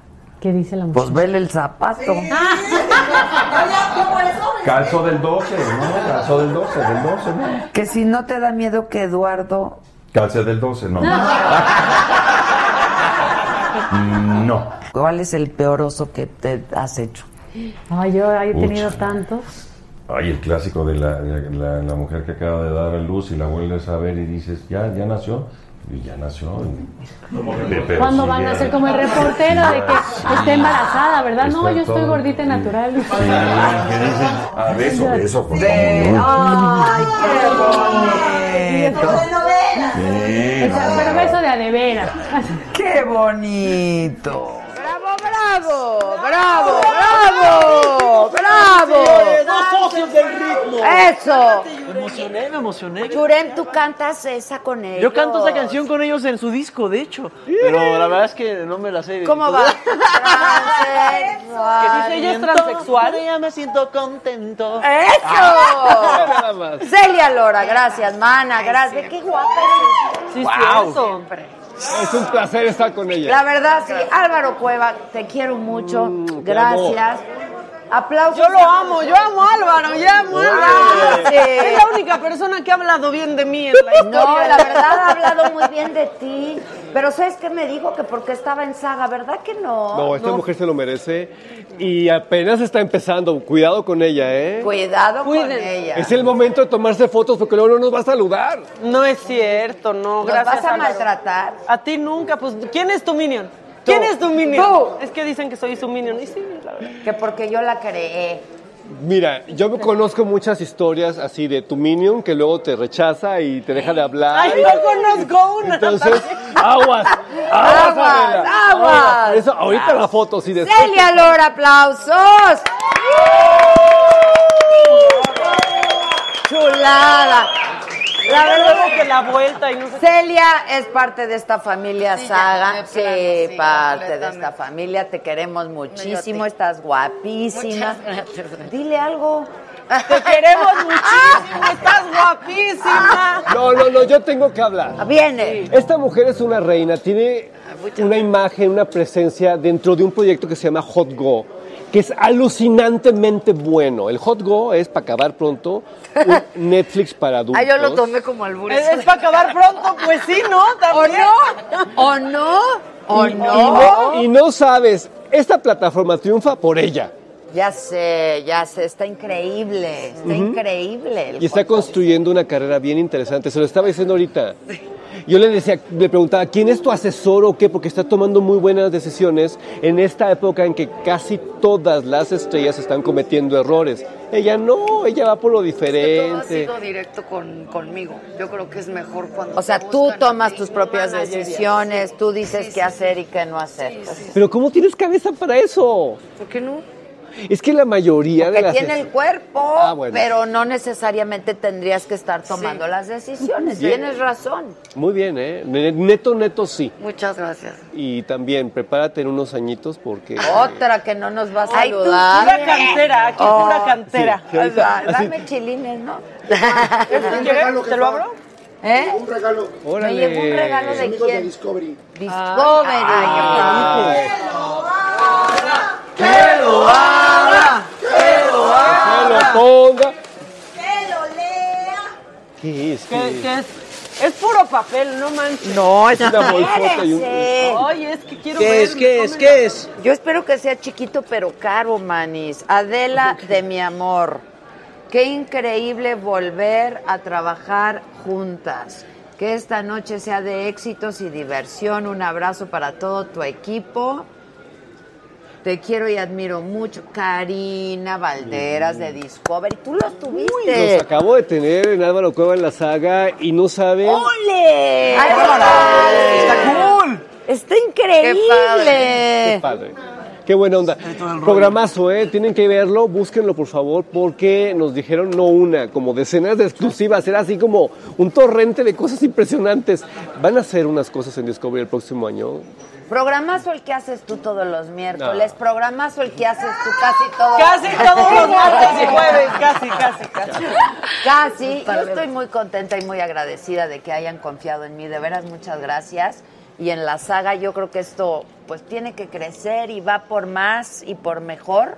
[SPEAKER 17] ¿Qué dice la mujer?
[SPEAKER 3] Pues vele el zapato.
[SPEAKER 6] Calzó del 12, ¿no? Calzó del 12, del 12, ¿no?
[SPEAKER 3] Que si no te da miedo que Eduardo.
[SPEAKER 6] Calcé del 12, no. Mm, No.
[SPEAKER 3] ¿Cuál es el peor oso que te has hecho?
[SPEAKER 17] Ay, yo he
[SPEAKER 6] Ucha.
[SPEAKER 17] tenido tantos.
[SPEAKER 6] Ay, el clásico de la, de la- la mujer que acaba de dar a luz y la vuelves a ver y dices, ya, ya nació. Y ya nació. Pe- pero
[SPEAKER 17] ¿Cuándo
[SPEAKER 6] sí,
[SPEAKER 17] van
[SPEAKER 6] ya-
[SPEAKER 17] a ser como el reportero de que está embarazada, verdad? No,
[SPEAKER 6] Está
[SPEAKER 17] yo estoy
[SPEAKER 6] todo-
[SPEAKER 17] gordita y natural.
[SPEAKER 6] Sí, que dicen, ah, beso, beso, por favor.
[SPEAKER 17] Ay,
[SPEAKER 3] qué bonito.
[SPEAKER 6] Sí.
[SPEAKER 17] Pero beso de a de veras.
[SPEAKER 3] ¡Qué bonito! ¡Bravo, bravo, bravo! ¡Bravo!
[SPEAKER 1] Dos socios del ritmo.
[SPEAKER 3] ¡Eso!
[SPEAKER 21] Me emocioné, me emocioné.
[SPEAKER 3] Jurem, tú cantas esa con ellos.
[SPEAKER 21] Yo canto esa canción con ellos en su disco, de hecho. Pero la verdad es que no me la sé.
[SPEAKER 3] ¿Cómo va? Transexual.
[SPEAKER 21] Que si ella es transexual, ya me siento contento. Nada
[SPEAKER 3] ¡Eso!
[SPEAKER 21] más.
[SPEAKER 3] ¿Eh? Celia Lora, gracias, mana, gracias. ¡Qué guapa eres!
[SPEAKER 21] Sí, Guau. sí,
[SPEAKER 3] hombre.
[SPEAKER 23] Es un placer estar con ella.
[SPEAKER 21] Mm,
[SPEAKER 3] La verdad, sí. Álvaro Cueva, te quiero mucho.
[SPEAKER 21] te
[SPEAKER 3] gracias. Aplausos.
[SPEAKER 1] Yo lo amo, yo amo a Álvaro, yo amo a Álvaro.
[SPEAKER 3] Sí.
[SPEAKER 1] Es la única persona que ha hablado bien de mí en la historia.
[SPEAKER 3] No, la verdad ha hablado muy bien de ti. Pero ¿sabes qué me dijo? Que porque estaba en saga, ¿verdad que no?
[SPEAKER 28] No,
[SPEAKER 21] este
[SPEAKER 28] esta mujer se lo merece y apenas está empezando. Cuidado con ella, ¿eh?
[SPEAKER 3] Cuidado con ella.
[SPEAKER 28] Es el momento de tomarse fotos porque luego no nos va a saludar.
[SPEAKER 1] No es cierto, no,
[SPEAKER 3] ¿Nos
[SPEAKER 1] gracias.
[SPEAKER 3] vas a
[SPEAKER 1] Álvaro.
[SPEAKER 3] maltratar?
[SPEAKER 1] A ti nunca, pues ¿quién es tu minion? ¿Quién es tu minion?
[SPEAKER 3] Tú.
[SPEAKER 1] Es que dicen que soy su minion y sí, la verdad.
[SPEAKER 3] Que porque yo la creé.
[SPEAKER 28] Mira, yo me conozco muchas historias así de tu minion que luego te rechaza y te deja de hablar.
[SPEAKER 1] Ay, no conozco una.
[SPEAKER 28] Entonces, aguas, aguas,
[SPEAKER 3] Aguas,
[SPEAKER 28] Adela,
[SPEAKER 3] aguas.
[SPEAKER 28] Por Eso, ahorita la foto, si después.
[SPEAKER 3] Celia Lora, aplausos. Chulada. La verdad
[SPEAKER 1] que la vuelta y no sé
[SPEAKER 3] Celia es parte de esta familia
[SPEAKER 29] ya,
[SPEAKER 3] Saga.
[SPEAKER 29] de plano,
[SPEAKER 3] sí,
[SPEAKER 29] sí,
[SPEAKER 3] parte de
[SPEAKER 29] completamente.
[SPEAKER 3] esta familia. Te queremos
[SPEAKER 29] Yo
[SPEAKER 3] muchísimo.
[SPEAKER 29] te-
[SPEAKER 3] Estás guapísima.
[SPEAKER 29] Muchas gracias.
[SPEAKER 3] Dile algo.
[SPEAKER 1] Te queremos muchísimo, estás guapísima.
[SPEAKER 28] No, no, no, yo tengo que hablar.
[SPEAKER 3] Viene.
[SPEAKER 28] Esta mujer es una reina, tiene una imagen, una presencia dentro de un proyecto que se llama Hot Go, que es alucinantemente bueno. El Hot Go es, para acabar pronto, un Netflix para adultos.
[SPEAKER 3] Ah, yo lo tomé como albur.
[SPEAKER 1] Es, es para acabar pronto, pues sí, ¿no? También.
[SPEAKER 3] ¿O Oh, no? ¿O
[SPEAKER 28] Y- Y no, y no sabes, esta plataforma triunfa por ella.
[SPEAKER 3] Ya sé, ya sé. Está increíble. Está increíble. el
[SPEAKER 28] Y está
[SPEAKER 3] cuento.
[SPEAKER 28] construyendo una carrera bien interesante. Se lo estaba diciendo ahorita. Yo le decía, le preguntaba, ¿quién es tu asesor o qué? Porque está tomando muy buenas decisiones en esta época en que casi todas las estrellas están cometiendo errores. Ella no, ella va por lo
[SPEAKER 15] Todo ha
[SPEAKER 28] diferente.
[SPEAKER 15] sido directo con, conmigo. Yo creo que es mejor cuando.
[SPEAKER 3] O sea,
[SPEAKER 15] te
[SPEAKER 3] tú
[SPEAKER 15] buscan a
[SPEAKER 3] tomas
[SPEAKER 15] ti,
[SPEAKER 3] tus
[SPEAKER 15] un
[SPEAKER 3] propias
[SPEAKER 15] manager.
[SPEAKER 3] decisiones, tú dices qué hacer y qué no hacer.
[SPEAKER 28] Pero ¿cómo tienes cabeza para eso?
[SPEAKER 3] ¿Por qué no?
[SPEAKER 28] Es que la mayoría de
[SPEAKER 3] Que
[SPEAKER 28] las...
[SPEAKER 3] tiene el cuerpo,
[SPEAKER 15] Ah,
[SPEAKER 28] bueno.
[SPEAKER 3] pero no necesariamente tendrías que estar tomando las decisiones.
[SPEAKER 28] Bien.
[SPEAKER 3] Tienes razón.
[SPEAKER 28] Muy bien, ¿eh? Neto, neto, sí.
[SPEAKER 3] Muchas gracias.
[SPEAKER 28] Y también prepárate en unos añitos porque...
[SPEAKER 3] Otra que no nos va a
[SPEAKER 15] Ay, tú,
[SPEAKER 3] saludar.
[SPEAKER 15] pura cantera, aquí pura
[SPEAKER 28] cantera. Sí, sí, ahorita,
[SPEAKER 3] Ay, va,
[SPEAKER 28] así.
[SPEAKER 3] dame chilines, ¿no?
[SPEAKER 15] ¿Quieres? regalo, ¿Te lo jefa. abro?
[SPEAKER 3] ¿Eh?
[SPEAKER 15] Un regalo.
[SPEAKER 28] Órale.
[SPEAKER 3] Me llegó un regalo de
[SPEAKER 15] Amigos de
[SPEAKER 3] quién?
[SPEAKER 15] Discovery.
[SPEAKER 3] Discovery.
[SPEAKER 15] Ah,
[SPEAKER 3] Ah.
[SPEAKER 15] Ay,
[SPEAKER 28] qué
[SPEAKER 15] ¡Que lo haga!
[SPEAKER 28] ¡Que lo haga! ¡Que lo ponga! ¿Qué es?
[SPEAKER 1] Que- que es, es puro papel, no manches.
[SPEAKER 3] No,
[SPEAKER 28] es una bolsota y un-
[SPEAKER 1] Ay, es que quiero ver.
[SPEAKER 3] ¿Qué es? ¿Qué es? ¿Qué
[SPEAKER 1] es?
[SPEAKER 3] Yo espero que sea chiquito pero caro, Manis. Adela de mi amor. Qué increíble volver a trabajar juntas. Que esta noche sea de éxitos y diversión. Un abrazo para todo tu equipo. Te quiero y admiro mucho. Karina Valderas de Discovery. Tú los tuviste.
[SPEAKER 28] Los acabo de tener en Álvaro Cueva en la saga y no saben.
[SPEAKER 3] ¡Ole!
[SPEAKER 28] ¡Ay,
[SPEAKER 3] ¡Qué
[SPEAKER 28] órale!
[SPEAKER 3] padre!
[SPEAKER 28] ¡Está cool!
[SPEAKER 3] ¡Está increíble!
[SPEAKER 28] Qué padre. Qué buena onda. Programazo, ¿eh? Tienen que verlo, búsquenlo por favor, porque nos dijeron no una, como decenas de exclusivas. Era así como un torrente de cosas impresionantes. Van a hacer unas cosas en Discovery el próximo año.
[SPEAKER 3] Programazo el que haces tú todos los miércoles, programazo el que haces tú casi todos
[SPEAKER 1] Casi todos los martes y jueves, casi, casi, casi.
[SPEAKER 3] Casi. Yo estoy muy contenta y muy agradecida de que hayan confiado en mí. De veras, muchas gracias. Y en la saga yo creo que esto pues tiene que crecer y va por más y por mejor.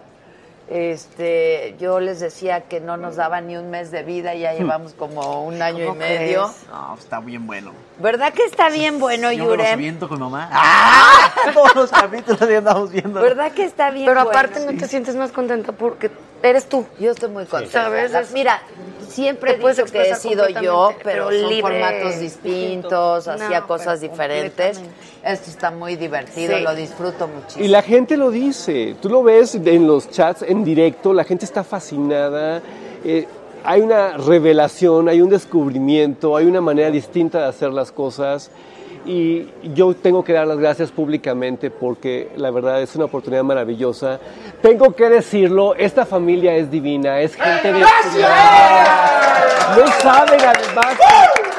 [SPEAKER 3] Este, yo les decía que no nos daba ni un mes de vida, ya llevamos como un año y
[SPEAKER 15] Hmm. ¿Cómo
[SPEAKER 3] medio.
[SPEAKER 15] crees? No, está bien bueno.
[SPEAKER 3] ¿Verdad que está bien bueno,
[SPEAKER 15] Yo me lo
[SPEAKER 3] Yurem?
[SPEAKER 15] siento con mamá.
[SPEAKER 30] Ah,
[SPEAKER 15] Todos los capítulos ya andamos viendo.
[SPEAKER 3] ¿Verdad que está bien?
[SPEAKER 15] Pero
[SPEAKER 3] bueno?
[SPEAKER 15] aparte no te
[SPEAKER 3] sientes más contenta porque eres tú. Yo estoy muy contenta.
[SPEAKER 15] ¿Sabes?
[SPEAKER 3] La-
[SPEAKER 15] Es-
[SPEAKER 3] Mira, siempre
[SPEAKER 15] Te
[SPEAKER 3] he
[SPEAKER 15] puedes
[SPEAKER 3] dicho que he
[SPEAKER 15] expresar
[SPEAKER 3] sido yo,
[SPEAKER 15] completamente,
[SPEAKER 3] pero,
[SPEAKER 15] pero son
[SPEAKER 3] libre,
[SPEAKER 15] formatos
[SPEAKER 3] formatos distintos,
[SPEAKER 15] distintos,
[SPEAKER 3] hacía
[SPEAKER 15] no,
[SPEAKER 3] cosas
[SPEAKER 15] pero
[SPEAKER 3] diferentes. Esto está muy divertido,
[SPEAKER 15] Sí.
[SPEAKER 3] lo disfruto muchísimo.
[SPEAKER 28] Y la gente lo dice, tú lo ves en los chats en directo, la gente está fascinada, eh, hay una revelación, hay un descubrimiento, hay una manera distinta de hacer las cosas y yo tengo que dar las gracias públicamente porque la verdad es una oportunidad maravillosa. Tengo que decirlo, esta familia es divina, es gente de... No saben además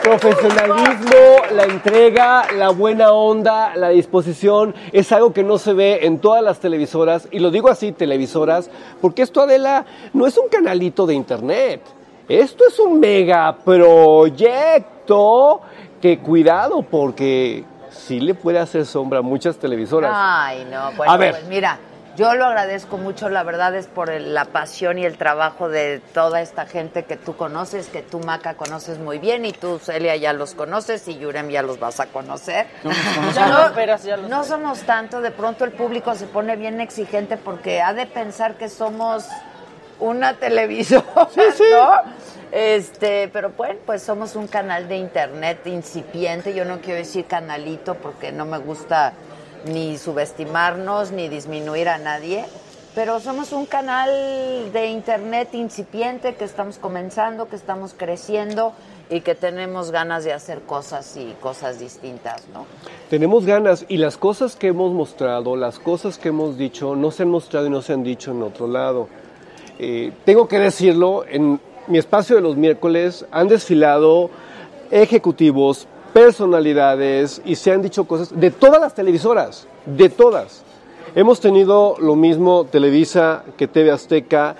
[SPEAKER 28] profesionalismo, la entrega, la buena onda, la disposición, es algo que no se ve en todas las televisoras, y lo digo así, televisoras, porque esto, Adela, no es un canalito de internet. Esto es un megaproyecto que cuidado, porque sí le puede hacer sombra a muchas televisoras.
[SPEAKER 3] Ah. Ay, no, bueno,
[SPEAKER 28] A ver.
[SPEAKER 3] pues mira, Yo lo agradezco mucho, la verdad es por el- la pasión y el trabajo de toda esta gente que tú conoces, que tú, Maca, conoces muy bien, y tú, Celia, ya los conoces, y Yurem ya los vas a conocer.
[SPEAKER 1] Ya
[SPEAKER 3] No,
[SPEAKER 1] lo esperas, ya lo
[SPEAKER 3] no somos tanto, de pronto el público se pone bien exigente porque ha de pensar que somos una televisora, ¿no? Este, pero bueno, pues somos un canal de internet incipiente, yo no quiero decir canalito porque no me gusta ni subestimarnos ni disminuir a nadie, pero somos un canal de internet incipiente que estamos comenzando, que estamos creciendo y que tenemos ganas de hacer cosas y cosas distintas, ¿no?
[SPEAKER 28] Tenemos ganas y las cosas que hemos mostrado, las cosas que hemos dicho, no se han mostrado y no se han dicho en otro lado. Eh, tengo que decirlo, en mi espacio de los miércoles han desfilado ejecutivos, personalidades y se han dicho cosas de todas las televisoras, de todas. Hemos tenido lo mismo Televisa que TV Azteca.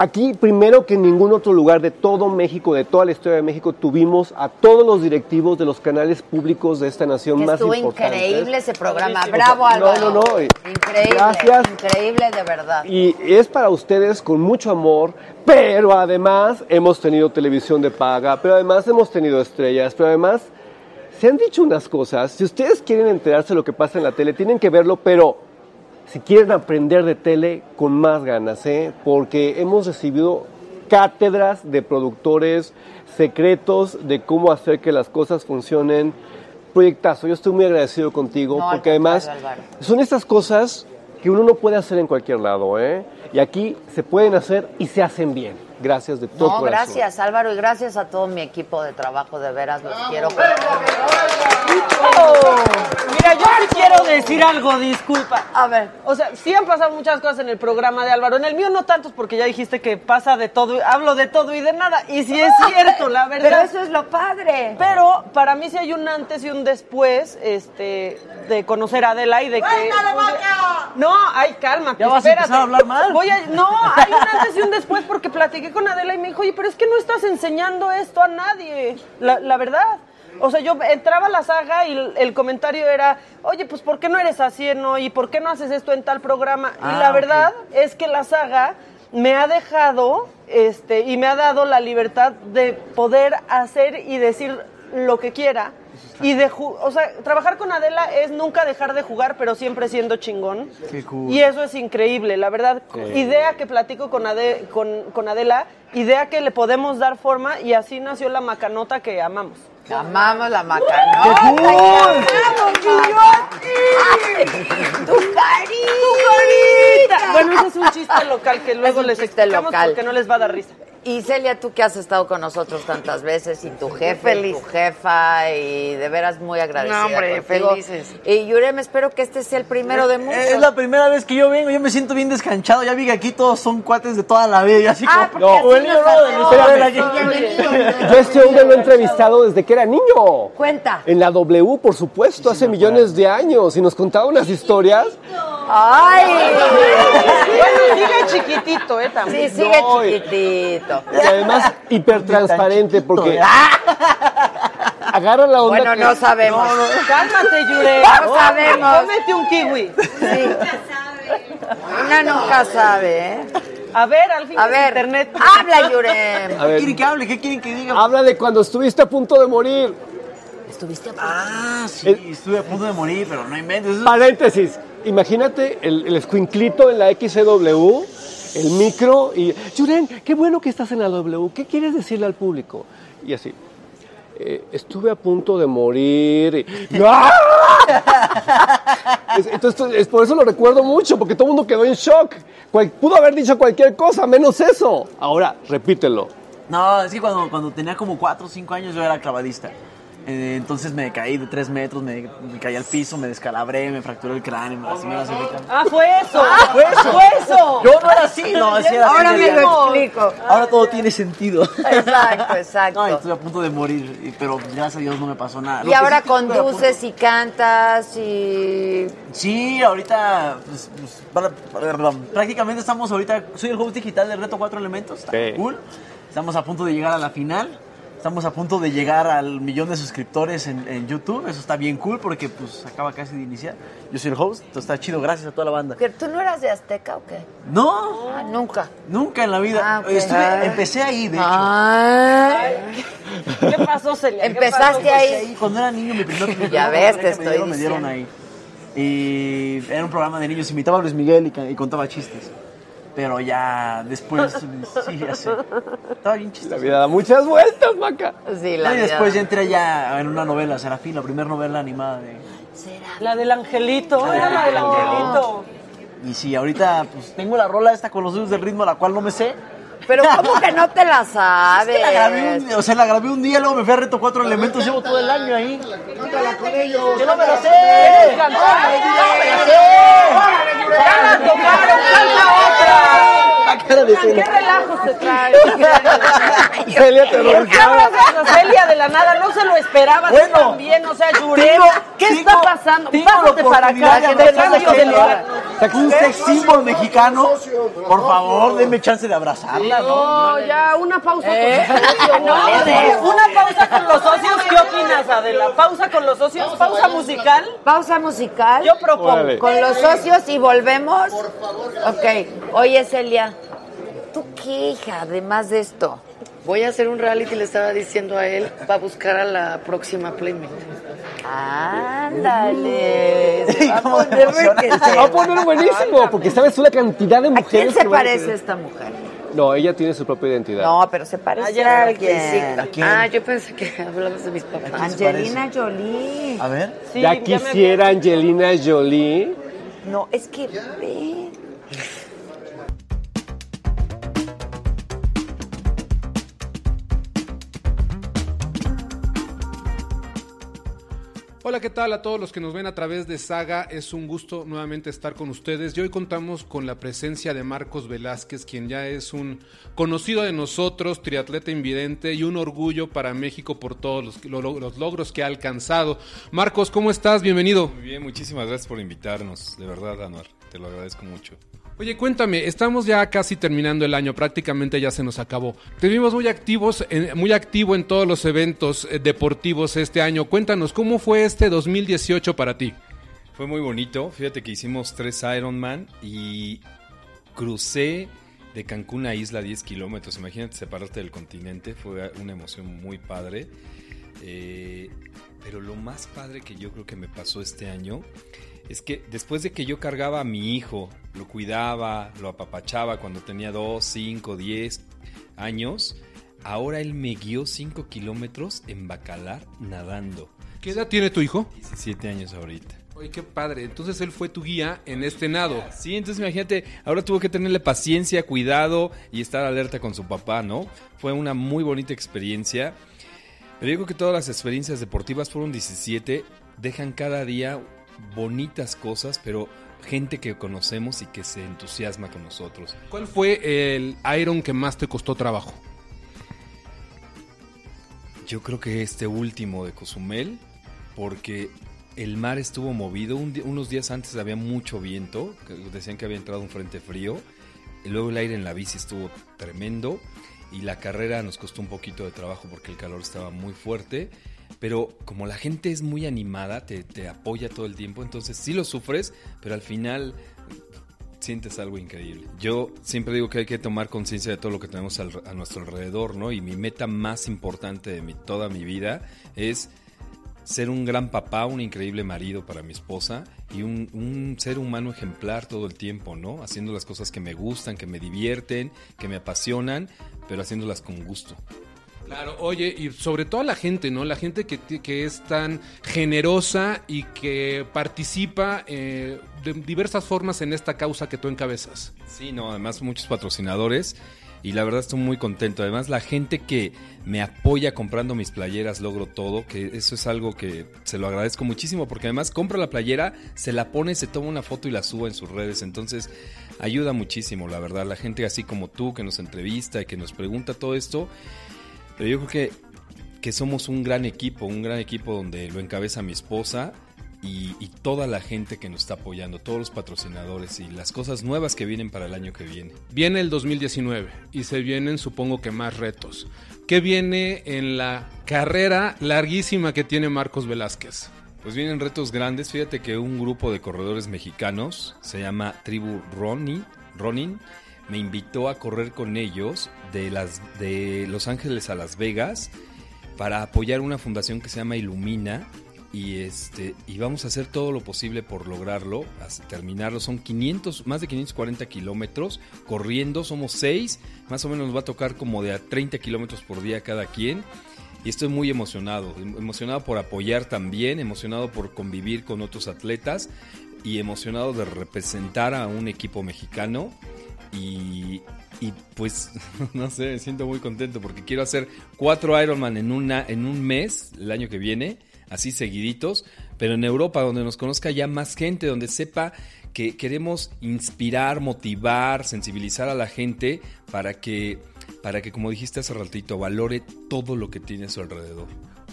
[SPEAKER 28] Aquí, primero que en ningún otro lugar de todo México, de toda la historia de México, tuvimos a todos los directivos de los canales públicos de esta nación
[SPEAKER 3] Que
[SPEAKER 28] más
[SPEAKER 3] estuvo
[SPEAKER 28] importantes.
[SPEAKER 3] increíble ese programa.
[SPEAKER 28] Buenísimo.
[SPEAKER 3] Bravo,
[SPEAKER 28] No,
[SPEAKER 3] Álvaro.
[SPEAKER 28] no, no.
[SPEAKER 3] Increíble.
[SPEAKER 28] Gracias.
[SPEAKER 3] Increíble, de verdad.
[SPEAKER 28] Y es para ustedes con mucho amor, pero además hemos tenido televisión de paga, pero además hemos tenido estrellas, pero además se han dicho unas cosas. Si ustedes quieren enterarse de lo que pasa en la tele, tienen que verlo, pero si quieren aprender de tele, con más ganas, ¿eh? porque hemos recibido cátedras de productores, secretos de cómo hacer que las cosas funcionen. Proyectazo, yo estoy muy agradecido contigo,
[SPEAKER 3] No, al
[SPEAKER 28] porque además
[SPEAKER 3] contrario, Álvaro.
[SPEAKER 28] son estas cosas que uno no puede hacer en cualquier lado, ¿eh? Y aquí se pueden hacer y se hacen bien. Gracias de todo
[SPEAKER 3] No,
[SPEAKER 28] corazón.
[SPEAKER 3] gracias Álvaro y gracias a todo mi equipo de trabajo, de veras los quiero.
[SPEAKER 1] Mira, yo sí quiero decir algo, disculpa.
[SPEAKER 3] A ver.
[SPEAKER 1] O sea, sí han pasado muchas cosas en el programa de Álvaro. En el mío no tantos porque ya dijiste que pasa de todo, hablo de todo y de nada. Y sí es cierto, la verdad.
[SPEAKER 3] Pero eso es lo padre.
[SPEAKER 1] Pero para mí sí hay un antes y un después este, de conocer a Adela y de que... No, ay, cálmate.
[SPEAKER 30] Ya vas a
[SPEAKER 1] espérate.
[SPEAKER 30] empezar a hablar mal.
[SPEAKER 1] Voy a- no, hay un antes y un después porque platiqué con Adela y me dijo, oye, pero es que no estás enseñando esto a nadie. La, la verdad. O sea, yo entraba a la saga y el, el comentario era, oye, pues ¿por qué no eres así en hoy? ¿Y por qué no haces esto en tal programa?
[SPEAKER 3] Ah,
[SPEAKER 1] y la
[SPEAKER 3] ok.
[SPEAKER 1] verdad es que la saga me ha dejado este, y me ha dado la libertad de poder hacer y decir lo que quiera. Y de, ju- o sea, trabajar con Adela es nunca dejar de jugar, pero siempre siendo chingón.
[SPEAKER 15] Qué cool.
[SPEAKER 1] Y eso es increíble, la verdad.
[SPEAKER 15] Sí.
[SPEAKER 1] Idea que platico con, Ade- con, con Adela, idea que le podemos dar forma y así nació la macanota que amamos.
[SPEAKER 3] Amamos la macanota.
[SPEAKER 1] ¡Qué
[SPEAKER 3] ¡Ay, la
[SPEAKER 1] cool!
[SPEAKER 3] amamos, Guillotti! ¡Tu carita!
[SPEAKER 1] Bueno, ese es un chiste local que luego les explicamos
[SPEAKER 3] local.
[SPEAKER 1] porque no les va a dar risa.
[SPEAKER 3] Y Celia, tú que has estado con nosotros tantas veces y tu jefe,
[SPEAKER 1] feliz.
[SPEAKER 3] y tu jefa y de veras muy agradecida
[SPEAKER 30] No, hombre,
[SPEAKER 3] contigo.
[SPEAKER 30] felices.
[SPEAKER 3] Y Yurem, espero que este sea el primero de muchos.
[SPEAKER 30] Eh, Es la primera vez que yo vengo, yo me siento bien descanchado. Ya vi que aquí todos son cuates de toda la vida. Yo así
[SPEAKER 3] Ah,
[SPEAKER 30] como.
[SPEAKER 3] porque
[SPEAKER 30] o el
[SPEAKER 3] así
[SPEAKER 30] libro
[SPEAKER 3] nos
[SPEAKER 30] de
[SPEAKER 3] hacemos.
[SPEAKER 30] Isabel aquí.
[SPEAKER 28] Yo a este hombre lo he entrevistado desde que era niño.
[SPEAKER 3] Cuenta.
[SPEAKER 28] En la W, por supuesto, hace millones de años. Y nos contaba unas historias.
[SPEAKER 3] ¡Ay!
[SPEAKER 1] Bueno, sigue chiquitito, ¿eh? También.
[SPEAKER 3] Sí, sigue
[SPEAKER 28] No, y-
[SPEAKER 3] chiquitito.
[SPEAKER 28] Y además hipertransparente porque agarra la onda.
[SPEAKER 3] Bueno,
[SPEAKER 28] que-
[SPEAKER 3] no sabemos.
[SPEAKER 28] No, no.
[SPEAKER 1] Cálmate, Yure.
[SPEAKER 3] No sabemos.
[SPEAKER 1] Cómete un kiwi.
[SPEAKER 3] Una nunca sabe, ¿eh?
[SPEAKER 1] A ver, al fin
[SPEAKER 3] A
[SPEAKER 1] es
[SPEAKER 3] ver,
[SPEAKER 1] internet.
[SPEAKER 3] habla, Yurem.
[SPEAKER 28] A
[SPEAKER 30] ¿Qué
[SPEAKER 28] ver.
[SPEAKER 30] quieren que hable? ¿Qué quieren que diga?
[SPEAKER 28] Habla de cuando estuviste a punto de morir.
[SPEAKER 3] Estuviste
[SPEAKER 30] Ah, sí, estuve a punto de morir, pero no inventes. Eso-
[SPEAKER 28] Paréntesis. Imagínate el, el escuinclito en la XCW, el micro y. Yuren, qué bueno que estás en la W. ¿Qué quieres decirle al público? Y así. eh, estuve a punto de morir. y- ¡Ah! Es- Entonces, es por eso lo recuerdo mucho, porque todo el mundo quedó en shock. Cual- pudo haber dicho cualquier cosa, menos eso. Ahora, repítelo.
[SPEAKER 30] No, es que cuando, cuando tenía como 4 o 5 años yo era clavadista. Eh, entonces me caí de 3 metros, me, me caí al piso, me descalabré, me fracturé el cráneo, así me las
[SPEAKER 1] Ah, fue eso.
[SPEAKER 30] Ah, fue eso.
[SPEAKER 1] Fue eso.
[SPEAKER 30] Yo no era así, no, así era
[SPEAKER 3] Ahora
[SPEAKER 30] así.
[SPEAKER 3] me
[SPEAKER 30] era-
[SPEAKER 3] lo explico.
[SPEAKER 30] Ahora todo tiene sentido.
[SPEAKER 3] Exacto, exacto.
[SPEAKER 30] No, y estuve a punto de morir, y- pero gracias a Dios Ah, no me pasó nada. Lo
[SPEAKER 3] Y
[SPEAKER 30] que
[SPEAKER 3] ahora
[SPEAKER 30] sí que estuve a punto-
[SPEAKER 3] conduces y cantas y...
[SPEAKER 30] Sí, ahorita pues, pues, para- para- perdón, prácticamente estamos ahorita, soy el host digital del Reto Cuatro Elementos, está
[SPEAKER 28] Sí.
[SPEAKER 30] cool. Estamos a punto de llegar a la final. Estamos a punto de llegar al millón de suscriptores en, en YouTube. Eso está bien cool porque pues acaba casi de iniciar. Yo soy el host, entonces está chido. Gracias a toda la banda.
[SPEAKER 3] ¿Que ¿Tú no eras de Azteca o qué?
[SPEAKER 30] No,
[SPEAKER 3] Ah, nunca.
[SPEAKER 30] nunca en la vida.
[SPEAKER 3] Ah, ok.
[SPEAKER 30] Estuve-
[SPEAKER 3] Ah.
[SPEAKER 30] empecé ahí, de hecho.
[SPEAKER 3] ¿Qué pasó, Celia? Empezaste
[SPEAKER 30] Empecé
[SPEAKER 3] ahí.
[SPEAKER 30] Cuando era niño, mi primer mi primera
[SPEAKER 3] Ya
[SPEAKER 30] beca
[SPEAKER 3] ves, te
[SPEAKER 30] que
[SPEAKER 3] estoy
[SPEAKER 30] me dieron, me dieron ahí.
[SPEAKER 3] diciendo.
[SPEAKER 30] Y era un programa de niños. Imitaba a Luis Miguel y, ca- y contaba chistes. Pero ya después, Pues, sí, ya sé. Estaba bien chistoso.
[SPEAKER 28] La vida da muchas vueltas, Maca.
[SPEAKER 3] Sí,
[SPEAKER 30] No, y después ya entré ya en una novela, Serafín, la primera novela animada de...
[SPEAKER 1] La del angelito.
[SPEAKER 3] Oh,
[SPEAKER 1] Era la del angelito.
[SPEAKER 30] Y sí, ahorita pues tengo la rola esta con los dedos del ritmo, la cual no me sé.
[SPEAKER 3] Pero ¿cómo que no te la sabes?
[SPEAKER 30] La grabé un, o sea, la grabé un día, luego me fui a reto cuatro elementos, llevo todo el año ahí.
[SPEAKER 10] con ellos.
[SPEAKER 1] Yo no me lo sé.
[SPEAKER 10] ¡Órale,
[SPEAKER 1] Cantar, yo no me lo sé.
[SPEAKER 10] ¡Órale, Yurel!
[SPEAKER 1] Ya la tocaron, canta
[SPEAKER 30] La cara de
[SPEAKER 1] otra. ¿Qué
[SPEAKER 30] Celia.
[SPEAKER 1] relajo se trae?
[SPEAKER 28] Celia terrorizada.
[SPEAKER 1] Abrazas a Celia de la nada, no se lo esperaba.
[SPEAKER 28] Bueno,
[SPEAKER 1] tú también, o sea, Yurel,
[SPEAKER 28] tengo-
[SPEAKER 1] ¿qué está pasando?
[SPEAKER 30] Tengo
[SPEAKER 1] Pásate
[SPEAKER 30] la
[SPEAKER 1] para acá,
[SPEAKER 30] oportunidad
[SPEAKER 1] que
[SPEAKER 30] de
[SPEAKER 1] te
[SPEAKER 30] abrazar a
[SPEAKER 1] cambio de
[SPEAKER 30] Celia.
[SPEAKER 1] lugar.
[SPEAKER 30] Saqué un sex symbol mexicano. Por favor, denme chance de abrazarla, ¿no?
[SPEAKER 1] No, ya, una pausa
[SPEAKER 3] ¿Eh?
[SPEAKER 1] con los socios.
[SPEAKER 3] No,
[SPEAKER 1] No,
[SPEAKER 3] no, no.
[SPEAKER 1] una pausa con los socios. ¿Qué opinas, Adela? ¿Pausa con los socios? ¿Pausa musical?
[SPEAKER 3] Pausa musical.
[SPEAKER 1] Yo propongo. Órale.
[SPEAKER 3] Con los socios y volvemos. Por favor. Ok. Oye, Celia, ¿tú qué hija, además de esto?
[SPEAKER 31] Voy a hacer un reality, le estaba diciendo a él, va a buscar a la próxima Playmate.
[SPEAKER 3] Ándale.
[SPEAKER 28] ¿Cómo te emocionas? Se va a poner Ah, buenísimo, porque sabes una cantidad de mujeres.
[SPEAKER 3] ¿Quién se
[SPEAKER 28] que van a
[SPEAKER 3] parece
[SPEAKER 28] querer.
[SPEAKER 3] esta mujer?
[SPEAKER 28] No, ella tiene su propia identidad.
[SPEAKER 3] No, pero se parece
[SPEAKER 31] Ayer
[SPEAKER 3] a
[SPEAKER 31] Ah, era
[SPEAKER 3] alguien.
[SPEAKER 31] que sí. Ah, yo pensé que hablabas de mis papás.
[SPEAKER 3] Angelina Jolie.
[SPEAKER 30] A ver.
[SPEAKER 28] ya quisiera Angelina Jolie.
[SPEAKER 3] No, es que ve.
[SPEAKER 19] Hola, ¿qué tal a todos los que nos ven a través de Saga? Es un gusto nuevamente estar con ustedes y hoy contamos con la presencia de Marcos Velázquez, quien ya es un conocido de nosotros, triatleta invidente y un orgullo para México por todos los, lo- lo- los logros que ha alcanzado. Marcos, ¿cómo estás? Bienvenido.
[SPEAKER 32] Muy bien, muchísimas gracias por invitarnos. De verdad, Anuar, te lo agradezco mucho.
[SPEAKER 19] Oye, cuéntame, estamos ya casi terminando el año, prácticamente ya se nos acabó. Te vimos muy activos, en- muy activo en todos los eventos eh, deportivos este año. Cuéntanos, ¿cómo fue este 2018 para ti?
[SPEAKER 32] Fue muy bonito. Fíjate que hicimos tres Ironman y crucé de Cancún a Isla 10 kilómetros. Imagínate separarte del continente. Fue una emoción muy padre. Eh, pero lo más padre que yo creo que me pasó este año es que después de que yo cargaba a mi hijo, lo cuidaba, lo apapachaba cuando tenía 2, 5, 10 años, ahora él me guió 5 kilómetros en Bacalar nadando.
[SPEAKER 19] ¿Qué edad tiene tu hijo?
[SPEAKER 32] 17 años ahorita.
[SPEAKER 19] Oye, qué padre. Entonces él fue tu guía en este nado.
[SPEAKER 32] Sí, entonces imagínate, ahora tuvo que tenerle paciencia, cuidado y estar alerta con su papá, ¿no? Fue una muy bonita experiencia. Pero yo creo que todas las experiencias deportivas fueron 17, dejan cada día bonitas cosas, pero gente que conocemos y que se entusiasma con nosotros.
[SPEAKER 19] ¿Cuál fue el Iron que más te costó trabajo?
[SPEAKER 32] Yo creo que este último de Cozumel, porque el mar estuvo movido. Un di- unos días antes había mucho viento, que decían que había entrado un frente frío. Y luego el aire en la bici estuvo tremendo. Y la carrera nos costó un poquito de trabajo porque el calor estaba muy fuerte. Pero como la gente es muy animada, te, te apoya todo el tiempo, entonces sí lo sufres, pero al final sientes algo increíble. Yo siempre digo que hay que tomar conciencia de todo lo que tenemos al- a nuestro alrededor, ¿no? Y mi meta más importante de mi- toda mi vida es ser un gran papá, un increíble marido para mi esposa y un, un ser humano ejemplar todo el tiempo, ¿no? Haciendo las cosas que me gustan, que me divierten, que me apasionan, pero haciéndolas con gusto.
[SPEAKER 19] Claro, oye, y sobre todo la gente, ¿no? La gente que, ti- que es tan generosa y que participa eh, de diversas formas en esta causa que tú encabezas.
[SPEAKER 32] Sí, no, además muchos patrocinadores y la verdad estoy muy contento. Además la gente que me apoya comprando mis playeras logro todo, que eso es algo que se lo agradezco muchísimo porque además compra la playera, se la pone, se toma una foto y la suba en sus redes. Entonces ayuda muchísimo, la verdad. La gente así como tú que nos entrevista y que nos pregunta todo esto. Pero yo creo que, que somos un gran equipo, un gran equipo donde lo encabeza mi esposa y, y toda la gente que nos está apoyando, todos los patrocinadores y las cosas nuevas que vienen para el año que viene.
[SPEAKER 19] Viene el 2019 y se vienen supongo que más retos. ¿Qué viene en la carrera larguísima que tiene Marcos Velázquez?
[SPEAKER 32] Pues vienen retos grandes. Fíjate que un grupo de corredores mexicanos se llama Tribu Ronin, Ronin me invitó a correr con ellos de, las, de Los Ángeles a Las Vegas para apoyar una fundación que se llama Ilumina. Y, este, y vamos a hacer todo lo posible por lograrlo, hasta terminarlo. Son 500, más de 540 kilómetros corriendo, somos 6, más o menos nos va a tocar como de a 30 kilómetros por día cada quien y estoy muy emocionado, em, emocionado por apoyar también, emocionado por convivir con otros atletas y emocionado de representar a un equipo mexicano y, y pues no sé, me siento muy contento porque quiero hacer cuatro Ironman en, una, en un mes el año que viene, así seguiditos, pero en Europa donde nos conozca ya más gente, donde sepa que queremos inspirar, motivar, sensibilizar a la gente para que, para que, como dijiste hace ratito, valore todo lo que tiene a su alrededor.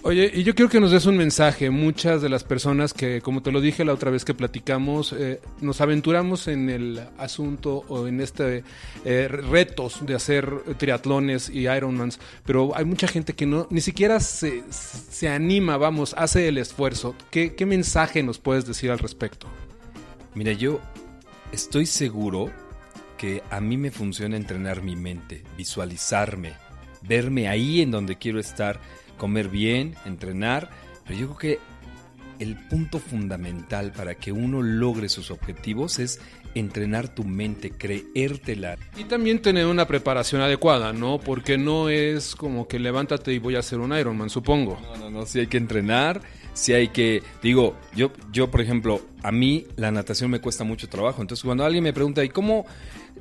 [SPEAKER 19] Oye, y yo quiero que nos des un mensaje. Muchas de las personas que, como te lo dije la otra vez que platicamos, eh, nos aventuramos en el asunto o en este eh, retos de hacer triatlones y Ironmans, pero hay mucha gente que no, ni siquiera se, se anima, vamos, hace el esfuerzo. ¿Qué, ¿Qué mensaje nos puedes decir al respecto?
[SPEAKER 32] Mira, yo estoy seguro que a mí me funciona entrenar mi mente, visualizarme, verme ahí en donde quiero estar, comer bien, entrenar, pero yo creo que el punto fundamental para que uno logre sus objetivos es entrenar tu mente, creértela.
[SPEAKER 19] Y también tener una preparación adecuada, ¿no? Porque no es como que levántate y voy a hacer un Ironman, supongo.
[SPEAKER 32] No, no, no, si hay que entrenar, si hay que... Digo, yo, yo por ejemplo, a mí la natación me cuesta mucho trabajo, entonces cuando alguien me pregunta, ¿y cómo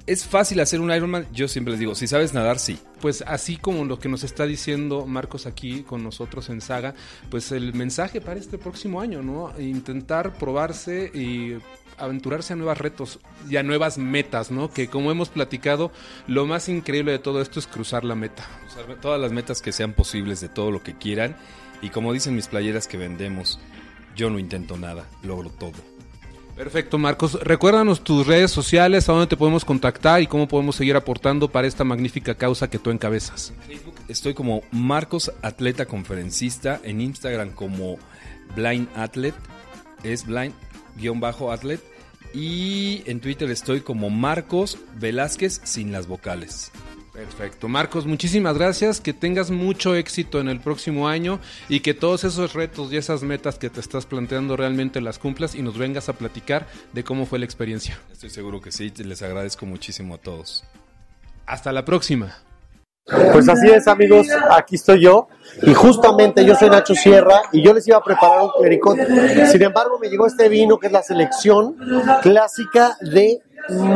[SPEAKER 32] es fácil hacer un Ironman? Yo siempre les digo, si sabes nadar, sí.
[SPEAKER 19] Pues así como lo que nos está diciendo Marcos aquí con nosotros en Saga, pues el mensaje para este próximo año, ¿no? Intentar probarse y aventurarse a nuevos retos y a nuevas metas, ¿no? Que como hemos platicado, lo más increíble de todo esto es cruzar la meta.
[SPEAKER 32] Cruzar todas las metas que sean posibles de todo lo que quieran. Y como dicen mis playeras que vendemos, yo no intento nada, logro todo.
[SPEAKER 19] Perfecto, Marcos. Recuérdanos tus redes sociales, a dónde te podemos contactar y cómo podemos seguir aportando para esta magnífica causa que tú encabezas.
[SPEAKER 32] En Facebook estoy como Marcos Atleta Conferencista, en Instagram como Blind Athlete, es Blind guión bajo atlet. Y en Twitter estoy como Marcos Velázquez sin las vocales.
[SPEAKER 19] Perfecto. Marcos, muchísimas gracias. Que tengas mucho éxito en el próximo año y que todos esos retos y esas metas que te estás planteando realmente las cumplas y nos vengas a platicar de cómo fue la experiencia.
[SPEAKER 32] Estoy seguro que sí. Les agradezco muchísimo a todos.
[SPEAKER 19] Hasta la próxima.
[SPEAKER 24] Pues así es, amigos, aquí estoy yo. Y justamente yo soy Nacho Sierra y yo les iba a preparar un pericot. Sin embargo, me llegó este vino que es la selección clásica de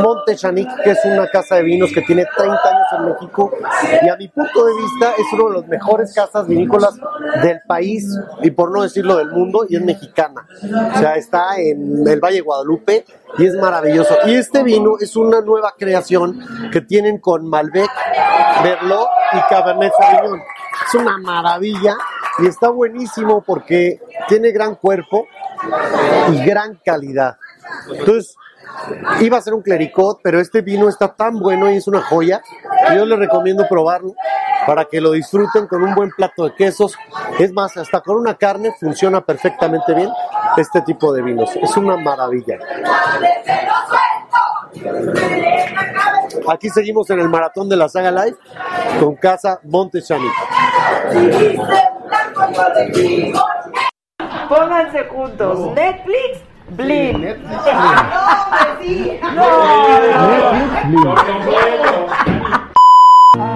[SPEAKER 24] Montechanic, que es una casa de vinos que tiene 30 años en México y a mi punto de vista es una de las mejores casas vinícolas del país y por no decirlo del mundo y es mexicana. O sea, está en el Valle de Guadalupe y es maravilloso. Y este vino es una nueva creación que tienen con Malbec, Merlot y Cabernet Sauvignon. Es una maravilla y está buenísimo porque tiene gran cuerpo y gran calidad. Entonces, Iba a ser un clericot, pero este vino está tan bueno y es una joya. Yo les recomiendo probarlo para que lo disfruten con un buen plato de quesos. Es más, hasta con una carne funciona perfectamente bien este tipo de vinos. Es una maravilla. Aquí seguimos en el maratón de la saga Live con Casa Montechani.
[SPEAKER 15] Pónganse juntos. No. Netflix Blin. Netflix, Blin. No, no. Netflix, Blin.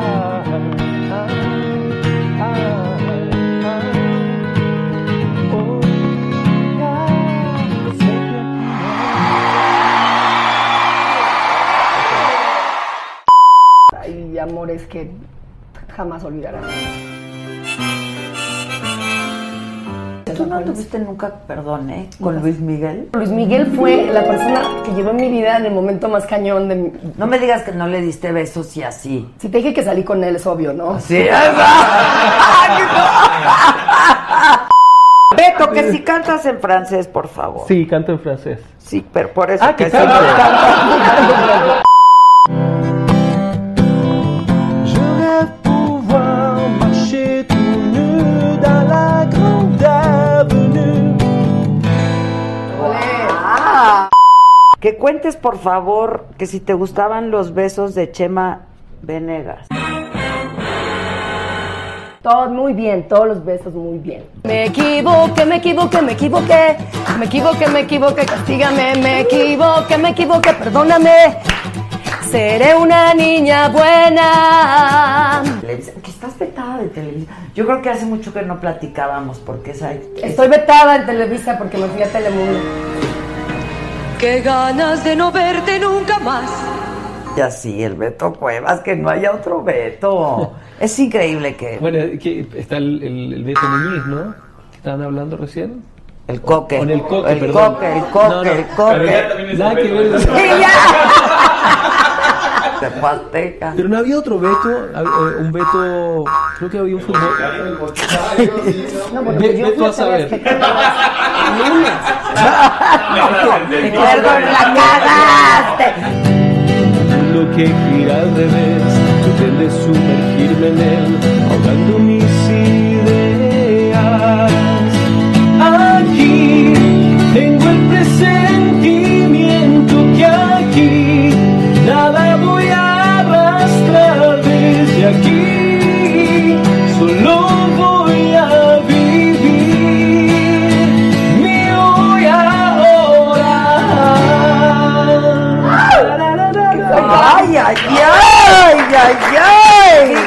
[SPEAKER 3] Hay amores que jamás olvidarán.
[SPEAKER 16] ¿Tú no tuviste nunca, perdón, ¿eh? con Luis Miguel?
[SPEAKER 3] Luis Miguel fue la persona que llevó mi vida en el momento más cañón de mi...
[SPEAKER 16] No me digas que no le diste besos y así.
[SPEAKER 3] Si te dije que salí con él, es obvio, ¿no?
[SPEAKER 16] Sí, es.
[SPEAKER 3] Beto que si cantas en francés, por favor.
[SPEAKER 15] Sí, canto en francés.
[SPEAKER 3] Sí, pero por eso
[SPEAKER 15] Ah, que
[SPEAKER 3] que
[SPEAKER 15] canta,
[SPEAKER 3] siempre-
[SPEAKER 15] canta.
[SPEAKER 13] Je rêve pouvoir marcher tout nu dans la grande avenue.
[SPEAKER 3] Que cuentes, por favor, que si te gustaban los besos de Chema Venegas.
[SPEAKER 16] Todo muy bien, todos los besos muy bien. Me equivoqué, me equivoqué, me equivoqué. Me equivoqué, me equivoqué, castígame. Me equivoqué, me equivoqué, perdóname. Seré una niña buena.
[SPEAKER 3] Televisa, Que estás vetada de Televisa. Yo creo que hace mucho que no platicábamos porque esa...
[SPEAKER 16] Estoy vetada en Televisa porque me fui a Telemundo. Qué ganas de no verte nunca más.
[SPEAKER 3] Y así, el Beto Cuevas, que no haya otro Beto. es increíble que...
[SPEAKER 15] Bueno, que está el, el, el Beto Muñiz, ¿no? Que estaban hablando recién.
[SPEAKER 3] El coque.
[SPEAKER 15] Con el coque,
[SPEAKER 3] El
[SPEAKER 15] perdón.
[SPEAKER 3] coque, el coque,
[SPEAKER 15] No, no,
[SPEAKER 3] el coque.
[SPEAKER 15] pero ya también es
[SPEAKER 3] Nada
[SPEAKER 15] el Beto,
[SPEAKER 3] que ver.
[SPEAKER 15] ¿no?
[SPEAKER 3] Sí,
[SPEAKER 15] Pero no había otro Beto, hab- eh, un Beto, creo que había un fútbol.
[SPEAKER 16] No, bueno,
[SPEAKER 15] Ve-
[SPEAKER 16] yo
[SPEAKER 15] Beto
[SPEAKER 16] fui
[SPEAKER 15] a saber.
[SPEAKER 3] Perdón, la cagaste.
[SPEAKER 13] Lo que gira al revés, pretende sumergirme en él, ahogando mis ideas. Aquí tengo el presentimiento que aquí nada voy a arrastrar desde aquí, solo voy a vivir mi hoy ahora.
[SPEAKER 3] ¡Ay, ay, ay! ¡Ay, ay!